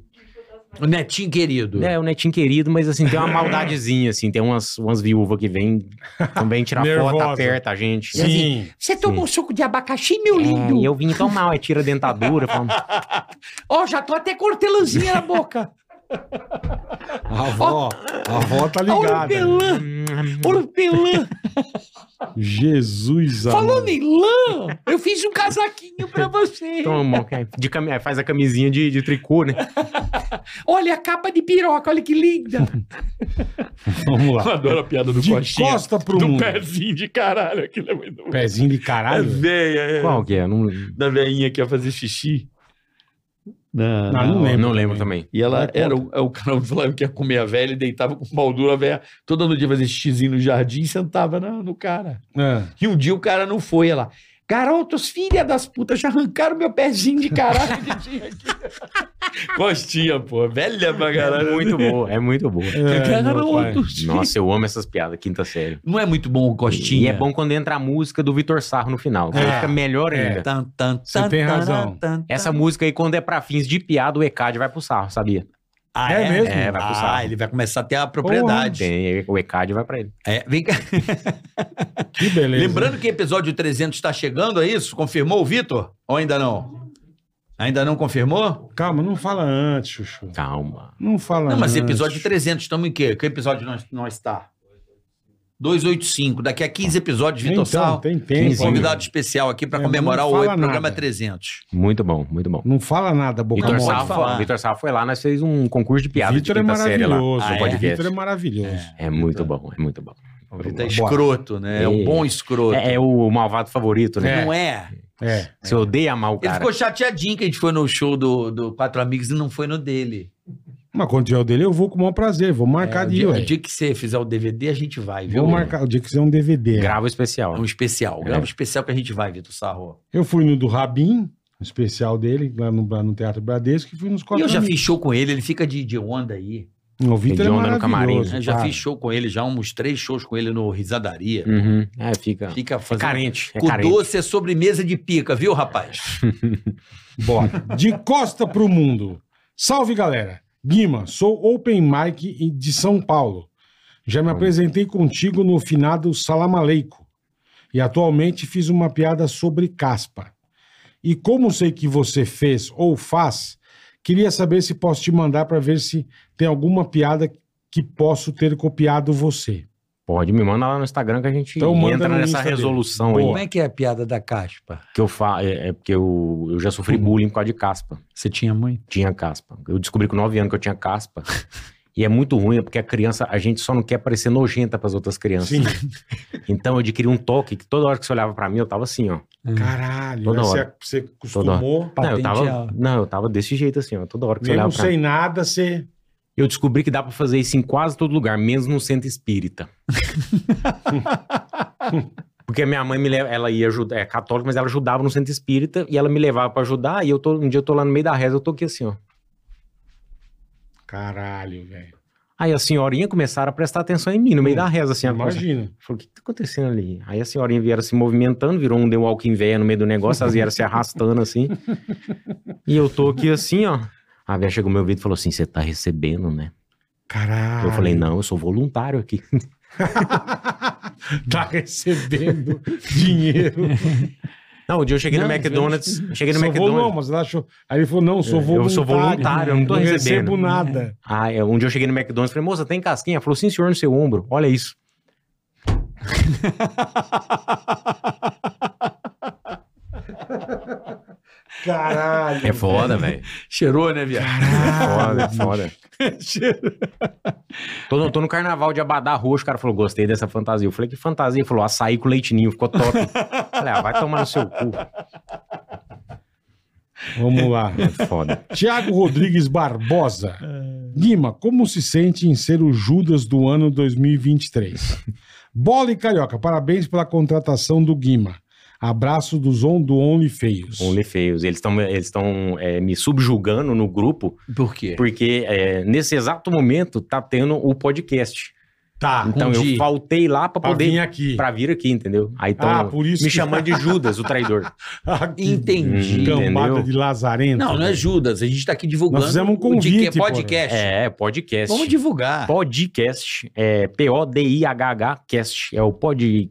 [SPEAKER 4] O netinho querido.
[SPEAKER 7] Né?
[SPEAKER 5] É, o netinho querido, mas
[SPEAKER 3] [LAUGHS]
[SPEAKER 5] assim, tem uma maldadezinha, assim, tem umas, umas viúvas que vêm também tirar foto,
[SPEAKER 3] Nervosa.
[SPEAKER 5] aperta a gente.
[SPEAKER 3] Sim.
[SPEAKER 7] Você tomou um suco de abacaxi, meu
[SPEAKER 5] É, e
[SPEAKER 7] assim, lindo?
[SPEAKER 5] eu vim tão mal, é tira a dentadura, fala,
[SPEAKER 7] Ó, já tô até com hortelãzinha na
[SPEAKER 3] [LAUGHS]
[SPEAKER 7] boca.
[SPEAKER 3] A avó, a avó
[SPEAKER 7] Ó,
[SPEAKER 3] tá ligada.
[SPEAKER 7] Hortelã,
[SPEAKER 5] "Hum,
[SPEAKER 7] [LAUGHS] hortelã.
[SPEAKER 3] Jesus
[SPEAKER 7] Falando
[SPEAKER 3] amado.
[SPEAKER 7] em lã, eu fiz um casaquinho pra você.
[SPEAKER 3] Então-
[SPEAKER 5] toma, que é de cami- é, faz a camisinha de, de tricô, né?
[SPEAKER 7] Olha a capa de piroca, olha que
[SPEAKER 4] [LAUGHS]
[SPEAKER 7] linda.
[SPEAKER 3] Vamos lá.
[SPEAKER 13] Eu adoro a piada do
[SPEAKER 3] De
[SPEAKER 13] coxinha.
[SPEAKER 3] costa pro
[SPEAKER 13] do
[SPEAKER 3] mundo.
[SPEAKER 13] pezinho de caralho. Aquilo é muito bom.
[SPEAKER 3] Pezinho de caralho.
[SPEAKER 13] Veia,
[SPEAKER 5] Qual que é? Não,
[SPEAKER 13] da veinha que ia fazer xixi. É
[SPEAKER 3] Não, não lembro.
[SPEAKER 5] não lembro também.
[SPEAKER 13] E ela era o, é o cara falava que ia comer a velha e deitava com baldura a velha. Todo ano dia fazia xizinho no jardim e sentava na- no cara.
[SPEAKER 3] Ah,
[SPEAKER 13] E um dia o cara não foi, ela. Garotos, filha das putas, já arrancaram meu pezinho de caralho que tinha aqui. Costinha, pô. Velha pra
[SPEAKER 5] É
[SPEAKER 13] caralho.
[SPEAKER 5] muito boa, é muito boa.
[SPEAKER 3] [LAUGHS] é, meu pai.
[SPEAKER 5] Nossa, eu amo essas piadas, quinta série.
[SPEAKER 4] Não é muito bom o
[SPEAKER 5] E
[SPEAKER 4] Costinha.
[SPEAKER 5] é bom quando entra a música do Vitor Sarro no final, que
[SPEAKER 3] É.
[SPEAKER 5] fica melhor
[SPEAKER 3] É.
[SPEAKER 5] ainda.
[SPEAKER 4] Tan, tan,
[SPEAKER 3] Você
[SPEAKER 4] tan,
[SPEAKER 3] tem
[SPEAKER 4] tan,
[SPEAKER 3] razão.
[SPEAKER 4] tan, tan.
[SPEAKER 5] Essa música aí, quando é pra fins de piada, o ECAD vai pro Sarro, sabia?
[SPEAKER 4] Ah,
[SPEAKER 3] É mesmo?
[SPEAKER 4] É, vai pro sarro. Ah, ele vai começar a ter a propriedade.
[SPEAKER 5] Tem, o ECAD vai pra ele.
[SPEAKER 4] É, vem cá.
[SPEAKER 3] Que beleza.
[SPEAKER 4] Lembrando que episódio 300 está chegando, é isso? Confirmou o Vitor? Ou ainda não? Ainda não confirmou?
[SPEAKER 3] Calma, não fala antes, Chuchu.
[SPEAKER 5] Calma.
[SPEAKER 3] Não fala
[SPEAKER 4] Não, mas
[SPEAKER 3] antes.
[SPEAKER 4] episódio 300, estamos em quê? Que episódio nós, nós tá? 285. Daqui a 15 episódios, Vitor
[SPEAKER 3] Então,
[SPEAKER 4] Sal. Um
[SPEAKER 3] tem tempo.
[SPEAKER 4] Convidado
[SPEAKER 3] ainda.
[SPEAKER 4] especial aqui para
[SPEAKER 3] É,
[SPEAKER 4] comemorar
[SPEAKER 3] não
[SPEAKER 4] o
[SPEAKER 3] fala
[SPEAKER 4] programa
[SPEAKER 3] nada.
[SPEAKER 4] 300.
[SPEAKER 5] Muito bom, muito bom.
[SPEAKER 3] Não fala nada, boca
[SPEAKER 5] Vitor
[SPEAKER 4] pode
[SPEAKER 3] mole.
[SPEAKER 5] Sarro,
[SPEAKER 4] falar.
[SPEAKER 5] Vitor Sarro foi lá, nós fez um concurso de piada
[SPEAKER 3] Vitor
[SPEAKER 5] de
[SPEAKER 3] é
[SPEAKER 5] quinta série lá no
[SPEAKER 3] maravilhoso.
[SPEAKER 4] Ah, é?
[SPEAKER 5] podcast.
[SPEAKER 3] Vitor é maravilhoso.
[SPEAKER 5] É muito bom, é muito bom.
[SPEAKER 4] O Vitor é
[SPEAKER 3] Bora.
[SPEAKER 4] escroto, né? É um
[SPEAKER 5] É.
[SPEAKER 4] bom escroto.
[SPEAKER 5] É, é o malvado favorito, né?
[SPEAKER 4] Não é?
[SPEAKER 3] É.
[SPEAKER 5] Você odeia mal o
[SPEAKER 4] Ele
[SPEAKER 5] cara.
[SPEAKER 4] ficou chateadinho que a gente foi no show do, do Quatro Amigos e não foi no dele.
[SPEAKER 3] Mas quando tiver o dele, eu vou com o maior prazer. Vou marcar
[SPEAKER 4] É, o,
[SPEAKER 3] de
[SPEAKER 4] dia,
[SPEAKER 3] ué.
[SPEAKER 4] o dia que você fizer o DVD, a gente vai, viu?
[SPEAKER 3] Vou marcar o dia que fizer um DVD.
[SPEAKER 5] Grava o
[SPEAKER 4] É
[SPEAKER 5] especial.
[SPEAKER 4] um especial.
[SPEAKER 5] É.
[SPEAKER 4] Grava um especial que a gente vai, Vitor Sarro.
[SPEAKER 3] Eu fui no do Rabin, o especial dele, lá no, lá no Teatro Bradesco, e fui nos
[SPEAKER 4] E
[SPEAKER 3] quatro
[SPEAKER 4] eu já
[SPEAKER 3] amigos.
[SPEAKER 4] fiz show com ele, ele fica de, de onda aí.
[SPEAKER 3] O Vitor é
[SPEAKER 5] Ele anda no camarim,
[SPEAKER 3] maravilhoso.
[SPEAKER 4] Eu já
[SPEAKER 3] cara.
[SPEAKER 4] fiz show com ele, já uns três shows com ele no Risadaria.
[SPEAKER 5] Uhum. É, fica.
[SPEAKER 4] Fica
[SPEAKER 5] É
[SPEAKER 4] fazendo.
[SPEAKER 5] carente. É
[SPEAKER 4] Com
[SPEAKER 5] carente.
[SPEAKER 4] doce é sobremesa de pica, viu, rapaz?
[SPEAKER 3] Bora. De costa pro mundo. Salve, galera. Guima, sou open mic em- de São Paulo. Já me apresentei contigo no finado Salam Aleico. E atualmente fiz uma piada sobre caspa. E como sei que você fez ou faz, queria saber se posso te mandar para ver se tem alguma piada que posso ter copiado você.
[SPEAKER 5] Pode, me manda lá no Instagram que a gente
[SPEAKER 3] Então manda
[SPEAKER 5] entra
[SPEAKER 3] no
[SPEAKER 5] nessa
[SPEAKER 3] Insta dele.
[SPEAKER 5] resolução
[SPEAKER 3] Boa.
[SPEAKER 5] aí.
[SPEAKER 4] é que é a piada da caspa?
[SPEAKER 5] Que eu fa... é, é porque eu, eu já sofri
[SPEAKER 3] Uhum.
[SPEAKER 5] bullying por causa de caspa.
[SPEAKER 4] Você tinha muito?
[SPEAKER 5] Tinha caspa. Eu descobri com 9 anos que eu tinha caspa. E é muito ruim, porque a criança, a gente só não quer parecer nojenta pras outras crianças. Então eu adquiri um toque que toda hora que você olhava pra mim, eu tava assim, ó.
[SPEAKER 3] Caralho,
[SPEAKER 5] Toda
[SPEAKER 3] né? você,
[SPEAKER 5] hora.
[SPEAKER 3] você costumou.
[SPEAKER 5] Não, eu tava,
[SPEAKER 4] Patenteava.
[SPEAKER 5] não, eu tava desse jeito assim, ó. Toda hora que você
[SPEAKER 3] Mesmo
[SPEAKER 5] olhava pra mim.
[SPEAKER 3] sem nada, você.
[SPEAKER 5] Eu descobri que dá pra fazer isso em quase todo lugar, menos no
[SPEAKER 3] [LAUGHS]
[SPEAKER 5] centro espírita. Porque minha mãe me leva, ela ia ajudar, é católica, mas ela ajudava no centro espírita e ela me levava pra ajudar. E eu tô, um dia eu tô lá no meio da reza, eu tô aqui assim, ó.
[SPEAKER 3] Caralho, velho.
[SPEAKER 5] Aí a senhorinha começaram a prestar atenção em mim, no meio
[SPEAKER 3] Hum,
[SPEAKER 5] da reza, assim. ela começou-
[SPEAKER 3] Imagina.
[SPEAKER 5] Falou, o que que tá acontecendo ali? Aí a senhorinha vieram se movimentando, virou um The Walking Véia no meio do negócio, elas vieram se
[SPEAKER 3] [LAUGHS]
[SPEAKER 5] arrastando assim. E eu tô aqui assim, ó. A véia chegou no meu ouvido e falou assim: você tá recebendo, né?
[SPEAKER 3] Caralho.
[SPEAKER 5] Eu falei, não, eu sou voluntário aqui.
[SPEAKER 3] tá recebendo [LAUGHS] dinheiro.
[SPEAKER 5] [LAUGHS] Não, um dia eu cheguei
[SPEAKER 3] Não,
[SPEAKER 5] no McDonald's. Cheguei no
[SPEAKER 3] Sou
[SPEAKER 5] McDonald's.
[SPEAKER 3] voluntário, mas ela achou. Aí ele falou: não, sou
[SPEAKER 5] Eu-
[SPEAKER 3] voluntário.
[SPEAKER 5] eu sou voluntário, eu não tô
[SPEAKER 3] recebo
[SPEAKER 5] recebendo.
[SPEAKER 3] nada.
[SPEAKER 5] Ah, é, um dia eu cheguei no McDonald's e falei, moça, tem casquinha? Ela Falou, sim, senhor, no seu ombro. Olha isso.
[SPEAKER 3] Caralho.
[SPEAKER 4] É.
[SPEAKER 5] foda, velho. [LAUGHS]
[SPEAKER 4] Cheirou, né, viado?
[SPEAKER 5] Foda, foda. [LAUGHS] Tô no, tô no carnaval de Abadá Roxo, o cara falou, gostei dessa [LAUGHS] fantasia. Eu falei, que fantasia? Ele falou, açaí com leitinho, ficou top. Eu falei, ah, vai tomar no seu cu.
[SPEAKER 3] Vamos lá.
[SPEAKER 5] É foda.
[SPEAKER 3] Tiago Rodrigues Barbosa. Guima, como se sente em ser o Judas do ano 2023? Bola e Carioca, parabéns pela contratação do Guima. Abraço dos on, do Only Feios.
[SPEAKER 5] Only feios. Eles estão eles tão, é, me subjugando no grupo,
[SPEAKER 4] Por quê?
[SPEAKER 5] porque é, nesse exato momento tá tendo o podcast.
[SPEAKER 3] Tá,
[SPEAKER 5] Então eu
[SPEAKER 4] entendi.
[SPEAKER 5] faltei lá pra
[SPEAKER 3] pra
[SPEAKER 5] poder
[SPEAKER 3] vir aqui.
[SPEAKER 5] pra vir aqui, entendeu? Aí estão
[SPEAKER 3] Ah, por isso
[SPEAKER 5] me
[SPEAKER 3] que- [LAUGHS]
[SPEAKER 5] chamando de Judas, o traidor.
[SPEAKER 3] Ah, que
[SPEAKER 4] Entendi.
[SPEAKER 5] Hum.
[SPEAKER 3] Cambada
[SPEAKER 5] Entendeu?
[SPEAKER 3] de lazarento.
[SPEAKER 4] Não, não é
[SPEAKER 3] velho.
[SPEAKER 4] Judas. A gente tá aqui divulgando.
[SPEAKER 3] Nós fizemos um
[SPEAKER 4] o de que é
[SPEAKER 3] convite, pô.
[SPEAKER 4] podcast.
[SPEAKER 5] É, podcast.
[SPEAKER 4] Vamos divulgar.
[SPEAKER 5] Podcast, é P-O-D-I-H-H cast, é o pod,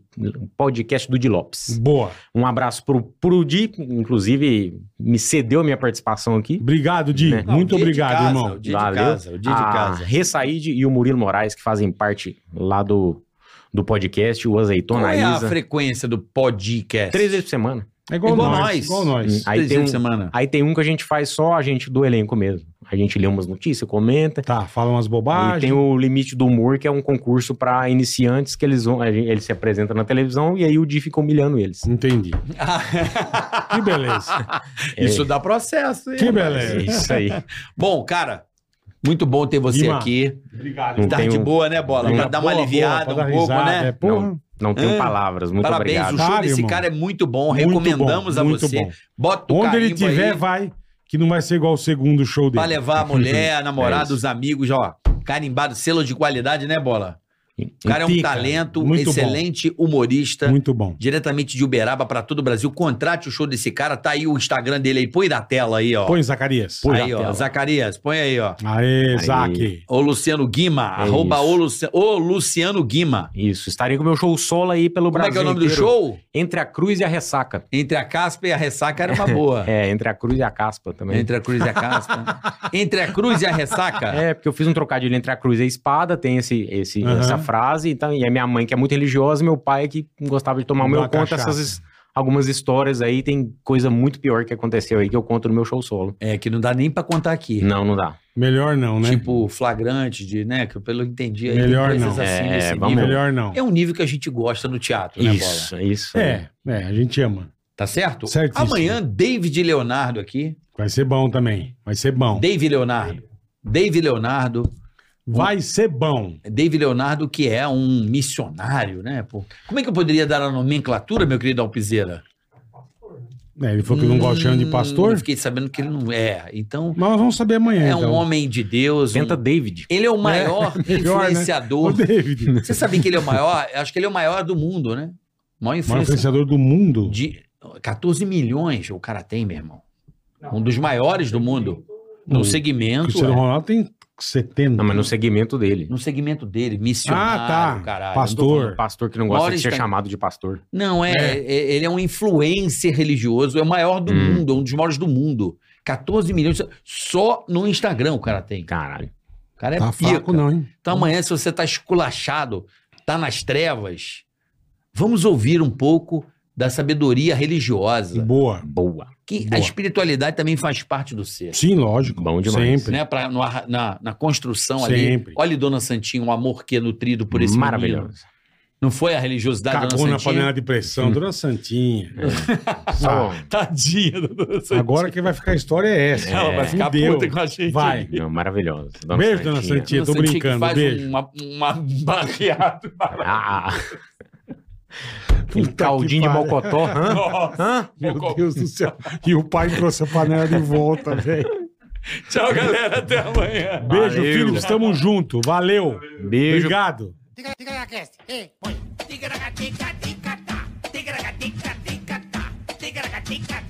[SPEAKER 5] podcast do Di Lopes.
[SPEAKER 3] Boa.
[SPEAKER 5] Um abraço pro, pro Di, inclusive me cedeu a minha participação aqui.
[SPEAKER 3] Obrigado, Di.
[SPEAKER 5] Né?
[SPEAKER 3] Muito
[SPEAKER 4] o dia de
[SPEAKER 3] obrigado,
[SPEAKER 4] casa,
[SPEAKER 3] irmão.
[SPEAKER 4] O dia
[SPEAKER 5] Valeu. Ah,
[SPEAKER 4] de casa, o dia de
[SPEAKER 5] a
[SPEAKER 4] casa.
[SPEAKER 5] Ressaíde e o Murilo Moraes, que fazem parte lá do, do podcast, o
[SPEAKER 4] Qual
[SPEAKER 5] Azeitona
[SPEAKER 4] é a
[SPEAKER 5] Isa.
[SPEAKER 4] frequência do podcast?
[SPEAKER 5] Três vezes por semana.
[SPEAKER 3] É igual,
[SPEAKER 4] Igual
[SPEAKER 3] nós,
[SPEAKER 4] nós.
[SPEAKER 3] Igual nós.
[SPEAKER 5] Aí
[SPEAKER 4] Três vezes
[SPEAKER 5] tem
[SPEAKER 4] por
[SPEAKER 5] um-
[SPEAKER 4] semana.
[SPEAKER 5] Aí tem um que a gente faz só a gente do elenco mesmo. A gente lê umas notícias, comenta.
[SPEAKER 3] Tá, fala umas
[SPEAKER 5] e tem um-
[SPEAKER 3] bobagens.
[SPEAKER 5] o Limite do Humor, que é um concurso pra iniciantes que eles vão. a gente- Eles se apresentam na televisão e aí o Di fica humilhando eles.
[SPEAKER 3] Entendi.
[SPEAKER 4] [LAUGHS] Ah,
[SPEAKER 3] Que beleza.
[SPEAKER 4] [LAUGHS] Isso dá processo, hein?
[SPEAKER 3] que
[SPEAKER 5] É
[SPEAKER 3] beleza.
[SPEAKER 5] isso aí.
[SPEAKER 4] Bom, cara, muito bom ter você
[SPEAKER 3] Guima,
[SPEAKER 4] aqui.
[SPEAKER 3] Obrigado.
[SPEAKER 5] Não
[SPEAKER 4] Tarde
[SPEAKER 5] tenho,
[SPEAKER 4] boa, né, Bola?
[SPEAKER 5] Guima,
[SPEAKER 4] Pra dar uma aliviada um pouco,
[SPEAKER 3] é
[SPEAKER 4] né?
[SPEAKER 5] não tenho
[SPEAKER 4] [LAUGHS] É.
[SPEAKER 5] palavras. Muito
[SPEAKER 4] Parabéns,
[SPEAKER 5] obrigado.
[SPEAKER 4] o show
[SPEAKER 3] Claro,
[SPEAKER 4] desse
[SPEAKER 3] irmão.
[SPEAKER 4] cara é muito bom. Recomendamos a você. Bota o
[SPEAKER 3] Onde ele
[SPEAKER 4] carimbo
[SPEAKER 3] tiver,
[SPEAKER 4] aí
[SPEAKER 3] vai, que não vai ser igual o segundo show dele.
[SPEAKER 4] pra levar
[SPEAKER 3] [LAUGHS]
[SPEAKER 4] a mulher,
[SPEAKER 3] É
[SPEAKER 4] a namorada,
[SPEAKER 5] isso.
[SPEAKER 4] os amigos, ó. Carimbado, selo de qualidade, né, Bola? O cara é um
[SPEAKER 3] Pica,
[SPEAKER 4] talento,
[SPEAKER 3] muito bom.
[SPEAKER 4] excelente humorista.
[SPEAKER 3] Muito bom.
[SPEAKER 4] Diretamente de Uberaba pra todo o Brasil. Contrate o show desse cara. Tá aí o Instagram dele aí. Põe na tela aí, ó.
[SPEAKER 3] Põe, Zacarias.
[SPEAKER 4] aí, ó. Zacarias, põe aí, ó.
[SPEAKER 3] Aê, Zac.
[SPEAKER 4] O Luciano Guima,
[SPEAKER 5] É
[SPEAKER 4] arroba
[SPEAKER 5] isso.
[SPEAKER 4] o, Luci- o Luciano Guima.
[SPEAKER 5] Isso. Estarei com o meu show solo aí pelo
[SPEAKER 4] Como
[SPEAKER 5] Brasil.
[SPEAKER 4] é que é o nome do
[SPEAKER 5] inteiro.
[SPEAKER 4] show?
[SPEAKER 5] Entre a Cruz e a Ressaca.
[SPEAKER 4] Entre a caspa e a ressaca era uma boa.
[SPEAKER 5] [LAUGHS] É, entre a Cruz e a Caspa também.
[SPEAKER 4] Tá. Entre a cruz e a caspa. Entre a cruz e a ressaca.
[SPEAKER 5] É, porque eu fiz um trocadilho entre a cruz e a espada, tem esse, esse-
[SPEAKER 3] Aham.
[SPEAKER 5] essa frase, então, e a minha mãe que é muito religiosa, e meu pai que gostava de tomar, o
[SPEAKER 3] Dá
[SPEAKER 5] meu
[SPEAKER 3] uma
[SPEAKER 5] conta
[SPEAKER 3] cachaça.
[SPEAKER 5] essas algumas histórias aí, tem coisa muito pior que aconteceu aí que eu conto no meu show solo.
[SPEAKER 4] É, que não dá nem pra contar aqui.
[SPEAKER 5] Não, não dá.
[SPEAKER 3] Melhor não, né?
[SPEAKER 4] Tipo, flagrante de, né? Que eu pelo que entendi aí.
[SPEAKER 3] Melhor
[SPEAKER 4] tem
[SPEAKER 3] não.
[SPEAKER 4] assim
[SPEAKER 5] É,
[SPEAKER 4] nesse
[SPEAKER 5] vamos-
[SPEAKER 4] nível.
[SPEAKER 3] Melhor não.
[SPEAKER 4] É um nível que a gente gosta no teatro, né, Bola?
[SPEAKER 5] Isso, isso.
[SPEAKER 3] É, é, a gente ama.
[SPEAKER 4] Tá certo?
[SPEAKER 3] Certíssimo.
[SPEAKER 4] Amanhã, David Leonardo aqui.
[SPEAKER 3] Vai ser bom também. Vai ser bom.
[SPEAKER 4] David Leonardo. David Leonardo.
[SPEAKER 3] Vai ser bom.
[SPEAKER 4] David Leonardo, que é um missionário, né? pô? Como é que eu poderia dar a nomenclatura, meu querido Alpizeira?
[SPEAKER 3] É, ele falou que não gosta de chamar de pastor.
[SPEAKER 4] Hum, Eu fiquei sabendo que ele não é. Então,
[SPEAKER 3] Mas nós vamos saber amanhã.
[SPEAKER 4] é um
[SPEAKER 3] então.
[SPEAKER 4] homem de Deus. um-
[SPEAKER 5] Tenta David.
[SPEAKER 4] Ele é o maior
[SPEAKER 3] [LAUGHS] Melhor, né?
[SPEAKER 4] influenciador.
[SPEAKER 3] Ô,
[SPEAKER 4] [LAUGHS]
[SPEAKER 3] David.
[SPEAKER 4] Você sabia que ele é o maior? Eu Acho que ele é o maior do mundo, né? O Maior
[SPEAKER 3] maior
[SPEAKER 4] influenciador.
[SPEAKER 3] influenciador do mundo.
[SPEAKER 4] De 14 milhões o cara tem, meu irmão. Um dos maiores do mundo. No
[SPEAKER 3] Hum,
[SPEAKER 4] segmento.
[SPEAKER 3] Cristiano
[SPEAKER 4] é.
[SPEAKER 3] Ronaldo tem 70.
[SPEAKER 5] Não, mas
[SPEAKER 4] Uhum.
[SPEAKER 5] no segmento dele.
[SPEAKER 4] No segmento dele, missionário,
[SPEAKER 3] Ah, tá.
[SPEAKER 4] caralho.
[SPEAKER 3] Pastor.
[SPEAKER 5] Pastor que não gosta
[SPEAKER 4] Mora
[SPEAKER 5] de ser
[SPEAKER 4] está-
[SPEAKER 5] chamado de pastor.
[SPEAKER 4] Não, é, é- Ele é um influencer religioso, é o maior do
[SPEAKER 5] Hum.
[SPEAKER 4] mundo, é um dos maiores do mundo. 14 milhões só no Instagram o cara tem.
[SPEAKER 5] Caralho.
[SPEAKER 4] O cara é
[SPEAKER 3] Tá
[SPEAKER 4] pica.
[SPEAKER 3] fraco, não, hein?
[SPEAKER 4] Então amanhã, se você tá esculachado, tá nas trevas, vamos ouvir um pouco da sabedoria religiosa.
[SPEAKER 3] Boa.
[SPEAKER 5] Boa.
[SPEAKER 4] Que a
[SPEAKER 3] Boa.
[SPEAKER 4] espiritualidade também faz parte do ser.
[SPEAKER 3] Sim, lógico.
[SPEAKER 5] Bom demais.
[SPEAKER 3] Sempre.
[SPEAKER 4] Né? Pra, no ar- na, na construção
[SPEAKER 3] Sempre.
[SPEAKER 4] ali. Olha, Dona Santinha, o amor que é nutrido por esse menino.
[SPEAKER 5] Maravilhoso.
[SPEAKER 4] Não foi a religiosidade da
[SPEAKER 3] Cagou
[SPEAKER 4] Dona
[SPEAKER 3] na
[SPEAKER 4] Santinha?
[SPEAKER 3] panela de pressão, dona Santinha.
[SPEAKER 4] É.
[SPEAKER 5] Só-
[SPEAKER 4] [LAUGHS] Tadinha da Dona Santinha.
[SPEAKER 3] Agora quem vai ficar a história é essa.
[SPEAKER 5] Ela vai
[SPEAKER 4] ficar
[SPEAKER 3] Fudeu.
[SPEAKER 4] puta com a gente.
[SPEAKER 3] Vai.
[SPEAKER 5] Não, maravilhoso.
[SPEAKER 3] Beijo, dona Santinha.
[SPEAKER 4] Dona
[SPEAKER 3] tô
[SPEAKER 4] Santinha que
[SPEAKER 3] brincando,
[SPEAKER 4] faz um,
[SPEAKER 3] beijo.
[SPEAKER 4] Uma, uma barreada.
[SPEAKER 5] Ah,
[SPEAKER 3] Puta
[SPEAKER 5] um
[SPEAKER 3] que
[SPEAKER 5] caldinho de
[SPEAKER 3] pariu.
[SPEAKER 5] mocotó. hã? Hã?
[SPEAKER 4] um
[SPEAKER 3] Meu Deus do céu. E o pai trouxe a panela de volta, velho.
[SPEAKER 4] Tchau, galera. Até amanhã.
[SPEAKER 3] Beijo,
[SPEAKER 5] Valeu.
[SPEAKER 3] filhos. Estamos junto. Valeu.
[SPEAKER 5] Beijo.
[SPEAKER 3] Obrigado.
[SPEAKER 13] Tica-taca, tica, tica-tá. Tica-taca, tica, tica-tá. Tica-taca, tica,